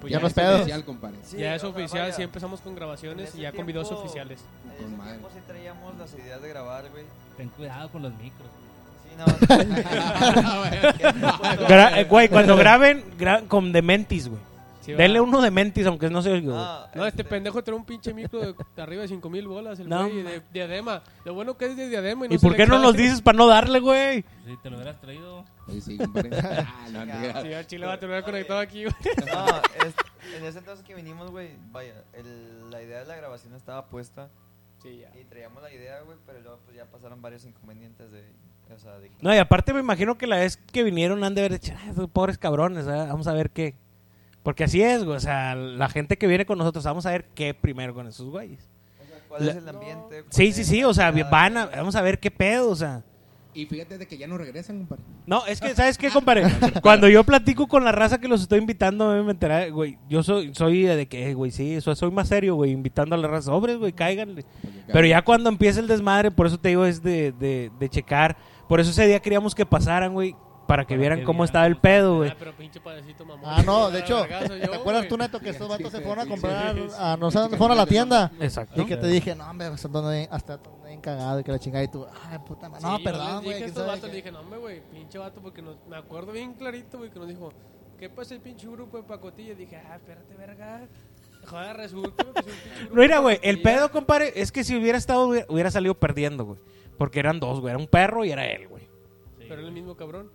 Speaker 5: pues
Speaker 7: Ya no es
Speaker 5: es-
Speaker 7: pedo.
Speaker 8: Especial, compadre.
Speaker 6: Sí,
Speaker 5: ya es
Speaker 6: o sea,
Speaker 5: oficial,
Speaker 6: vaya,
Speaker 5: sí empezamos con
Speaker 6: en
Speaker 5: grabaciones
Speaker 6: ese
Speaker 5: y ya con videos
Speaker 6: tiempo-
Speaker 5: oficiales.
Speaker 6: En
Speaker 8: Con
Speaker 6: ese
Speaker 8: madre.
Speaker 6: tiempo sí traíamos las ideas de grabar, güey.
Speaker 2: Ten cuidado con los micros.
Speaker 6: Sí, no. Que no puedo-
Speaker 1: Gra- eh, güey, cuando graben, gra- con Dementis, güey.
Speaker 5: Sí, va.
Speaker 1: Denle uno Dementis, aunque no se oiga. güey.
Speaker 6: No,
Speaker 5: No, este pendejo trae un pinche micro de, de arriba de 5 mil bolas, el
Speaker 1: No,
Speaker 5: güey,
Speaker 1: ma.
Speaker 5: de diadema. Lo bueno que es de diadema. ¿Y, no
Speaker 1: ¿Y
Speaker 5: se
Speaker 1: por
Speaker 5: le
Speaker 1: qué no
Speaker 5: cae.
Speaker 1: nos dices para no darle, güey?
Speaker 2: Si te lo hubieras traído.
Speaker 8: Oye, sí, compadre. Ah, no, no,
Speaker 5: Sí,
Speaker 8: gracias.
Speaker 5: al chile va a tener conectado aquí, güey.
Speaker 6: No, es- en ese entonces que vinimos, güey, vaya, el- la idea de la grabación estaba puesta
Speaker 5: Sí, ya.
Speaker 6: y traíamos la idea, güey, pero luego pues ya pasaron varios inconvenientes de, o sea, de
Speaker 1: No, y aparte me imagino que la vez que vinieron han de haber dicho, "Ah, esos pobres cabrones, ah, vamos a ver qué. Porque así es, güey. O sea, la gente que viene con nosotros, vamos a ver qué primero con esos güeyes.
Speaker 6: o sea, cuál
Speaker 1: La-
Speaker 6: es el ambiente. cuál
Speaker 1: Sí,
Speaker 6: es
Speaker 1: sí,
Speaker 6: la
Speaker 1: sí. O sea,
Speaker 6: calidad,
Speaker 1: van a,
Speaker 6: güey.
Speaker 1: vamos a ver qué pedo, o sea.
Speaker 8: Y fíjate de que ya no regresan, compadre. Ah,
Speaker 1: No, es que, ¿sabes qué, compadre? Cuando yo platico con la raza que los estoy invitando, a mí me entera, güey, yo soy, soy de que, eh, güey, sí, soy, soy más serio, güey, invitando a la raza, sobres, güey, cáiganle. Pero ya cuando empieza el desmadre, por eso te digo, es de, de, de checar. Por eso ese día queríamos que pasaran, güey, para que
Speaker 2: Para
Speaker 1: vieran
Speaker 2: que
Speaker 1: cómo
Speaker 2: vieran
Speaker 1: estaba el
Speaker 2: cómo estaba.
Speaker 1: pedo, güey.
Speaker 5: Ah, pero pinche padrecito mamón.
Speaker 7: Ah, no, de
Speaker 5: Ah,
Speaker 7: hecho,
Speaker 5: vergazo, yo,
Speaker 7: ¿te acuerdas
Speaker 5: güey.
Speaker 7: tú, Neto, que estos vatos se fueron a
Speaker 8: sí,
Speaker 7: comprar,
Speaker 5: sí, sí.
Speaker 7: a no sé dónde fueron a la tienda?
Speaker 1: Exacto.
Speaker 7: Y que te dije, no, hombre, hasta donde, hasta donde he cagado y que la chingada y tú, ay, puta madre. No,
Speaker 5: Sí, yo
Speaker 7: perdón,
Speaker 5: les dije
Speaker 7: güey.
Speaker 5: a
Speaker 7: quién
Speaker 5: estos
Speaker 7: sabe
Speaker 5: vatos,
Speaker 7: qué".
Speaker 5: le dije, no, hombre, güey, pinche vato, porque nos- me acuerdo bien clarito, güey, que nos dijo, ¿qué pasa el pinche grupo de pacotilla? Dije, ah, espérate, verga. Joder, resulta güey, que es un pinche grupo.
Speaker 1: No, mira,
Speaker 5: de
Speaker 1: güey, el
Speaker 5: pacotilla.
Speaker 1: pedo, compadre, es que si hubiera estado, hubiera- hubiera salido perdiendo, güey. Porque eran dos, güey, era un perro y era él, güey.
Speaker 5: Pero era el mismo cabrón.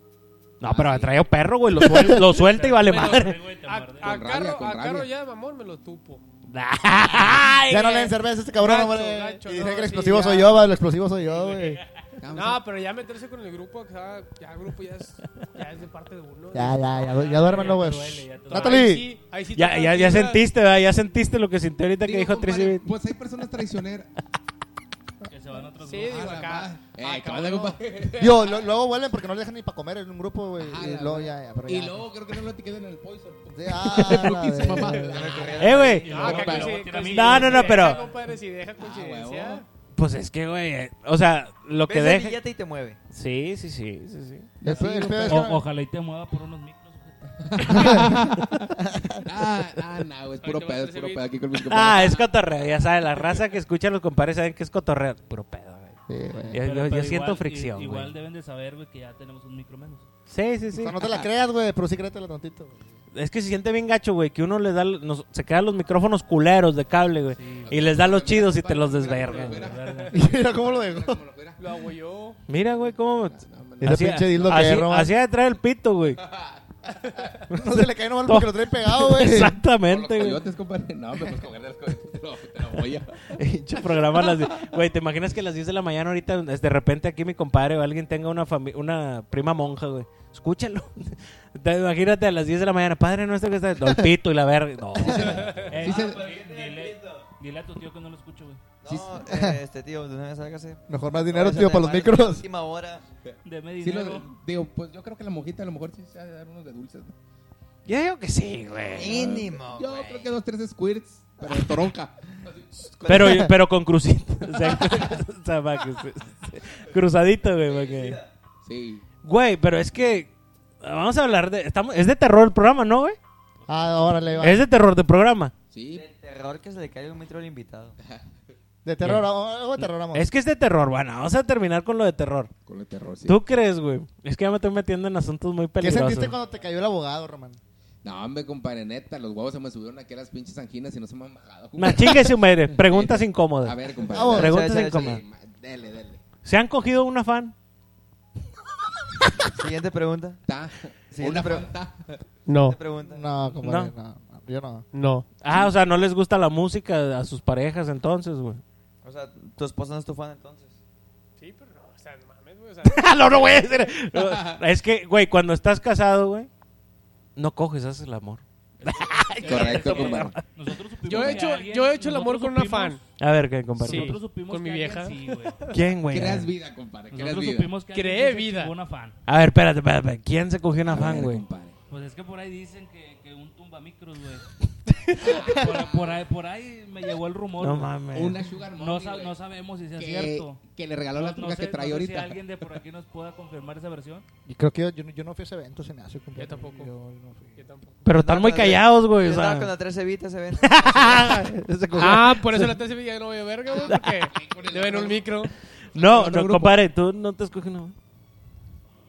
Speaker 1: No, pero traía perro, güey, lo, suel- lo suelta y vale
Speaker 5: Pero-
Speaker 1: madre.
Speaker 2: Güey, te
Speaker 5: A,
Speaker 2: mordió.
Speaker 5: a
Speaker 8: rabia,
Speaker 5: carro,
Speaker 8: con
Speaker 5: a
Speaker 8: rabia.
Speaker 5: carro ya, mamón, me lo tupo.
Speaker 1: Ay,
Speaker 7: Ya no
Speaker 1: güey.
Speaker 7: leen cerveza a este cabrón,
Speaker 5: Gacho,
Speaker 7: hombre.
Speaker 5: gacho,
Speaker 7: y dije
Speaker 5: no,
Speaker 7: que el
Speaker 5: sí,
Speaker 7: explosivo
Speaker 5: ya.
Speaker 7: soy yo, va, el explosivo soy yo, güey.
Speaker 5: No, pero ya meterse con el grupo, que ya, ya el grupo ya es, ya es de parte de uno.
Speaker 7: Ya, ya, ya, ya
Speaker 2: Ya
Speaker 7: duérmelo,
Speaker 2: te
Speaker 7: güey.
Speaker 2: duele, ya te duele.
Speaker 5: Ahí
Speaker 7: Natalie.
Speaker 5: sí, ahí sí
Speaker 1: Ya,
Speaker 5: tocan
Speaker 1: ya, ya
Speaker 5: fibras.
Speaker 1: sentiste, ¿verdad? Ya sentiste lo que sintió ahorita que
Speaker 8: Digo,
Speaker 1: dijo
Speaker 8: compadre,
Speaker 1: Tracy Beat.
Speaker 8: Pues hay personas traicioneras.
Speaker 2: Que se van otros
Speaker 5: Sí,
Speaker 2: grupos.
Speaker 5: digo,
Speaker 8: A la
Speaker 5: acá.
Speaker 8: madre.
Speaker 5: ah,
Speaker 8: Eh, ¿qué onda,
Speaker 5: cabrón.
Speaker 8: compadre?
Speaker 7: Yo, lo- luego vuelven porque no le dejan ni para comer en un grupo, güey.
Speaker 8: Ah,
Speaker 7: Y
Speaker 8: la
Speaker 7: luego
Speaker 8: madre.
Speaker 7: ya, ya, pero
Speaker 8: Y
Speaker 7: ya.
Speaker 8: luego creo que no lo etiqueté en el Poison.
Speaker 7: Sí, ah, la
Speaker 8: Rookies,
Speaker 7: de-
Speaker 8: mamá.
Speaker 1: Eh, güey.
Speaker 5: Ah, acá
Speaker 8: Pero-
Speaker 5: con-
Speaker 2: pero-
Speaker 5: con-
Speaker 1: No, no, no,
Speaker 5: si
Speaker 1: pero-
Speaker 5: deja, compadre, si
Speaker 3: Ah,
Speaker 5: deja coincidencia.
Speaker 8: huevo.
Speaker 1: Pues es que, güey, eh, o sea, lo
Speaker 6: Ves
Speaker 1: que
Speaker 6: el
Speaker 1: deje.
Speaker 6: billete y te mueve.
Speaker 1: Sí, sí, sí, sí, sí.
Speaker 7: El peor- el peor es que-
Speaker 2: O- ojalá y te mueva por unos micros. güey.
Speaker 8: Ah, ah, no, güey, es puro
Speaker 5: Ahorita va a
Speaker 8: pedo, es
Speaker 5: ser
Speaker 8: puro
Speaker 5: ese
Speaker 8: pedo aquí con mis
Speaker 1: Ah,
Speaker 8: compañeros.
Speaker 1: es cotorreo, ya sabes, la raza que escucha a los compadres saben que es cotorreo. Puro pedo, güey.
Speaker 7: Sí, güey.
Speaker 1: Yo, yo-
Speaker 2: Pero-
Speaker 1: yo
Speaker 2: pero
Speaker 1: siento
Speaker 2: igual-
Speaker 1: fricción,
Speaker 2: i-
Speaker 1: güey.
Speaker 2: Igual deben de saber, güey, que ya tenemos un micro menos.
Speaker 1: Sí, sí, sí.
Speaker 7: O sea, No te la creas, güey, pero sí créetela tantito. güey.
Speaker 1: Es que se siente bien gacho, güey, que uno les da, nos- se quedan los micrófonos culeros de cable, güey. y les da los chidos y te los desverga. güey.
Speaker 2: Verga.
Speaker 7: Mira cómo lo dejó.
Speaker 5: Lo hago yo.
Speaker 1: Mira, güey,
Speaker 7: Ah,
Speaker 1: cómo...
Speaker 7: Ese
Speaker 1: Así-
Speaker 7: pinche dildo
Speaker 1: así-
Speaker 7: que roba.
Speaker 1: Así ha de traer el pito, güey.
Speaker 7: No se le cae nomás porque lo trae pegado, güey.
Speaker 8: Con los
Speaker 1: Exactamente, güey.
Speaker 8: coyotes, compadre. No, pues me puedes coger de los coyotes, te lo- te lo voy a...
Speaker 1: Pinche programa a las die- Güey, ¿te imaginas que a las 10 de la mañana ahorita es de repente aquí mi compadre o alguien tenga una fami- una prima monja, güey? Escúchalo. Te- imagínate a las 10 de la mañana, padre nuestro que está... No, el pito y la verga. No.
Speaker 2: Eh,
Speaker 8: Sí se-
Speaker 2: ah, pero dile, dile a tu tío que no lo escucho, güey.
Speaker 6: No, eh, este tío, de una vez hágase.
Speaker 7: Mejor más dinero,
Speaker 6: Ahora se
Speaker 7: tío,
Speaker 6: te
Speaker 7: para los
Speaker 6: van a la
Speaker 7: micros.
Speaker 6: Última hora.
Speaker 2: Deme
Speaker 8: Sí, lo-
Speaker 2: dinero.
Speaker 8: digo, pues yo creo que la monjita a lo mejor sí se va a dar unos de dulces. ¿no?
Speaker 1: Yo digo que sí, güey.
Speaker 6: Mínimo.
Speaker 8: Yo
Speaker 6: güey.
Speaker 8: creo que dos, tres squirts, pero de toronca.
Speaker 1: Pero, pero con crucito. O sea, o sea, para que se- se- cruzadito, güey. para que-
Speaker 8: Sí.
Speaker 1: Güey, pero es que Vamos a hablar de. Estamos, es de terror el programa, ¿no, güey?
Speaker 7: Ah, órale, va.
Speaker 1: Es de terror de programa.
Speaker 8: Sí,
Speaker 6: El terror que se le caiga un metro al invitado.
Speaker 7: De terror, algo de terror, amor.
Speaker 1: Es que es de terror, bueno, vamos a terminar con lo de terror.
Speaker 8: con el terror, sí.
Speaker 1: ¿Tú crees, güey? Es que ya me estoy metiendo en asuntos muy
Speaker 7: ¿Qué
Speaker 1: peligrosos.
Speaker 7: sentiste cuando te cayó el abogado, Román?
Speaker 8: No, hombre, compadre, neta, los huevos se me subieron aquí a las pinches anginas y no se me han bajado.
Speaker 1: Nah, chingue su madre. Preguntas
Speaker 8: A
Speaker 1: incómodas.
Speaker 8: ver, compadre.
Speaker 7: Vamos.
Speaker 8: dale,
Speaker 1: Preguntas
Speaker 6: sí, sí,
Speaker 1: incómodas.
Speaker 8: ma- Dele, dele.
Speaker 1: ¿Se han cogido una fan?
Speaker 6: Siguiente pregunta.
Speaker 8: Ta.
Speaker 6: Sí,
Speaker 8: Una
Speaker 6: pero-
Speaker 8: pregunta.
Speaker 5: No,
Speaker 6: Siguiente pregunta.
Speaker 7: No, compadre, no. no, Yo no.
Speaker 5: no.
Speaker 1: Ah, o sea, no les gusta la música a sus parejas entonces, güey.
Speaker 6: O sea, tu esposa no es tu fan entonces.
Speaker 9: Sí, pero no, o sea, no mames, güey. O sea,
Speaker 1: no, no voy a decir. es que, güey, cuando estás casado, güey, no coges, haces el amor.
Speaker 8: Correcto, compadre.
Speaker 2: Nosotros supimos
Speaker 9: yo he
Speaker 2: que
Speaker 9: hecho,
Speaker 2: alguien-
Speaker 9: yo he hecho el
Speaker 2: nosotros
Speaker 9: amor con una
Speaker 2: supimos-
Speaker 9: fan.
Speaker 1: A ver, ¿qué, compadre?
Speaker 9: Sí.
Speaker 2: Nosotros supimos
Speaker 9: Con mi
Speaker 2: que
Speaker 9: vieja.
Speaker 2: alguien sí, güey.
Speaker 1: ¿Quién, güey?
Speaker 8: Creas vida, compadre. Creas
Speaker 2: Nosotros
Speaker 8: vida.
Speaker 2: supimos que alguien
Speaker 9: Cree
Speaker 2: sí se
Speaker 9: vida.
Speaker 2: chingó una fan.
Speaker 1: A ver, espérate, espérate, espérate. ¿Quién se cogió una
Speaker 8: A
Speaker 1: fan,
Speaker 8: ver,
Speaker 1: güey?
Speaker 8: compadre.
Speaker 2: Pues es que por ahí dicen que, que un tumbamicros, güey. por, por ahí, por ahí me llegó el rumor.
Speaker 1: No
Speaker 2: güey.
Speaker 1: mames.
Speaker 8: Una sugar mommy,
Speaker 2: No, sa-
Speaker 8: güey,
Speaker 2: no sabemos si sea
Speaker 8: que,
Speaker 2: cierto.
Speaker 8: que le regaló la
Speaker 2: No- no
Speaker 8: truca
Speaker 2: sé-
Speaker 8: que trae
Speaker 2: no sé Si
Speaker 8: ahorita.
Speaker 2: alguien de por aquí nos pueda confirmar esa versión.
Speaker 7: Yo creo que yo, yo, no- yo no fui a ese evento, se me hace, compadre.
Speaker 9: Yo tampoco.
Speaker 7: Yo no fui.
Speaker 9: Yo tampoco.
Speaker 1: Pero están muy callados, güey.
Speaker 6: Yo
Speaker 1: o
Speaker 6: estaba
Speaker 1: sea.
Speaker 6: con la 3 Evita se ven.
Speaker 1: Se cogió-
Speaker 9: Ah, por eso la TCB ya no voy a verga, güey, porque le ven un micro.
Speaker 1: no,
Speaker 8: otro
Speaker 1: no,
Speaker 8: grupo.
Speaker 1: compadre, tú no te escoges una fan.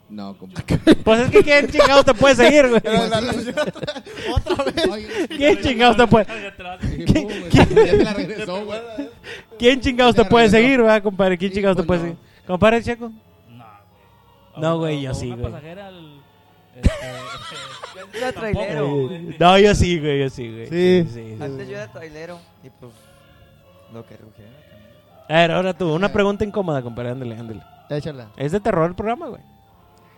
Speaker 8: No, compadre.
Speaker 1: Pues es que quién chingados te puede seguir, güey.
Speaker 7: Pero la-
Speaker 8: Pues
Speaker 7: la- la- otra vez.
Speaker 8: Oye,
Speaker 1: ¿Quién chingados te puede,
Speaker 2: Allá atrás.
Speaker 8: uh, güey, ya te la regresó, güey.
Speaker 1: quién chingados te puede seguir, ¿verdad, compadre? ¿Quién
Speaker 8: Sí,
Speaker 1: chingados te
Speaker 8: pues
Speaker 1: puede seguir?
Speaker 8: no.
Speaker 1: Compadre, Checo.
Speaker 2: No, güey.
Speaker 1: No,
Speaker 2: A-
Speaker 1: güey,
Speaker 2: a-
Speaker 1: yo
Speaker 2: a
Speaker 1: sí,
Speaker 2: una
Speaker 1: güey.
Speaker 2: pasajera al- este,
Speaker 6: Era trailero.
Speaker 2: Tampoco, güey.
Speaker 1: No, yo sí, güey, yo sí, güey.
Speaker 7: Sí.
Speaker 1: sí, sí.
Speaker 6: Antes yo era trailero. Y pues. Lo que rugiera. en el camino.
Speaker 1: A ver, ahora tú, una pregunta incómoda, compadre, ándale, ándale.
Speaker 7: Échala.
Speaker 1: Es de terror el programa, güey.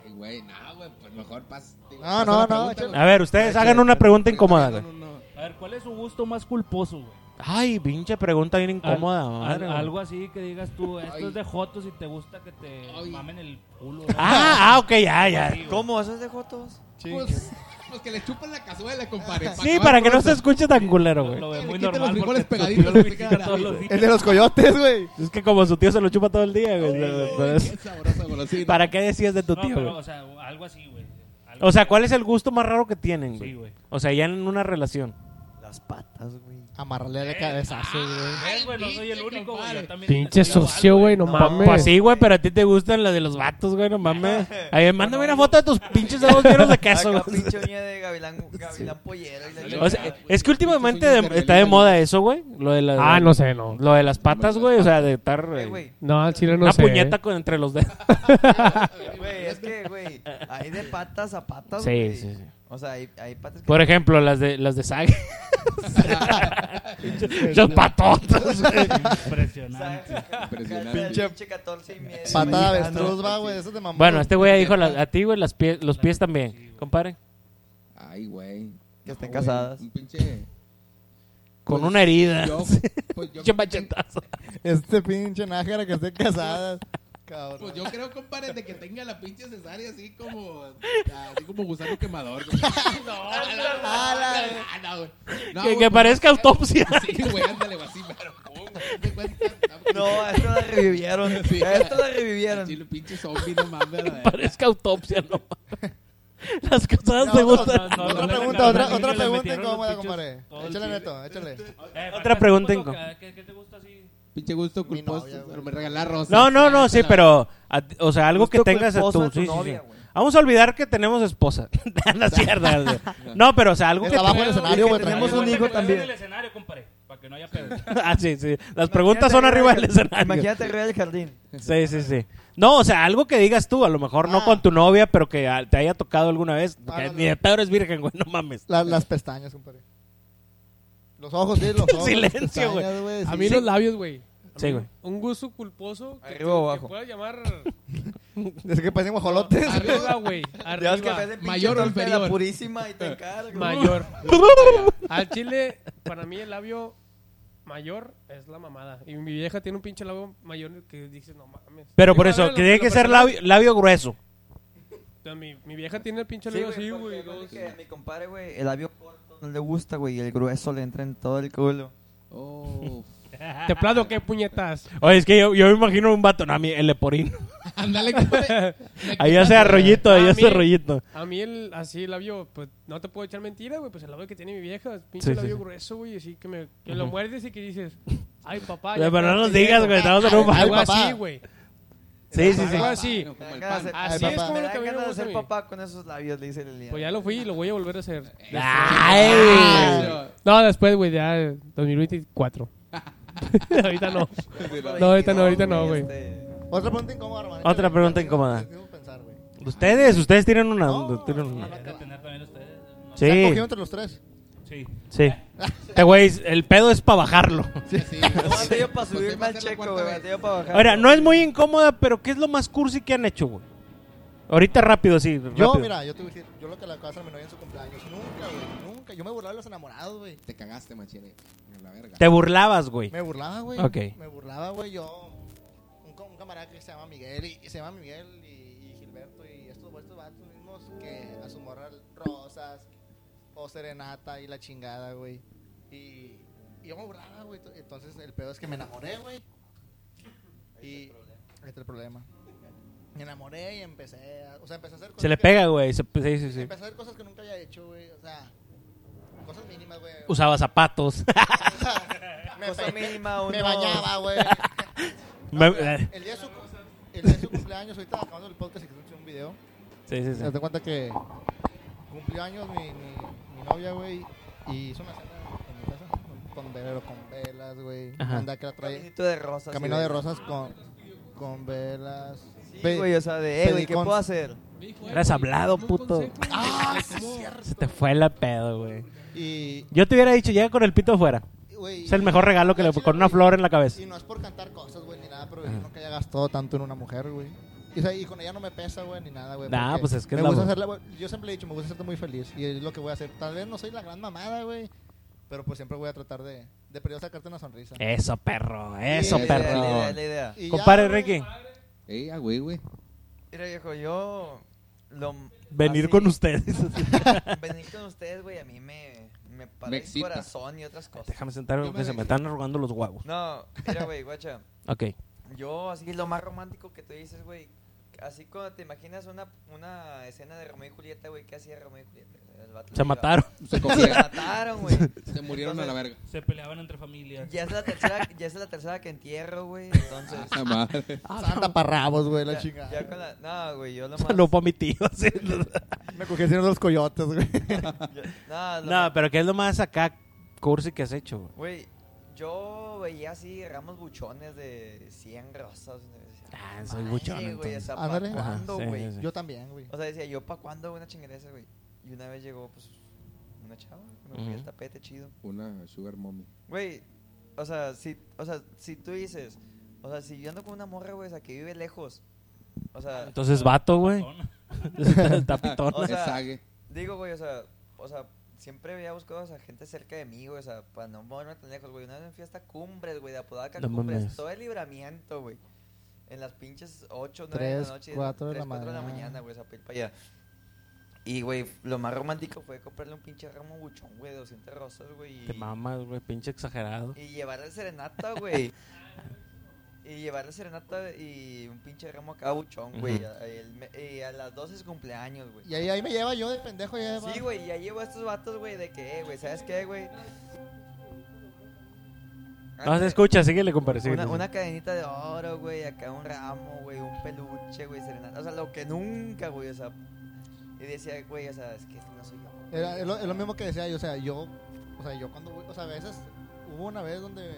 Speaker 8: Ay, Güey, no, güey, pues mejor pas. digo,
Speaker 7: No,
Speaker 8: pasa
Speaker 7: no,
Speaker 8: la
Speaker 7: no,
Speaker 8: pregunta,
Speaker 7: échale.
Speaker 8: güey.
Speaker 1: A ver, ustedes hagan una pregunta incómoda, güey.
Speaker 8: No, no, no.
Speaker 2: A ver, ¿cuál es su gusto más culposo, güey?
Speaker 1: Ay, pinche pregunta bien
Speaker 2: Al-
Speaker 1: incómoda,
Speaker 2: al-
Speaker 1: madre. güey.
Speaker 2: algo así que digas tú,
Speaker 8: Ay.
Speaker 2: esto es de Jotos y te gusta que te
Speaker 8: Ay.
Speaker 2: mamen el culo.
Speaker 1: Ah, ah, ok, ya, ya.
Speaker 6: ¿Cómo? ¿Eso es de Jotos?
Speaker 8: Pues, pues que le chupan la cazuela, compadre.
Speaker 1: Sí,
Speaker 8: acabar
Speaker 1: para que no
Speaker 8: pronto.
Speaker 1: se escuche tan culero,
Speaker 2: Lo, lo ve
Speaker 1: güey.
Speaker 8: Le
Speaker 2: muy
Speaker 8: quita los
Speaker 2: normal
Speaker 8: frijoles
Speaker 2: porque tu
Speaker 8: pegaditos,
Speaker 2: tío lo
Speaker 8: le quita
Speaker 2: pica
Speaker 8: la
Speaker 2: todos
Speaker 8: vida.
Speaker 2: los días.
Speaker 7: El de los coyotes, güey.
Speaker 1: Es que como su tío se lo chupa todo el día, güey. por
Speaker 8: Ay,
Speaker 1: eso.
Speaker 8: Qué sabrosa golosina.
Speaker 1: ¿Para qué decías de tu
Speaker 2: No,
Speaker 1: tío,
Speaker 2: pero, o
Speaker 1: güey?
Speaker 2: sea, algo así, güey. Algo
Speaker 1: O sea,
Speaker 2: así.
Speaker 1: ¿cuál es el gusto más raro que tienen,
Speaker 2: Sí,
Speaker 1: güey?
Speaker 2: güey.
Speaker 1: O sea, ya en una relación.
Speaker 6: Las patas, güey.
Speaker 7: Amarrarle
Speaker 9: Eh,
Speaker 7: de cabezazo, güey.
Speaker 2: Eh, güey, no soy el único, güey. yo también
Speaker 5: Pinche
Speaker 2: necesitaba
Speaker 5: socio,
Speaker 2: algo,
Speaker 5: güey, no mames.
Speaker 1: Pues sí, güey, pero a ti te gustan las de los vatos, güey, no mames. Ahí, mándame una foto de tus pinches dedos llenos de queso,
Speaker 6: Acá
Speaker 1: güey.
Speaker 6: pinche uña de Gavilán, Gavilán Pollero. Y la
Speaker 1: O sea, es que últimamente de- está de moda eso, güey. Lo de las,
Speaker 5: Ah, no sé, no.
Speaker 1: Lo de las patas, güey. O sea, de estar.
Speaker 6: Eh,
Speaker 1: eh,
Speaker 6: güey.
Speaker 5: No, al chile no
Speaker 1: una
Speaker 5: sé. eh.
Speaker 1: puñeta con, entre los dedos.
Speaker 6: Güey, es que, güey, hay de patas a patas,
Speaker 1: Sí,
Speaker 6: güey.
Speaker 1: sí, sí.
Speaker 6: O sea, hay, hay patas que...
Speaker 1: Por ejemplo, las de las de Sag. Los patotas, güey.
Speaker 2: Impresionante.
Speaker 8: Impresionante.
Speaker 6: Pinche... Pinche 14 y medio. Ah,
Speaker 7: Patada de avestruz, va, güey. Eso es de mamón.
Speaker 1: Bueno, este güey dijo la- a ti, güey, las pie- los pies también. Compare.
Speaker 8: Ay, güey.
Speaker 6: Que estén
Speaker 8: No, güey,
Speaker 6: casadas.
Speaker 8: Un pinche.
Speaker 1: Con una herida.
Speaker 8: Yo, pues yo,
Speaker 1: Pinche machetazo.
Speaker 7: Este pinche nájera que esté casada. Cabrón.
Speaker 8: pues yo creo, compadre, de que tenga la pinche cesárea así como. Así como gusano quemador. güey. Ah, no, güey. No,
Speaker 1: que
Speaker 8: güey,
Speaker 1: que
Speaker 8: pues,
Speaker 1: parezca autopsia.
Speaker 8: Sí, güey, ándale, güey, así, pero. pum, de cuenta,
Speaker 6: No, a esto la revivieron.
Speaker 8: Sí.
Speaker 6: A esto la revivieron.
Speaker 8: Chile, pinche zombie, no mames. la verdad.
Speaker 1: parezca autopsia, no mames. Las casadas
Speaker 7: No,
Speaker 1: te
Speaker 7: no,
Speaker 1: gustan.
Speaker 7: Otra pregunta, otra, otra pregunta incómoda, compadre. Échale, Neto, échale.
Speaker 2: Eh,
Speaker 1: Otra pregunta incómoda.
Speaker 2: incómoda. ¿Qué, qué te gusta así?
Speaker 8: Pinche gusto
Speaker 7: Mi
Speaker 8: culposo.
Speaker 7: novia, güey.
Speaker 8: pero me regalá rosas.
Speaker 1: No, no, no, sí,
Speaker 8: La-
Speaker 1: pero. a- o sea, algo que
Speaker 6: Gusto
Speaker 1: tengas a
Speaker 6: culposo
Speaker 1: tu.
Speaker 6: de tu
Speaker 1: sí, sí,
Speaker 6: novia,
Speaker 1: sí.
Speaker 6: güey.
Speaker 1: Vamos a olvidar que tenemos esposa. no, es cierto, güey. No, pero, o sea, algo que.
Speaker 7: Está abajo del escenario, güey.
Speaker 6: tenemos
Speaker 7: tranquilo.
Speaker 6: un hijo también.
Speaker 2: el escenario, compadre, para que no haya pedo.
Speaker 1: Ah, sí, sí. Las preguntas son
Speaker 6: Imagínate
Speaker 1: arriba
Speaker 6: arriba
Speaker 1: del escenario.
Speaker 6: Imagínate arriba del jardín.
Speaker 1: Sí, sí, sí. No, o sea, algo que digas tú, a lo mejor no
Speaker 7: Ah.
Speaker 1: con tu novia, pero que ah, te haya tocado alguna vez. Porque
Speaker 7: no, no.
Speaker 1: Ni de Pedro es virgen, güey, no mames.
Speaker 7: La- las pestañas, compadre. Los ojos, sí, los ojos.
Speaker 1: Silencio,
Speaker 7: las pestañas,
Speaker 1: güey.
Speaker 9: A
Speaker 7: sí.
Speaker 9: mí los labios, güey. A
Speaker 1: Sí,
Speaker 9: mí
Speaker 1: güey.
Speaker 9: Un gusto culposo que,
Speaker 6: Arriba o
Speaker 9: que
Speaker 6: abajo.
Speaker 9: puedas llamar
Speaker 7: Es que parecen guajolotes.
Speaker 9: arriba, güey.
Speaker 6: Ya ves que me
Speaker 9: Arriba.
Speaker 6: hacen pinche
Speaker 8: Mayor o
Speaker 6: torta de
Speaker 8: inferior.
Speaker 6: La purísima y te encargo.
Speaker 9: Mayor. Al chile, para mí el labio mayor es la mamada. Y mi vieja tiene un pinche labio mayor que dice, no mames.
Speaker 1: Pero
Speaker 9: Digo,
Speaker 1: por
Speaker 9: a
Speaker 1: eso, que
Speaker 9: ver, lo-
Speaker 1: tiene
Speaker 9: lo
Speaker 1: que ser
Speaker 9: personal,
Speaker 1: labio, labio grueso.
Speaker 9: o sea, Mi, mi vieja tiene el pinche
Speaker 6: Sí,
Speaker 9: labio
Speaker 6: güey,
Speaker 9: así,
Speaker 6: porque
Speaker 9: güey.
Speaker 6: acuérdate
Speaker 9: luego sí.
Speaker 6: que a mi compadre, güey, el labio corto no le gusta, güey, y el grueso le entra en todo el culo.
Speaker 8: Oh,
Speaker 9: Templado, ¿qué puñetas?
Speaker 1: Oye, es que yo, yo me imagino un vato, no, a mí, el leporino.
Speaker 8: Ándale, compadre.
Speaker 1: Ahí hace arroyito, ahí
Speaker 9: Ah,
Speaker 1: hace
Speaker 9: mira.
Speaker 1: arroyito.
Speaker 9: A mí el, así el labio, pues no te puedo echar mentira, güey, pues el labio que tiene mi vieja, es
Speaker 1: Sí,
Speaker 9: pinche
Speaker 1: sí,
Speaker 9: labio
Speaker 1: sí.
Speaker 9: grueso, güey, así que me que lo muerdes y que dices, ay, papá.
Speaker 1: Pero
Speaker 9: ya
Speaker 1: no
Speaker 9: quedaste
Speaker 1: nos digas,
Speaker 9: viejo".
Speaker 1: güey, estamos en un
Speaker 7: Ay,
Speaker 9: Algo
Speaker 1: bar.
Speaker 7: papá.
Speaker 9: así, güey.
Speaker 1: Sí, sí, sí.
Speaker 9: Algo así.
Speaker 8: Como el
Speaker 6: Ganas de-
Speaker 8: pan.
Speaker 9: Así
Speaker 7: Ay,
Speaker 9: es
Speaker 7: papá.
Speaker 9: como
Speaker 6: Me
Speaker 9: lo
Speaker 6: da
Speaker 9: que a mí me
Speaker 6: ganas de
Speaker 9: gusta a
Speaker 6: ser
Speaker 9: mí.
Speaker 6: papá con esos labios, le dice Liliana.
Speaker 9: Pues ya lo fui y lo voy a volver a hacer.
Speaker 3: Este,
Speaker 5: Ah.
Speaker 1: Ay.
Speaker 9: No, después, güey, ya 2024. ahorita no. No, ahorita no, ahorita no, güey.
Speaker 6: Este,
Speaker 7: Otra pregunta incómoda, hermano.
Speaker 1: Otra pregunta
Speaker 7: Tengo-
Speaker 1: incómoda.
Speaker 7: tengo que pensar, güey.
Speaker 1: Ustedes, ustedes tienen una.
Speaker 7: No,
Speaker 1: tienen
Speaker 7: no,
Speaker 1: una.
Speaker 7: no, no, no.
Speaker 2: tener también ustedes.
Speaker 7: ¿Se han
Speaker 1: Sí,
Speaker 7: cogido entre los tres?
Speaker 2: Sí.
Speaker 1: sí.
Speaker 9: Este
Speaker 1: Eh, güey, el pedo es para bajarlo.
Speaker 8: Así.
Speaker 6: Batallo para
Speaker 8: Pues
Speaker 6: subir
Speaker 8: iba a
Speaker 6: más
Speaker 8: hacer la
Speaker 6: checo,
Speaker 8: cuarta
Speaker 6: güey.
Speaker 8: vez.
Speaker 6: Batallo para bajar.
Speaker 1: Ahora, no es muy incómoda, pero ¿qué es lo más cursi que han hecho, güey? Ahorita rápido, sí.
Speaker 7: Yo,
Speaker 1: rápido.
Speaker 7: mira, yo te voy a decir, yo lo que la casa a mi novia en su cumpleaños. Nunca, güey, nunca. Yo me burlaba de los enamorados, güey.
Speaker 8: Te cagaste, machine. La verga.
Speaker 1: Te burlabas, güey.
Speaker 7: Me burlaba, güey.
Speaker 1: Ok.
Speaker 7: Me burlaba, güey. Yo, un, co- un camarada que se llama Miguel, y, y se llama Miguel y, y Gilberto, y estos, estos vatos mismos que a su morra rosas o serenata y la chingada, güey. Y, y yo me burlaba, güey. to- Entonces el pedo es que me enamoré, güey. Y este es el problema. Me enamoré y empecé a, o sea, empecé a hacer cosas
Speaker 1: Se le
Speaker 7: que-
Speaker 1: pega, güey. se- Sí, sí, sí.
Speaker 7: Empecé a hacer cosas que nunca había hecho, güey. O sea, cosas mínimas, güey.
Speaker 1: Usaba zapatos.
Speaker 7: me,
Speaker 6: Cosa
Speaker 7: pe-
Speaker 6: mínima,
Speaker 7: me
Speaker 6: uno-
Speaker 7: bañaba, güey.
Speaker 1: Me-
Speaker 7: No, pero el, día de su, el día de su cumpleaños, ahorita acabando el podcast y que escuché un video.
Speaker 1: Sí, sí, sí.
Speaker 7: Se da cuenta que cumplió años mi, mi, mi novia, güey, y hizo una cena en mi casa con- con velero, con velas, güey.
Speaker 1: Ajá.
Speaker 7: Anda que la trae.
Speaker 6: Caminito de rosas.
Speaker 7: Camino
Speaker 6: güey.
Speaker 7: de rosas con, con velas.
Speaker 6: Sí,
Speaker 7: Ve-
Speaker 6: güey, o sea, de, eh, güey,
Speaker 7: pedí
Speaker 6: ¿qué
Speaker 7: con-
Speaker 6: puedo hacer?
Speaker 1: Eras hablado, puto.
Speaker 7: Ah, sí, es cierto.
Speaker 1: Se te fue la pedo, güey.
Speaker 7: Y,
Speaker 1: Yo te hubiera dicho, llega con el pito afuera.
Speaker 7: güey,
Speaker 1: Es el mejor regalo que le con una flor en la cabeza.
Speaker 7: Y no es por cantar cosas, güey, ni nada, pero yo nunca haya gastado tanto en una mujer, güey. Y, o sea, y con ella no me pesa, güey, ni nada, güey.
Speaker 1: Nah,
Speaker 7: porque
Speaker 1: pues es que es
Speaker 7: me
Speaker 1: la
Speaker 7: gusta
Speaker 1: mu-
Speaker 7: hacerla, güey. Yo siempre he dicho, me gusta hacerte muy feliz. Y es lo que voy a hacer. Tal vez no soy la gran mamada, güey. Pero pues siempre voy a tratar de, de perdido sacarte una sonrisa.
Speaker 1: Eso, perro. Eso,
Speaker 7: Sí,
Speaker 6: La idea, la idea,
Speaker 1: perro.
Speaker 6: la idea.
Speaker 7: Y ya,
Speaker 1: Compare,
Speaker 7: güey,
Speaker 1: Ricky.
Speaker 8: Ey, ah, güey, güey.
Speaker 6: Mira, viejo, yo. lo-
Speaker 1: Venir
Speaker 6: así-
Speaker 1: con ustedes.
Speaker 6: Venir Pues con ustedes, güey, a mí me. Me
Speaker 8: Me
Speaker 6: para el
Speaker 8: excita.
Speaker 6: corazón y otras cosas.
Speaker 1: Déjame sentarme porque se me están arrugando los huevos.
Speaker 6: No, mira, güey, guacha.
Speaker 1: Ok.
Speaker 6: Yo, así, lo más romántico que tú dices, güey. Así cuando te imaginas una, una escena de Romeo y Julieta, güey, ¿qué hacía Romeo y Julieta? El vato
Speaker 1: Se
Speaker 6: iba-
Speaker 1: mataron.
Speaker 8: Se
Speaker 6: Se
Speaker 8: cogieron.
Speaker 6: mataron, güey.
Speaker 8: Se murieron a la verga.
Speaker 2: Se peleaban entre familias.
Speaker 6: Ya es la tercera, ya es la tercera que entierro, güey. Entonces,
Speaker 8: Esa madre.
Speaker 1: Ah,
Speaker 7: Santa parrabos, güey, la
Speaker 6: ya-
Speaker 7: chingada.
Speaker 6: ya con la- no, güey, yo lo más.
Speaker 1: Saludo para mi tío. sí.
Speaker 7: Me cogí haciendo los coyotes, güey.
Speaker 6: yo- no, lo
Speaker 1: No,
Speaker 6: más-
Speaker 1: pero ¿qué es lo más acá cursi que has hecho, güey?
Speaker 6: güey, yo veía así ramos buchones de 100 rosas. y decía,
Speaker 1: Ah, soy
Speaker 6: "Madre,
Speaker 1: buchón,
Speaker 6: güey, o
Speaker 1: entonces".
Speaker 6: sea,
Speaker 7: Ándale.
Speaker 6: ¿para
Speaker 7: Ajá,
Speaker 6: cuándo,
Speaker 1: sí,
Speaker 6: güey?
Speaker 1: sí, sí.
Speaker 7: Yo también, güey.
Speaker 6: O sea, decía, ¿yo para cuándo una chingadera esa, güey? Y una vez llegó, pues, una chava, que me ponía el
Speaker 1: Ujú.
Speaker 6: tapete chido.
Speaker 8: Ah, Una sugar mommy.
Speaker 6: Güey, o sea, si, o sea, si tú dices, o sea, si yo ando con una morra, güey, o sea, que vive lejos. O sea,
Speaker 1: Entonces, vato, güey. Está pitón.
Speaker 6: O sea,
Speaker 8: es sague.
Speaker 6: Digo, güey, o sea, o sea, siempre había buscado a gente cerca de mí, güey, o sea, para no moverme tan lejos, güey. Una vez me fui hasta Cumbres, güey, de Apodaca,
Speaker 1: No
Speaker 6: Cumbres,
Speaker 1: mames.
Speaker 6: todo el libramiento, güey. En las pinches 8, 9 de
Speaker 7: Tres,
Speaker 6: la noche,
Speaker 7: cuatro de
Speaker 6: tres,
Speaker 7: la
Speaker 6: cuatro de la
Speaker 7: mañana.
Speaker 6: mañana, güey, o sea, para ir para allá. Eh, Y, güey, lo más romántico fue comprarle un pinche ramo buchón, güey, de 200 rosas, güey.
Speaker 1: Te
Speaker 6: y-
Speaker 1: mamas, güey, pinche exagerado.
Speaker 6: y llevarle serenata, güey. y llevarle serenata y un pinche ramo acá buchón, güey.
Speaker 1: Ujú.
Speaker 6: a- el me- Y a las 12 es cumpleaños, güey.
Speaker 7: Y ahí, ahí me lleva yo de pendejo. Ya va.
Speaker 6: Sí, güey, ya llevo a estos vatos, güey, de que, eh, güey, ¿sabes qué, güey?
Speaker 1: No se escucha, síguele, compadre. síguele.
Speaker 6: Una, una cadenita de oro, güey, acá un ramo, güey, un peluche, güey, serenata. O sea, lo que nunca, güey, o sea. Y decía, güey, o sea, es que no soy yo. güey.
Speaker 7: Era, es, lo, es lo mismo que decía yo, o sea, yo, o sea, yo cuando, voy- o sea, a veces hubo una vez donde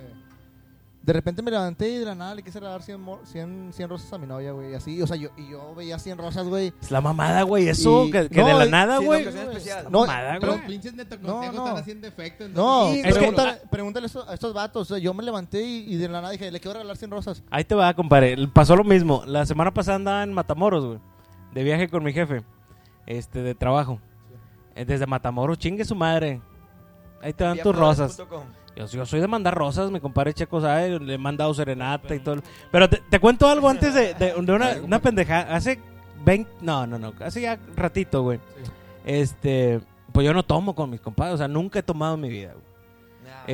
Speaker 7: de repente me levanté y de la nada le quise regalar 100, mor- 100, 100 rosas a mi novia, güey, y así, o sea, yo, y yo veía 100 rosas, güey.
Speaker 1: Es la mamada, güey, eso.
Speaker 7: Y-
Speaker 1: Que, que
Speaker 7: no,
Speaker 1: de la
Speaker 7: y-
Speaker 1: nada,
Speaker 6: sí,
Speaker 1: güey.
Speaker 6: no, que sea especial.
Speaker 7: No,
Speaker 1: Mamada,
Speaker 7: pero-
Speaker 8: Los pinches neto
Speaker 7: No,
Speaker 8: consejos
Speaker 7: no.
Speaker 8: están haciendo
Speaker 7: No,
Speaker 8: efecto. entonces-
Speaker 1: es que-
Speaker 7: pregúntale, pregúntale eso- a estos vatos, o sea, yo me levanté y, y de la nada dije, le quiero regalar 100 rosas.
Speaker 1: Ahí te va, compadre. Pasó lo mismo. La semana pasada andaba en Matamoros, güey. De viaje con mi jefe. Este, de trabajo. Eh, Desde Matamoros, chingue su madre. Ahí te dan
Speaker 6: Vía
Speaker 1: tus
Speaker 6: Flores
Speaker 1: rosas.
Speaker 6: punto com.
Speaker 1: Yo, yo soy de mandar rosas, mi compadre Checo sabe, le he mandado serenata y todo. Pero te, te cuento algo antes de, de- de una, una pendejada. Hace 20, no, no, no, hace ya ratito, güey. Este, pues yo no tomo con mis compadres, o sea, nunca he tomado en mi vida, güey.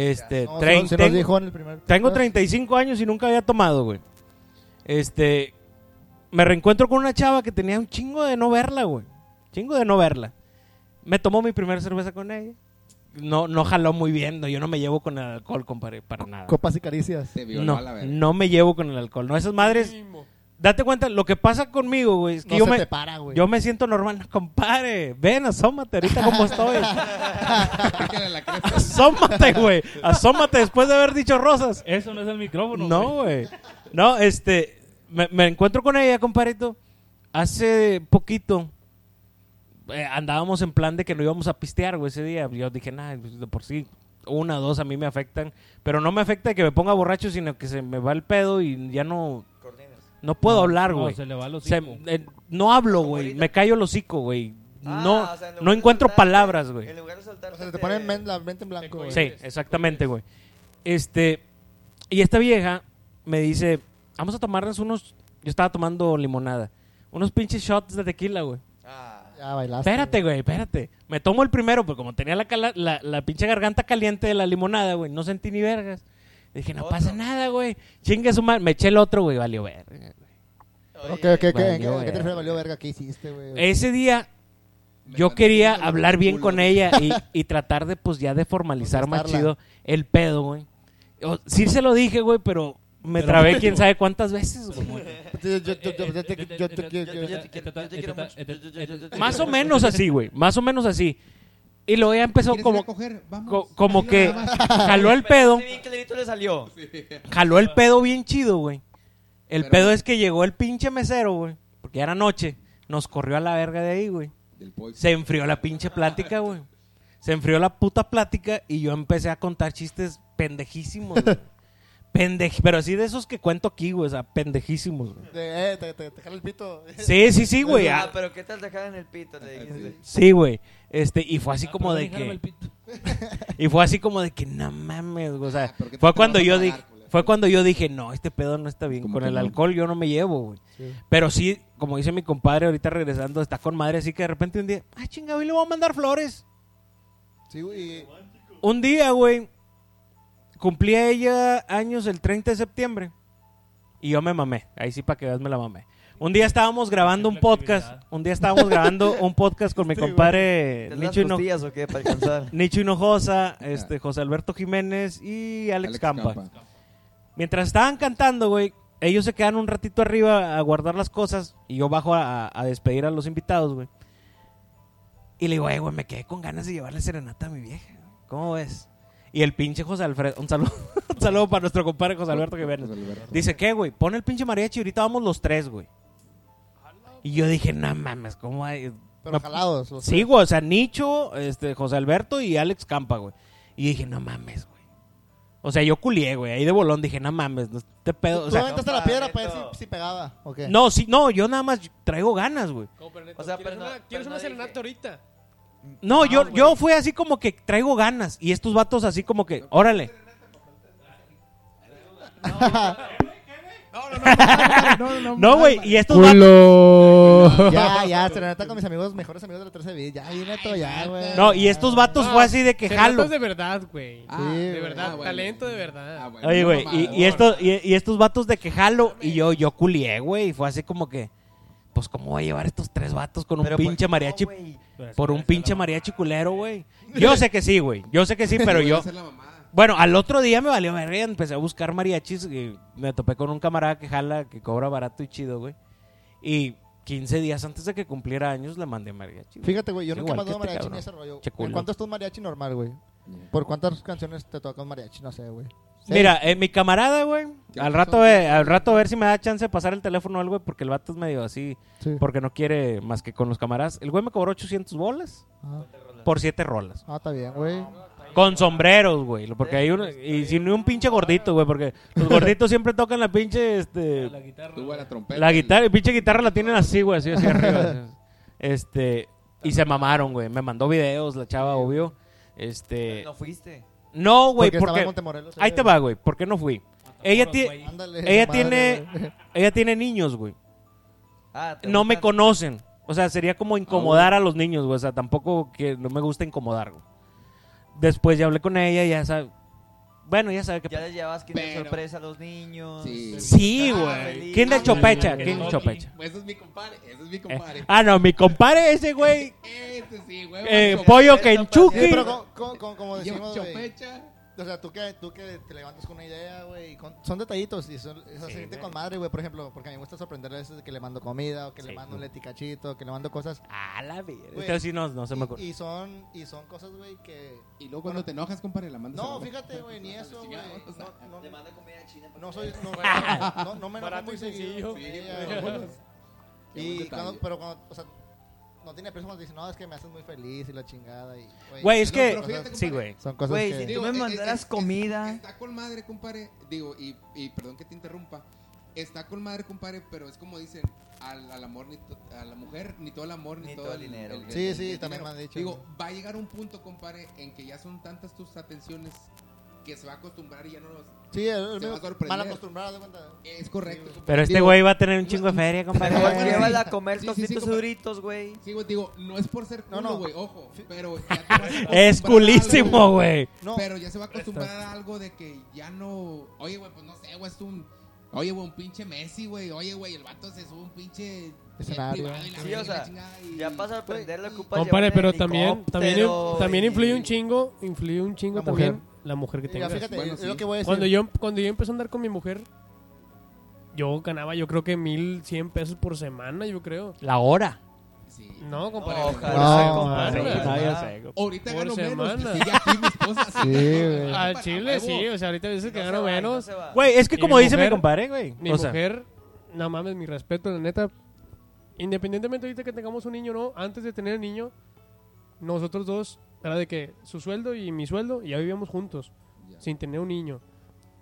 Speaker 1: Este,
Speaker 7: No, se
Speaker 1: trein-
Speaker 7: nos- se nos
Speaker 1: tengo-
Speaker 7: dijo en el primer.
Speaker 1: tengo 35 años y nunca había tomado, güey. Este, me reencuentro con una chava que tenía un chingo de no verla, güey. Chingo de no verla. Me tomó mi primera cerveza con ella. No, no jaló muy bien, no, yo no me llevo con el alcohol, compadre, para nada.
Speaker 7: Copas y caricias.
Speaker 8: Te violó
Speaker 1: No,
Speaker 8: a la verga.
Speaker 1: no me llevo con el alcohol. No, esas madres,
Speaker 9: Primo.
Speaker 1: date cuenta, lo que pasa conmigo, güey, es que
Speaker 7: No
Speaker 1: yo
Speaker 7: se
Speaker 1: me...
Speaker 7: te para, güey.
Speaker 1: Yo me siento normal, no, compadre. Ven, asómate ahorita como estoy.
Speaker 8: Pícale la cresta.
Speaker 1: asómate, güey. Asómate después de haber dicho rosas.
Speaker 2: Eso no es el micrófono. güey.
Speaker 1: No, güey. No, este. Me, me encuentro con ella, compadrito. Hace poquito eh, andábamos en plan de que no íbamos a pistear, güey, ese día. Yo dije, nada, de por sí, una o dos a mí me afectan. Pero no me afecta que me ponga borracho, sino que se me va el pedo y ya no. No puedo hablar,
Speaker 2: No,
Speaker 1: güey.
Speaker 2: se le va los
Speaker 1: Se- eh, no hablo, güey. Me callo el hocico, güey.
Speaker 6: Ah,
Speaker 1: no
Speaker 6: o sea, en lugar
Speaker 1: no
Speaker 6: de
Speaker 1: encuentro
Speaker 6: soltarte-
Speaker 1: palabras, güey.
Speaker 6: En lugar de soltarte.
Speaker 7: O sea, se te pone en men- la mente en
Speaker 9: Te
Speaker 7: blanco, güey.
Speaker 1: Sí, exactamente, güey. Este, y esta vieja me dice, vamos a tomarnos unos, yo estaba tomando limonada, unos pinches shots de tequila, güey.
Speaker 6: Ah,
Speaker 7: Ya bailaste.
Speaker 1: Espérate, güey, espérate. Me tomo el primero, porque como tenía la, cala- la, la pinche garganta caliente de la limonada, güey, no sentí ni vergas. Dije, no
Speaker 6: Otro.
Speaker 1: pasa nada, güey. Chingue su madre. Me eché el otro, güey, valió verga.
Speaker 7: Ok, ok, ok. ¿En qué-
Speaker 1: Valió
Speaker 7: ¿en qué te refieres?
Speaker 1: verga.
Speaker 7: Valió verga. ¿Qué hiciste, güey?
Speaker 1: Ese día
Speaker 8: Me
Speaker 1: yo
Speaker 8: mandé
Speaker 1: quería
Speaker 8: culo,
Speaker 1: hablar bien
Speaker 8: culo.
Speaker 1: con ella y, y tratar de, pues, ya de formalizar más
Speaker 7: Contestarla.
Speaker 1: chido el pedo, güey. O- Sí se lo dije, güey, pero me
Speaker 2: Pero
Speaker 1: trabé
Speaker 2: mucho.
Speaker 1: quién sabe cuántas veces, güey.
Speaker 7: Yo- yo- yo- yo- yo te- yo te- yo- yo-
Speaker 6: yo te quiero- yo te quiero mucho. Yo- yo- yo- yo- yo-
Speaker 1: Más o menos así, güey. Más o menos así. Y luego ya empezó
Speaker 8: ¿Quieres ir
Speaker 1: como,
Speaker 8: a coger? Vamos.
Speaker 1: co- como
Speaker 8: Dilo
Speaker 1: que
Speaker 8: nada más.
Speaker 1: jaló el
Speaker 6: Pero
Speaker 1: pedo.
Speaker 6: sí vi que el grito le salió.
Speaker 1: Jaló el pedo bien chido, güey. El
Speaker 8: Pero-
Speaker 1: pedo es que llegó el pinche mesero, güey. Porque ya era noche. Nos corrió a la verga de ahí, güey.
Speaker 8: Del boy.
Speaker 1: Se enfrió la pinche plática, güey. Se enfrió la puta plática y yo empecé a contar chistes pendejísimos, güey. Pendej- pero así de esos que cuento aquí, güey. O sea, pendejísimos, güey.
Speaker 7: de- eh, te- te te jala el pito. Ah,
Speaker 1: Sí, sí, sí, güey.
Speaker 6: Ah,
Speaker 1: Ah,
Speaker 6: pero ¿qué tal dejar en el pito? Le dijiste.
Speaker 1: Sí, güey. Este, y fue así
Speaker 2: Ah,
Speaker 1: como
Speaker 2: perdón,
Speaker 1: de
Speaker 2: jálame el
Speaker 1: que.
Speaker 2: pito.
Speaker 1: Y fue así como de que, no mames, güey. O sea,
Speaker 8: Ah, pero ¿qué
Speaker 1: fue
Speaker 8: te
Speaker 1: cuando
Speaker 8: vas a
Speaker 1: yo
Speaker 8: pagar,
Speaker 1: dije.
Speaker 8: culero?
Speaker 1: Fue cuando yo dije, no, este pedo no está bien.
Speaker 8: ¿Cómo
Speaker 1: Con
Speaker 8: que
Speaker 1: el
Speaker 8: no?
Speaker 1: alcohol yo no me llevo, güey.
Speaker 7: Sí.
Speaker 1: Pero sí, como dice mi compadre ahorita regresando, está con madre, así que de repente un día, ah, chinga, hoy le voy a mandar flores.
Speaker 7: Sí, güey. y-
Speaker 1: Un día, güey, cumplía ella años el 30 de septiembre. Y yo me mamé. Ahí sí, para que veas, me la mamé. Un día estábamos grabando un podcast. Un día estábamos grabando un podcast con mi compadre
Speaker 6: ¿Te las
Speaker 1: Nicho, Hino-
Speaker 6: costillas o qué para Ah. alcanzar?
Speaker 1: Nicho Hinojosa, este, José Alberto Jiménez y Alex, Campa.
Speaker 8: Campa.
Speaker 1: Mientras estaban cantando, güey, ellos se quedan un ratito arriba a guardar las cosas y yo bajo a, a despedir a los invitados, güey. Y le digo, "Ay, güey, me quedé con ganas de llevarle serenata a mi vieja. ¿Cómo ves? Y el pinche José Alfredo, un saludo, un saludo para nuestro compadre José Alberto Jiménez.
Speaker 8: José Alberto.
Speaker 1: Dice, ¿qué, güey? Pon el pinche mariachi y ahorita vamos los tres, güey. Y yo dije, no mames, ¿cómo hay?
Speaker 7: Pero jalados. los-
Speaker 1: Sí, güey, o sea, Nicho, este, José Alberto y Alex Campa, güey. Y dije, no mames, güey. O sea, yo culié, güey, ahí de bolón dije, no mames, no, este pedo, o
Speaker 7: Tú
Speaker 1: sea,
Speaker 7: aventaste la piedra para ver si- si pegaba. ¿o qué?
Speaker 1: no, sí, no, yo nada más traigo ganas, güey.
Speaker 9: No, pero neto,
Speaker 6: O sea,
Speaker 9: ¿quieres
Speaker 6: pero no-
Speaker 9: una,
Speaker 6: pero
Speaker 9: ¿quieres
Speaker 6: no
Speaker 9: una
Speaker 6: dije.
Speaker 9: serenata ahorita?
Speaker 1: No, yo,
Speaker 9: güey.
Speaker 1: yo fui así como que traigo ganas. Y estos vatos así como que, órale. No, güey, y estos vatos.
Speaker 5: ¡Culo!
Speaker 7: Ya, ya, serenata con mis amigos, mejores amigos de la 13 vida. Ya, viene todo ya, güey.
Speaker 1: No, y estos vatos fue así de que
Speaker 9: Serenatas
Speaker 1: jalo.
Speaker 9: de verdad, güey.
Speaker 8: Ah,
Speaker 9: de
Speaker 7: güey.
Speaker 9: verdad,
Speaker 8: Ah, bueno.
Speaker 9: talento de verdad.
Speaker 8: Ah, bueno,
Speaker 1: Oye,
Speaker 8: no
Speaker 1: güey,
Speaker 8: mames.
Speaker 1: y, y esto- y- y estos vatos de que jalo y yo, yo culié, güey. Y fue así como que, pues, ¿cómo voy a llevar estos tres vatos con un
Speaker 6: Pero,
Speaker 1: pinche
Speaker 6: pues,
Speaker 1: mariachi?
Speaker 6: no, güey.
Speaker 1: por un pinche mariachi culero, güey. Yo sé que sí, güey. Yo sé que sí, pero
Speaker 8: Voy a
Speaker 1: yo.
Speaker 8: hacer la mamada.
Speaker 1: Bueno, al otro día me valió verga, empecé a buscar mariachis y me topé con un camarada que jala, que cobra barato y chido, güey. Y 15 días antes de que cumpliera años le mandé mariachi. güey.
Speaker 7: Fíjate, güey, yo
Speaker 1: Es
Speaker 7: nunca he
Speaker 1: igual
Speaker 7: mandado
Speaker 1: que este
Speaker 7: mariachi
Speaker 1: cabrón.
Speaker 7: ni ese rollo.
Speaker 1: Che
Speaker 7: ¿En
Speaker 1: culo. Mm.
Speaker 7: cuánto está un mariachi normal, güey? ¿Por cuántas canciones te toca un mariachi? No sé, güey. Sí.
Speaker 1: Mira, eh, mi camarada, güey,
Speaker 8: ¿Qué
Speaker 1: al
Speaker 8: pasó?
Speaker 1: rato, eh, al rato a ver si me da chance de pasar el teléfono o algo, güey, porque el vato es medio así,
Speaker 7: Sí.
Speaker 1: porque no quiere más que con los camaradas. El güey me cobró 800 bolas
Speaker 7: Ah,
Speaker 1: por 7 rolas.
Speaker 7: ah, está bien, güey.
Speaker 1: Con sombreros, güey. lo- Porque hay uno. Y sin un pinche gordito, güey. Porque los gorditos siempre tocan la pinche. Este,
Speaker 2: La guitarra.
Speaker 8: Tú a la trompeta.
Speaker 1: la guitarra. Y pinche guitarra la tienen así, güey. Así, así arriba. así. Este. Y se mamaron, güey. Me mandó videos la chava, obvio. Este.
Speaker 6: No fuiste.
Speaker 1: No, güey.
Speaker 7: estaba en
Speaker 1: Porque.
Speaker 7: Montemorelos. eh.
Speaker 1: Ahí te va, güey. ¿Por qué no fui? Ella, ti-
Speaker 7: Ándale. madre,
Speaker 1: ella
Speaker 7: güey.
Speaker 1: tiene. Ella tiene niños, güey.
Speaker 6: Ah, ¿te
Speaker 1: No me
Speaker 6: gusta?
Speaker 1: conocen. O sea, sería
Speaker 8: Ah,
Speaker 1: como incomodar a los niños, güey. O sea, tampoco que no me gusta incomodar, güey. Después ya hablé con ella, ya sabe, Bueno, ya sabe que...
Speaker 6: Ya les llevabas que
Speaker 8: Pero-
Speaker 6: sorpresa a los niños.
Speaker 8: Sí.
Speaker 1: Sí,
Speaker 6: Ah,
Speaker 1: güey.
Speaker 6: feliz.
Speaker 1: ¿Quién le chopecha?
Speaker 9: Kentucky.
Speaker 1: ¿Quién le chopecha?
Speaker 8: Pues ese es mi compadre, ese es mi
Speaker 1: Eh,
Speaker 8: compadre.
Speaker 1: Ah, no, mi compadre ese, güey.
Speaker 8: Ese sí, güey.
Speaker 1: eh,
Speaker 8: macho.
Speaker 1: pollo
Speaker 7: Sí,
Speaker 1: Kentucky.
Speaker 7: pero como, como- como- como
Speaker 8: Yo
Speaker 7: decimos, güey,
Speaker 8: chopecha.
Speaker 7: o sea, tú que, tú que te levantas con una idea, güey, y con- son detallitos y son, eso se siente con madre, güey, por ejemplo, porque a mí me gusta sorprender a veces que le mando comida o que le mando un leticachito, que le mando cosas.
Speaker 1: Ah, la verga.
Speaker 7: Güey.
Speaker 1: Entonces sí, no, no se me ocurre.
Speaker 7: Y, y son, y son cosas, güey, que...
Speaker 8: Y luego cuando te enojas, compadre, la mandas a
Speaker 7: No,
Speaker 8: la-
Speaker 7: fíjate, güey, ni eso, güey.
Speaker 8: O sea,
Speaker 7: No, no,
Speaker 6: Te manda comida china. para
Speaker 7: no
Speaker 6: que
Speaker 7: soy,
Speaker 6: veas.
Speaker 7: no, no, no me enojo
Speaker 9: Barato
Speaker 7: muy
Speaker 9: y
Speaker 7: seguido.
Speaker 9: sencillo.
Speaker 7: con
Speaker 9: Sí,
Speaker 7: ella,
Speaker 8: güey.
Speaker 7: güey.
Speaker 8: Qué buen
Speaker 7: Y
Speaker 8: detalle.
Speaker 7: cuando, pero cuando, o sea, no tiene precio cuando dicen, no, es que me haces muy feliz y la chingada. y,
Speaker 1: Güey, es
Speaker 8: No,
Speaker 1: que...
Speaker 8: pero fíjate,
Speaker 1: Sí,
Speaker 8: compadre.
Speaker 1: güey.
Speaker 7: Son cosas
Speaker 6: Güey,
Speaker 7: que...
Speaker 6: si tú me
Speaker 8: es- es-
Speaker 6: mandaras
Speaker 8: es-
Speaker 6: comida.
Speaker 8: Está con madre, compadre. Digo, y, y perdón que te interrumpa. Está con madre, compadre, pero es como dicen, al, al amor, ni to- a la mujer, ni todo el amor, ni, todo el dinero.
Speaker 6: güey.
Speaker 7: Sí, sí, también me han dicho.
Speaker 8: Digo, va a llegar un punto, compadre, en que ya son tantas tus atenciones que se va a acostumbrar y ya no los...
Speaker 7: Sí, es- es
Speaker 8: se va a
Speaker 7: medio
Speaker 8: sorprender.
Speaker 7: mal acostumbrado, de cuenta.
Speaker 8: Es correcto. compadre.
Speaker 1: Pero este
Speaker 8: Digo,
Speaker 1: güey va a tener un chingo de feria,
Speaker 8: No,
Speaker 1: compadre.
Speaker 8: güey.
Speaker 6: Llévala a comer
Speaker 8: Sí, sí, sí,
Speaker 6: tocitos
Speaker 8: compadre.
Speaker 6: duritos, güey.
Speaker 8: Sí, güey, digo, no es por ser
Speaker 7: No,
Speaker 8: culo,
Speaker 7: no.
Speaker 8: güey, ojo, pero ya te vas a
Speaker 1: Es
Speaker 8: acostumbrar a algo,
Speaker 1: culísimo, güey.
Speaker 7: No,
Speaker 8: Pero ya se va a acostumbrar a algo de que ya no. Oye, güey, pues no sé, güey, es un. Oye, güey, un pinche Messi, güey. Oye, güey, el vato se sube un pinche. eh,
Speaker 7: Escenario.
Speaker 8: privado y la
Speaker 6: Sí,
Speaker 8: verga
Speaker 6: o
Speaker 8: y la
Speaker 6: sea,
Speaker 8: chingada y-
Speaker 6: Ya pasa a sorprenderla, ocupas
Speaker 5: Compadre,
Speaker 6: llevarla
Speaker 5: pero
Speaker 6: en
Speaker 5: también, también,
Speaker 6: helicóptero,
Speaker 5: también
Speaker 6: güey.
Speaker 5: influye un chingo, influye un chingo
Speaker 7: La
Speaker 5: también
Speaker 7: mujer.
Speaker 5: la mujer que
Speaker 7: mira,
Speaker 5: tengas.
Speaker 7: fíjate,
Speaker 8: Bueno,
Speaker 7: es
Speaker 8: sí.
Speaker 7: lo que voy a decir.
Speaker 5: Cuando yo, cuando yo empecé a andar con mi mujer, yo ganaba yo creo que 1100 pesos por semana, yo creo.
Speaker 1: La hora.
Speaker 8: Sí.
Speaker 5: No, compadre.
Speaker 6: Ojalá,
Speaker 7: No,
Speaker 6: compadre.
Speaker 7: madre.
Speaker 6: ojalá.
Speaker 8: Ahorita
Speaker 5: Por
Speaker 8: gano menos.
Speaker 5: semana.
Speaker 8: pues, Sí, ya aquí mi esposa.
Speaker 7: Sí, güey.
Speaker 8: Ah,
Speaker 5: Al chile
Speaker 8: huevo.
Speaker 5: sí, o sea, ahorita dices
Speaker 6: No
Speaker 5: que
Speaker 6: se
Speaker 5: gano
Speaker 6: va, no
Speaker 5: menos.
Speaker 6: se va.
Speaker 1: Güey, es que
Speaker 5: Y
Speaker 1: como
Speaker 5: mi
Speaker 1: dice mi
Speaker 5: mujer-
Speaker 1: compadre, güey.
Speaker 5: Mi
Speaker 1: o sea,
Speaker 5: mujer, no mames, mi respeto, la neta. Independientemente ahorita que tengamos un niño o no, antes de tener el niño, nosotros dos, era de que su sueldo y mi sueldo, y ya vivíamos juntos, sin tener un niño.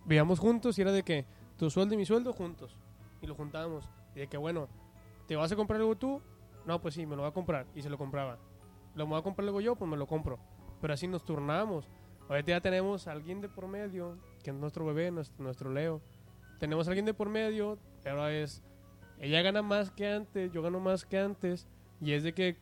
Speaker 5: Vivíamos juntos y era de que tu sueldo y mi sueldo juntos. Y lo juntábamos. Y de que, bueno, ¿te vas a comprar algo tú? No, pues sí, me lo va a comprar. Y se lo compraba. ¿Lo voy a comprar algo yo? Pues me lo compro. Pero así nos turnábamos. Ahorita ya tenemos a alguien de por medio, que es nuestro bebé, nuestro, nuestro Leo tenemos a alguien de por medio, pero es, ella gana más que antes, yo gano más que antes, y es de que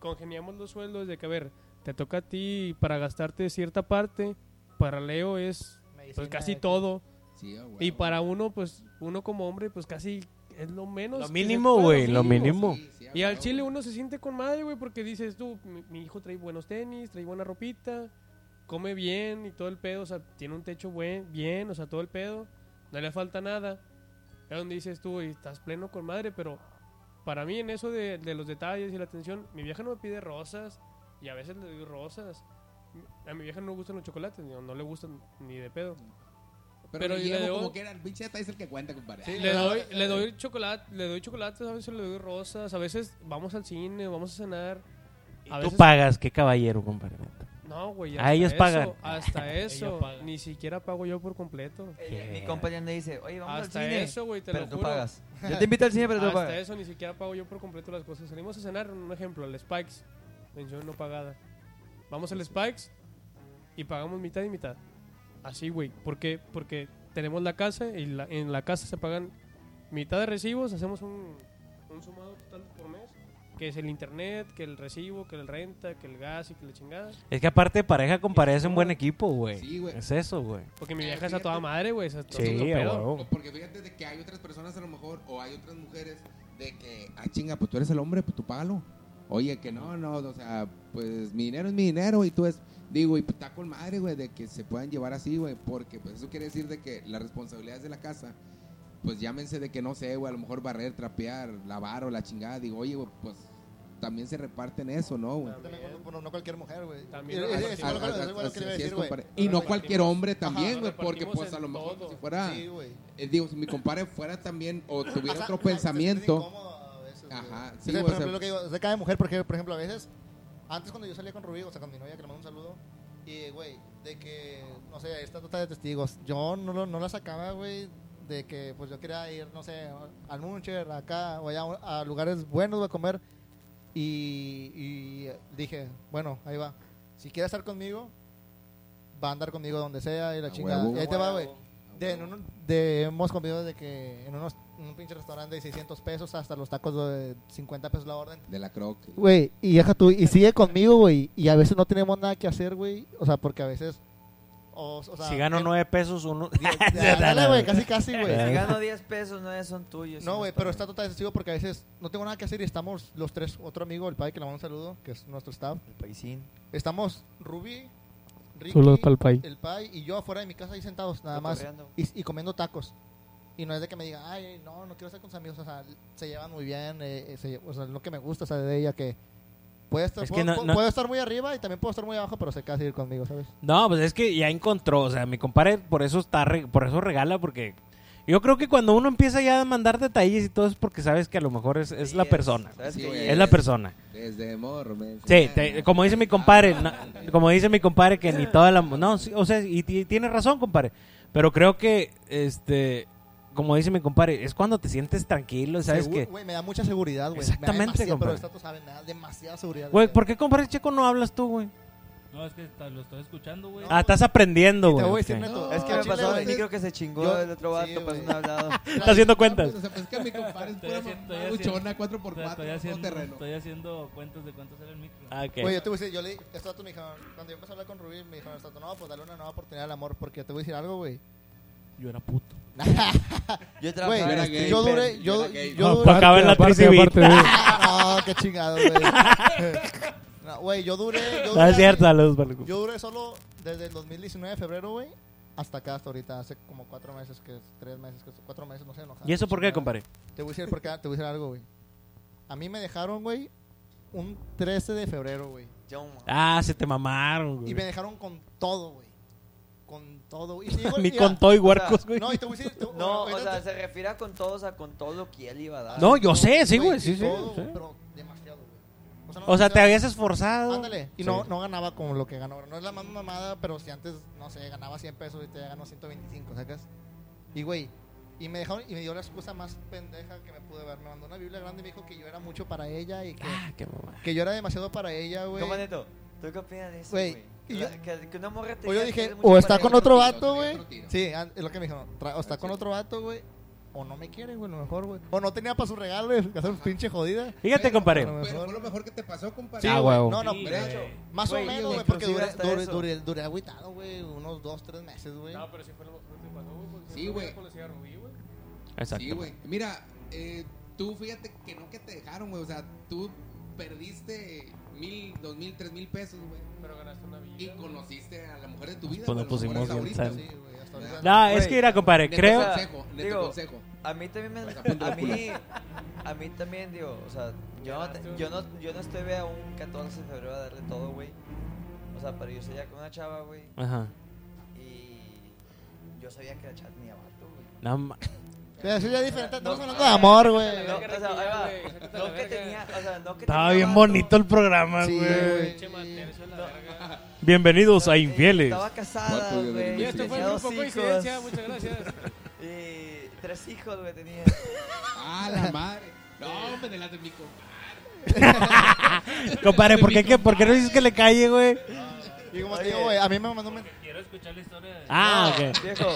Speaker 5: congeniamos los sueldos, de que, a ver, te toca a ti para gastarte cierta parte, para Leo es pues, casi todo,
Speaker 8: Sí, ah, güey.
Speaker 5: y para uno, pues uno como hombre, pues casi es lo menos.
Speaker 1: Lo
Speaker 5: que se
Speaker 1: mínimo,
Speaker 5: puede,
Speaker 1: güey, lo
Speaker 5: mínimo.
Speaker 1: mínimo.
Speaker 8: Sí, sí, ah,
Speaker 5: Y al
Speaker 8: güey.
Speaker 5: chile uno se siente con madre, güey, porque dices tú, mi, mi hijo trae buenos tenis, trae buena ropita, come bien y todo el pedo, o sea, tiene un techo buen, bien, o sea, todo el pedo, no le falta nada. Es donde dices tú, y estás pleno con madre, pero para mí en eso de, de los detalles y la atención, mi vieja no me pide rosas y a veces le doy rosas. A mi vieja no le gustan los chocolates, no, no le gustan ni de pedo.
Speaker 8: Pero,
Speaker 5: pero
Speaker 8: le
Speaker 5: y le
Speaker 8: llevo
Speaker 5: debo-
Speaker 8: como que era el pinche detalle es el que cuenta, compadre.
Speaker 5: Le doy, le doy chocolate, le doy chocolates, a veces le doy rosas, a veces vamos al cine, vamos a cenar. A
Speaker 1: Tú
Speaker 5: veces
Speaker 1: pagas, qué caballero, compadre.
Speaker 5: No, güey.
Speaker 1: A
Speaker 5: hasta
Speaker 1: ellos
Speaker 5: eso,
Speaker 1: pagan.
Speaker 5: Hasta eso. Ni siquiera pago yo por completo.
Speaker 6: Eh, Mi compañero le dice, oye, vamos
Speaker 5: hasta
Speaker 6: al cine.
Speaker 5: eso, güey, te
Speaker 6: pero
Speaker 5: lo
Speaker 6: tú
Speaker 5: juro.
Speaker 6: pagas. Yo te invito al cine, pero tú
Speaker 5: Hasta
Speaker 6: pagas.
Speaker 5: eso ni siquiera pago yo por completo las cosas. Salimos a cenar, un ejemplo, al Spikes. Mención no pagada. Vamos al Spikes y pagamos mitad y mitad. Así, güey. ¿Por qué? Porque tenemos la casa y la- en la casa se pagan mitad de recibos, hacemos un, un sumado total por mes. Que es el internet, que el recibo, que el renta, que el gas y que la chingada.
Speaker 1: Es que aparte pareja con pareja es un buen equipo, güey.
Speaker 8: Sí, güey.
Speaker 1: Es eso, güey.
Speaker 5: Porque mi
Speaker 8: Eh,
Speaker 5: vieja es a
Speaker 8: fíjate.
Speaker 5: toda madre, güey. esa-
Speaker 1: Sí,
Speaker 5: todo pedo.
Speaker 1: a huevo.
Speaker 8: Porque fíjate de que hay otras personas a lo mejor, o hay otras mujeres, de que, ah, chinga, pues tú eres el hombre, pues tú págalo. Oye, que no, no, o sea, pues mi dinero es mi dinero y tú es, digo, y pues, está con madre, güey, de que se puedan llevar así, güey, porque pues eso quiere decir de que las responsabilidades de la casa, pues llámense de que no sé, güey, a lo mejor barrer, trapear, lavar o la chingada, digo, oye, güey, pues también se reparten eso, ¿no, güey?
Speaker 7: También cuando- bueno, no cualquier mujer, güey.
Speaker 5: También.
Speaker 7: Es- Eh, es- es
Speaker 8: Al-
Speaker 7: lo que-
Speaker 8: al-
Speaker 7: es lo que le iba a
Speaker 8: así es,
Speaker 7: decir, güey.
Speaker 8: compadre. y no cualquier hombre también,
Speaker 7: Ajá,
Speaker 8: güey,
Speaker 5: lo
Speaker 8: porque
Speaker 5: repartimos
Speaker 8: pues a
Speaker 5: en
Speaker 8: lo mejor
Speaker 5: todo.
Speaker 8: si fuera...
Speaker 7: Sí, güey.
Speaker 8: Eh, digo, si mi compadre fuera también o tuviera
Speaker 7: O sea,
Speaker 8: otro
Speaker 7: se- se siente
Speaker 8: pensamiento.
Speaker 7: incómodo a veces, güey.
Speaker 8: Ajá,
Speaker 7: O
Speaker 8: sí,
Speaker 7: sea,
Speaker 8: güey,
Speaker 7: por
Speaker 8: o sea-
Speaker 7: ejemplo, lo que digo, se cae de mujer, porque, por ejemplo, a veces, antes cuando yo salía con Rubí, o sea, con mi novia, que le mando un saludo, y, güey, de que, no sé, esta nota de testigos, yo no, lo- no la sacaba, güey, de que, pues, yo quería ir, no sé, al Muncher, acá, o allá, a lugares buenos, güey, a comer, y, y dije, bueno, ahí va, si quiere estar conmigo, va a andar conmigo donde sea, y la
Speaker 8: A
Speaker 7: chingada,
Speaker 8: huevo.
Speaker 7: y ahí te va, güey. De, en uno- de- hemos comido de que en unos, en un pinche restaurante de 600 pesos hasta los tacos de 50 pesos la orden.
Speaker 8: De la croc.
Speaker 7: Güey, y deja tú, y sigue conmigo, güey. Y a veces no tenemos nada que hacer, güey. O sea, porque a veces O, o sea,
Speaker 1: Si gano
Speaker 7: eh,
Speaker 1: nueve pesos, uno.
Speaker 7: de- ándale, güey, casi, casi,
Speaker 6: Si
Speaker 7: güey.
Speaker 6: gano 10 pesos, 9 son tuyos.
Speaker 7: No,
Speaker 6: sino
Speaker 7: güey,
Speaker 6: para
Speaker 7: pero
Speaker 6: mí.
Speaker 7: está totalmente sencillo porque a veces no tengo nada que hacer y estamos los tres, otro amigo, el padre que le mando un saludo, que es nuestro staff.
Speaker 6: El paisín.
Speaker 7: Estamos Ruby, Ricky,
Speaker 5: Saludos pa'l Pai.
Speaker 7: el pai y yo afuera de mi casa ahí sentados nada más
Speaker 6: Cotorreando.
Speaker 7: y, y comiendo tacos. Y no es de que me diga, ay, no, no quiero estar con sus amigos, o sea, se llevan muy bien, eh, eh, se- o sea, es lo que me gusta, o sea, de ella que puede estar,
Speaker 1: Es que
Speaker 7: puedo,
Speaker 1: no-
Speaker 7: puedo-
Speaker 1: no-
Speaker 7: puedo estar muy arriba y también puedo estar muy abajo, pero se queda seguir conmigo, ¿sabes?
Speaker 1: No, pues es que ya encontró, o sea, mi compadre por eso está, re- por eso regala, porque yo creo que cuando uno empieza ya a mandar detalles y todo es porque sabes que a lo mejor es, es la
Speaker 6: Sí,
Speaker 1: persona.
Speaker 6: ¿Sabes
Speaker 8: Sí,
Speaker 6: qué?
Speaker 8: güey.
Speaker 1: Es la persona.
Speaker 8: Desde morro, me
Speaker 1: Sí,
Speaker 8: enseñaron.
Speaker 1: te- como dice mi compadre, na- como dice mi compadre que ni toda la... No, sí, o sea, y, ti- tiene razón, compadre, pero creo que, este, como dice mi compadre, es cuando te sientes tranquilo, ¿sabes
Speaker 7: Segu-
Speaker 1: qué?
Speaker 7: Güey, me da mucha seguridad, güey. me
Speaker 1: Exactamente,
Speaker 7: da demasiada,
Speaker 1: compadre.
Speaker 7: Pero esta tú sabes, me da demasiada seguridad.
Speaker 1: Güey,
Speaker 7: güey.
Speaker 1: ¿por qué, compadre Checo, no hablas tú, güey?
Speaker 2: No, es que está- lo estoy escuchando, güey.
Speaker 1: Ah, estás aprendiendo,
Speaker 7: Te
Speaker 1: güey.
Speaker 7: voy a
Speaker 1: ok.
Speaker 7: decir, neto,
Speaker 6: Es que
Speaker 7: al
Speaker 6: me
Speaker 7: chile,
Speaker 6: pasó
Speaker 7: güey,
Speaker 6: el micro que se chingó
Speaker 7: Yo-
Speaker 6: el otro vato,
Speaker 7: sí,
Speaker 6: pues
Speaker 7: güey.
Speaker 6: no he hablado.
Speaker 1: Está haciendo cuentas.
Speaker 8: O sea, pues es que mi compadre es
Speaker 2: Estoy
Speaker 8: pura
Speaker 2: haciendo-
Speaker 8: mamá
Speaker 2: estoy haciendo-
Speaker 8: buchona,
Speaker 2: O sea, estoy,
Speaker 8: 4x4, todo
Speaker 2: haciendo,
Speaker 8: terreno.
Speaker 2: estoy haciendo cuentas de cuántos era el micro.
Speaker 1: Ah, ok.
Speaker 7: Güey, yo te voy a decir, yo le, estos datos Este me dijeron, cuando yo empecé a hablar con Rubí, me dijeron, estos datos, no, pues dale una nueva oportunidad al amor, porque te voy a decir algo, güey.
Speaker 1: Yo era puto.
Speaker 6: Yo he
Speaker 7: Güey,
Speaker 6: trabajado en
Speaker 8: era gay,
Speaker 7: yo
Speaker 6: stripper.
Speaker 7: duré,
Speaker 8: yo
Speaker 7: yo,
Speaker 8: era gay.
Speaker 7: yo
Speaker 5: No,
Speaker 7: duré,
Speaker 1: acaba en la
Speaker 5: aparte,
Speaker 1: tricivil.
Speaker 5: aparte, güey.
Speaker 7: no, qué chingado, güey. No, güey, yo duré, yo
Speaker 1: No
Speaker 7: duré,
Speaker 1: es cierto, saludos, Marco.
Speaker 7: yo duré solo desde el 2019 de febrero, güey, hasta acá, hasta ahorita, hace como cuatro meses, que tres meses, que cuatro meses, no sé, enojado.
Speaker 1: ¿Y eso por qué, compadre?
Speaker 7: Te voy a decir, por qué, te voy a decir algo, güey. A mí me dejaron, güey, un 13 de febrero, güey.
Speaker 6: Yo, mo-
Speaker 1: Ah, se te mamaron, güey.
Speaker 7: Y me dejaron con todo, güey. Con todo, güey. Y te digo-
Speaker 1: Ni
Speaker 7: mira,
Speaker 1: con todo y
Speaker 6: huercos,
Speaker 1: huercos, güey.
Speaker 7: No, y te voy a decir. te-
Speaker 6: No, o
Speaker 7: ahorita
Speaker 6: sea,
Speaker 7: te-
Speaker 6: se refiere a con todos, a con todo lo que él iba a dar.
Speaker 1: No, yo sé, sí, güey,
Speaker 7: y
Speaker 1: sí, sí,
Speaker 7: todo,
Speaker 1: sí. Pues
Speaker 7: Pero demasiado, güey. no
Speaker 1: O sea, te
Speaker 7: ganaba-
Speaker 1: habías esforzado.
Speaker 7: Ándale. Y no,
Speaker 1: Sí.
Speaker 7: no ganaba como lo que ganó. No es la más mamada, pero si antes, no sé, ganaba 100 pesos y te ganó 125, ¿sacas? Y, güey, y me dejaron, y me dio la excusa más pendeja que me pude ver. Me mandó una Biblia grande y me dijo que yo era mucho para ella y que,
Speaker 1: Ah, qué mamá.
Speaker 7: que yo era demasiado para ella, güey.
Speaker 6: ¿Cómo, Neto? ¿Tú qué opinas de eso,
Speaker 7: Güey,
Speaker 6: güey?
Speaker 7: y yo-
Speaker 6: Que, que una morra te
Speaker 7: O yo
Speaker 6: diga que
Speaker 7: dije,
Speaker 6: eres mucho
Speaker 7: o está
Speaker 6: para
Speaker 7: con
Speaker 6: ella.
Speaker 7: otro
Speaker 8: tiro,
Speaker 7: vato,
Speaker 8: traía
Speaker 7: güey.
Speaker 8: otro tiro.
Speaker 7: Sí, ah, es lo que me dijeron. Tra- O está con otro vato, güey. O no me quiere, güey, a lo mejor, güey. O no tenía para su regalo, güey. Que hacer pinche jodida.
Speaker 1: Fíjate, compadre.
Speaker 7: Pero-
Speaker 8: Pero fue lo mejor que te pasó, compadre.
Speaker 7: Sí,
Speaker 5: Ah,
Speaker 7: güey.
Speaker 5: huevo.
Speaker 7: No, no,
Speaker 2: Sí,
Speaker 7: pero
Speaker 2: güey.
Speaker 7: más
Speaker 6: Güey,
Speaker 7: o menos, güey,
Speaker 6: inclusive
Speaker 7: porque duré,
Speaker 6: hasta
Speaker 7: duré,
Speaker 6: eso.
Speaker 7: duré, duré agüitado, güey, unos dos, tres meses, güey.
Speaker 9: No, pero si fue lo mejor que te pasó, güey. porque
Speaker 8: Sí,
Speaker 9: no
Speaker 8: güey.
Speaker 9: hubieras conocido a Rubí, güey.
Speaker 1: Exacto.
Speaker 8: Sí, güey. Mira, eh, tú fíjate que no que te dejaron, güey. O sea, tú perdiste mil, dos mil, tres mil pesos, güey.
Speaker 9: Pero ganaste una villa.
Speaker 8: Y conociste a la mujer de tu vida. güey,
Speaker 1: Pues nos
Speaker 8: a lo mejor
Speaker 1: pusimos
Speaker 8: es
Speaker 1: bien
Speaker 8: ahorita,
Speaker 1: sad.
Speaker 8: sí.
Speaker 7: Sí, güey, hasta ahorita.
Speaker 1: No, es
Speaker 6: Güey.
Speaker 1: que mira, compadre,
Speaker 8: Neto
Speaker 1: creo.
Speaker 8: consejo, neto
Speaker 6: Digo,
Speaker 8: consejo.
Speaker 6: A mí también me...
Speaker 8: Pues, apunta
Speaker 6: A
Speaker 8: la
Speaker 6: mí... A mí también, digo, o sea, yo no, te- yo no, yo no estoy a un 14 de febrero a darle todo, güey. O sea, pero yo estoy ya con una chava, güey.
Speaker 1: Ajá.
Speaker 6: Y yo sabía que la chat ni abato, güey.
Speaker 1: No ma-
Speaker 7: Pero eso ya es diferente, estamos
Speaker 6: No,
Speaker 7: hablando de amor, güey.
Speaker 6: No, o sea, ahí
Speaker 9: güey,
Speaker 6: va.
Speaker 9: sácate la
Speaker 6: No que
Speaker 9: verga.
Speaker 6: tenía, o sea, no que
Speaker 1: Estaba
Speaker 6: tenía
Speaker 1: bien
Speaker 6: vato.
Speaker 1: bonito el programa,
Speaker 7: Sí,
Speaker 1: güey.
Speaker 7: güey.
Speaker 9: Pinche mantercio a la verga.
Speaker 1: Bienvenidos a
Speaker 6: Eh,
Speaker 1: Infieles.
Speaker 6: Estaba casada,
Speaker 8: Vato de
Speaker 6: güey.
Speaker 9: Y esto fue
Speaker 6: tenía
Speaker 9: un
Speaker 6: dos
Speaker 9: poco
Speaker 6: hijos.
Speaker 9: coincidencia, muchas gracias.
Speaker 6: Y tres hijos, güey, tenía.
Speaker 8: Ah, la madre. No, hombre, delante de mi compadre.
Speaker 1: Compadre, ¿por qué, que- ¿por qué no dices que le calle, güey?
Speaker 7: Y como te digo, güey, a mí me mandó un men-
Speaker 2: Quiero escuchar la historia de...
Speaker 1: Ah,
Speaker 6: No,
Speaker 1: ok.
Speaker 6: Viejo,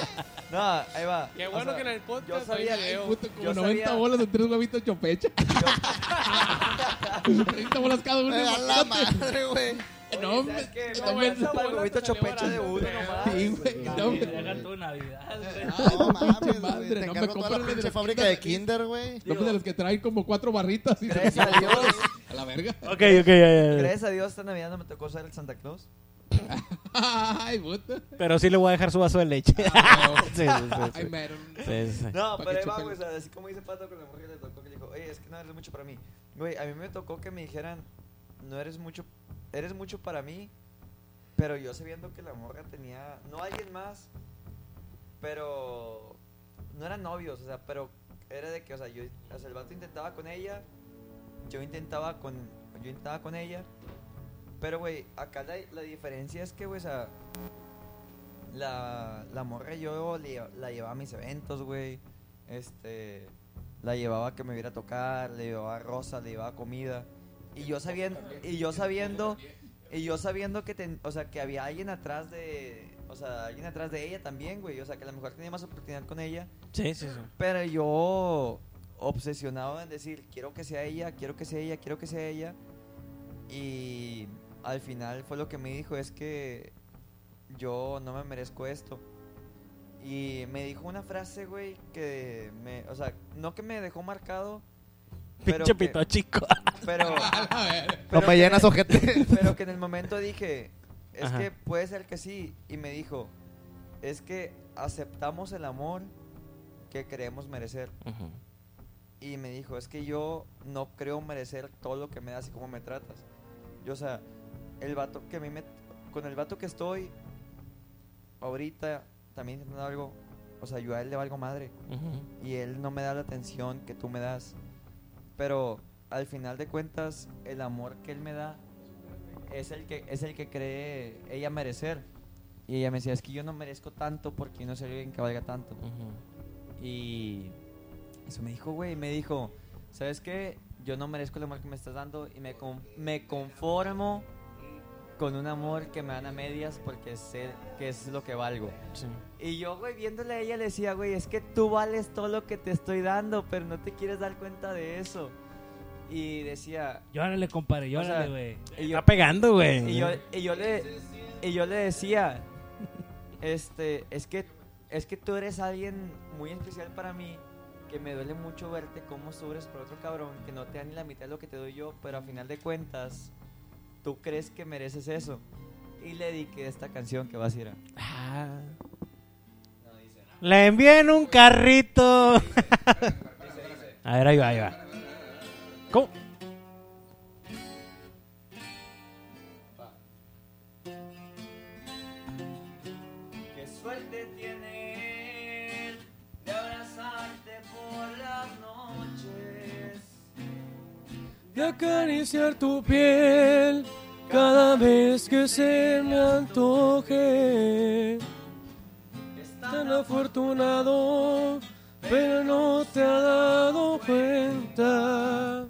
Speaker 6: no, ahí va.
Speaker 9: Qué
Speaker 6: O
Speaker 9: bueno
Speaker 6: sea,
Speaker 9: que en el podcast
Speaker 6: Yo sabía
Speaker 9: hay video.
Speaker 8: Puto, como
Speaker 6: Yo
Speaker 8: 90
Speaker 6: sabía-
Speaker 8: bolas en tres huevitos chopecha. 30 bolas cada uno.
Speaker 7: Eh, a la madre, güey.
Speaker 8: No,
Speaker 6: Oye, ¿sabes
Speaker 8: hombre.
Speaker 6: qué?
Speaker 8: No,
Speaker 6: No,
Speaker 8: hombre.
Speaker 6: esa para el huevito chopecha de uno nomás.
Speaker 8: Sí, güey. No,
Speaker 2: Navidad,
Speaker 8: hombre.
Speaker 2: Deja tu Navidad, güey.
Speaker 7: Ah, No mames,
Speaker 8: madre,
Speaker 7: güey. Te
Speaker 8: no me
Speaker 7: encargo toda
Speaker 8: compren
Speaker 7: la
Speaker 8: de
Speaker 7: pinche
Speaker 8: la
Speaker 7: fábrica
Speaker 8: tienda
Speaker 7: de
Speaker 8: de-
Speaker 7: Kinder, güey.
Speaker 8: No, pues de los que traen como cuatro barritas. Y se
Speaker 6: Gracias a Dios.
Speaker 8: A la verga.
Speaker 1: Ok, ok, ya, ya, ya.
Speaker 6: Gracias a Dios, esta Navidad no me tocó ser el Santa Claus.
Speaker 8: Ay, puta.
Speaker 1: Pero sí le voy a dejar su vaso de leche.
Speaker 7: Ah,
Speaker 1: Sí, sí, sí,
Speaker 8: Ay,
Speaker 1: sí.
Speaker 8: mero.
Speaker 1: Sí, sí, sí.
Speaker 6: No,
Speaker 8: Pa'
Speaker 6: pero
Speaker 8: que
Speaker 6: ahí va,
Speaker 8: chupen.
Speaker 6: güey. O sea, así como dice Pato con la mujer que le tocó, que le dijo, oye, es que no eres mucho para mí. Güey, a mí me tocó que me dijeran, no eres mucho, eres mucho para mí. Pero yo sabiendo que la morra tenía, no alguien más, pero no eran novios, o sea, pero era de que, o sea, yo, o sea, el vato intentaba con ella, yo intentaba con, yo intentaba con ella. Pero, güey, acá la, la diferencia es que, güey, o sea, la, la morra yo le- la llevaba a mis eventos, güey. Este, la llevaba a que me viera a tocar, le llevaba rosa, le llevaba comida. Y yo sabiendo, y yo sabiendo, y yo sabiendo que, ten- o sea, que había alguien atrás de, o sea, alguien atrás de ella también, güey. O sea, que a lo mejor tenía más oportunidad con ella.
Speaker 1: Sí, sí, sí.
Speaker 6: Pero yo obsesionado en decir, quiero que sea ella, quiero que sea ella, quiero que sea ella. Y al final fue lo que me dijo, es que yo no me merezco esto. Y me dijo una frase, güey, que me, o sea, no que me dejó marcado, pero
Speaker 1: Pinche
Speaker 6: que-
Speaker 1: pito chico.
Speaker 6: pero,
Speaker 7: No
Speaker 6: pero
Speaker 7: me
Speaker 6: que-
Speaker 7: llenas, ojete.
Speaker 6: pero que en el momento dije, es
Speaker 1: Ajá.
Speaker 6: que puede ser que sí. Y me dijo, es que aceptamos el amor que creemos merecer. Y me dijo, es que yo no creo merecer todo lo que me das y cómo me tratas. Yo, o sea, el vato que a mí me... Con el vato que estoy ahorita, también intentando algo, o sea, yo a él le valgo madre y él no me da la atención que tú me das. Pero al final de cuentas, el amor que él me da es el que, es el que cree ella merecer. Y ella me decía, es que yo no merezco tanto porque yo no soy alguien que valga tanto. Y eso me dijo, güey, me dijo, ¿sabes qué? Yo no merezco el amor que me estás dando y me, con- me conformo con un amor que me dan a medias porque sé que es lo que valgo. Y yo, güey, viéndole a ella le decía, güey, es que tú vales todo lo que te estoy dando, pero no te quieres dar cuenta de eso. Y decía,
Speaker 2: Llórale, compadre,
Speaker 6: O sea,
Speaker 2: llórale, güey.
Speaker 6: y yo,
Speaker 1: Está pegando,
Speaker 6: y
Speaker 1: güey.
Speaker 6: yo, y yo le, y yo le decía, este, es que, es que tú eres alguien muy especial para mí, que me duele mucho verte cómo sobres por otro cabrón, que no te da ni la mitad de lo que te doy yo, pero a final de cuentas, tú crees que mereces eso. Y le dediqué esta canción que vas a ir a...
Speaker 1: Ah. Le envié en un carrito. a ver, ahí va, ahí va. ¿Cómo?
Speaker 6: Qué suerte tiene él de abrazarte por las noches.
Speaker 9: De acariciar tu piel cada vez que se me antoje.
Speaker 6: Es
Speaker 9: Tan afortunado, pero no te ha dado cuenta.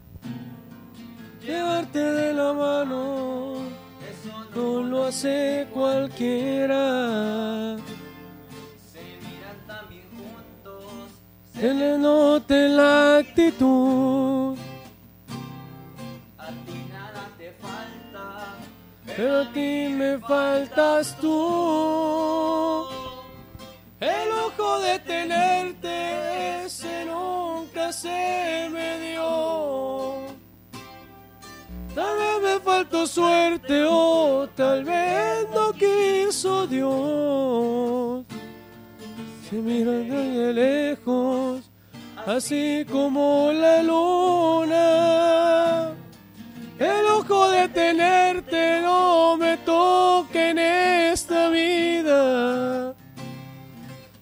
Speaker 9: Llevarte de la mano no lo hace cualquiera.
Speaker 6: se miran también juntos.
Speaker 9: Se le nota en la actitud,
Speaker 6: A ti nada te falta.
Speaker 9: pero a ti me faltas tú. El ojo de tenerte, ese nunca se me dio.
Speaker 1: Oh.
Speaker 9: Tal vez me faltó suerte o tal vez no quiso Dios. Se mira desde lejos, así como la luna. El ojo de tenerte no me toque en esta vida.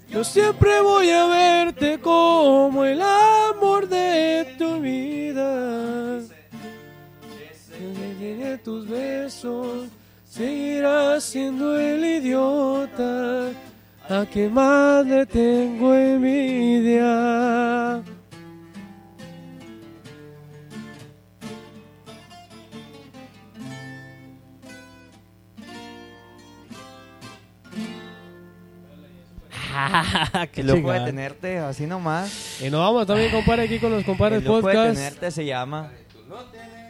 Speaker 9: Yo siempre voy a verte como el amor de tu vida. Desde tus besos seguirás siendo el idiota a que más le tengo envidia.
Speaker 1: Qué
Speaker 6: loco
Speaker 1: chingada.
Speaker 6: de tenerte así nomás.
Speaker 9: Y nos vamos también, compadre, aquí con los compadres
Speaker 6: El loco de
Speaker 9: podcast.
Speaker 6: tenerte se llama.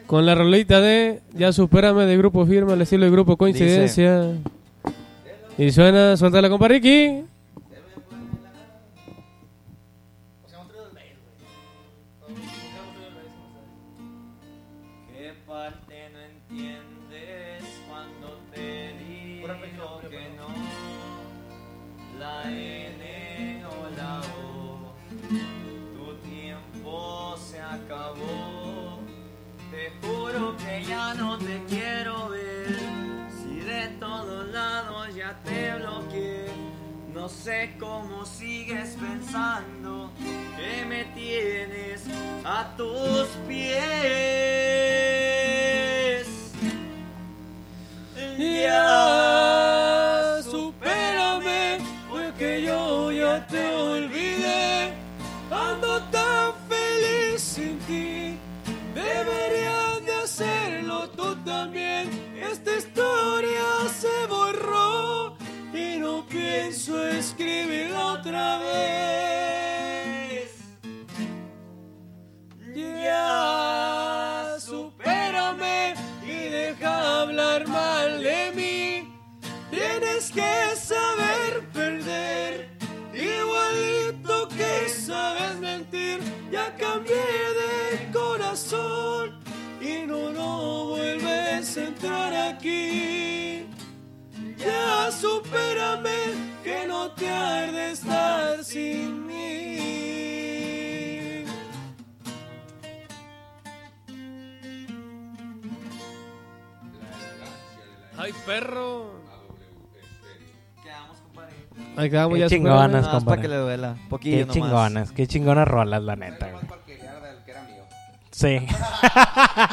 Speaker 9: Con la rolita de Ya supérame de grupo firma al estilo de grupo coincidencia. Y suena, suelta la compa Ricky.
Speaker 6: ¿Qué parte no entiendes cuando te digo que no? La N o la O, tu tiempo se acabó. Te juro que ya no te quiero ver. Si de todos lados ya te bloqueé, no sé cómo sigues pensando que me tienes a tus pies.
Speaker 9: Ya supérame, porque yo ya te olvidé. Ando tan feliz sin ti. Deberías de hacerlo tú también. Esta historia se borró y no pienso escribirla otra vez. Ya supérame y deja hablar mal de mí. Tienes Tienes que saber perder, igualito que sabes mentir. Ya cambié de corazón y no, no vuelves a entrar aquí. Ya supérame que no te arde estar sin mí.
Speaker 12: Ay, perro.
Speaker 5: Ahí quedamos
Speaker 6: Qué
Speaker 5: ya. se fueron,
Speaker 1: chingón,
Speaker 5: ¿eh?
Speaker 1: Buenas,
Speaker 6: Nada más para
Speaker 1: compadre.
Speaker 6: que le duela. Poquillo
Speaker 1: Qué
Speaker 6: nomás.
Speaker 1: chingonas, qué chingonas rolas, la neta. güey.
Speaker 8: que era mío.
Speaker 1: Sí.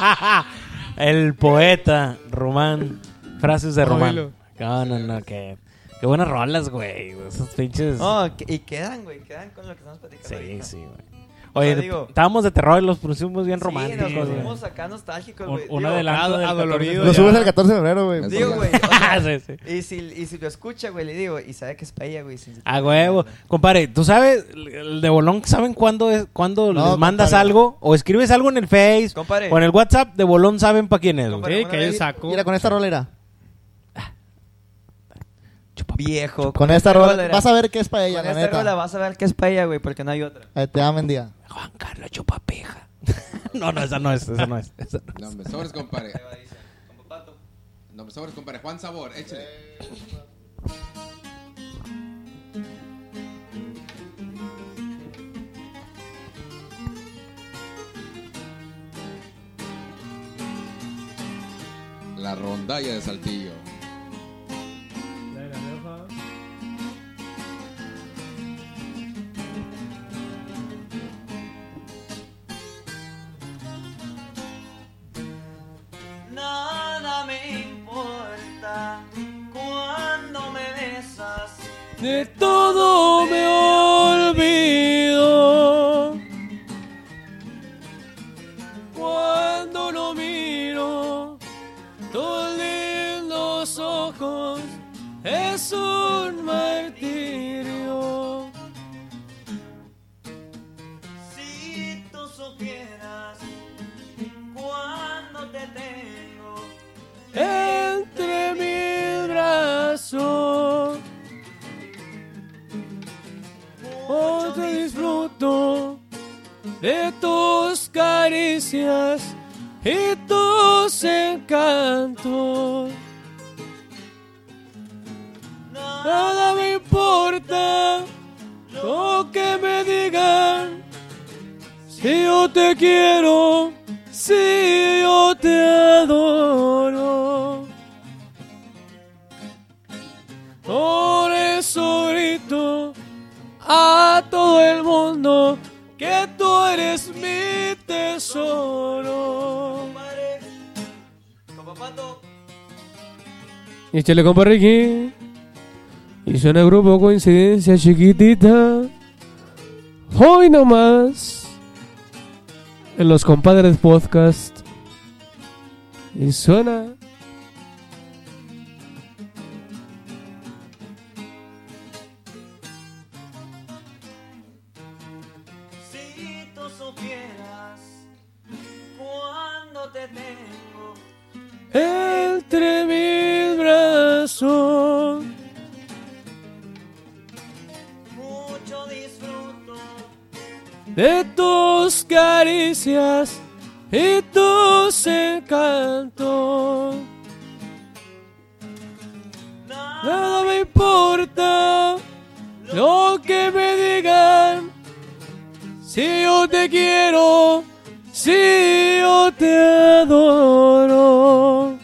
Speaker 1: El poeta, Román. Frases de
Speaker 5: Oílo.
Speaker 1: Román. No, no, no, qué, qué buenas rolas, güey. Esos pinches.
Speaker 6: No, que- y quedan, güey, quedan con lo que estamos platicando.
Speaker 1: Sí,
Speaker 6: ahorita.
Speaker 1: sí, güey.
Speaker 6: O
Speaker 1: Oye,
Speaker 6: sea, digo-
Speaker 1: estábamos de terror y los pusimos bien
Speaker 6: Sí,
Speaker 1: románticos.
Speaker 6: nos
Speaker 1: güey.
Speaker 6: pusimos acá nostálgicos,
Speaker 3: Un-
Speaker 6: güey.
Speaker 3: un
Speaker 6: Digo,
Speaker 3: adelanto
Speaker 5: ad-
Speaker 3: del 14
Speaker 5: adolorido
Speaker 7: Lo
Speaker 3: de
Speaker 5: ya.
Speaker 7: subes
Speaker 3: febrero.
Speaker 7: el 14 de febrero, güey.
Speaker 6: Digo, güey. o sea,
Speaker 1: Ah, Sí, sí.
Speaker 6: y, si, y si lo escucha, güey, le digo, y sabe que es para ella, güey. si-
Speaker 1: A huevo. Compadre, ¿tú sabes, el de Bolón, ¿saben cuándo, es, cuándo
Speaker 7: No,
Speaker 1: les mandas
Speaker 7: compadre.
Speaker 1: algo? O escribes algo en el Face
Speaker 6: Compadre.
Speaker 1: o en el WhatsApp, de Bolón saben para quién es. güey.
Speaker 6: Compadre.
Speaker 5: Sí,
Speaker 6: Una
Speaker 5: que ahí
Speaker 6: vez-
Speaker 5: saco.
Speaker 7: Mira, con esta rolera.
Speaker 6: Viejo.
Speaker 7: Con esta rola.
Speaker 6: rolera.
Speaker 7: Vas a ver qué es para ella,
Speaker 6: Con
Speaker 7: la
Speaker 6: esta rola
Speaker 7: neta.
Speaker 6: vas a ver que es para ella, güey, porque no hay otra.
Speaker 7: Ahí eh, Te da mendiga.
Speaker 1: Juan Carlos Chupapija. no, no, esa no es, esa no es. esa no es.
Speaker 8: No, me sobres, compadre. No, me sobres, compadre. Juan Sabor, échale. La rondalla de Saltillo.
Speaker 6: Nada me importa cuando me besas.
Speaker 9: De todo me olvido. Cuando lo miro, tus lindos ojos es un martirio.
Speaker 6: Si tú supieras cuando te tengo.
Speaker 9: entre mis brazos. Hoy te disfruto de tus caricias y tus encantos. Nada me importa lo que me digan. Si yo te quiero, si yo te adoro. Por eso grito a todo el mundo que tú eres mi tesoro.
Speaker 5: Y chile compa Ricky. Y suena el grupo coincidencia chiquitita. Hoy nomás. En los compadres podcast. Y suena.
Speaker 6: Si tú supieras cuando te tengo.
Speaker 9: entre mis brazos.
Speaker 6: Mucho disfruto
Speaker 9: de tus caricias y tus encantos. Nada me importa lo que me digan, si yo te quiero, si yo te adoro.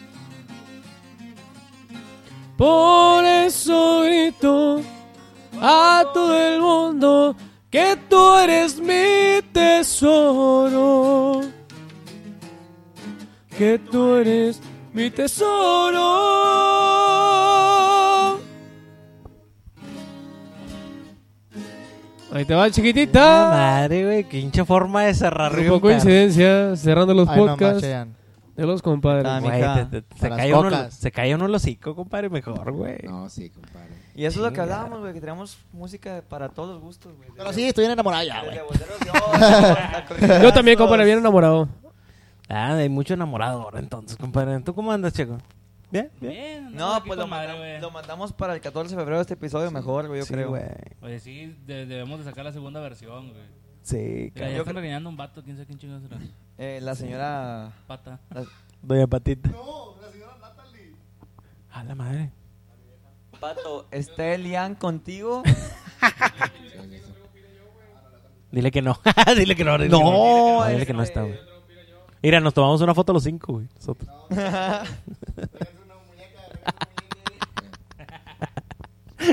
Speaker 9: Por eso grito a todo el mundo que tú eres mi tesoro. Que tú eres mi tesoro.
Speaker 5: Ahí te va
Speaker 1: Ah,
Speaker 5: chiquitita.
Speaker 1: madre, güey, qué hincha forma de cerrar.
Speaker 5: Grupo
Speaker 1: bien,
Speaker 5: coincidencia. Cerrando los
Speaker 7: Ay, no, más,
Speaker 5: podcasts
Speaker 7: Cheyenne.
Speaker 5: de los compadres.
Speaker 6: Ah,
Speaker 1: perro. Güey,
Speaker 6: Mica,
Speaker 1: te- te-
Speaker 7: a
Speaker 1: se,
Speaker 7: las
Speaker 1: cae uno, el-
Speaker 7: cocas.
Speaker 1: se cae uno el hocico, compadre, mejor, güey.
Speaker 8: No, sí, compadre.
Speaker 6: Y eso es lo que hablábamos, güey, que teníamos música para todos los gustos, güey.
Speaker 7: Pero sí, estoy bien enamorada ya, güey.
Speaker 5: Yo también, compadre, bien enamorado.
Speaker 1: Ah, hay mucho enamorado ahora, entonces, compadre. ¿Tú cómo andas, Checo? Bien, bien.
Speaker 2: Bien,
Speaker 6: No,
Speaker 2: aquí
Speaker 6: pues lo,
Speaker 2: con madre,
Speaker 6: mandam-
Speaker 2: güey.
Speaker 6: lo mandamos para el 14 de febrero este episodio mejor, güey, yo creo.
Speaker 2: Oye, sí, de- debemos de sacar la segunda versión, güey.
Speaker 1: Sí,
Speaker 2: Mira, ya
Speaker 6: Yo
Speaker 2: están
Speaker 6: creo-
Speaker 2: regañando a un vato, quién sabe quién chingados será.
Speaker 6: Eh, la señora...
Speaker 2: Pata.
Speaker 6: la-
Speaker 1: Doña Patita.
Speaker 7: No, la señora Natalie.
Speaker 1: A la madre.
Speaker 6: Pato, ¿está Elian contigo?
Speaker 1: Dile que no. dile que no. Dile que no, dile que no está, güey. Mira, nos tomamos una foto los cinco, güey. Nosotros.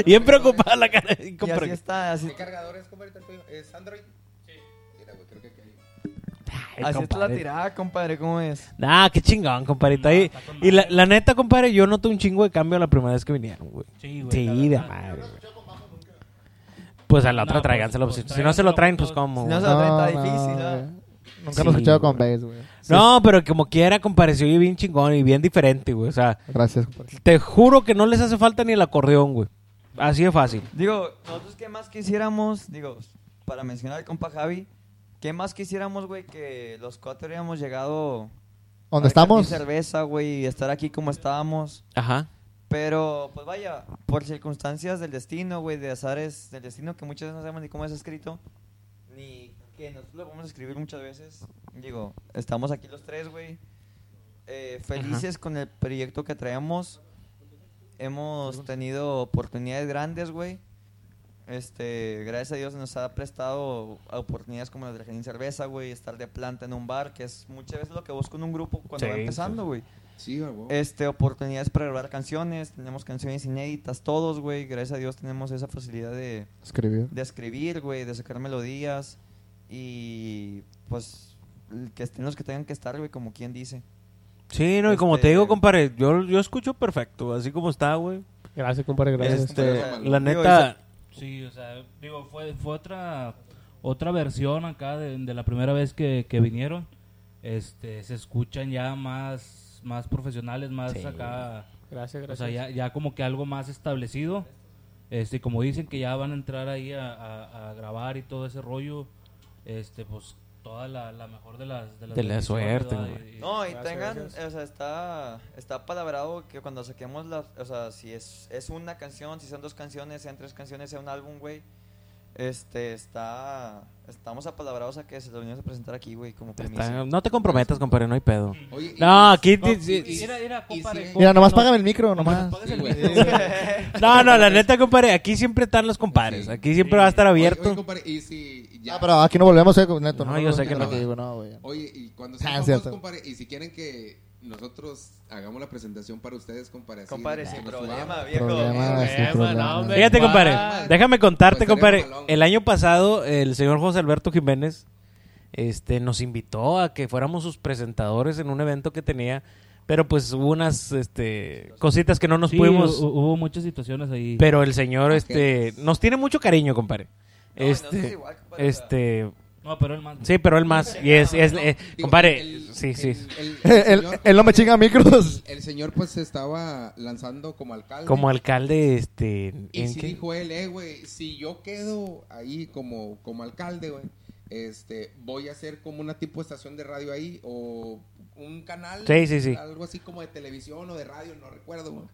Speaker 1: Bien preocupada la cara. de
Speaker 6: Y así
Speaker 1: compra-
Speaker 6: está, así,
Speaker 3: ¿Qué cargador es, compadre? el tuyo? ¿Es Android? Sí. Mira, güey, creo que aquí hay-
Speaker 1: Ay,
Speaker 6: así está la
Speaker 1: compadre.
Speaker 6: tirada, compadre, ¿cómo es?
Speaker 1: Nah, qué chingón, compadrito. Ahí. Y la, la neta, compadre, yo noté un chingo de cambio la primera vez que vinieron, güey.
Speaker 2: Sí, güey.
Speaker 1: Sí,
Speaker 2: la
Speaker 1: de
Speaker 2: verdad.
Speaker 1: madre, güey. Pues a la otra
Speaker 2: No, pues,
Speaker 1: tráiganselo.
Speaker 2: pues,
Speaker 1: si- si no se lo traen, pues
Speaker 2: tráiganselo.
Speaker 6: Si
Speaker 1: cómo. güey?
Speaker 6: no se lo traen, está difícil, ¿verdad?
Speaker 7: Nunca
Speaker 1: Sí,
Speaker 7: lo he escuchado con
Speaker 1: güey.
Speaker 7: Bass, güey.
Speaker 1: No, pero como quiera, compareció y bien chingón y bien diferente, güey. O sea,
Speaker 7: Gracias, compadre.
Speaker 1: te juro que no les hace falta ni el acordeón, güey. Así de fácil.
Speaker 6: Digo, nosotros qué más quisiéramos, digo, para mencionar al compa Javi, qué más quisiéramos, güey, que los cuatro hubiéramos llegado... a repartir
Speaker 7: ¿Dónde estamos?
Speaker 6: cerveza, güey, y estar aquí como estábamos.
Speaker 1: Ajá.
Speaker 6: Pero, pues vaya, por circunstancias del destino, güey, de azares del destino, que muchas veces no sabemos ni cómo es escrito, ni que nosotros lo vamos a escribir muchas veces. Digo, estamos aquí los tres, güey, eh, felices con el proyecto que traemos. Hemos tenido oportunidades grandes, güey. Este, gracias a Dios nos ha prestado oportunidades como las del Genín Cerveza, güey, estar de planta en un bar, que es muchas veces lo que busco en un grupo cuando
Speaker 1: Sí,
Speaker 6: va
Speaker 1: sí,
Speaker 6: empezando, güey
Speaker 8: Sí, güey.
Speaker 6: este, oportunidades para grabar canciones, tenemos canciones inéditas todos, güey, gracias a Dios tenemos esa facilidad de,
Speaker 7: Escribir.
Speaker 6: de escribir, güey, de sacar melodías y pues el que estén los que tengan que estar, güey, como quien dice.
Speaker 1: Sí, no, y como
Speaker 6: Este-
Speaker 1: te digo, compadre, yo, yo escucho perfecto, así como está, güey.
Speaker 5: Gracias, compadre, gracias.
Speaker 1: Este,
Speaker 8: compadre,
Speaker 1: la
Speaker 6: digo,
Speaker 1: neta,
Speaker 2: Sí, o sea, digo, fue, fue otra, otra versión acá de, de la primera vez que, que vinieron. Este, se escuchan ya más, más profesionales, más acá.
Speaker 5: Gracias,
Speaker 2: O
Speaker 5: gracias.
Speaker 2: sea, ya, ya como que algo más establecido. Este, y como dicen que ya van a entrar ahí a, a- a grabar y todo ese rollo, este, pues toda la, la mejor de las de, las
Speaker 1: De la
Speaker 2: bendiciones,
Speaker 1: suerte,
Speaker 2: ¿verdad?
Speaker 1: güey.
Speaker 2: Y- y-
Speaker 6: No, y
Speaker 5: Eh, Gracias,
Speaker 6: tengan,
Speaker 5: gracias.
Speaker 6: o sea, está, está palabrado que cuando saquemos las, o sea, si es, es una canción, si son dos canciones, sean tres canciones, sea un álbum, güey. Este, está, estamos apalabrados a que se lo venimos a presentar aquí, güey, como
Speaker 1: te
Speaker 6: primicia.
Speaker 1: está- no te comprometas, compadre, no hay pedo.
Speaker 8: Oye, y-
Speaker 1: No, aquí...
Speaker 2: No,
Speaker 1: ti-
Speaker 2: y-
Speaker 1: sí-
Speaker 2: y- mira, mira,
Speaker 8: y
Speaker 2: compadre,
Speaker 8: sí.
Speaker 7: Mira, nomás
Speaker 2: no-
Speaker 7: págame el micro, nomás.
Speaker 8: Sí, güey.
Speaker 1: No, no, la neta, compadre, aquí siempre están los compadres.
Speaker 8: Sí.
Speaker 1: Aquí siempre va a estar
Speaker 8: Oye, oye,
Speaker 1: abierto.
Speaker 8: compadre, y si ya-
Speaker 7: Ah, pero aquí no volvemos, eh, neto.
Speaker 1: No, yo sé que no.
Speaker 7: Aquí, güey, no, güey.
Speaker 8: Oye, y cuando
Speaker 7: Ah,
Speaker 8: sean famosos,
Speaker 7: cierto.
Speaker 8: compadre, y si quieren que nosotros hagamos la presentación para ustedes, compadre, así,
Speaker 6: Compadre,
Speaker 8: nos-
Speaker 6: sin
Speaker 8: nos
Speaker 6: problema,
Speaker 8: subamos.
Speaker 6: viejo.
Speaker 2: eh,
Speaker 7: Problema, sí,
Speaker 9: Problema,
Speaker 7: problema.
Speaker 9: no, hombre.
Speaker 1: Fíjate,
Speaker 9: Igual.
Speaker 1: compadre, déjame contarte,
Speaker 8: Pues,
Speaker 1: compadre.
Speaker 8: estaría malón.
Speaker 1: El año pasado, el señor José Alberto Jiménez este, nos invitó a que fuéramos sus presentadores en un evento que tenía, pero pues hubo unas este, cositas que no nos
Speaker 2: sí,
Speaker 1: pudimos...
Speaker 2: hu- hubo muchas situaciones ahí.
Speaker 1: Pero el señor, este, nos tiene mucho cariño, compadre.
Speaker 6: No, y nosotros
Speaker 1: Este,
Speaker 6: igual, compadre, o sea.
Speaker 1: este,
Speaker 2: no, pero el más.
Speaker 1: sí, pero él más, y es, es- eh,
Speaker 8: Digo,
Speaker 1: compadre,
Speaker 8: el-
Speaker 1: sí,
Speaker 8: el-
Speaker 1: sí,
Speaker 8: el- el
Speaker 7: Él,
Speaker 8: señor-
Speaker 7: él no me chinga micros.
Speaker 8: El señor, pues, se estaba lanzando como alcalde.
Speaker 1: como alcalde, este,
Speaker 8: Y
Speaker 1: ¿en
Speaker 8: sí
Speaker 1: qué?
Speaker 8: dijo él, eh, güey, si yo quedo ahí como, como alcalde, güey, este, voy a hacer como una tipo estación de radio ahí o un canal.
Speaker 1: Sí, sí, sí.
Speaker 8: Algo así como de televisión o de radio, no recuerdo, güey.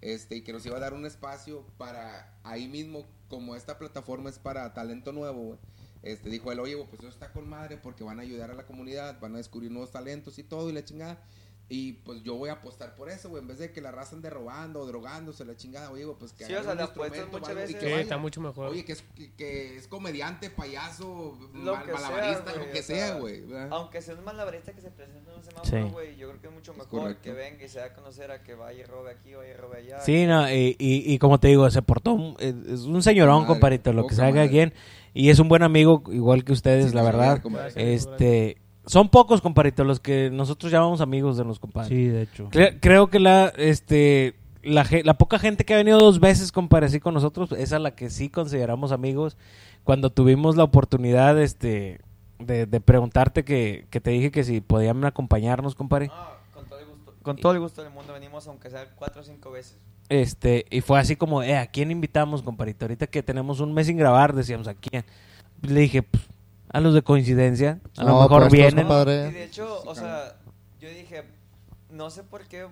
Speaker 8: Este, y que nos iba a dar un espacio para ahí mismo, como esta plataforma es para talento nuevo, güey. Este, dijo él, oye, güey, pues eso está con madre porque van a ayudar a la comunidad, van a descubrir nuevos talentos y todo y la chingada. Y pues yo voy a apostar por eso, güey, en vez de que la raza ande robando o drogándose la chingada, oye, güey, pues que
Speaker 6: Sí, o
Speaker 8: agarren
Speaker 6: sea,
Speaker 8: un
Speaker 6: le apuestas
Speaker 8: instrumento o
Speaker 6: muchas
Speaker 8: algo y
Speaker 6: veces.
Speaker 8: que
Speaker 9: Sí,
Speaker 8: vayan.
Speaker 9: está mucho mejor.
Speaker 8: Oye, que es, que- que es comediante, payaso,
Speaker 6: Lo
Speaker 8: mal-
Speaker 6: que sea,
Speaker 8: malabarista,
Speaker 6: güey,
Speaker 8: lo que
Speaker 6: o sea,
Speaker 8: sea, güey. ¿verdad?
Speaker 6: Aunque sea un malabarista que se presente en un
Speaker 1: Sí.
Speaker 6: semáforo, güey, yo creo que es mucho mejor
Speaker 8: correcto.
Speaker 6: que venga y se da a conocer a que vaya y robe aquí, vaya y robe allá.
Speaker 1: Sí, no, y, y- y como te digo, se portó, un- es es un señorón,
Speaker 8: Madre,
Speaker 1: compadrito, lo que
Speaker 8: poca
Speaker 1: se haga
Speaker 8: madre.
Speaker 1: bien, y es un buen amigo, igual que ustedes,
Speaker 8: Sí,
Speaker 1: la
Speaker 8: sí,
Speaker 1: verdad,
Speaker 8: como-
Speaker 1: este, son pocos, compadrito, los que nosotros llamamos amigos de los compadres.
Speaker 2: Sí, de hecho.
Speaker 1: Cre- creo que la, este, la, ge- la poca gente que ha venido dos veces, compadre, así con nosotros, es a la que sí consideramos amigos. Cuando tuvimos la oportunidad, este, de, de preguntarte que, que te dije que si podían acompañarnos, compadre.
Speaker 8: Ah,
Speaker 6: No, con todo el gusto. Con todo el gusto del mundo venimos, aunque sea cuatro o cinco veces.
Speaker 1: Este, y fue así como, eh, ¿a quién invitamos, compadrito? Ahorita que tenemos un mes sin grabar, decíamos, ¿a quién? Le dije, "Pues, a los de coincidencia, a lo
Speaker 7: No,
Speaker 1: mejor
Speaker 7: pues, los
Speaker 1: vienen.
Speaker 7: compadres. Padre.
Speaker 6: Y de hecho,
Speaker 8: Sí,
Speaker 6: o
Speaker 8: claro.
Speaker 6: sea, yo dije, no sé por qué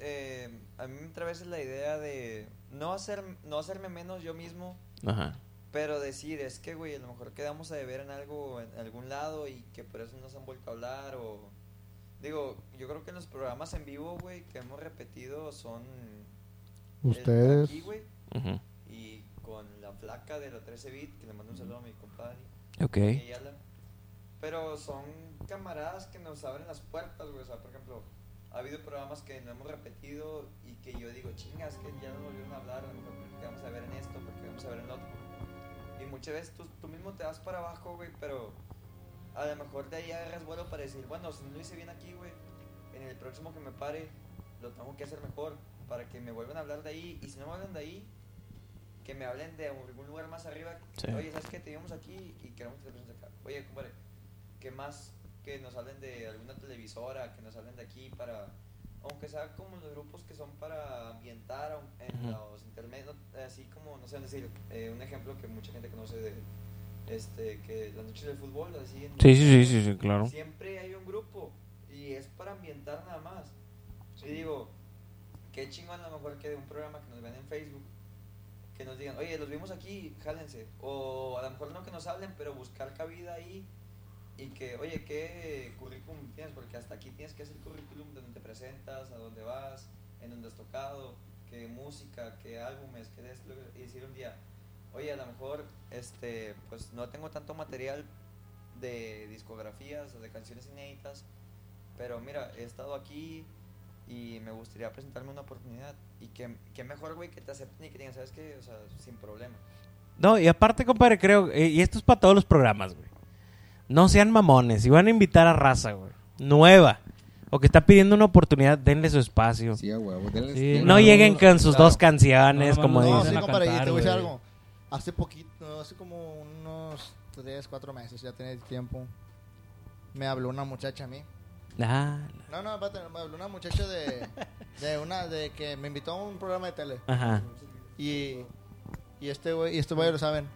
Speaker 6: eh, a mí me atraviesa la idea de no, hacer, no hacerme menos yo mismo,
Speaker 13: Ajá.
Speaker 6: pero decir, es que, güey, a lo mejor quedamos a deber en algo, en algún lado, y que por eso no se han vuelto a hablar, o... Digo, yo creo que los programas en vivo, güey, que hemos repetido son... el de
Speaker 14: Ustedes.
Speaker 6: aquí, güey,
Speaker 13: Ujú.
Speaker 6: y con la flaca de la 13 bit, que le mando un saludo a mi compadre.
Speaker 13: Ok.
Speaker 6: Tony Ayala. Pero son camaradas que nos abren las puertas, güey. O sea, por ejemplo, ha habido programas que no hemos repetido y que yo digo, chingas, que ya no volvieron a hablar, a lo mejor porque vamos a ver en esto, porque vamos a ver en lo otro. Y muchas veces tú, tú mismo te das para abajo, güey, pero a lo mejor de ahí agarras vuelo para decir, bueno, si no lo hice bien aquí, güey, en el próximo que me pare, lo tengo que hacer mejor para que me vuelvan a hablar de ahí. Y si no me hablan de ahí, que me hablen de algún lugar más arriba.
Speaker 13: Sí.
Speaker 6: Oye, ¿sabes qué? Te vimos aquí y queremos que te presentes acá. Oye, compadre, ¿qué más? Que nos hablen de alguna televisora, que nos hablen de aquí para... Aunque sea como los grupos que son para ambientar aun- en
Speaker 13: Ujú.
Speaker 6: los intermedios, así como, no sé, decir, eh, un ejemplo que mucha gente conoce de... Este, que las noches del fútbol, así. en-
Speaker 13: Sí, sí, sí, sí, sí, claro.
Speaker 6: Siempre hay un grupo y es para ambientar nada más. Y digo, qué chingón a lo mejor que de un programa que nos vean en Facebook, que nos digan, oye, los vimos aquí, jálense. O a lo mejor no que nos hablen, pero buscar cabida ahí y que, oye, qué currículum tienes, porque hasta aquí tienes que hacer currículum de donde te presentas, a dónde vas, en dónde has tocado, qué música, qué álbumes, qué de esto, y decir un día, oye, a lo mejor, este, pues no tengo tanto material de discografías o de canciones inéditas, pero mira, he estado aquí y me gustaría presentarme una oportunidad. Y que, que mejor, güey, que te acepten y que digan, ¿sabes qué? O sea, sin problema.
Speaker 1: No, y aparte, compadre, creo, eh, y esto es para todos los programas, güey. No sean mamones, si van a invitar a raza, güey, nueva, o que está pidiendo una oportunidad, denle su espacio.
Speaker 8: Sí, a huevo. denles-
Speaker 5: Sí,
Speaker 8: denles-
Speaker 1: no, lleguen con sus
Speaker 7: claro.
Speaker 1: dos canciones,
Speaker 5: No,
Speaker 1: como
Speaker 5: no,
Speaker 7: No,
Speaker 1: dicen.
Speaker 7: sí,
Speaker 5: a
Speaker 7: compadre, y
Speaker 5: cantar,
Speaker 7: te voy a decir
Speaker 5: güey.
Speaker 7: algo. Hace poquito, hace como unos 3, 4 meses, ya tiene tiempo, me habló una muchacha a mí.
Speaker 1: Ah,
Speaker 7: No, no, espérate, me habló una muchacha de, de una, de que me invitó a un programa de tele.
Speaker 1: ajá.
Speaker 7: Y, y este güey, y estos güeyes lo saben.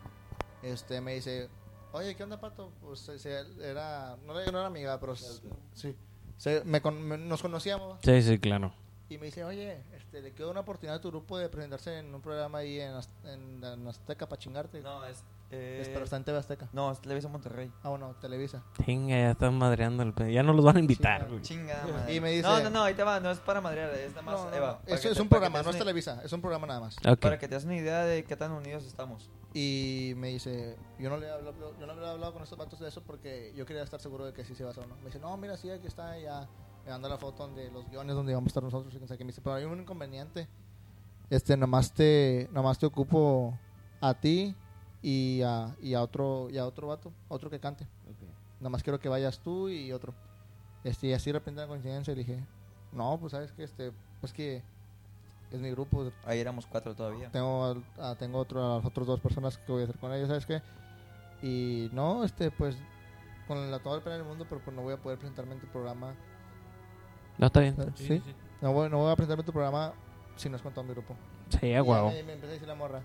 Speaker 7: Este me dice, oye, ¿qué onda, pato? Pues se- se- era, no era, no era amiga, pero s- sí. Se- me con- me- nos conocíamos.
Speaker 1: Sí, sí, claro.
Speaker 7: Y me dice, oye, este, le quedó una oportunidad a tu grupo de presentarse en un programa ahí en, Az- en, en Azteca para chingarte.
Speaker 6: No, es. eh,
Speaker 7: Es- pero está en TV Azteca.
Speaker 6: No, es Televisa Monterrey.
Speaker 7: Ah, bueno, Televisa.
Speaker 1: Chinga, ya están madreando el pe- Ya no los van a invitar, güey.
Speaker 6: Chinga, madre.
Speaker 7: Y me dice-
Speaker 6: Ah, No, no, no, ahí te va, no es para madrear, es nada más,
Speaker 7: No, no,
Speaker 6: Eva.
Speaker 7: no.
Speaker 6: para
Speaker 7: Eso
Speaker 6: que
Speaker 7: es
Speaker 6: te-
Speaker 7: un
Speaker 6: para que te
Speaker 7: programa, no es
Speaker 6: des una-
Speaker 7: Televisa, es un programa nada más.
Speaker 1: Ok.
Speaker 6: Para que te des una idea de qué tan unidos estamos.
Speaker 7: Y me dice, yo no le he hablado, yo no le he hablado con estos vatos de eso porque yo quería estar seguro de que sí se iba a hacer o no. Me dice, no, mira, sí, aquí está ya. Me manda la foto de los guiones donde vamos a estar nosotros. Y que no sé qué. me dice, pero hay un inconveniente. Este, nomás te, nomás te ocupo a ti y a, y a otro, y a otro vato, otro que cante. Nomás quiero que vayas tú y otro. Este, y así de repente la coincidencia, le dije, no, pues sabes que este, pues que es mi grupo,
Speaker 6: Ahí éramos cuatro todavía.
Speaker 7: tengo al- a- tengo otro, a las otras dos personas que voy a hacer con ellos, ¿sabes qué? Y no, este, pues, con la toda el pena del mundo, pero pues no voy a poder presentarme en tu programa.
Speaker 1: No, está bien.
Speaker 7: ¿Sí? No, voy, no voy a presentarme en tu programa si no es con todo mi grupo.
Speaker 1: Sí, a
Speaker 7: Y
Speaker 1: huevo.
Speaker 7: me, me empecé a decir la morra.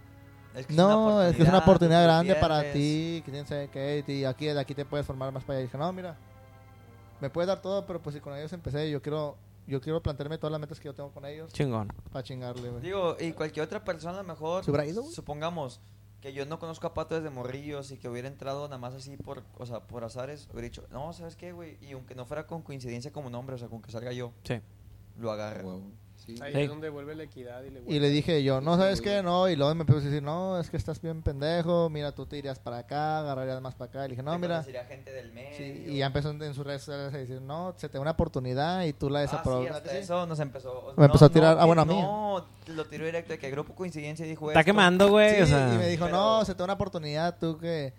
Speaker 6: Es
Speaker 7: No, es que es una oportunidad
Speaker 6: tú
Speaker 7: grande para
Speaker 6: pierdes".
Speaker 7: ti, que quién sabe qué, y aquí, de aquí te puedes formar más para allá. Y dije, no, mira, me puedes dar todo, pero pues si con ellos empecé, yo quiero, yo quiero plantearme todas las metas que yo tengo con ellos
Speaker 1: Chingón.
Speaker 7: para chingarle, güey.
Speaker 6: Digo, y cualquier otra persona a lo mejor.
Speaker 7: ¿Se hubiera ido, güey?
Speaker 6: Supongamos que yo no conozco a Pato desde morrillos y que hubiera entrado nada más así por, o sea, por azares, hubiera dicho, no, ¿sabes qué, güey? Y aunque no fuera con coincidencia como nombre, o sea, con que salga yo,
Speaker 1: Sí.
Speaker 6: lo agarra.
Speaker 8: a huevo. Sí.
Speaker 9: Ahí
Speaker 1: Sí.
Speaker 9: es donde vuelve la equidad y le
Speaker 7: Y le dije yo, no, ¿sabes qué? No, y luego me empezó a decir, no, es que estás bien pendejo, mira, tú te irías para acá, agarrarías más para acá. Y le dije, no,
Speaker 6: Te
Speaker 7: mira.
Speaker 6: conocería gente del medio.
Speaker 7: Sí, y ya empezó en en sus redes sociales a decir, no, se te da una oportunidad y tú la
Speaker 6: Ah, sí,
Speaker 7: desaprovechas.
Speaker 6: hasta eso nos empezó. o-
Speaker 7: Me empezó a tirar- ah, bueno, a mí.
Speaker 6: No, lo tiró directo de que el grupo coincidencia dijo
Speaker 1: Está
Speaker 6: esto.
Speaker 1: quemando, güey.
Speaker 7: Sí,
Speaker 1: o sea,
Speaker 7: y me dijo,
Speaker 6: pero-
Speaker 7: no, se te da una oportunidad, tú que,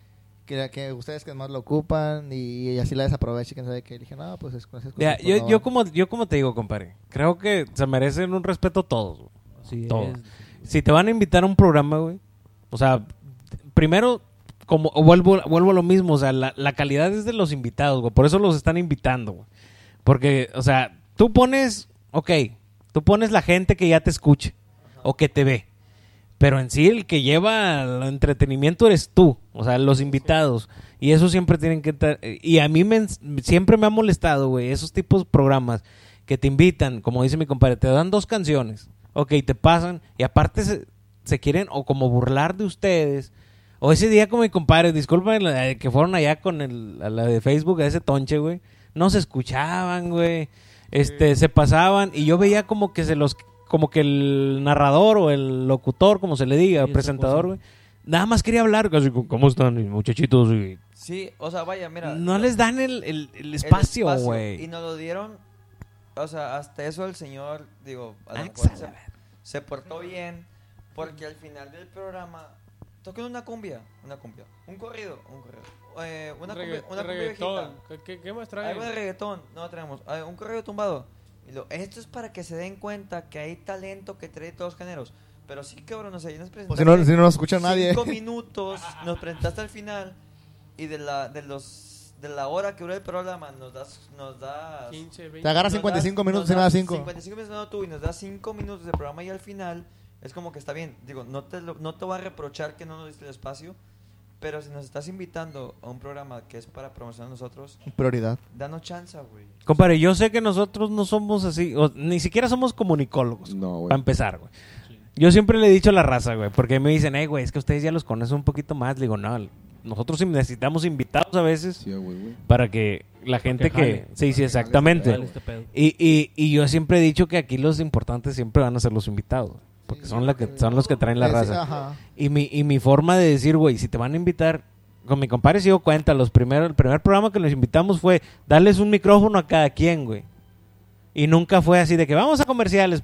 Speaker 7: que, que ustedes que más lo ocupan y, y así la desaprovecha y quién sabe qué. Y le dije, no, pues es con esas cosas,
Speaker 1: Mira,
Speaker 7: pues,
Speaker 1: yo,
Speaker 7: no
Speaker 1: yo,
Speaker 7: van".
Speaker 1: como, yo como te digo, compadre, creo que se merecen un respeto todos. güey.
Speaker 5: Así
Speaker 1: Todo.
Speaker 5: es.
Speaker 1: Si te van a invitar a un programa, güey, o sea, primero, como vuelvo, vuelvo a lo mismo, o sea, la, la calidad es de los invitados, güey, por eso los están invitando, güey. Porque, o sea, tú pones, ok, tú pones la gente que ya te escucha o que te ve, pero en sí el que lleva el entretenimiento eres tú, o sea, los invitados. Y eso siempre tienen que estar. Y a mí me, siempre me ha molestado, güey, esos tipos de programas que te invitan, como dice mi compadre, te dan dos canciones, ok, te pasan, y aparte se, se quieren o como burlar de ustedes, o ese día con mi compadre, disculpen la- eh, que fueron allá con el, a la de Facebook, a ese tonche, güey, no se escuchaban, güey, este, se pasaban, y yo veía como que se los, como que el narrador o el locutor, como se le diga,
Speaker 2: esa
Speaker 1: presentador,
Speaker 2: cosa.
Speaker 1: güey, nada más quería hablar, casi, ¿cómo están, muchachitos? Y
Speaker 6: Sí, o sea, vaya, mira.
Speaker 1: no les dan el, el- el
Speaker 6: el
Speaker 1: espacio, güey.
Speaker 6: Y nos lo dieron. O sea, hasta eso el señor, digo, a lo
Speaker 1: Ah,
Speaker 6: mejor
Speaker 1: a
Speaker 6: se,
Speaker 1: la
Speaker 6: se portó bien. Porque al final del programa toquen una cumbia. Una cumbia. Un corrido. Un corrido. eh, una cumbia,
Speaker 9: Regga-
Speaker 6: una cumbia viejita.
Speaker 9: reggaetón. ¿Qué- ¿Qué, qué más
Speaker 6: Algo de
Speaker 9: trae?
Speaker 6: reggaetón, no lo tenemos. Ah, un correo tumbado. Y lo- esto es para que se den cuenta que hay talento que trae todos los géneros. Pero sí, cabrón, o sea, ya nos
Speaker 7: Pues si no, si
Speaker 6: presentaste
Speaker 7: no nos escucha nadie.
Speaker 6: cinco minutos, nos presentaste al final y de la, de los, de la hora que dura el programa nos das... Nos das
Speaker 9: 15, 20.
Speaker 7: Te agarra
Speaker 6: nos
Speaker 7: 55
Speaker 6: das-
Speaker 7: minutos
Speaker 6: nos
Speaker 7: y nada
Speaker 6: das
Speaker 7: 5.
Speaker 6: 55 minutos no tú y nos das 5 minutos de programa y al final es como que está bien. Digo, no te, lo- no te voy a reprochar que no nos diste el espacio, pero si nos estás invitando a un programa que es para promocionar a nosotros,
Speaker 7: Prioridad.
Speaker 6: danos chance, güey.
Speaker 1: Compadre, yo sé que nosotros no somos así, o ni siquiera somos comunicólogos.
Speaker 8: No,
Speaker 1: Para
Speaker 8: güey.
Speaker 1: empezar, güey. Yo siempre le he dicho a la raza, güey, porque me dicen, hey, güey, es que ustedes ya los conocen un poquito más. Le digo, no, nosotros sí necesitamos invitados a veces
Speaker 8: Sí, güey, güey.
Speaker 1: para que la gente
Speaker 2: que
Speaker 1: que...
Speaker 2: jale.
Speaker 8: que
Speaker 1: Sí, sí,
Speaker 8: jale este
Speaker 1: exactamente.
Speaker 8: pedo, güey.
Speaker 2: Este pedo.
Speaker 1: Y, y, y yo siempre he dicho que aquí los importantes siempre van a ser los invitados, güey, porque son, la que, son los que traen la
Speaker 7: Es-
Speaker 1: raza.
Speaker 7: Ajá.
Speaker 1: Y mi, y mi forma de decir, güey, si te van a invitar, con mi compadre se dio cuenta, los primeros, el primer programa que los invitamos fue darles un micrófono a cada quien, güey. Y nunca fue así de que vamos a comerciales.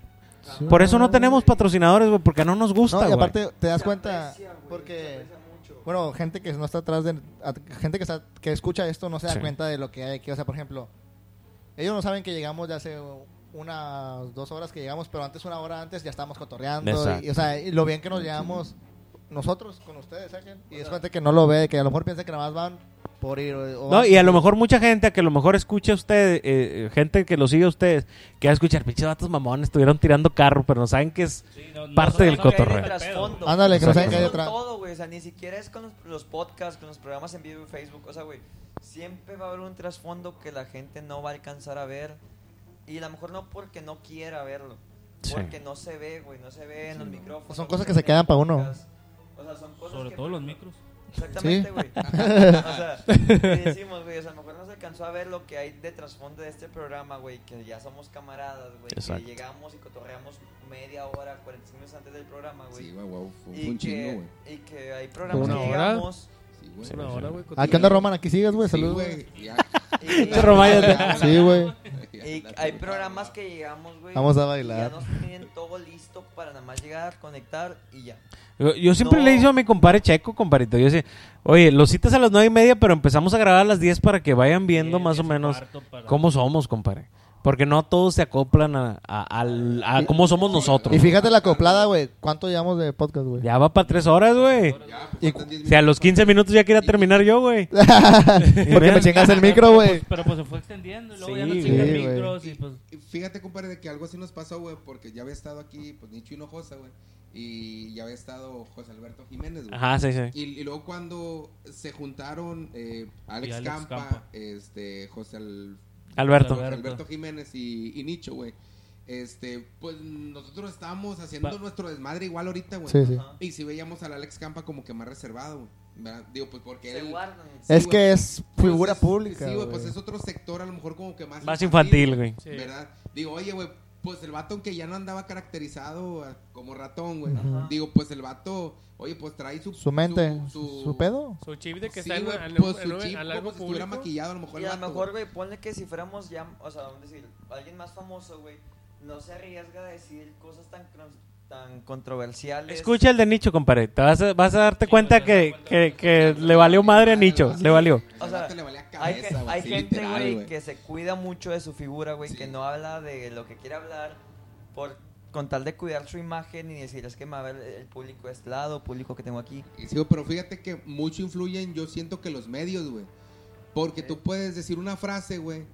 Speaker 1: Por eso no tenemos patrocinadores, güey, porque no nos gusta,
Speaker 7: No, y
Speaker 1: güey.
Speaker 7: aparte te das cuenta porque bueno, gente que no está atrás de a- gente que está que escucha esto no se da
Speaker 1: Sí.
Speaker 7: cuenta de lo que hay aquí, o sea, por ejemplo, ellos no saben que llegamos de hace unas dos horas que llegamos, pero antes una hora antes ya estábamos cotorreando
Speaker 1: Exacto.
Speaker 7: y, o sea, y lo bien que nos llevamos nosotros con ustedes, ¿saben? Y es gente que no lo ve, que a lo mejor piensa que nada más van por ir o- o
Speaker 1: No,
Speaker 7: van-
Speaker 1: y a lo mejor mucha gente, a que a lo mejor escucha a usted, eh, eh, gente que lo sigue a ustedes, que va a escuchar, pinche vatos mamones, estuvieron tirando carro, pero no saben que es... Parte del
Speaker 6: que hay de
Speaker 1: cotorreo.
Speaker 6: trasfondo.
Speaker 7: Ándale, que no saben
Speaker 6: Es
Speaker 7: qué hay
Speaker 6: con
Speaker 7: detrás.
Speaker 6: todo, güey. O sea, ni siquiera es con los, los podcasts, con los programas en vivo y Facebook. O sea, güey, siempre va a haber un trasfondo que la gente no va a alcanzar a ver. Y a lo mejor no porque no quiera verlo.
Speaker 1: Sí.
Speaker 6: Porque no se ve, güey. No se ve en los micrófonos.
Speaker 7: Son cosas
Speaker 6: no
Speaker 7: que
Speaker 6: se
Speaker 7: se
Speaker 6: ve
Speaker 7: quedan
Speaker 6: en
Speaker 7: pa' uno.
Speaker 6: podcast. O sea, son cosas
Speaker 2: Sobre
Speaker 6: que-
Speaker 2: todo los micros.
Speaker 6: Exactamente, güey. o sea, le decimos, güey, o sea, a lo mejor no se alcanzó a ver lo que hay de trasfondo de este programa, güey, que ya somos camaradas, güey,
Speaker 1: Exacto.
Speaker 6: que llegamos y cotorreamos media hora, 45 minutos antes del programa, güey.
Speaker 8: Sí, güey, wow. Fue
Speaker 6: y,
Speaker 8: un
Speaker 6: que,
Speaker 8: chingo, güey.
Speaker 6: y que hay programas
Speaker 9: ¿Una
Speaker 6: que
Speaker 9: hora?
Speaker 6: llegamos
Speaker 8: Sí, güey.
Speaker 9: Una hora, güey.
Speaker 7: Ah, ¿qué onda Roman? Aquí sigues, güey.
Speaker 8: Sí,
Speaker 7: Saludos.
Speaker 8: güey. Ya.
Speaker 6: y,
Speaker 7: Sí, güey.
Speaker 6: y hay programas que llegamos, güey.
Speaker 7: Vamos a
Speaker 6: y ya
Speaker 7: bailar.
Speaker 6: nos tienen todo listo para nada más llegar, conectar y ya.
Speaker 1: Yo, yo siempre
Speaker 6: No.
Speaker 1: le hice a mi compadre Checo, compadrito. Yo decía, oye, los citas a las nueve y media, pero empezamos a grabar a las 10 para que vayan viendo
Speaker 2: Diez,
Speaker 1: más o
Speaker 2: diez y
Speaker 1: menos
Speaker 2: cuarto para-
Speaker 1: cómo somos, compadre. Porque no todos se acoplan a, a- al- a cómo somos nosotros.
Speaker 7: Y fíjate la acoplada, güey. ¿Cuánto llevamos de podcast, güey?
Speaker 1: Ya va para tres horas, güey.
Speaker 7: pues,
Speaker 1: O sea, a los 15 minutos ya quería terminar yo, güey.
Speaker 7: Porque me chingas el micro, güey.
Speaker 2: Pues, pero pues se fue extendiendo y luego ya no
Speaker 1: Sí,
Speaker 2: existen
Speaker 7: güey.
Speaker 2: micros y pues...
Speaker 8: Y Fíjate, compadre, de que algo así nos pasó, güey, porque ya había estado aquí, pues Nicho Hinojosa, güey, y ya había estado José Alberto Jiménez, güey.
Speaker 1: Ajá, sí, sí.
Speaker 8: Y, y luego cuando se juntaron eh,
Speaker 2: Y
Speaker 8: Alex,
Speaker 2: Alex
Speaker 8: Campa,
Speaker 2: Campa.
Speaker 8: este, José Al-
Speaker 1: Alberto.
Speaker 8: José Alberto Jiménez y, y Nicho, güey, este, pues nosotros estábamos haciendo
Speaker 2: Va-
Speaker 8: nuestro desmadre igual ahorita, güey.
Speaker 7: Sí, sí.
Speaker 8: Y si veíamos al Alex Campa como que más reservado, güey. ¿verdad? Digo, pues porque
Speaker 6: Se
Speaker 8: él...
Speaker 6: guardan.
Speaker 8: Sí,
Speaker 7: es
Speaker 8: güey.
Speaker 7: que es figura
Speaker 8: Pues es-
Speaker 7: pública.
Speaker 8: Sí, güey,
Speaker 7: güey.
Speaker 8: pues es otro sector a lo mejor como que más...
Speaker 1: Más infantil, güey.
Speaker 9: Sí.
Speaker 8: ¿Verdad? Digo, oye, güey, pues el vato aunque ya no andaba caracterizado a- como ratón, güey. Digo, pues el vato, oye, pues trae su...
Speaker 7: Su mente,
Speaker 8: su-
Speaker 7: su pedo.
Speaker 9: Su chip de que
Speaker 8: Sí,
Speaker 9: está en,
Speaker 8: güey,
Speaker 9: en-
Speaker 8: pues
Speaker 9: en-
Speaker 8: su chip
Speaker 9: en
Speaker 8: como
Speaker 9: algo
Speaker 8: si estuviera
Speaker 9: público.
Speaker 8: maquillado a lo mejor
Speaker 6: Y
Speaker 8: el
Speaker 6: a
Speaker 8: vato.
Speaker 6: lo mejor,
Speaker 8: güey.
Speaker 6: güey, ponle que si fuéramos ya, o sea, vamos a decir, alguien más famoso, güey, no se arriesga a decir cosas tan, cron- tan controversiales.
Speaker 1: Escucha el de Nicho, compadre. Te vas, a, vas a darte
Speaker 2: pues,
Speaker 1: cuenta que, que, que le valió madre a Nicho. Le valió.
Speaker 8: O
Speaker 6: O
Speaker 8: sea,
Speaker 6: sea,
Speaker 8: le valía
Speaker 6: Hay,
Speaker 8: cabeza,
Speaker 6: gen-
Speaker 8: güey,
Speaker 6: hay
Speaker 8: sí,
Speaker 6: gente,
Speaker 8: literal,
Speaker 6: güey, que se cuida mucho de su figura, güey,
Speaker 8: Sí.
Speaker 6: que no habla de lo que quiere hablar por con tal de cuidar su imagen y decir, es que me va a ver el público de este lado, público que tengo aquí.
Speaker 8: Y sí, güey, pero fíjate que mucho influyen, yo siento que los medios, güey. Porque tú puedes decir una frase, güey.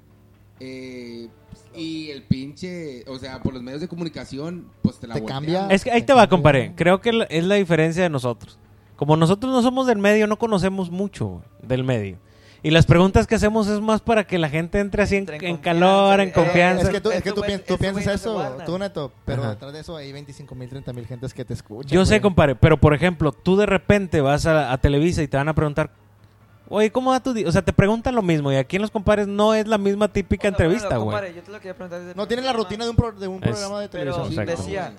Speaker 8: eh, y el pinche, o sea, por los medios de comunicación, pues te la
Speaker 7: Te
Speaker 8: voltean,
Speaker 7: cambia.
Speaker 8: güey.
Speaker 1: Es que ahí te va, compadre. Creo que la- es la diferencia de nosotros. Como nosotros no somos del medio, no conocemos mucho güey, del medio. Y las preguntas que hacemos es más para que la gente entre así en,
Speaker 6: Entre en
Speaker 1: en
Speaker 6: confianza,
Speaker 1: calor, en
Speaker 6: eh,
Speaker 1: confianza.
Speaker 7: Es que tú, es que
Speaker 6: Estos
Speaker 7: tú,
Speaker 6: güeyes-
Speaker 7: pi- tú
Speaker 6: estos
Speaker 7: piensas
Speaker 6: güeyes no se
Speaker 7: eso,
Speaker 6: guardan.
Speaker 7: tú, Neto, pero
Speaker 1: Ajá.
Speaker 7: detrás de eso hay 25 mil, 30 mil gentes que te escuchan.
Speaker 1: Yo sé,
Speaker 7: güey.
Speaker 1: compadre, pero por ejemplo, tú de repente vas a, a Televisa y te van a preguntar, oye, ¿cómo va tu día? O sea, te preguntan lo mismo y aquí en Los Compadres no es la misma típica entrevista,
Speaker 6: Bueno,
Speaker 1: güey.
Speaker 6: compadre, yo te lo quería preguntar desde el
Speaker 7: No tienen la
Speaker 6: primer tema,
Speaker 7: rutina de un, pro- de un
Speaker 1: Es-
Speaker 7: programa de
Speaker 6: Pero
Speaker 7: televisión.
Speaker 1: Exacto.
Speaker 6: decía,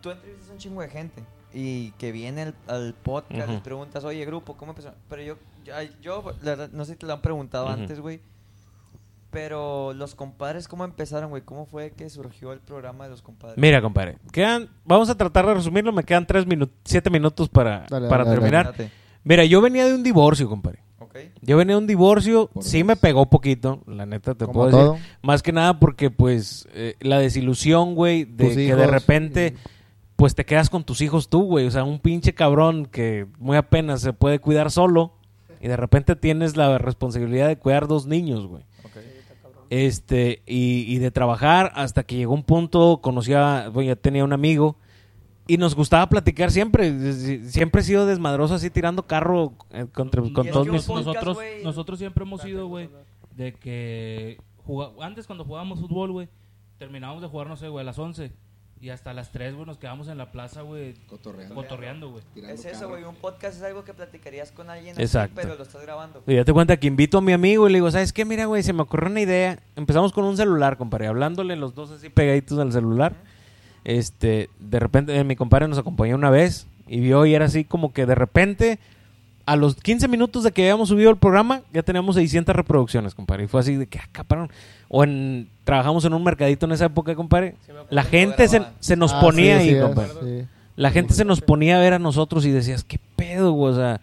Speaker 6: tú entrevistas a un chingo de gente y que viene al, al podcast
Speaker 1: Ujú.
Speaker 6: les preguntas, oye, grupo, ¿cómo empezó? Pero yo, yo, ay, yo, la verdad, no sé si te lo han preguntado
Speaker 1: Ujú.
Speaker 6: antes, güey. Pero los compadres, ¿cómo empezaron, güey? ¿Cómo fue que surgió el programa de los compadres?
Speaker 1: Mira, compadre, quedan, vamos a tratar de resumirlo, me quedan tres minutos, siete minutos para,
Speaker 7: Dale, dale,
Speaker 1: para
Speaker 7: dale.
Speaker 1: terminar.
Speaker 6: Espérate,
Speaker 1: Mira, yo venía de un divorcio, compadre.
Speaker 6: ¿ok?
Speaker 1: Yo venía de un divorcio,
Speaker 8: Por
Speaker 1: sí
Speaker 8: Dios.
Speaker 1: me pegó poquito, la neta te
Speaker 7: Como
Speaker 1: puedo decir.
Speaker 7: todo.
Speaker 1: Más que nada porque, pues, eh, la desilusión, güey, de
Speaker 7: Tus
Speaker 1: que de
Speaker 7: hijos.
Speaker 1: repente, pues, te quedas con tus hijos tú, güey. O sea, un pinche cabrón que muy apenas se puede cuidar solo y de repente tienes la responsabilidad de cuidar dos niños, güey. Este, y, y de trabajar hasta que llegó un punto, conocía, bueno, ya tenía un amigo y nos gustaba platicar siempre. Siempre he sido desmadroso así tirando carro eh, contra-
Speaker 2: Y
Speaker 1: con
Speaker 2: es
Speaker 1: todos
Speaker 2: que
Speaker 1: mis...
Speaker 6: podcast,
Speaker 2: nosotros,
Speaker 6: güey.
Speaker 2: nosotros siempre hemos sido, güey, de que juga- antes cuando jugábamos fútbol, güey, terminábamos de jugar, no sé, güey, a las 11 y hasta las 3, güey, nos quedábamos en la plaza, güey,
Speaker 8: Cotorreando.
Speaker 2: cotorreando, güey.
Speaker 8: Tirando
Speaker 6: Es eso,
Speaker 8: carro.
Speaker 6: güey. Un podcast es algo que platicarías con alguien,
Speaker 1: Exacto.
Speaker 6: Exacto. pero lo estás grabando.
Speaker 1: Y ya te cuenta que invito a mi amigo y le digo, ¿sabes qué? Mira, güey, se me ocurrió una idea. Empezamos con un celular, compadre, hablándole los dos así pegaditos al celular. Este, de repente, eh, mi compadre nos acompañó una vez y vio y era así como que de repente, a los 15 minutos de que habíamos subido el programa, ya teníamos 600 reproducciones, compadre. Y fue así de que, ah, cabrón. O en, trabajamos en un mercadito en esa época, compadre.
Speaker 9: Sí me acuerdo
Speaker 1: La
Speaker 6: que
Speaker 1: gente se,
Speaker 6: grababan.
Speaker 1: se nos
Speaker 7: Ah,
Speaker 1: ponía
Speaker 7: sí,
Speaker 1: ahí,
Speaker 7: sí, es,
Speaker 1: compadre.
Speaker 7: sí.
Speaker 1: La gente se nos ponía a ver a nosotros y decías, ¿qué pedo, güey? O sea,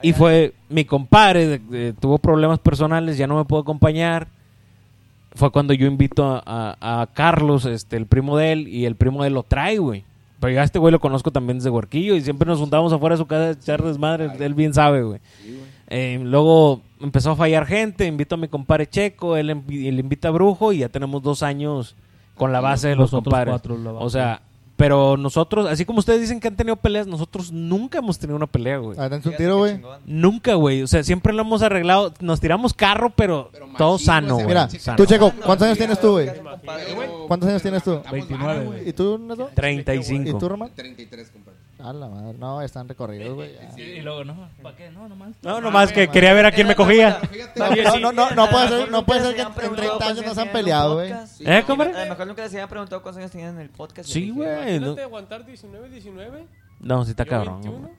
Speaker 1: y fue mi compadre, de- de- tuvo problemas personales, ya no me pudo acompañar. Fue cuando yo invito a, a- a Carlos, este, el primo de él, y el primo de él lo trae, güey. Pero ya este güey lo conozco también desde Huarquillo y siempre nos juntábamos afuera de su casa a echar desmadre, él bien sabe, güey. Eh, luego empezó a fallar gente, invito a mi compadre Checo, él, envi- él invita a Brujo y ya tenemos dos años con la base de los
Speaker 2: Nosotros
Speaker 1: compadres.
Speaker 2: cuatro, la base.
Speaker 1: o sea, pero nosotros, así como ustedes dicen que han tenido peleas, nosotros nunca hemos tenido una pelea, güey.
Speaker 7: Ah, dense un
Speaker 6: Fíjate
Speaker 7: tiro,
Speaker 6: qué
Speaker 7: güey.
Speaker 6: chingón.
Speaker 1: Nunca, güey. O sea, siempre lo hemos arreglado. Nos tiramos carro, pero,
Speaker 8: Pero
Speaker 1: todo
Speaker 8: machín, güey,
Speaker 1: sano, güey.
Speaker 8: se
Speaker 7: Mira,
Speaker 8: ve
Speaker 1: Sano.
Speaker 7: tú, Checo, ¿cuántos años tienes tú, güey?
Speaker 6: Compadre,
Speaker 7: ¿Cuántos años tienes tú?
Speaker 2: 29,
Speaker 7: ¿Y tú, Neto?
Speaker 1: 35.
Speaker 7: ¿Y tú, Román?
Speaker 8: 33, compadre.
Speaker 7: A la madre, no, están recorridos, güey. ya.
Speaker 2: Y, y luego, no, ¿para qué? No, nomás.
Speaker 1: No, nomás que quería ver a quién me cogía.
Speaker 8: Pero fíjate,
Speaker 7: No,
Speaker 2: Oye, sí.
Speaker 7: no, no, no, no puede ser, no puede ser que
Speaker 6: A lo mejor
Speaker 7: en
Speaker 6: nunca
Speaker 7: 30 años
Speaker 6: les
Speaker 7: no se
Speaker 6: habían
Speaker 7: han peleado, güey.
Speaker 6: preguntado cuántos años
Speaker 8: Sí.
Speaker 1: ¿Eh,
Speaker 6: tenían en el podcast. A
Speaker 1: compadre?
Speaker 6: lo mejor nunca les habían preguntado cuántos años tenían en el podcast.
Speaker 1: Sí, güey. No,
Speaker 9: Imagínate aguantar 19, 19.
Speaker 1: no sí está
Speaker 9: yo
Speaker 1: cabrón.
Speaker 9: 21.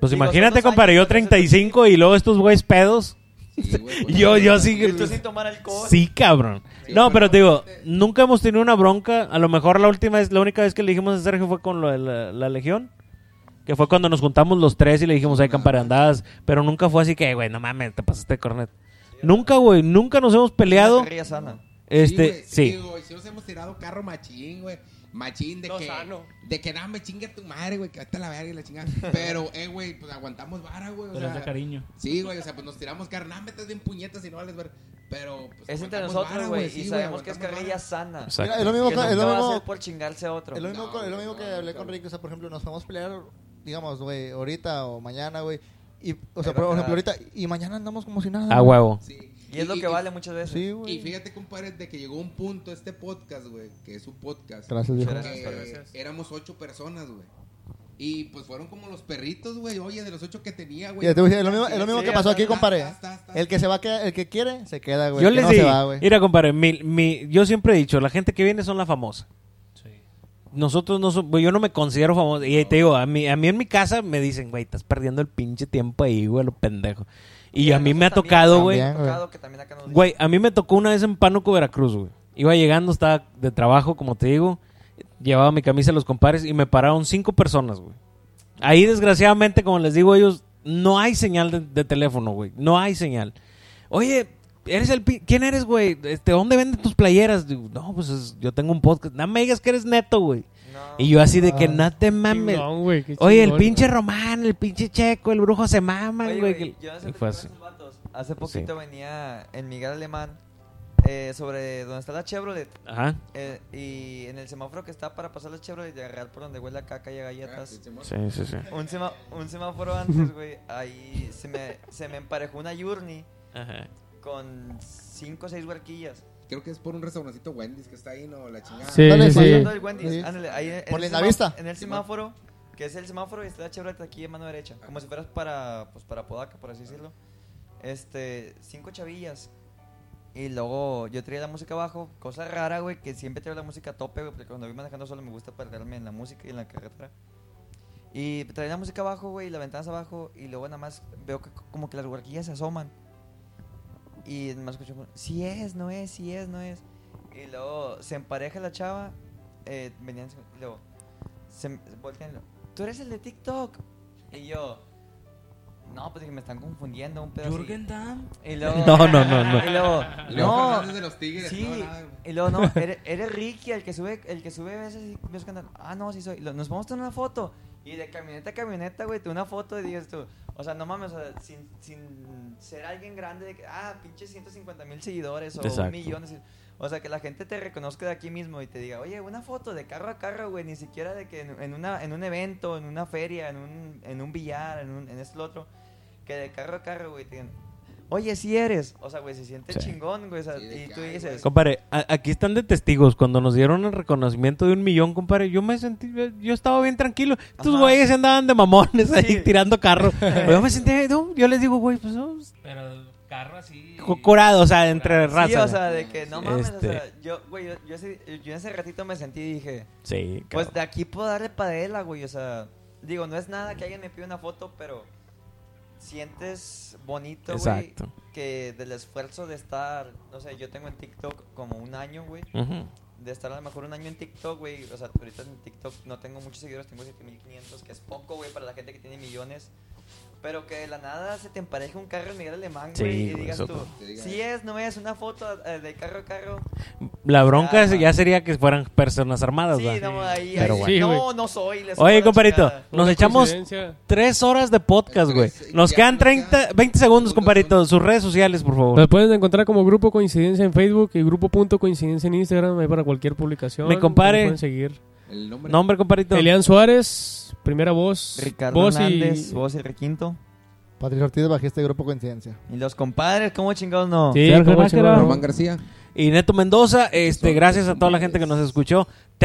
Speaker 1: Pues
Speaker 6: Digo, son
Speaker 1: imagínate,
Speaker 6: dos
Speaker 1: compadre,
Speaker 6: años,
Speaker 1: yo 35 y luego estos güeyes pedos.
Speaker 8: Sí, güey, pues,
Speaker 1: Yo, yo
Speaker 6: Y
Speaker 1: sí.
Speaker 6: tú sin tomar alcohol.
Speaker 1: Sí, cabrón. No, pero te digo, nunca hemos tenido una bronca. A lo mejor la última vez, la única vez que le dijimos a Sergio fue con lo de la, la Legión. Que fue cuando nos juntamos los tres y le dijimos, ay, campare andadas. Pero nunca fue así que, güey, no mames, te pasaste de cornet. Nunca, güey, nunca nos hemos peleado.
Speaker 6: Una carrilla sana.
Speaker 1: Este, sí.
Speaker 8: güey, si nos hemos tirado carro machín, güey. Machín de
Speaker 9: No
Speaker 8: que.
Speaker 9: sano.
Speaker 8: De que nada me chingue tu madre, güey. Que hasta la verga y la chingada. Pero, eh, güey, pues aguantamos vara, güey. O
Speaker 2: Pero es de
Speaker 8: sea,
Speaker 2: cariño.
Speaker 8: sí, güey, o sea, pues nos tiramos carro. Nada, metes bien puñetas y no vales ver. Pero, pues.
Speaker 6: Es entre
Speaker 8: aguantamos
Speaker 6: nosotros,
Speaker 8: vara,
Speaker 6: güey. Y
Speaker 8: sí,
Speaker 6: sabemos que es
Speaker 8: aguantamos
Speaker 6: carrilla
Speaker 8: vara.
Speaker 6: sana.
Speaker 1: Exacto.
Speaker 7: Mira, es lo mismo,
Speaker 6: Que
Speaker 7: con- es
Speaker 6: nunca
Speaker 7: lo
Speaker 6: va a
Speaker 7: mismo,
Speaker 6: ser por chingarse a otro.
Speaker 7: es lo mismo, con- es lo mismo que hablé con Rick, o sea, por ejemplo, nos vamos a pelear, digamos, güey, ahorita o mañana, güey. Y, o
Speaker 6: Pero
Speaker 7: sea, por
Speaker 6: nada.
Speaker 7: ejemplo, ahorita, y mañana andamos como si nada.
Speaker 1: A
Speaker 7: güey.
Speaker 1: huevo.
Speaker 8: Sí.
Speaker 6: Y es lo que vale muchas veces.
Speaker 7: Sí,
Speaker 8: Y
Speaker 7: güey.
Speaker 8: fíjate, compadre, de que llegó un punto este podcast, güey, que es un podcast.
Speaker 7: Gracias, viejo.
Speaker 6: Gracias.
Speaker 8: que éramos ocho personas, güey. Y pues fueron como los perritos, güey. Oye, de los ocho que tenía, güey.
Speaker 7: Ya te voy a decir, es lo mismo, es lo mismo
Speaker 6: Sí,
Speaker 7: que pasó
Speaker 6: está,
Speaker 7: aquí,
Speaker 8: está,
Speaker 7: compadre.
Speaker 8: está, está, está.
Speaker 7: El que se va a quedar, el que quiere, se queda, güey.
Speaker 1: Yo
Speaker 7: El que
Speaker 1: les
Speaker 7: no
Speaker 1: dije,
Speaker 7: se va, güey.
Speaker 1: mira, compadre, mi, mi- yo siempre he dicho, la gente que viene son la famosa. Nosotros no somos, yo no me considero famoso. Y te digo, a mí, a mí en mi casa me dicen, güey, estás perdiendo el pinche tiempo ahí, güey, lo pendejo. Y, a mí me ha
Speaker 6: nosotros
Speaker 1: tocado,
Speaker 6: también,
Speaker 1: güey.
Speaker 7: También,
Speaker 6: nos ha tocado que también acá nos dicen.
Speaker 1: Güey, a mí me tocó una vez en Pánuco, Veracruz, güey. Iba llegando, estaba de trabajo, como te digo. Llevaba mi camisa a los compares y me pararon cinco personas, güey. Ahí, desgraciadamente, como les digo a ellos, no hay señal de, de teléfono, güey. No hay señal. Oye, eres el... pi- ¿Quién eres, güey? Este, ¿Dónde venden tus playeras? Digo, no, pues es- yo tengo un podcast. No me digas que eres neto, güey.
Speaker 6: No.
Speaker 1: Y yo así de que no te mames.
Speaker 5: Ah, Chingón, güey, qué
Speaker 1: Oye, el
Speaker 5: chingón,
Speaker 1: pinche Román, el pinche Checo, el brujo se maman,
Speaker 6: Oye,
Speaker 1: güey.
Speaker 6: güey,
Speaker 1: que-
Speaker 6: yo no sé por
Speaker 1: y
Speaker 6: qué
Speaker 1: fue
Speaker 6: con
Speaker 1: así.
Speaker 6: esos vatos. Hace poquito venía en Miguel Alemán eh, sobre donde está la Chevrolet.
Speaker 1: Ajá.
Speaker 6: eh, y en el semáforo que está para pasar la Chevrolet y agarrar por donde huele a caca y a
Speaker 8: Ah,
Speaker 6: galletas.
Speaker 1: Sí, sí, sí.
Speaker 6: Un, sema- un semáforo antes, güey, ahí se me, se me emparejó una Journey
Speaker 1: Ajá.
Speaker 6: con cinco o seis huerquillas.
Speaker 8: Creo que es por un restaurancito Wendy's que está ahí, no, la chingada.
Speaker 5: Sí,
Speaker 7: Dale,
Speaker 5: sí, sí.
Speaker 6: Pasando el Wendy's,
Speaker 7: Sí.
Speaker 6: ándale, ahí en
Speaker 7: Por
Speaker 6: el
Speaker 7: Linda
Speaker 6: sema-
Speaker 7: Vista.
Speaker 6: En el semáforo, que es el semáforo y está la Chevrolet aquí en mano derecha, como si fueras para, pues, para Podaca, por así decirlo. Este, cinco chavillas. Y luego yo traía la música abajo, cosa rara, güey, que siempre traigo la música a tope, güey, porque cuando voy manejando solo me gusta perderme en la música y en la carretera. Y traía la música abajo, güey, y la ventana hacia abajo, y luego nada más veo que co- como que las huerquillas se asoman. Y nada más escucho, si es, no es, si es, no es. Y luego se empareja la chava, eh, venían, y luego se m- voltean, y luego, tú eres el de TikTok. Y yo, no, pues dije, me están confundiendo un pedo. así". Y luego,
Speaker 1: No, no, no, no.
Speaker 6: Y luego,
Speaker 8: No,
Speaker 6: no,
Speaker 8: de los tigres,
Speaker 6: Sí,
Speaker 8: no, nada.
Speaker 6: y luego no, eres, eres Ricky, el que sube, el que sube a veces y ves cantar, ah, no, sí soy, Y luego, nos vamos a tomar una foto, y de camioneta a camioneta, güey, tú una foto y dices tú, o sea, no mames, o sea, sin, sin ser alguien grande, de que, ah, pinche 150 mil seguidores o
Speaker 1: Exacto.
Speaker 6: un millón, es decir, o sea, que la gente te reconozca de aquí mismo y te diga, oye, una foto de carro a carro, güey, ni siquiera de que en, en una, en un evento, en una feria, en un, en un billar, en, un, en esto, lo otro, que de carro a carro, güey, te digan, oye, si eres, o sea, güey, se siente chingón, güey, o sea,
Speaker 8: Sí, de
Speaker 6: y
Speaker 8: que,
Speaker 6: tú
Speaker 8: "Ay, güey,
Speaker 6: dices,
Speaker 1: Compadre, a- aquí están de testigos. Cuando nos dieron el reconocimiento de un millón, compadre, yo me sentí, eh, yo estaba bien tranquilo. Estos
Speaker 6: Ajá.
Speaker 1: güeyes andaban de mamones ahí
Speaker 6: Sí.
Speaker 1: tirando carro. Pero yo me sentí, no, yo les digo, güey, pues no,
Speaker 2: Pero carro así.
Speaker 1: co- curado, o sea, entre
Speaker 6: Sí,
Speaker 1: raza.
Speaker 6: o sea, de que no mames, o
Speaker 1: Este.
Speaker 6: sea, yo, güey, yo, yo, ese- yo en ese ratito me sentí y dije,
Speaker 1: Sí,
Speaker 6: pues
Speaker 1: cabrón.
Speaker 6: de aquí puedo darle padela, güey, o sea, digo, no es nada que alguien me pida una foto, pero sientes bonito, güey,
Speaker 1: Exacto.
Speaker 6: que del esfuerzo de estar, no sé, yo tengo en TikTok como un año, güey,
Speaker 1: Ujú.
Speaker 6: de estar a lo mejor un año en TikTok, güey, o sea, ahorita en TikTok no tengo muchos seguidores, tengo 7500, que es poco, güey, para la gente que tiene millones. Pero que de la nada se te empareje un carro en Miguel Alemán,
Speaker 1: Sí,
Speaker 6: güey, y
Speaker 1: güey,
Speaker 6: digas
Speaker 1: eso
Speaker 6: tú,
Speaker 8: Te diga,
Speaker 6: si es, no es, una foto eh, de carro a carro,
Speaker 1: La bronca es-
Speaker 6: Ah.
Speaker 1: ya sería que fueran personas armadas,
Speaker 6: Sí,
Speaker 1: ¿verdad?
Speaker 6: no, ahí,
Speaker 1: Pero
Speaker 6: ahí-
Speaker 1: bueno.
Speaker 5: Sí,
Speaker 6: no,
Speaker 5: güey.
Speaker 6: no soy. les
Speaker 1: Oye,
Speaker 6: subo la
Speaker 1: compadrito,
Speaker 6: chingada.
Speaker 1: nos echamos
Speaker 9: Coincidencia.
Speaker 1: tres horas de podcast, güey.
Speaker 8: Entonces,
Speaker 1: Nos
Speaker 8: ya
Speaker 1: quedan
Speaker 8: no queda
Speaker 1: 30, 20 segundos, compadrito. Sus redes sociales, por favor.
Speaker 5: Los puedes encontrar como Grupo Coincidencia en Facebook y Grupo Punto Coincidencia en Instagram. Ahí para cualquier publicación.
Speaker 1: Me compare.
Speaker 5: Ahí Pueden seguir.
Speaker 8: El nombre.
Speaker 1: Nombre, compadrito.
Speaker 5: Elian Suárez, primera voz.
Speaker 6: Ricardo
Speaker 5: voz y-
Speaker 6: Hernández, voz y Requinto.
Speaker 7: Patricio Ortiz bajé este grupo coincidencia.
Speaker 6: Y los compadres, ¿cómo chingados no?
Speaker 5: Sí,
Speaker 1: Sergio
Speaker 5: cómo
Speaker 1: Nájera.
Speaker 5: chingado.
Speaker 8: Román García.
Speaker 1: Y Neto Mendoza, este,
Speaker 8: Son
Speaker 1: gracias a toda la
Speaker 8: hombres.
Speaker 1: gente que nos escuchó.